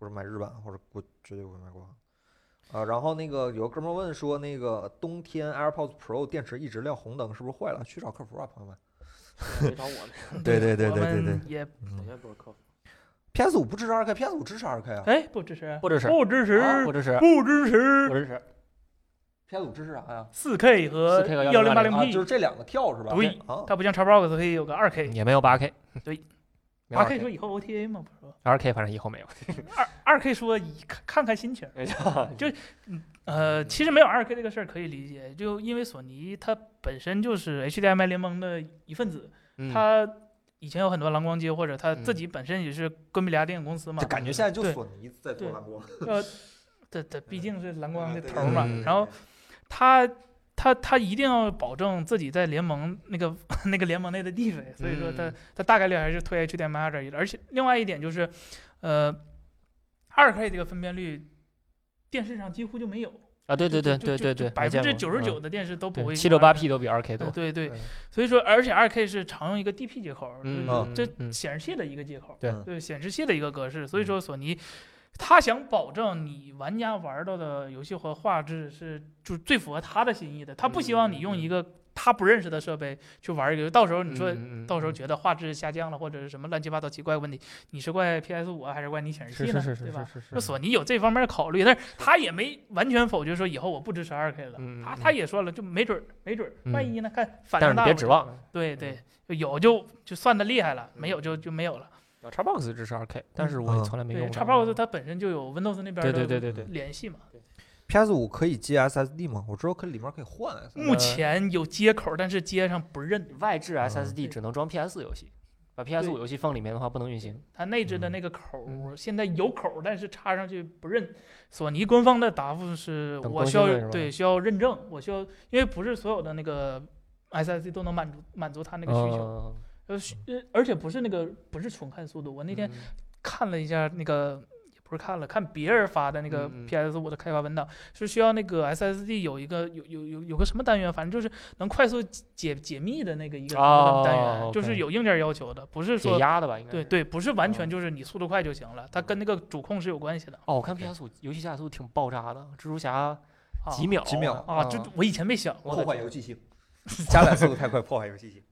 S1: 或者买日版，或者我绝对不会买国行。啊，然后那个有哥们儿问说，那个冬天 AirPods Pro 电池一直亮红灯，是不是坏了？去找客服啊，朋友们。
S3: 别找我们，
S1: 对对对
S4: 我
S1: 对对对嗯
S4: 们。也
S3: 永远不是客服，
S1: PS 五不支持 2K，PS 五支持 2K 啊
S4: 哎不支持，
S3: 不支持，
S4: 不支持，
S3: 啊不支持，
S4: 不支持
S3: 不支持。
S1: ，PS 五支持啥呀？
S4: 四 K 和
S3: 4K 和
S4: 幺零八零
S1: 啊，就是嗯
S4: P，
S1: 这两个跳是吧？
S4: 对
S1: 啊，
S4: 它不像 Xbox 可以有个二 K，
S3: 也没有八 K，
S4: 对，
S3: 八
S4: 八 K 说以后 OTA 嘛，不是说
S3: 二 K 反正以后没有。
S4: 二二 K 说以看看看心情。就
S1: 嗯
S4: 呃，其实没有二 K 这个事儿可以理解，就因为索尼它本身就是 HDMI 联盟的一份子，
S3: 嗯
S4: 它以前有很多蓝光机，或者它自
S3: 嗯
S4: 己本身也是哥米利亚电影公司嘛
S1: 就，感觉现在就
S4: 对
S1: 索尼在做
S4: 对
S1: 蓝光，
S4: 呃，对对，毕竟是蓝光
S1: 嗯
S4: 的
S1: 对
S4: 头
S1: 对
S4: 儿嘛
S1: 对对，
S4: 然后
S1: 对
S4: 它它它一定要保证自己在联盟那个 [laughs] 那个联盟内的地位，所以说它
S3: 嗯
S4: 它大概率还是推 HDMI 二点一的，而且另外一点就是，呃，二 K 这个分辨率电视上几乎就没有，
S3: 啊，对对对对对对，
S4: 百分之九十九的电视都不
S3: 嗯
S4: 会
S3: 七六八
S4: 8
S3: P 都比二 K
S4: 对
S3: 多。
S4: 对对
S1: 嗯，
S4: 所以说而且二 K 是常用一个 DP 接口，
S3: 嗯
S4: 就是
S3: 嗯
S4: 这
S3: 嗯
S4: 显示器的一个接口，
S3: 对
S4: 对显示器的一个格式，
S3: 嗯
S4: 所以说索尼。他想保证你玩家玩到的游戏和画质是就是最符合他的心意的，他不希望你用一个他不认识的设备去玩一个，到时候你说
S3: 嗯嗯嗯嗯
S4: 到时候觉得画质下降了或者是什么乱七八糟奇怪问题，你是怪 PS 五啊还是怪你显示
S3: 是是
S4: 器呢？
S3: 是是
S4: 对吧？
S3: 是是
S4: 那索尼有这方面的考虑，但是他也没完全否决说以后我不支持二 K 了
S3: 嗯嗯，
S4: 他
S3: 嗯
S4: 他也说了，就没准儿没准儿，万
S3: 嗯
S4: 一呢？看反
S3: 但是你
S4: 正大，
S3: 别指，望，嗯
S4: 对对，有就就算的厉害了，没有就就没有了。
S3: 啊 Xbox 支持二 K，但是我
S1: 嗯
S3: 从来没
S4: 对
S3: 用过。
S4: ，Xbox 它本身就有 Windows 那边
S3: 对对对
S4: 的
S3: 对对，
S4: 联系嘛，
S1: PS 五可以接 SSD 吗？我知道可以里面可以换 SSD。
S4: 目前有接口，但是接上不认，
S3: 外置啊 SSD
S4: 对
S3: 只能装 PS 游戏，把 PS 五
S4: 嗯对
S3: 游戏放里面的话不能运行。
S4: 它内
S3: 嗯
S4: 置的那个口儿现在有口儿，但是插上去不认。索尼官方的答复是，
S3: 等
S4: 我
S3: 更
S4: 需
S3: 新
S4: 要
S3: 了是吧
S4: 对需要认证，我需要，因为不是所有的那个 SSD 都能满足满足它那个需求。
S3: 嗯
S4: 呃，是呃而且不是那个，不是纯看速度。我那天
S3: 嗯
S4: 看了一下那个，也不是看了，看别人发的那个
S3: 嗯嗯
S4: PS 五的开发文档，是需要那个 SSD 有一个有有有有个什么单元，反正就是能快速解解密的那个一个
S3: 哦
S4: 单元，就
S3: OK
S4: 是有硬件要求的，不是
S3: 解
S4: 说
S3: 压的吧，应该
S4: 对
S3: 是。
S4: 对，不是完
S3: 哦
S4: 全就是你速度快就行了，它跟那个主控是有关系的
S3: 哦，我看 PS 五游戏下载速度挺爆炸的，蜘蛛侠
S4: 啊
S3: 几秒
S1: 几秒
S4: 啊，这
S3: 嗯
S4: 我以前没想过
S1: 破坏游戏性，加载速度 [laughs] 太快，破坏游戏性。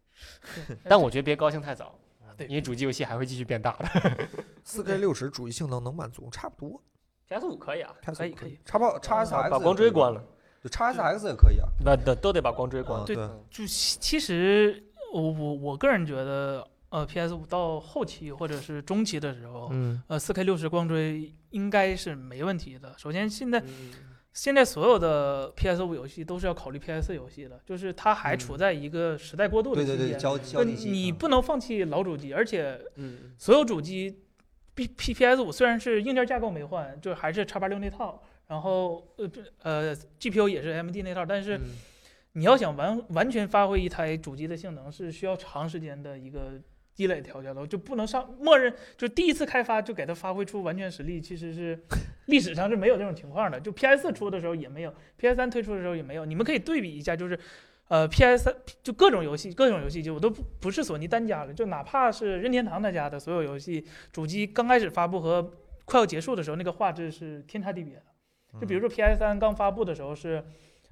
S3: 但我觉得别高兴太早，
S4: 啊对
S3: 因为主机游戏还会继续变大的。
S1: 四 K 六十主机性能能满足，差不多。
S3: PS 五可以啊，
S1: PS5
S4: 可以
S1: 可
S4: 可以，
S1: 叉 box 叉 S
S3: 把
S1: X
S3: 把光追关了，
S1: 对，叉 S X 也可以啊。
S3: 那那都得把光追关
S1: 嗯
S3: 了。
S4: 对
S1: 对，
S3: 嗯
S4: 就其其实我我我个人觉得，呃，PS 五到后期或者是中期的时候，
S3: 嗯，
S4: 呃，4 K 六十光追应该是没问题的。首先，现在
S3: 嗯
S4: 现在所有的 PS 五游戏都是要考虑 PS 游戏的，就是它还处在一个时代过渡的
S1: 对
S4: 期
S1: 对对，
S4: 间。
S1: 交交嗯地
S4: 就你
S1: 性。
S4: 不能放弃老主机，而且
S3: 嗯，
S4: 所有主机 P P P S 五虽然是硬件架构没换，就还是 x 八六那套，然后呃不呃 G P U 也是 M D 那套，但是
S3: 嗯
S4: 你要想完完全发挥一台主机的性能，是需要长时间的一个积累调教的，就不能上默认就第一次开发就给它发挥出完全实力，其实是历史上是没有这种情况的。就 PS 4出的时候也没有，PS 3推出的时候也没有。你们可以对比一下，就是呃 PS 3就各种游戏，各种游戏机我都不不是索尼单家的，就哪怕是任天堂他家的所有游戏主机刚开始发布和快要结束的时候，那个画质是天差地别的。
S3: 嗯
S1: 啊
S4: 就比如说 PS 3刚发布的时候是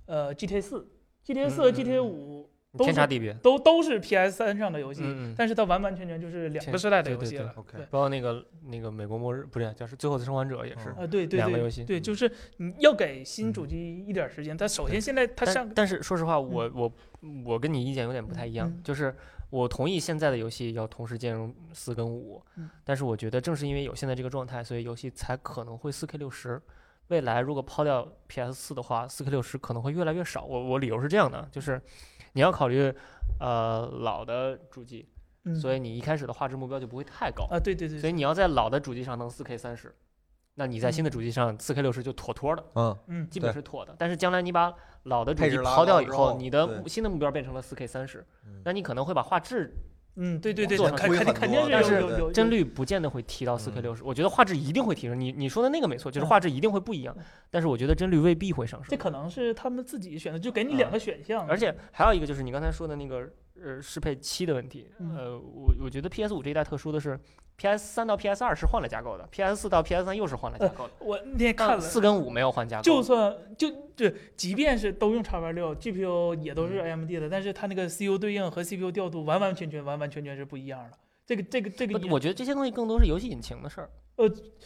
S4: 呃 GTA 4 GTA 4
S3: 嗯
S4: 和
S3: 嗯嗯
S4: GTA 5都
S3: 天差
S4: 是
S3: 地别。
S4: 都都是 PS 三上的游戏，
S3: 嗯嗯，
S4: 但是它完完全全就是两
S3: 天
S4: 个时代的
S3: 对
S4: 游
S3: 对
S4: 戏
S3: 对
S4: 了。
S1: OK
S3: 包括那个那个美国末日不是叫是最后的生还者也是
S1: 嗯。
S4: 啊，对对
S3: 两个游
S4: 对，
S3: 戏
S4: 对，
S3: 嗯
S4: 就是你要给新主机一点儿时间。它首先现在它上
S3: 但但是说实话，我我我跟你意见有点不太一样
S4: 嗯嗯，
S3: 就是我同意现在的游戏要同时兼容四跟五
S4: 嗯，
S3: 但是我觉得正是因为有现在这个状态，所以游戏才可能会四 K 六十。未来如果抛掉 PS 四的话，四 K 六十可能会越来越少。我我理由是这样的，就是你要考虑呃老的主机，
S4: 嗯
S3: 所以你一开始的画质目标就不会太高。
S4: 啊，对对对
S3: 所
S4: 对，
S3: 以你要在老的主机上能 4K 三十，那你在新的主机上 4K 六十就妥妥的，
S1: 嗯，
S4: 嗯
S3: 基本
S1: 对
S3: 是妥的。但是将来你把老的主
S1: 配
S3: 机
S1: 置拉
S3: 抛掉
S1: 高
S3: 以
S1: 之
S3: 后，
S1: 后
S3: 你的
S1: 对
S3: 目新的目标变成了 4K 三十
S1: 嗯，
S3: 那你可能会把画质
S4: 嗯，对对对，
S3: 做
S4: 它
S3: 成
S4: 肯
S1: 规
S4: 肯定
S1: 很多
S4: 肯定
S3: 但
S4: 是
S3: 是
S4: 有有有
S3: 帧率不见得会提到
S1: 嗯
S3: 4K 六十。我觉得画质一定会提升。你你说的那个没错，就是画质一定会不一样
S4: 嗯，
S3: 但是我觉得帧率未必会上
S4: 这
S3: 升。
S4: 可能是他们自己选的，就给你两个选项。
S3: 嗯而且还有一个就是你刚才说的那个呃适配七的问题，
S4: 嗯
S3: 呃，我我觉得 PS 五这一代特殊的是，PS 三到 PS 二是换了架构的，PS 四到 PS 三又是换了架
S4: 呃
S3: 构的。
S4: 我那天看
S3: 但
S4: 了，
S3: 四跟五没有换架构，
S4: 就算就对，即便是都用叉八六，GPU 也都是
S3: 嗯
S4: AMD 的，但是它那个 CPU 对应和 CPU 调度完完全全完完全全是不一样的。这个这个这个
S3: 不
S4: 也
S3: 我觉得这些东西更多是游戏引擎的事儿。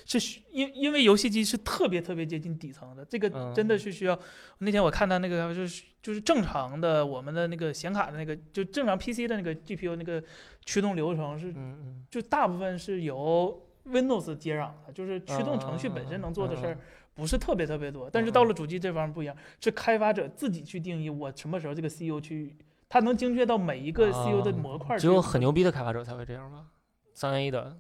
S4: 是需因因为游戏机是特别特别接近底层的，这个
S3: 嗯
S4: 真的是需要。那天我看到那个就是就是正常的我们的那个显卡的那个就正常 PC 的那个 GPU 那个驱动流程是
S3: 嗯嗯，
S4: 就大部分是由 Windows 接壤的，就是驱动程序本身能做的事
S3: 嗯嗯
S4: 儿不是特别特别多。但是到了主机这方面不一样，是开发者自己去定义我什么时候这个 CPU 去，它能精确到每一个 CPU 的
S3: 啊
S4: 模块去。
S3: 只有很牛逼的开发者才会这样吧？三 A 的，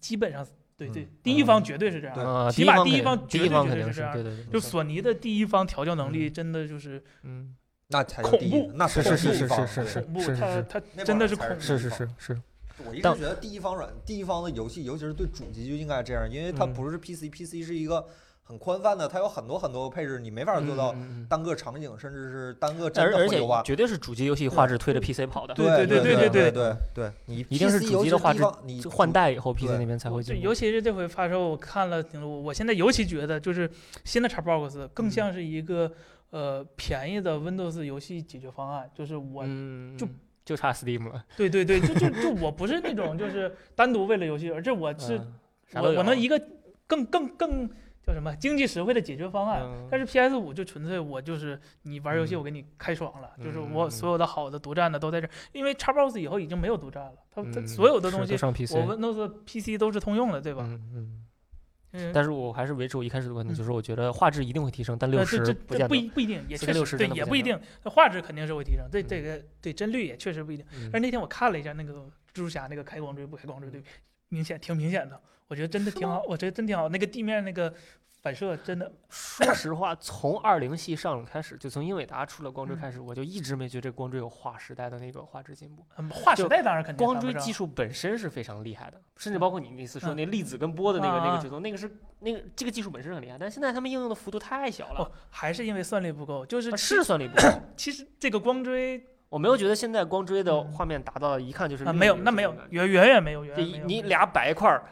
S4: 基本上对对
S1: 嗯，
S4: 第一方绝对是这样
S1: 对
S4: 的。
S3: 啊，
S4: 起码
S3: 第
S4: 第一
S3: 方
S4: 方
S3: 肯定第一方肯定
S4: 绝对绝对是这样
S3: 对对对，
S4: 就
S3: 没错
S4: 索尼的第一方调教能力真的就是
S3: 嗯，
S1: 那才
S4: 恐
S1: 第一
S4: 怖，
S1: 那
S3: 是
S1: 才
S3: 是
S1: 第一
S3: 是
S1: 方
S3: 是是
S1: 对
S4: 恐怖，
S3: 是是
S4: 它
S3: 是
S4: 它
S1: 那
S4: 真的是
S1: 帮
S4: 恐
S1: 人才
S3: 是
S4: 怖。
S1: 是
S3: 是
S1: 是
S3: 是是，
S1: 我一直
S3: 但
S1: 觉得第一方软、第一方的游戏，尤其是对主机就应该这样，因为它
S3: 嗯
S1: 不是 PC，PC、PC 是一个很宽泛的，它有很多很多配置，你没法做到
S3: 嗯。嗯嗯
S1: 单个场景，甚至是单个真
S3: 而
S1: 的
S3: 而
S1: 会啊
S3: 且
S1: 优化。
S3: 绝对是主机游戏画质推着 PC 跑的，
S1: 啊对
S4: 对对
S1: 对
S4: 对
S1: 对
S4: 对
S1: 对对，你
S3: 一定是
S1: PC
S3: 主
S1: 尤
S3: 机
S1: 其
S3: 的
S1: 是
S3: 画
S1: 地
S3: 质
S1: 方你
S3: 就换代以后 PC
S1: 对
S3: 那边才会嗯
S4: 就
S3: 进步。
S4: 尤其是这回发售，我看了挺多，我现在尤其觉得就是新的 Xbox 更像
S3: 嗯
S4: 是一个、呃便宜的 Windows 游戏解决方案，就是我、
S3: 嗯，
S4: 就
S3: 嗯就差 Steam 了，
S4: 对对对，就就就我不是那种就是单独为了游戏，而
S3: [laughs]
S4: 是我是、
S3: 嗯啥
S4: 我
S3: 都
S4: 我能
S3: 有
S4: 一个更更更叫什么经济实惠的解决方案。
S3: 嗯
S4: 但是 PS 五就纯粹我就是你玩游戏
S3: 嗯
S4: 我给你开爽了，就是
S3: 嗯嗯
S4: 我
S3: 嗯
S4: 所有的好的独占的都在这儿，因为 Xbox 以后已经没有独占了，它它
S3: 嗯
S4: 所有的
S3: 是
S4: 东
S3: 都
S4: 西
S3: 上 PC，
S4: 我 Windows PC 都是通用的，对吧？
S3: 嗯嗯，
S4: 嗯，
S3: 但是我还是维持我一开始的观点，
S4: 嗯
S3: 就是我觉得画质一定会提升，但
S4: 呃
S3: 六
S4: 这
S3: 十
S4: 这
S3: 不
S4: 这
S3: 见
S4: 不
S3: 得。
S4: 一不一定，也
S3: 4K
S4: 确
S3: 60
S4: 实对，
S3: 真的
S4: 也
S3: 不
S4: 不一
S3: 见
S4: 定，画质肯定是会提升，对这
S3: 嗯
S4: 个对帧率也确实不一定。
S3: 嗯
S4: 但是那天我看了一下那个蜘蛛侠那个开光追不开光追对比，明显挺明显的，我觉得真的
S3: [laughs]
S4: 挺好，我觉得真挺好，那个地面那个反射真的，
S3: 说实话，从二零系上了开始，就从英伟达出了光追
S4: 嗯
S3: 开始，我就一直没觉得这光追有划时代的那个画质进步。
S4: 嗯划时
S3: 就
S4: 代当然肯定
S3: 光
S4: 谈
S3: 追
S4: 不上
S3: 技术本身是非常厉害的，甚至包括你那次说
S4: 嗯
S3: 那粒子跟波的那个那个
S4: 啊啊
S3: 追踪，那个是那个这个技术本身很厉害，但现在他们应用的幅度太小
S4: 哦
S3: 了，，
S4: 还是因为算力不够，就是
S3: 啊
S4: 其
S3: 是算力不够。
S4: 其实这个光追
S3: 我没有觉得现在光追的
S4: 嗯
S3: 画面达到一看就是
S4: 啊
S3: 另
S4: 没
S3: 一
S4: 有
S3: 个游
S4: 那
S3: 戏
S4: 没有
S3: 的感觉
S4: 远远远没有远
S3: 这
S4: 远
S3: 一
S4: 没有，
S3: 你俩白块儿，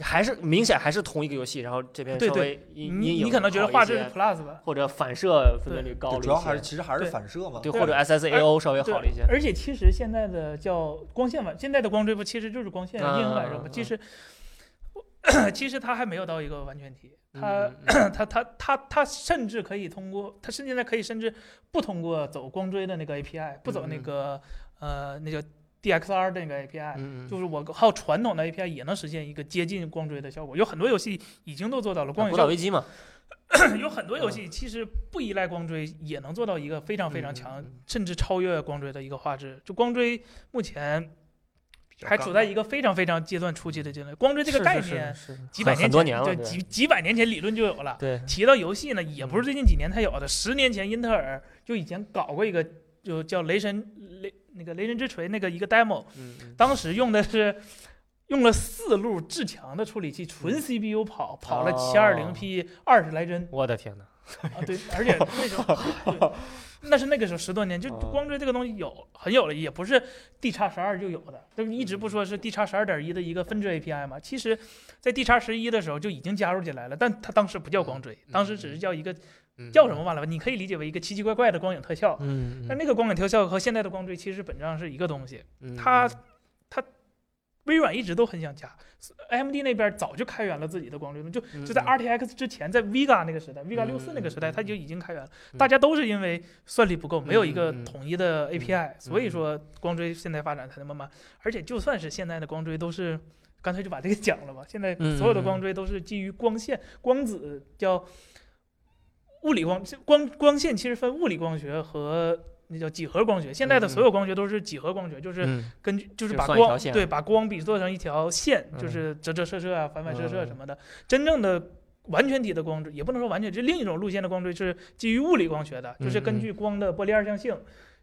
S3: 还是明显还是同一个游戏，然后这边
S4: 对
S3: 稍
S4: 对
S3: 微
S4: 你
S3: 阴阴影
S4: 你可能觉得
S3: 好一
S4: 画质是
S3: 些
S4: Plus 吧，
S3: 或者反射分辨率高了
S1: 对
S3: 一
S1: 主要还
S3: 些
S1: 是其实还是
S4: 对
S1: 反射嘛。
S3: 对，
S4: 对
S3: 或者 SSAO 稍微
S4: 哎对
S3: 好了一些。
S4: 而且其实现在的叫光线反，现在的光追不其实就是光线
S3: 啊
S4: 阴影反射嘛
S3: 啊。
S4: 其
S3: 啊
S4: 实， [clears throat] 其实它还没有到一个完全体，它
S3: 嗯
S4: [coughs] 它它它它甚至可以通过，它甚现在可以甚至不通过走光追的那个 API，不走那
S3: 嗯嗯
S4: 个呃那叫 DXR 的那个 API。
S3: 嗯嗯
S4: 就是我靠传统的 API 也能实现一个接近光追的效果，有很多游戏已经都做到了光
S3: 啊
S4: 影
S3: 古
S4: 效
S3: 岛
S4: 果
S3: 危机嘛，
S4: [clears throat] 有很多游
S3: 嗯
S4: 戏其实不依赖光追也能做到一个非常非常强，
S3: 嗯
S4: 甚至超越光追的一个画质。就光追目前还处在一个非常非常阶段初期的阶段。光追这个概念
S3: 是是是是
S4: 几百
S3: 很很
S4: 年前
S3: 多年了，
S4: 对几几百年前理论就有了。
S3: 对，嗯
S4: 提到游戏呢，也不是最近几年才有的，十年前英特尔就以前搞过一个，就叫雷神雷那个雷神之锤那个一个 demo，
S3: 嗯嗯
S4: 当时用的是用了四路至强的处理器，纯
S3: 嗯
S4: CPU 跑，跑了
S3: 哦
S4: 七二零 P 二十来帧。
S3: 我的天哪，
S4: 啊，对，而且那
S3: [laughs]
S4: 时候，对那是那个时候十多年，就
S3: 哦
S4: 光追这个东西有很有了，也不是 D 叉十二就有的，就是一
S3: 嗯
S4: 直不说是 D 叉十二点一的一个分支 API 嘛，其实在 D 叉十一的时候就已经加入进来了，但它当时不叫光追，当时只是叫一个
S3: 嗯
S4: 叫什么忘了吧，你可以理解为一个奇奇怪怪的光影特效。
S3: 嗯，
S4: 但那个光影特效和现在的光追其实本质上是一个东西，
S3: 嗯
S4: 它它微软一直都很想加，AMD 那边早就开源了自己的光追，就
S3: 嗯
S4: 就在 RTX 之前，在 Vega 那个时代，Vega 六四那个时代，它就已经开源了。大家都是因为算力不够，没有一
S3: 嗯
S4: 个
S3: 嗯嗯嗯嗯
S4: 统一的 API，所以说光追现在发展才能慢慢。而且就算是现在的光追都是。干脆就把这个讲了吧。现在
S3: 嗯
S4: 所有的
S3: 嗯嗯
S4: 光追都是基于光线、光子，叫物理光光光线，其实分物理光学和那叫几何光学。现在的所有光学都是几何光学，就是
S3: 嗯
S4: 根据就是
S3: 就
S4: 把
S3: 算一条
S4: 光
S3: 线
S4: 对把光比作成一条线，就
S3: 嗯
S4: 是折折射射啊、反反射射
S3: 嗯
S4: 什么的。真正的完全体的光追也不能说完全，这另一种路线的光追是基于物理光学的，就是
S3: 嗯嗯
S4: 根据光的波粒二象性。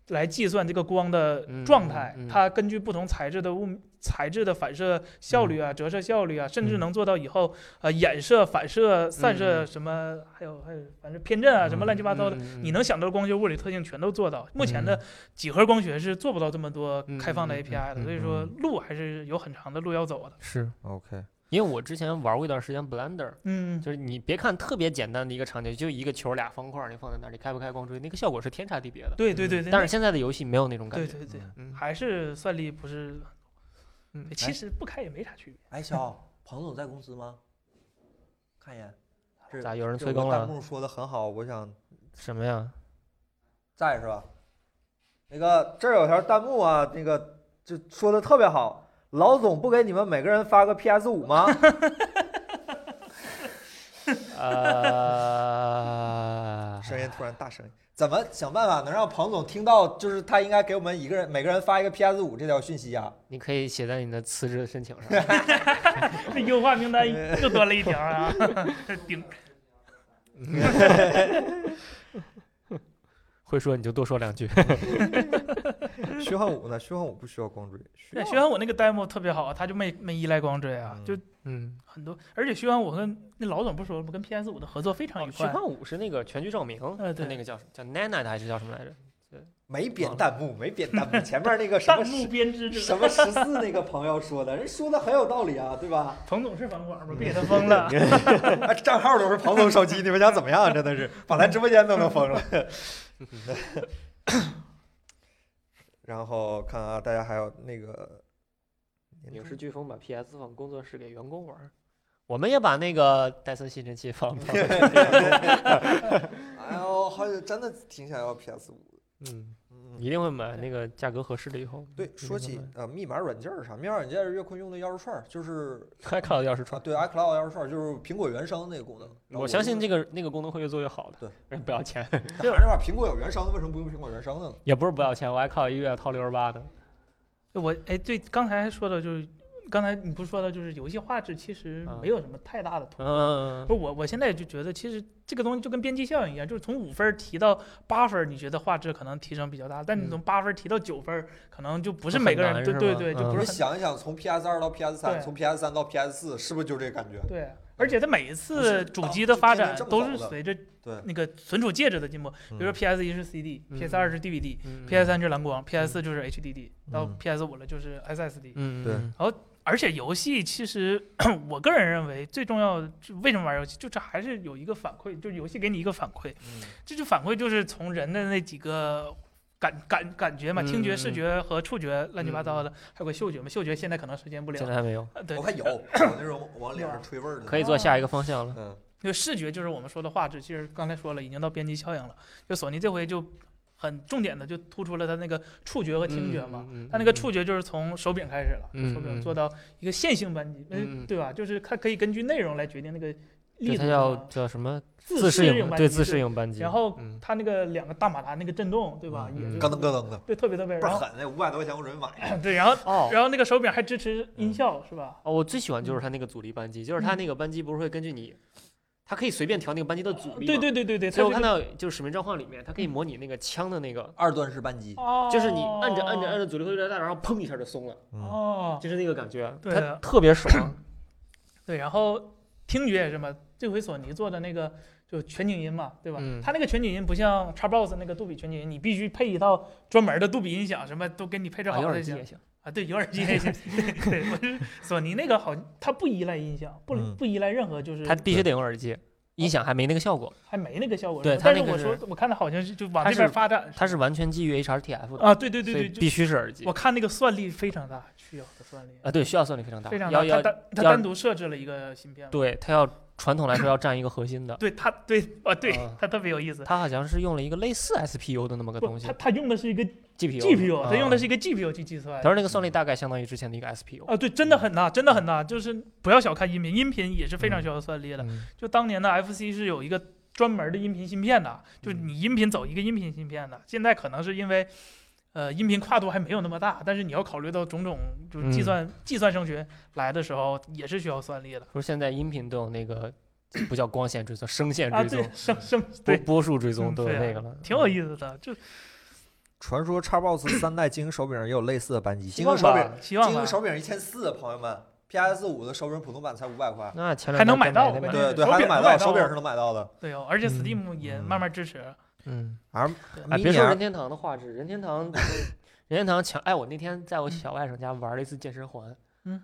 S4: 来计算这个光的
S3: 嗯
S4: 状态，
S3: 嗯嗯
S4: 它根据不同材质的物材质的反射效率啊、折射效率啊，甚至
S3: 嗯
S4: 能做到以后呃衍射、反射、散射什么，还有还有反正偏振啊什
S3: 嗯
S4: 么乱七八糟的，你能想到的光学物理特性全都做到。目前的几何光学是做不到这么多开放
S3: 嗯
S4: 的
S3: 嗯嗯
S4: API
S3: 嗯
S4: 的，所以说路还是有很长的路要走的。
S3: 是
S1: OK，
S3: 因为我之前玩过一段时间 Blender，
S4: 嗯，
S3: 就是你别看特别简单的一个场景，就一个球俩方块儿，你放在那儿，你开不开光追，那个效果是天差地别的。
S4: 对对对对，
S3: 嗯但是
S4: 那
S3: 现在的游戏没有那种感
S4: 对
S3: 觉。
S4: 对对，
S3: 嗯
S4: 还是算力不是
S3: 嗯，
S4: 其实不开也没啥区别。
S1: 哎，小彭总在公司吗？看一眼，这
S3: 啊咋有人
S1: 这
S3: 催
S1: 我
S3: 更
S1: 弹
S3: 了？
S1: 幕说的很好，我想
S3: 什么呀？
S1: 在是吧？那个这儿有条弹幕啊，那个就说的特别好，老总不给你们每个人发个 PS 五吗？ [laughs]
S3: 呃，
S1: 声音突然大声，怎么想办法能让彭总听到？就是他应该给我们一个人每个人发一个 PS 五这条讯息啊。
S3: 你可以写在你的辞职的申请上。
S4: 这优化名
S3: [laughs]
S4: 单又多了一条啊，顶
S3: 会说你就多说两句。
S1: 虚幻五呢？虚幻五不需要光追，需
S4: 对，徐安我那个 demo 特别好，他就没没依赖光追啊
S1: 嗯，
S4: 就
S3: 嗯，
S4: 很多，而且徐安我跟那老总不说了吗？跟 PS 五的合作非常愉
S3: 虚
S4: 快。
S3: 幻五是那个全局照明，
S4: 呃
S3: 它
S4: 对
S3: 那个叫什么叫 Nana 的还是叫什么来着？
S1: 没点弹幕，没点
S4: [laughs]
S1: 弹幕。前面那个什
S4: 啊弹
S1: 么
S4: 幕
S1: 十
S4: 编织者，
S1: 什么十四那个朋友说的，人说的很有道理啊，对
S4: [laughs]
S1: 吧？
S4: 彭总是房管
S3: 嗯
S4: 吗？别给他
S3: [laughs]
S4: 封了。
S1: 啊，账号都是彭总手机，你们想怎么样？真的是 [laughs] 把咱直播间都弄封
S4: [laughs]
S1: 了。然后看啊，大家还有那个
S3: 影视飓风把 PS 放工作室给员工玩儿，我们也把那个戴森吸尘器放。
S1: 哎呦，好像真的挺想要 PS 五。
S3: 嗯，
S1: 嗯，
S3: 一定会买那个价格合适了以后。
S1: 对，说起呃密码软件儿啥，密码软件是岳坤用的钥匙串儿，就是
S3: 还看到钥匙
S1: 啊，
S3: 串，
S1: 对 iCloud 钥匙串儿就是苹果原生那个功能。然后
S3: 我相信
S1: 就
S3: 这个那个功能会越做越好的。对，不要钱，
S1: 是哪儿那玩意儿苹果有原生的，为什么不用苹果原生的呢？
S3: 也不是不要钱，我还靠一个月掏六十八的。
S4: 我哎，对，刚才说的就是，刚才你不是说的就是游戏画质其实
S3: 啊
S4: 没有什么太大的突破。
S3: 嗯，
S4: 不，我我现在就觉得，其实这个东西就跟边际效应一样，就是从五分儿提到八分儿，你觉得画质可能提升比较大，但你
S3: 嗯
S4: 从八分儿提到九分儿，可能就不是
S3: 很
S4: 每个
S3: 难
S4: 人，对
S3: 是
S4: 对
S3: 吧
S4: 对，就
S3: 嗯
S1: 你
S4: 不是
S1: 们
S3: [laughs]
S4: 很
S1: 想一想，从 PS 二到 PS 三，
S4: 对
S1: 从 PS 三到 PS 四，是不是就这感觉？
S4: 对。而且它每一
S1: 不是
S4: 次主
S3: 啊
S1: 到
S4: 机
S1: 就
S4: 的发
S1: 天天
S4: 展
S1: 这么
S4: 都
S1: 走
S4: 是
S1: 的
S3: 嗯
S4: 随着
S1: 对
S4: 那个存储介质的进步，比如说 PS 一是 CD，PS 二是 DVD，PS
S3: 嗯
S4: 三是蓝光，PS 四就是 HDD，到
S1: 嗯
S4: PS 五了就是 SSD。
S3: 嗯，
S1: 对
S3: 嗯
S4: 而且游戏其实， [clears throat] 我个人认为最重要的，就为什么玩游戏，就是还是有一个反馈，就是游戏给你一个反馈，
S1: 嗯
S4: 这就反馈就是从人的那几个感感感觉嘛，
S3: 嗯
S4: 听
S3: 嗯
S4: 觉、视觉和触觉，乱七八糟的，还有个嗅觉嘛，嗅觉现在可能实现不
S3: 现
S4: 了，
S3: 在还没有，
S4: 呃
S1: 嗯
S4: 对
S1: 我，看
S4: [clears throat]
S1: 有，有那种往脸上吹味儿的。
S3: 可以做下一个方向了。
S1: 嗯，
S4: 就视觉就是我们说的画质，其实刚才说了，已经到边际效应了，就索尼这回就很重点的就突出了它那个触觉和哦听觉嘛，
S3: 嗯，
S4: 它那个触觉就是从手柄开始了，
S3: 嗯
S4: 手
S3: 嗯
S4: 柄做到一个线性扳机，
S3: 嗯
S4: 嗯，对吧？就是它可以根据内容来决定那个
S3: 对，
S4: 力度
S3: 它叫
S4: 啊，
S3: 叫什么？
S4: 自
S3: 适应
S4: 扳
S3: 对
S4: 机
S3: 自适。应扳机。
S4: 然后
S3: 嗯
S4: 它那个两个大马达那个震动，对吧？
S3: 嗯
S4: 也
S3: 嗯
S4: 是
S1: 咯噔咯噔的，
S4: 对，特别特别。
S1: 倍
S4: 然
S1: 儿
S4: 后
S1: 狠，那五百多块钱我准备买。
S4: [laughs] 对，然后
S3: 哦
S4: 然后那个手柄还支持音效，是吧？
S3: 哦，我最喜欢就是它那个阻力扳机，就是
S4: 嗯
S3: 它那个扳机不是会根据你，它可以随便调那个扳机的阻力。
S4: 对。对对对对，
S3: 所以我
S4: 它
S3: 看
S4: 就
S3: 到就是《使命召唤》里面，它可以模拟那个枪的那个，
S1: 二段式扳机，
S4: 嗯哦，
S3: 就是你按着按着按着阻力会越来越大，然后砰一下就松了，
S1: 嗯
S4: 哦，
S3: 就是那个感觉，
S4: 对
S3: 它
S4: 的
S3: 特别爽。
S4: 对，然后听觉也是嘛，这回索尼做的那个就全景音嘛，对吧？
S3: 嗯
S4: 它那个全景音不像 Xbox 那个杜比全景音，你必须配一套专门的杜比音响，什么都给你配置
S3: 啊
S4: 好
S3: 有
S4: 才
S3: 耳机
S4: 行
S3: 也行。
S4: 啊。对，有耳机也行。 [laughs] 对，我是索尼那个好，它不依赖音响，不
S1: 嗯
S4: 不依赖任何就是
S3: 它必须得用耳机，音响还没那个效果，
S4: 还没那个效果。
S3: 对
S4: 是吧
S3: 它
S4: 但是
S3: 那个
S4: 我说
S3: 是
S4: 我看它好像是就往
S3: 它
S4: 这边
S3: 是
S4: 发展
S3: 它是完全基于 HRTF 的，
S4: 啊，对对对
S3: 所以
S4: 对，
S3: 必
S4: 就
S3: 须是耳机
S4: 我看那个算力非常大，需要的算力
S3: 啊，对，需要算力非常大，
S4: 非常
S3: 要
S4: 大。它
S3: 要
S4: 单它
S3: 要
S4: 单独设置了一个芯片嘛，
S3: 对它要传统来说要占一个核心的，
S4: 对它对啊嗯对
S3: 啊
S4: 它特别有意思。
S3: 它好像是用了一个类似 SPU 的那么个
S4: 不，
S3: 东西
S4: 它它用的是一个
S3: ，GPU
S4: GPU，它用的
S3: 啊
S4: 是一个 GPU 去计算
S3: 它。说那个算力大概相当于之前的一个 SPU，
S4: 啊，对，真的很大，真的很大，就是不要小看音频，音频也是非常需要算力的。
S3: 嗯
S4: 就当年的 FC 是有一个专门的音频芯片的，就是
S3: 嗯
S4: 你音频走一个音频芯片的。现在可能是因为，呃，音频跨度还没有那么大，但是你要考虑到种种，就是计
S3: 嗯
S4: 算、计算生学来的时候也是需要算力的
S3: 说现在音频都有那个不叫光线追踪，声线
S4: 啊。
S3: 追
S4: 对
S3: 踪，，嗯
S4: 生
S3: [laughs]
S4: 生
S3: 波
S4: 对，
S3: 波束追踪
S4: 嗯
S3: 都有
S4: 对啊
S3: 那个了，
S4: 挺有意思的，就
S1: 传说 Xbox 三代精英手柄也有类似的扳机，精
S3: 望
S1: 英手柄
S3: 吧
S4: 希望
S1: 精
S4: 吧
S1: 英。手柄一千四，朋友们，PS 五的手柄普通版才五百块，
S3: 那前两
S4: 还能
S3: 天
S4: 买
S3: 真
S4: 到
S3: 没得买
S4: 我感
S1: 对
S4: 觉
S1: 对，
S4: 手
S1: 还
S4: 柄
S1: 能买
S4: 能
S1: 到，
S4: 买
S1: 手
S4: 到
S1: 柄是能买到的。
S4: 对哦，而且
S3: 嗯
S4: Steam 也慢慢支持。
S3: 嗯，
S1: 而
S3: 哎，
S1: 迷
S3: 别
S1: 你
S3: 说
S1: 儿
S3: 任天堂的画质，任天 [laughs] 堂，任天堂强。哎，我那天在我小外甥家玩了一次健身环，
S4: 嗯，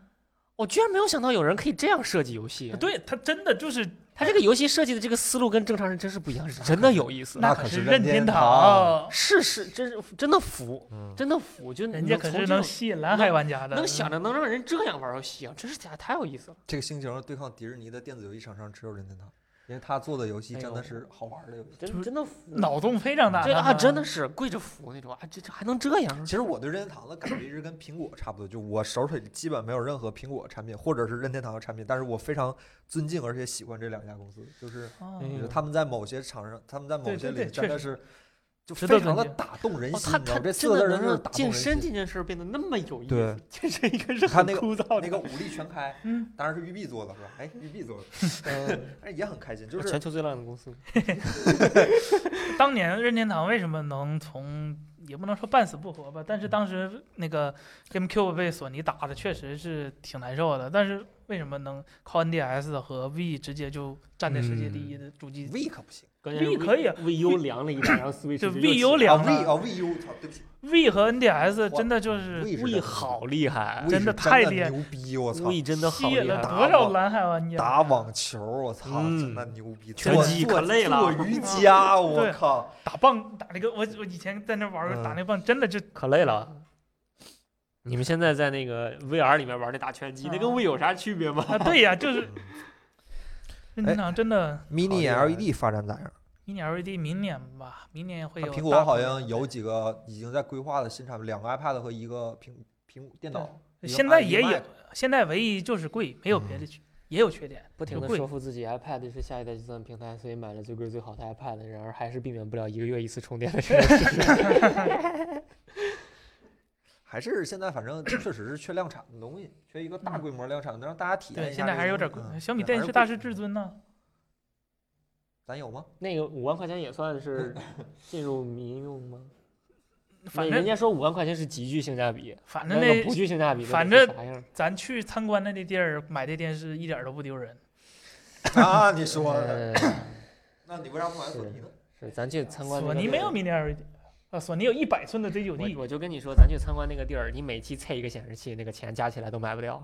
S3: 我居然没有想到有人可以这样设计游戏。，
S4: 对，它真的就是
S3: 他这个游戏设计的这个思路跟正常人真是不一样，是真的有意思。
S1: 那
S4: 那
S1: 可
S4: 可
S1: 是
S4: 是
S1: 任
S4: 任
S1: 天
S4: 天
S1: 堂
S4: 堂，
S3: 是是，真是真的服，
S1: 嗯，
S3: 真的服，就
S4: 人家可
S3: 从
S4: 是
S3: 这
S4: 能
S3: 种
S4: 吸引蓝海玩家的。嗯
S3: 能想着能让人这样玩游戏啊，真是太太有意思了。
S1: 这个星球上对抗迪士尼的电子游戏厂商只有任天堂，因为他做的游戏
S3: 哎
S1: 真
S3: 呦
S1: 的是好玩的游戏。
S3: 真真的服，
S4: 脑洞非常大。
S3: 这
S4: 他
S3: 啊
S4: 们
S3: 真的是跪着服那种啊，这这还能这样
S1: 其？实我对任天堂的感觉一直跟苹果差不多，就我手里基本没有任何苹果产品或者是任天堂的产品，但是我非常尊敬而且喜欢这两家公司，就是
S4: 哦
S3: 嗯
S1: 他们在某些场上，他们在某
S4: 对
S1: 些领
S4: 对
S1: 域
S4: 对
S1: 真的
S4: 确
S1: 是就
S4: 值
S1: 非
S4: 得
S1: 常的
S4: 尊敬
S1: 打动人
S3: 哦，
S1: 心，
S3: 他
S1: 你知道
S3: 他
S1: 吗这四
S3: 真
S1: 个字
S3: 的
S1: 儿真
S3: 能
S1: 的是打
S3: 让
S1: 动人
S3: 健
S1: 心。
S3: 身这件事儿变得那么有意
S1: 对
S3: 思，这是一个是
S1: 他
S3: 很
S1: 那个
S3: 枯燥
S1: 那
S3: 的。
S1: 个武力全开，
S4: 嗯，
S1: 当然是育碧做的，是吧？哎，育碧做的，
S4: [laughs]
S3: 嗯
S1: 哎也很开心，就是
S3: 全球最烂的公司。
S4: 当年任天堂为什么能从也不能说半死不活吧，但是当时那个 GameCube 被索尼打的确实是挺难受的，但是为什么能靠 NDS 和 V 直接就站在世界第一的主机？
S1: V 可不行
S3: 关
S4: V 可以啊
S3: ，VU 凉了一点，然后 Switch
S4: 就
S3: 又
S4: V
S3: 起
S4: 有
S3: 来
S1: 啊
S4: 两
S1: ，V 啊 VU，操，对不起
S4: V 和 NDS 真的就是
S1: ，V 是真
S3: ，V
S1: 的
S3: 好厉害
S1: 我
S4: 真
S1: 的
S4: 的太厉害
S1: 牛逼！我操，
S3: ，V 真的
S4: 吸
S3: 好
S4: 引
S3: 厉
S4: 了
S3: 害。啊
S4: 多少蓝海玩家？
S1: 打网球，我操，
S3: 嗯
S1: 真的牛逼！
S3: 拳
S1: 做
S3: 击
S1: 做
S3: 可累了
S1: 做
S4: [laughs]
S1: 瑜伽，我
S4: 对
S1: 靠，
S4: 打棒打那个，我我以前在那玩
S3: 嗯
S4: 过，打那棒真的就
S3: 可累了。你们现在在那个 VR 里面玩那打拳击，那跟
S4: 啊
S3: V 有啥区别吗？
S4: 啊，对呀，就是
S3: 哎
S4: 任天堂真的。
S1: Mini LED E 发展咋样？
S4: 迷你 LED E 明年吧，明年会有。
S1: 啊苹果好像有，几个已经在规划的新产品，两个 iPad 和一个屏屏电脑。一个嗯
S4: 现在
S1: iMac
S4: 也有，现在唯一就是贵，没有别的，也有缺点，
S3: 不停的
S4: 贵
S3: 说服自己 iPad 是下一代计算平台，所以买了最贵最好的 iPad，然而还是避免不了一个月一次充电的事。 [laughs]
S1: 还是现在反正确实是缺量产的东西，缺一个大规模量产的，能让大家体验一
S4: 嗯对，
S1: 下
S4: 现在
S1: 这
S4: 还是有
S1: 个
S4: 点
S1: 东
S4: 贵
S1: 西嗯。
S4: 小米
S1: 对还
S4: 电
S1: 是
S4: 视
S1: 贵
S4: 大师至尊呢？
S1: 咱
S4: [laughs]
S1: 有吗？
S3: 那个五万块钱也算是进入民用吗？
S4: 反
S3: 那人
S4: 正
S3: 家说五万块钱是极具性价比，
S4: 反
S3: 那
S4: 正
S3: 个
S4: 那
S3: 不具性价比，
S4: 反
S3: 那得
S4: 正
S3: 啥样？
S4: 咱去参观的那地儿买的电视一点儿都不丢人。
S1: 啊，你说的，
S3: 嗯，
S1: 那你为啥不买索尼呢？
S3: 是咱去参观那
S4: 呃索
S3: 个
S4: 尼
S3: 地
S4: 没
S3: 儿
S4: 有迷你 LED，啊，索尼有一百寸的追九 D，
S3: 我我就跟你说，咱去参观那个地儿，你每期测一个显示器，那个钱加起来都买不了。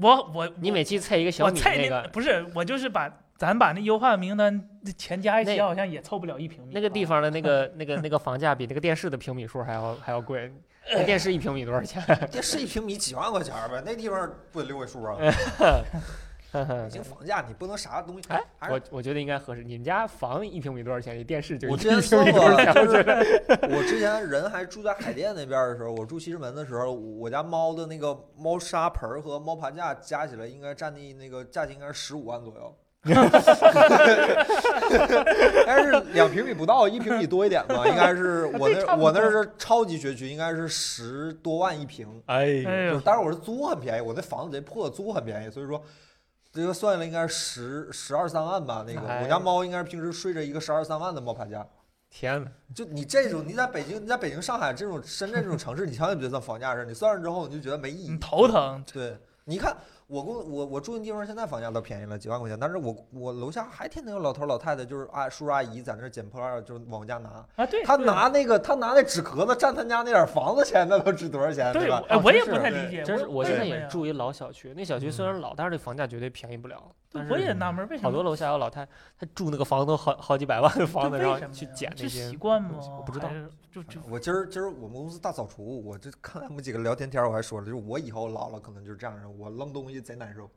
S4: 我我
S3: 你每期测一个小
S4: 我
S3: 米
S4: 菜
S3: 那
S4: 那
S3: 个
S4: 不是我就是把咱把那优化名单的钱加一起，
S3: 那
S4: 好像也凑不了一平米。
S3: 那个地方的那个那个那个房价比那个电视的平米数还要还要贵。那电视一平米多少钱？ [laughs]
S1: 这是一平米几万块钱儿呗，那地方不得六位数啊？
S4: 哎
S1: 北京房价你不能啥东西。
S3: 哎
S1: 还是
S3: 我我觉得应该合适。你们家房一平米多少钱？你电视就
S1: 我
S3: 一
S1: 之前
S3: 平
S1: 搜
S3: 米
S1: 过
S3: 多少钱？
S1: 啊，就是我之前人还住在海淀那边儿的时候，我住西直门的时候，我家猫的那个猫砂盆儿和猫盘架加起来应该占地那个价钱应该是十五万左右。但是两平米不到，一平米多一点吧，应该
S3: [laughs]
S1: 是我那我那是超级学区，应该是十多万一平，
S3: 哎
S4: [laughs] 哎
S1: 就是
S4: 呦，
S1: 但是我是租很便宜，我那房子贼破，租很便宜，所以说这个算下来应该十十二三万吧。那个我
S3: 哎
S1: 家猫应该是平时睡着一个十二三万的猫爬架。
S3: 天哪！
S1: 就你这种，你在北京、你在北京、上海这种、深圳这种城市，你千万别算房价的事儿，你算上之后你就觉得没意义
S4: 你。嗯头疼。
S1: 对，你看我公我我住的地方现在房价都便宜了几万块钱，但是我我楼下还天天有老头老太太，就是啊叔叔阿姨在那儿捡破烂儿，就是往家拿。
S4: 啊，对，
S1: 他
S4: 对
S1: 拿那个他拿那纸壳子占他家那点儿房子钱，那都值多少钱，
S4: 对，
S1: 吧
S4: 我？哎
S3: 哦
S4: 我
S3: 真
S4: 也不
S3: 是
S4: 太
S1: 对啊
S4: 理解。
S3: 真是，我
S4: 为
S3: 现在
S4: 什么
S3: 也
S4: 呀
S3: 住一老小区，那小区虽然老，但是这房价绝对便宜不了。但
S4: 我也
S3: 是
S4: 纳闷儿，为什
S3: 好多
S4: 么？
S3: 楼下有老太，她住那个房都好好几百万的房子，
S4: 为
S3: 然后
S4: 什么
S3: 去
S4: 呀
S3: 捡那
S4: 是习
S3: 些。
S4: 惯
S3: 东
S4: 吗
S3: 西？我不知道
S4: 还是，就就
S1: 我今儿今儿我们公司大扫除，我这看他们几个聊天天儿，我还说了，就是我以后老了可能就是这样人，我扔东西贼难受，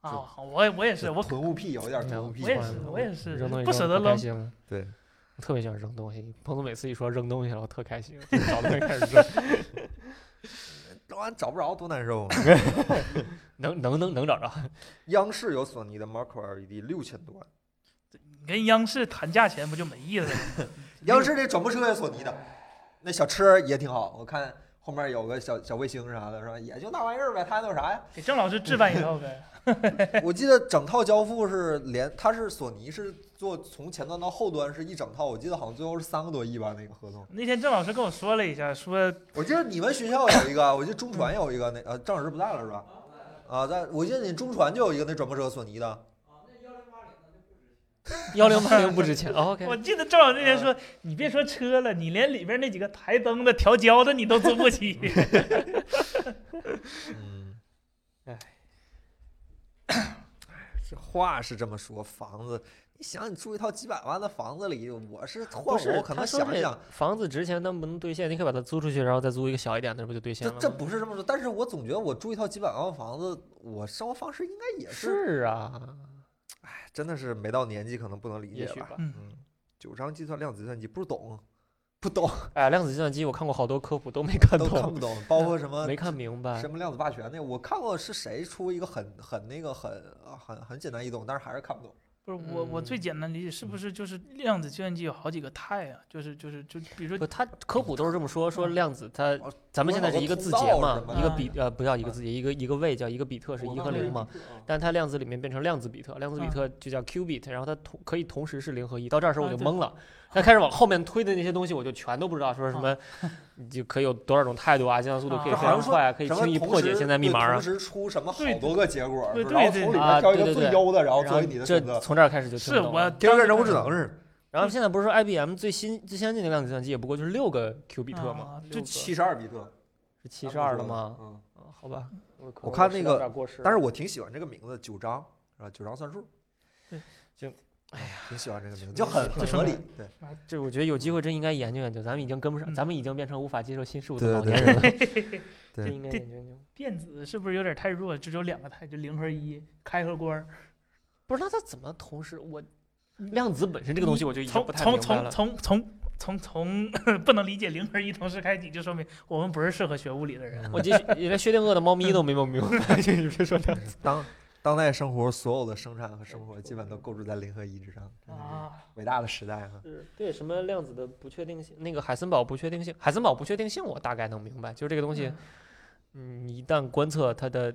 S4: 啊，好我也我也是，我
S1: 囤物癖有点
S3: 没有
S1: 囤物癖
S4: 我。也
S3: 惯
S4: 是
S3: 了
S4: 我也是
S3: 扔东西
S4: 不
S3: 扔
S4: 舍
S3: 得
S4: 得
S3: 可开
S4: 扔
S3: 心了，
S1: 对，
S3: 我特别喜欢扔东西。彭总每次一说扔东西，然后特开心，就找东西开始扔，
S1: 扔完找不着多难受啊！ [laughs]
S3: 能能能能找着。
S1: 央视有索尼的 Micro LED 六千多万，
S4: 你跟央视谈价钱不就没意思了吗？
S1: 央视这转播车也索尼的，那小车也挺好，我看后面有个小小卫星啥的，是吧？也就那玩意儿呗，它还能有啥呀？
S4: 给郑老师置办一套呗。
S1: 我记得整套交付是连，它是索尼是做从前端到后端是一整套，我记得好像最后是三个多亿吧那个合同。
S4: 那天郑老师跟我说了一下，说
S1: 我记得你们学校有一个，我记得中传有一个那呃郑老师不在了是吧？啊，在我记得你中传就有一个那转播车索尼的，
S3: 幺零八零不值钱。哦
S4: [laughs] 我
S3: OK，
S4: 记得郑老师那天说，你别说车了，你连里边那几个台灯的调焦的你都租不起。 [laughs]
S1: 嗯，
S3: 唉，
S1: [coughs] 这话是这么说，房子，你想你住一套几百万的房子里，我是换
S3: 不
S1: 我，
S3: 是
S1: 我，可
S3: 他
S1: 能
S3: 说
S1: 想一
S3: 这
S1: 想，
S3: 房子值钱，能不能兑现？你可以把它租出去，然后再租一个小一点的，这不就兑现
S1: 这
S3: 了吗？
S1: 这不是这么说，但是我总觉得我住一套几百万的房子，我生活方式应该也是，
S3: 是啊，
S1: 哎，真的是没到年纪可能不能理解
S3: 也许
S1: 吧，
S3: 吧。
S4: 嗯
S1: 嗯，九张计算量子计算机不懂，不懂，
S3: 哎，量子计算机我看过好多科普，都没看
S1: 都看
S3: 懂，
S1: 不懂，包括什么
S3: 没看明白
S1: 什。么量子霸权那个，我看过是谁出一个很很那个很啊很很简单易懂，但是还是看不懂。
S4: 不是我，我最
S3: 嗯
S4: 简单理解是不是就是量子计算机有好几个态啊？就是就是就比如
S3: 不，
S4: 说
S3: 他科普都是这么说，说
S4: 嗯
S3: 量子它
S1: 哦，
S3: 咱们
S1: 不是
S3: 现在
S1: 好多
S3: 是一个
S1: 通
S3: 字
S1: 道
S3: 节
S1: 是
S3: 嘛
S1: 什么，
S3: 一个
S4: 的
S3: 比呃不叫一个字节，一个一个位叫一个比特是
S1: 我
S3: 一
S1: 那
S3: 和
S1: 会儿
S3: 零
S1: 就
S3: 嘛，
S1: 是啊
S3: 但它量子里面变成量子比特，量子比
S4: 嗯
S3: 特就叫 qubit，然后它同可以同时是零和一。到这儿时候我
S4: 啊
S3: 就
S4: 对
S3: 懵了，它开始往后面推的那些东西我就全都不知道，说什
S4: 啊
S3: 么你就可以有多少种态度啊，计算速度可以非
S4: 啊好像
S3: 常
S1: 说
S3: 快啊，可以
S1: 什么
S3: 轻易
S1: 同
S3: 破解
S1: 时
S3: 现在密
S1: 对
S3: 码啊
S1: 同。时出什么好
S4: 对
S1: 多个结果，
S4: 对
S1: 是吧
S4: 对
S1: 然后
S4: 对
S1: 从里
S3: 啊
S1: 面挑一
S3: 对
S1: 个
S3: 对
S1: 最
S3: 对
S1: 优的，然后
S3: 然
S1: 作
S3: 后
S1: 为你的
S3: 这
S1: 选择。
S3: 从这儿开始就听
S4: 是
S3: 懂
S4: 我
S3: 了
S1: 第二
S4: 当
S1: 个
S4: 时
S1: 人工
S4: 看
S1: 智
S4: 到
S1: 能是
S3: 然后现在不是说 IBM 最新最先进的量子计算机也不过就是六个 Q 比特嘛，
S4: 啊
S3: 就
S4: 六个
S3: 七
S1: 七十二比特，
S3: 是七十二了吗？
S1: 嗯，
S3: 啊好吧，可
S1: 我
S3: 能
S1: 看
S3: 时
S1: 那
S3: 代有
S1: 个
S3: 点过时
S1: 但是
S3: 了
S1: 我挺喜欢这个名字，九章是吧？九章算术。
S4: 对，
S3: 行，
S1: 哎呀，挺喜欢这个名字，就很
S3: 就
S1: 很
S3: 是
S1: 合理。对，
S3: 这我觉得有机会真应该研究研究，咱们已经跟不上，
S4: 嗯
S3: 咱们已经变成无法接受新事物的
S1: 对
S3: 老
S1: 对
S3: 年人了，
S1: 对
S3: [laughs] 真应该
S4: 这
S3: 研究研究。
S4: 电子是不是有点太弱？只有两个态，就零和一，开和关儿。
S3: 不是，那它怎么同时我量子本身这个东西我就已经
S4: 从
S3: 不太明白
S4: 从从
S3: 了。
S4: 从从从从 [laughs] 不能理解零和一同时开启，就说明我们不是适合学物理的人。
S3: 我继续连薛定谔的猫咪 [laughs] 都没有明白，你别说量子。
S1: 当当代生活所有的生产和生活基本都构筑在零和一之上，真的是
S4: 啊，
S1: 伟大的时代哈。
S3: 对什么量子的不确定性，那个海森堡不确定性，海森堡不确定性我大概能明白，就是这个东西，嗯，你一旦观测它的，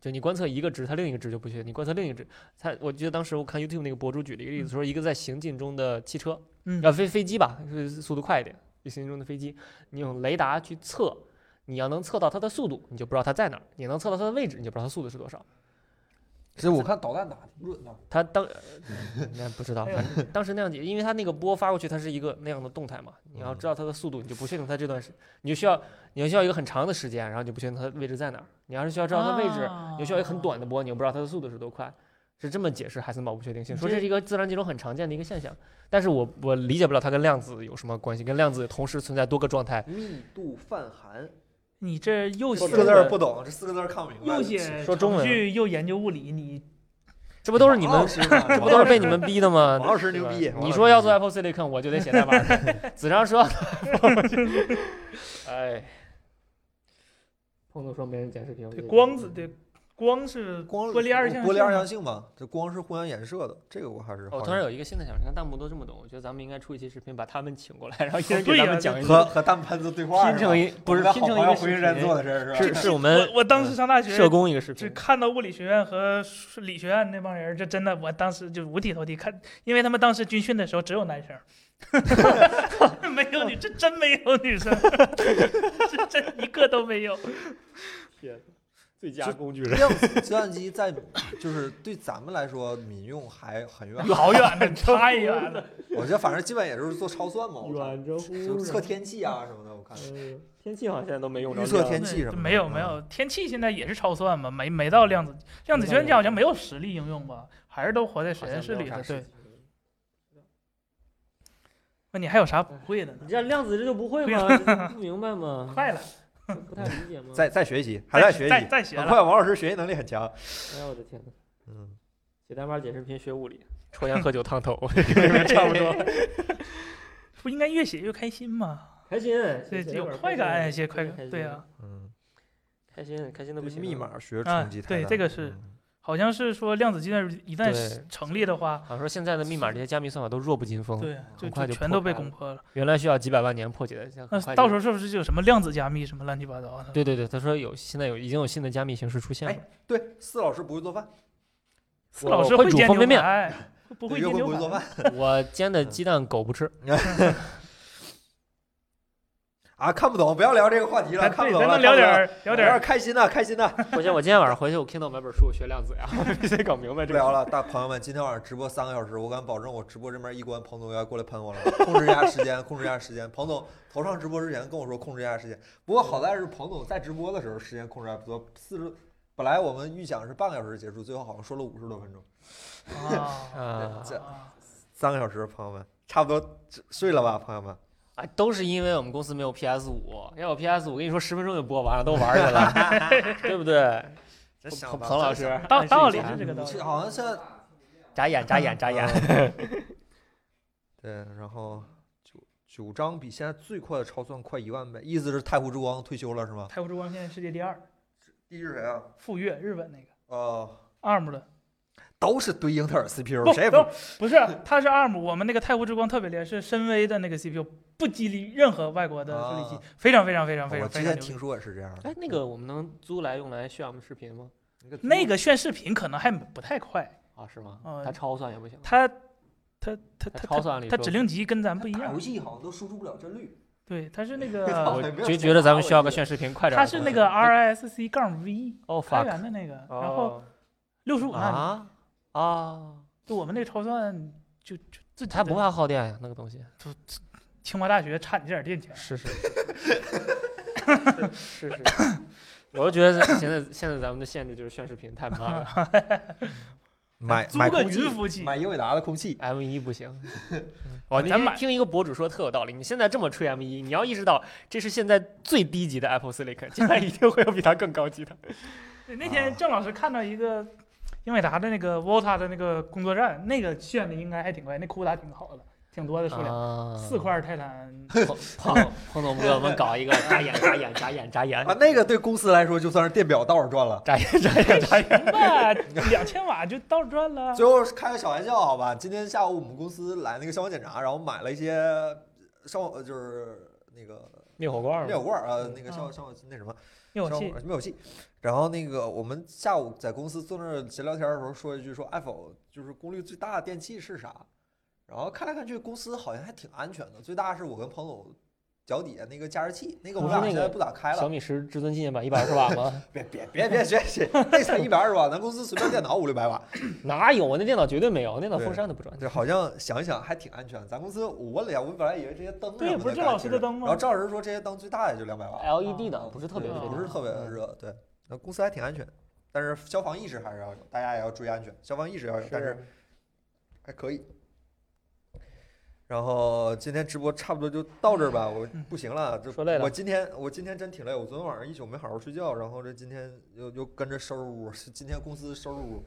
S3: 就你观测一个值，它另一个值就不确定，你观测另一个值，它我记得当时我看 YouTube 那个博主举了一个例子，说一个在行进中的汽车，
S4: 嗯
S3: 啊，飞飞机吧，是速度快一点，就行进中的飞机，你用雷达去测，你要能测到它的速度，你就不知道它在哪儿；你能测到它的位置，你就不知道它速度是多少。
S1: 其实我看导弹打挺准的，
S3: 它当那不知道，反正当时那样解，因为它那个波发过去，它是一个那样的动态嘛，你要知道它的速度，你就不确定它这段时，你就需要你就需要一个很长的时间，然后就不确定它的位置在哪儿。你要是需要知道它位
S4: 哦
S3: 置，
S4: 啊
S3: 你就需要一个很短的波，你又不知道它的速度是多快。是这么解释海森堡不确定性，说
S4: 这
S3: 这是一个自然界中很常见的一个现象，但是我我理解不了它跟量子有什么关系，跟量子同时存在多个状态，
S1: 密度泛函。
S4: 你这又
S1: 四
S4: 写
S1: 个字儿不懂，这四个字儿看不明白。
S4: 又写
S3: 说中文
S4: 程序又研究物理，你
S3: 这不都是你
S1: 王
S3: 们
S1: 老，
S3: [laughs]
S1: 师嘛，这
S3: 这不都是被你
S1: [laughs]
S3: 们逼的吗？
S1: 王老师牛
S3: 对吧
S1: 逼王
S3: 你
S1: 老
S3: 说
S1: 师
S3: 要
S1: 牛
S3: 做 Apple Silicon，我就得写代码。子章说，哎，碰头说没人剪视频，我
S4: 对
S3: 就
S4: 光子对光是
S1: 光
S4: 波粒二象
S1: 波粒二
S4: 性
S1: 象
S4: 嘛
S1: 性嘛，这光是互相衍射的，这个我还是
S3: 哦。我
S1: 好
S3: 突然
S1: 像
S3: 有一个新的想法，你看弹幕都这么懂，我觉得咱们应该出一期视频，把他们请过来，然后一人
S4: 对
S3: 给咱
S4: 呀
S3: 们讲一
S1: 和
S3: 个，
S1: 和弹喷子对话
S3: 拼成
S1: 一
S3: 一不是拼成一个视
S1: 回云山做的事儿
S3: 频，
S1: 是
S3: 是
S1: 吧？
S3: 是我们
S4: 我我当时上大学
S3: 社工一个视
S4: 只
S3: 频，
S4: 看到物理学院和数理学院那帮人，这真的，我当时就五体投地看，因为他们当时军训的时候只有男生，没有女，这真没有女生，这真一个都没有。
S7: 最佳
S1: 就
S7: 工具人。
S1: 量子计算机在就是对咱们来说民用还很远，
S4: 老远的，太远了。
S1: 我觉得反正基本也是做超算嘛，我看
S7: 远着乎
S1: 就测天气啊什么的，我看
S7: 嗯天气好像现在都没用着
S1: 预测
S7: 量
S1: 天气什么的
S4: 没有没有，天气现在也是超算嘛，没没到量子量子计算机好像没有实力应用吧，还是都活在实
S8: 好
S4: 验
S8: 像
S4: 室
S8: 没有
S4: 里
S8: 啥
S4: 的。
S8: 实
S4: 对
S8: 际，
S4: 那你还有啥不会的呢
S8: 你？这量子这就不会
S4: 对
S8: 吗？这不明白吗？
S4: 快了，
S8: 不太理解吗？
S1: 在在学习，哦还在学
S4: 再
S1: 习，
S4: 再学
S1: 很
S4: 了。
S1: 快王老师学习能力很强，
S8: 哎呀，我的天呐，
S1: 嗯，
S8: 写代码简直比学物理。
S3: [laughs] 抽烟喝酒烫头，
S4: [laughs]
S3: 差不多。
S4: 不应该越写越开心吗？
S8: [laughs] 开心，
S4: 对，
S8: 写代
S4: 有
S8: 码
S4: 快感，一些快
S8: 开心
S4: 感，对啊呀、，
S1: 嗯，
S8: 开心开心的不
S1: 对
S8: 行。
S1: 密，码学
S4: 啊
S1: 冲击太
S4: 对
S1: 大
S4: 这个
S1: 了
S4: 是
S1: 嗯
S4: 好像是说量子计算一旦
S3: 对
S4: 成立的话，
S3: 好像说现在的密码这些加密算法都弱不禁风，
S4: 对，就
S3: 快就
S4: 全
S3: 破
S4: 都被
S3: 解了
S4: 攻破了。
S3: 原来需要几百万年破解的，现在
S4: 那
S3: 很快
S4: 到
S3: 就
S4: 时候是不是就有什么量子加密什么乱七八糟的？
S3: 对对对，他说有现在有已经有新的加密形式出现
S1: 哎
S3: 了，
S1: 对，四老师不会做饭，
S4: 四老师
S3: 我会煮
S4: 煎
S3: 方
S4: 牛
S3: 便面
S4: 排，
S1: 对
S4: 不会
S1: 约
S4: 煎
S1: 会
S4: 牛
S1: 不会做
S4: 排。
S1: 饭
S3: 我煎的鸡蛋狗不
S4: [laughs]
S3: 吃，
S1: 啊？看不懂，不要聊这个话题了，
S4: 咱
S1: 看不
S4: 对
S1: 懂
S4: 咱
S1: 了，
S4: 能聊
S1: 看不
S4: 点
S1: 懂了
S4: 儿聊点
S1: 聊
S4: 儿
S1: 点开心的，开心
S4: [laughs]
S1: 的，
S3: 不行，我今天晚上回去我 Kindle 买本书学量子呀，我必须搞明白
S1: 不
S3: 这个。
S1: 聊了，大朋友们，今天晚上直播三个小时，我敢保证，我直播这边一关，彭总要过来喷我了，控制一下时间，控制一下时间。彭总头上直播之前跟我说控制一下时间，不过好在是彭总在直播的时候时间控制还不错，四十，本来我们预想是半个小时结束，最后好像说了五十多分钟，
S4: 啊
S3: 啊
S1: 这
S4: 啊
S1: 三个小时，朋友们，差不多睡了吧，朋友们。
S3: 啊，都是因为我们公司没有 PS 五，要有 PS 五，我跟你说十分钟就播完了，都玩去了，
S4: [laughs]
S3: 对不对？
S1: 真
S3: 彭彭老师，
S4: 道道理
S3: 暗示一下
S4: 是这个道理
S1: 是。好像现在
S3: [laughs] 眨眼眨眼眨眼，
S1: 嗯
S4: [laughs]
S1: 对，然后九九张比现在最快的超算快一万倍，意思是太湖之光退休了是吗？
S4: 太湖之光现在世界第二，
S1: 第一是谁啊？
S4: 富岳日本那个
S1: 哦，
S4: ARM 的，
S1: 都是堆英特尔 CPU，
S4: [laughs] 不
S1: 谁也
S4: 不不是，它是 ARM，我们那个太湖之光特别厉害，是深 V 的那个 CPU，不激励任何外国的处理器
S1: 啊，
S4: 非常非常非常非
S1: 我
S4: 常
S1: 之
S4: 非常
S1: 前
S4: 牛逼
S1: 听。说也是这样的。
S3: 哎，那个我们能租来用来炫我们视频吗？
S4: 那个炫视频可能还不太快，
S3: 啊，是吗？
S4: 嗯
S3: 它超算也不行吗，
S4: 它它它
S3: 它
S4: 它
S3: 超
S4: 它
S3: 算里
S4: 它指令集跟咱不一
S1: 打
S4: 样哎
S1: 游，戏好像都输出不了帧率，
S4: 对，它是那 [laughs]
S3: 我
S4: 个
S3: 就觉得咱们需要个炫视频，快点儿。
S4: 它是那个 RISC 杠 V
S3: 哦
S4: 开
S3: fuck
S4: 源的那个，然后
S3: 哦
S4: 六十五纳米，
S3: 啊啊，
S4: 就我们那超算就就自己
S3: 它不
S4: 的
S3: 怕耗电呀，那个东 [laughs] 西
S4: 清华大学差你这点电钱。
S3: 是是是是， [coughs] 我就觉得现在现在咱们的限制就是炫视频太慢了
S1: 买
S4: 租
S1: 买
S4: 个
S1: 空气
S4: 云服务器
S1: 买英伟达的空气。
S3: ，M 一不 [laughs] 行。我
S4: 咱
S3: 那
S4: 买
S3: 天听一个博主说特有道理，你现在这么吹 M 一，你要意识到这是现在最低级的 Apple [laughs] Silicon，将来一定会有比它更高级的。
S4: 对，那
S1: 啊
S4: 天郑老师看到一个英伟达的那个 Volta 的那个工作站，那个炫的应该还挺快，那酷打挺好的，挺多的数量，
S3: 啊 [laughs]
S4: 四块泰坦，
S3: 彭彭总彭总不给我们搞一个眨眼眨眼眨眼眨
S4: 哎
S3: 眼
S1: 啊，那个对公司来说就算是电表倒着赚了。
S3: [laughs] 眨眼眨眼眨眼，
S4: 那两千瓦就倒赚了。
S1: 最后开个小玩笑，好吧？今天下午我们公司来那个消防检查，然后买了一些消呃就是那个
S3: 灭火罐
S1: 灭火
S3: 吗？
S1: 罐儿啊，那个
S4: 啊
S1: 消消那什么。
S4: 灭火
S1: 消
S4: [laughs] 器，
S1: 灭火器。然后那个我们下午在公司坐那儿闲聊天的时候说一句说 Apple 就是功率最大的电器是啥？然后看来看去公司好像还挺安全的，最大是我跟彭总脚底下那个加热器，那个我们
S4: 啊
S3: 不
S1: 俩
S3: 是那
S1: 现在
S3: 个
S1: 不咋开
S3: 小
S1: 了。
S3: 米十至尊纪念版一百二十瓦吗？
S1: 别别别别别别，那才一百二十瓦，咱公司随便电脑五六百
S4: [laughs]
S1: 瓦。
S3: 哪有？我啊那电脑绝对没有，那电脑风扇都不转。
S1: 对，好像想一想还挺安全。咱公司我问了一下，我本来以为这些灯
S4: 对
S1: 什么
S4: 不是
S1: 的
S4: 郑老
S1: 感
S4: 师
S1: 觉
S4: 的灯吗
S1: 然后赵老师说这些灯最大也就两百瓦，
S3: LED E 的，不是特别
S1: 啊对
S3: 嗯
S1: 啊
S3: 特
S1: 不
S3: 别
S1: 是
S3: 大
S1: 特别热。对，那公司还挺安全，但是消防意识还是要有，大家也要注意安全，消防意识要有，但是
S3: 是
S1: 还可以。然后今天直播差不多就到这儿吧，我不行了，这
S3: 说累了
S1: 我今天我今天真挺累，我昨天晚上一宿没好好睡觉，然后这今天又又跟着收拾屋，是今天公司收拾屋，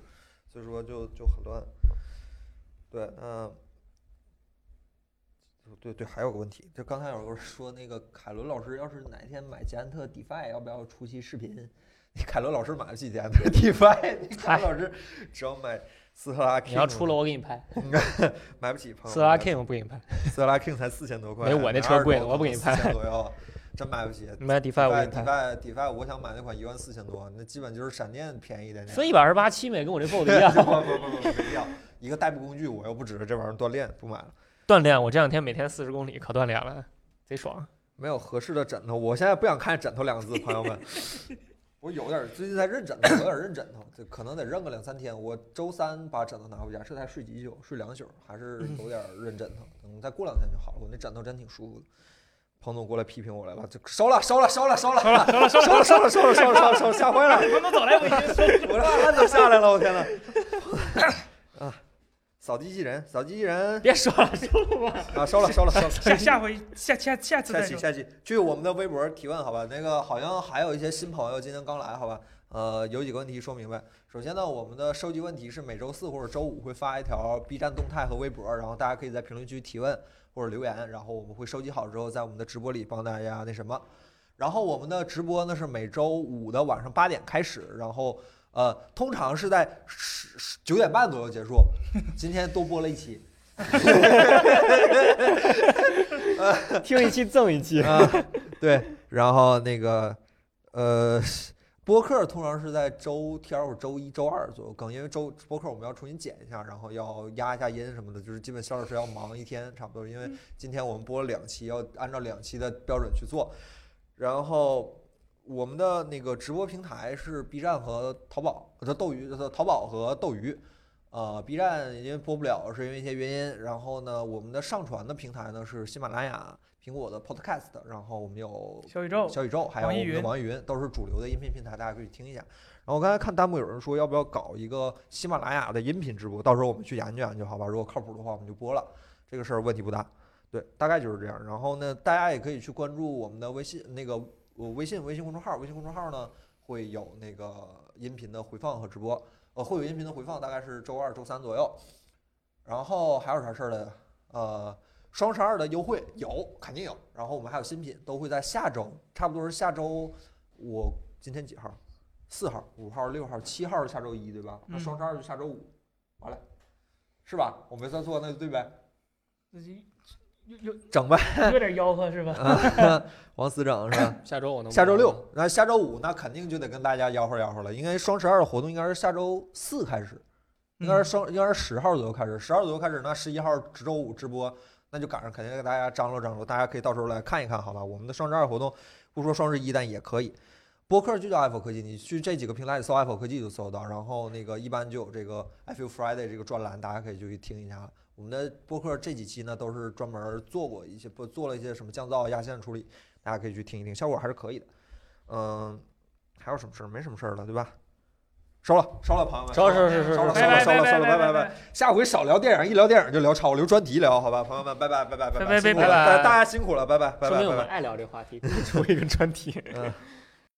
S1: 所以说就就很乱。对，嗯、对对，还有个问题，就刚才有个人说那个凯伦老师要是哪天买捷安特 DeFi，要不要出期视频？凯伦老师买不起捷安特 DeFi，你凯伦老师只要买斯特拉 King，
S3: 你要出了，我给你拍。
S1: 买不起，朋友
S3: 斯拉
S1: 们
S3: King 我不给你拍，
S1: 斯特拉 King 才四千多块，
S3: 没我那车贵我不给你拍
S1: 四千左右，真买不
S3: [laughs]
S1: 起。
S3: 你买 DeFi 我给
S1: DeFi
S3: 你拍。
S1: DeFi DeFi，我想买那款一万四千多，那基本就是闪电便宜的那样。
S3: 分一百二十八期没，跟我这 b o
S1: [laughs]
S3: 一
S1: 不
S3: 样。
S1: 不不不，没必要。一个代步工具，我又不指着这玩意儿锻炼，不买了。
S3: 锻炼，我这两天每天四十公里，可锻炼了，贼爽。
S1: [laughs] 没有合适的枕头，我现在不想看“枕头”两个字，朋友们。我有点儿最近在认枕头， [laughs] 我有点儿认枕头，这可能得认个两三天。我周三把枕头拿回家，这才睡几宿，睡两宿，还是有点儿认枕头。等再过两天就好了，我那枕头真挺舒服的。彭总过来批评我来了，就收了，收了，收了，收了，收了，收了，收了，收了，收了，收了，收了，收了，下回了。
S4: 不能走来我已经说
S1: 我这汗都下来了，我天呐！ [laughs] 啊，扫机器人，扫机器人
S3: 别说了，
S1: 啊，收了，收了，收了。 [laughs]
S4: 下下回下下下次
S1: 下
S4: 再
S1: 期
S4: 说。
S1: 下期去我们的微博提问，好吧？那个好像还有一些新朋友今天刚来，好吧？呃，有几个问题说明白。首先呢，我们的收集问题是每周四或者周五会发一条 B 站动态和微博，然后大家可以在评论区提问或者留言，然后我们会收集好之后在我们的直播里帮大家那什么。然后我们的直播呢是每周五的晚上八点开始，然后呃通常是在十十九点半左右结束。今天多播了一期，
S3: [laughs] 听一期赠一期。
S1: 啊，对，然后那个呃，播客通常是在周天儿或者周一周二左右更，因为周播客我们要重新剪一下，然后要压一下音什么的，就是基本肖老师要忙一天差不多，因为今天我们播了两期，要按照两期的标准去做，然后。我们的那个直播平台是 B 站和淘宝，呃，斗鱼，呃淘宝和斗鱼，呃，B 站因为播不了，是因为一些原因。然后呢，我们的上传的平台呢是喜马拉雅、苹果的 Podcast，然后我们有
S4: 小宇宙，
S1: 小宇宙，还有我
S4: 网易
S1: 们的
S4: 云
S1: 网易云，都是主流的音频平台，大家可以听一下。然后我刚才看弹幕有人说要不要搞一个喜马拉雅的音频直播，到时候我们去研究研究，好吧？如果靠谱的话，我们就播了。这个事儿问题不大，对，大概就是这样。然后呢，大家也可以去关注我们的微信那个我微信微信公众号，微信公众号呢会有那个音频的回放和直播，呃，会有音频的回放，大概是周二、周三左右。然后还有啥事儿呢？呃，双十二的优惠有，肯定有。然后我们还有新品，都会在下周，差不多是下周。我今天几号？四号、五号、六号、七号是下周一对吧？那
S4: 嗯
S1: 双十二就下周五，完了，是吧？我没算错，那就对呗，
S4: 有有
S1: 整 [laughs] 呗。
S4: 有点吆喝是吧？
S1: 王思整是吧？
S3: 下周我能
S1: 下周六，那下周五那肯定就得跟大家吆喝吆喝了，因为双十二的活动应该是下周四开始，应
S4: 嗯
S1: 该是双应该是十号左右开始，十号左右开始，那十一号只周五直播，那就赶上肯定给大家张罗张罗，大家可以到时候来看一看，好吧？我们的双十二活动不说双十一，但也可以。播客就叫 Apple 科技，你去这几个平台搜 Apple 科技就搜到，然后那个一般就有这个 I Feel Friday 这个专栏，大家可以就去听一下。我们的播客这几期呢都是专门做过一些不做了一些什么降噪、啊压线处理，大家可以去听一听，效果还是可以的。嗯，还有什么事儿？没什么事儿了，对吧？收了，收了，朋友们，
S3: 收
S1: 了
S3: 了收了收了
S1: 收了，收
S3: [laughs]
S4: 拜拜
S1: 了，收了，
S4: 拜
S1: 收了，
S4: 拜
S1: 拜
S4: 拜
S1: 拜。下回少聊电影，一聊电影就聊超，留专题聊，好吧，朋友们，拜拜，拜拜，拜
S4: 拜拜
S1: 辛苦了
S3: 拜拜
S1: 大大家辛苦了，拜拜，拜
S3: 说
S1: 拜，
S3: 明我
S1: 拜
S3: 们 [laughs]
S1: 拜。
S3: 爱聊这话题，可以出一个专题。
S1: 嗯，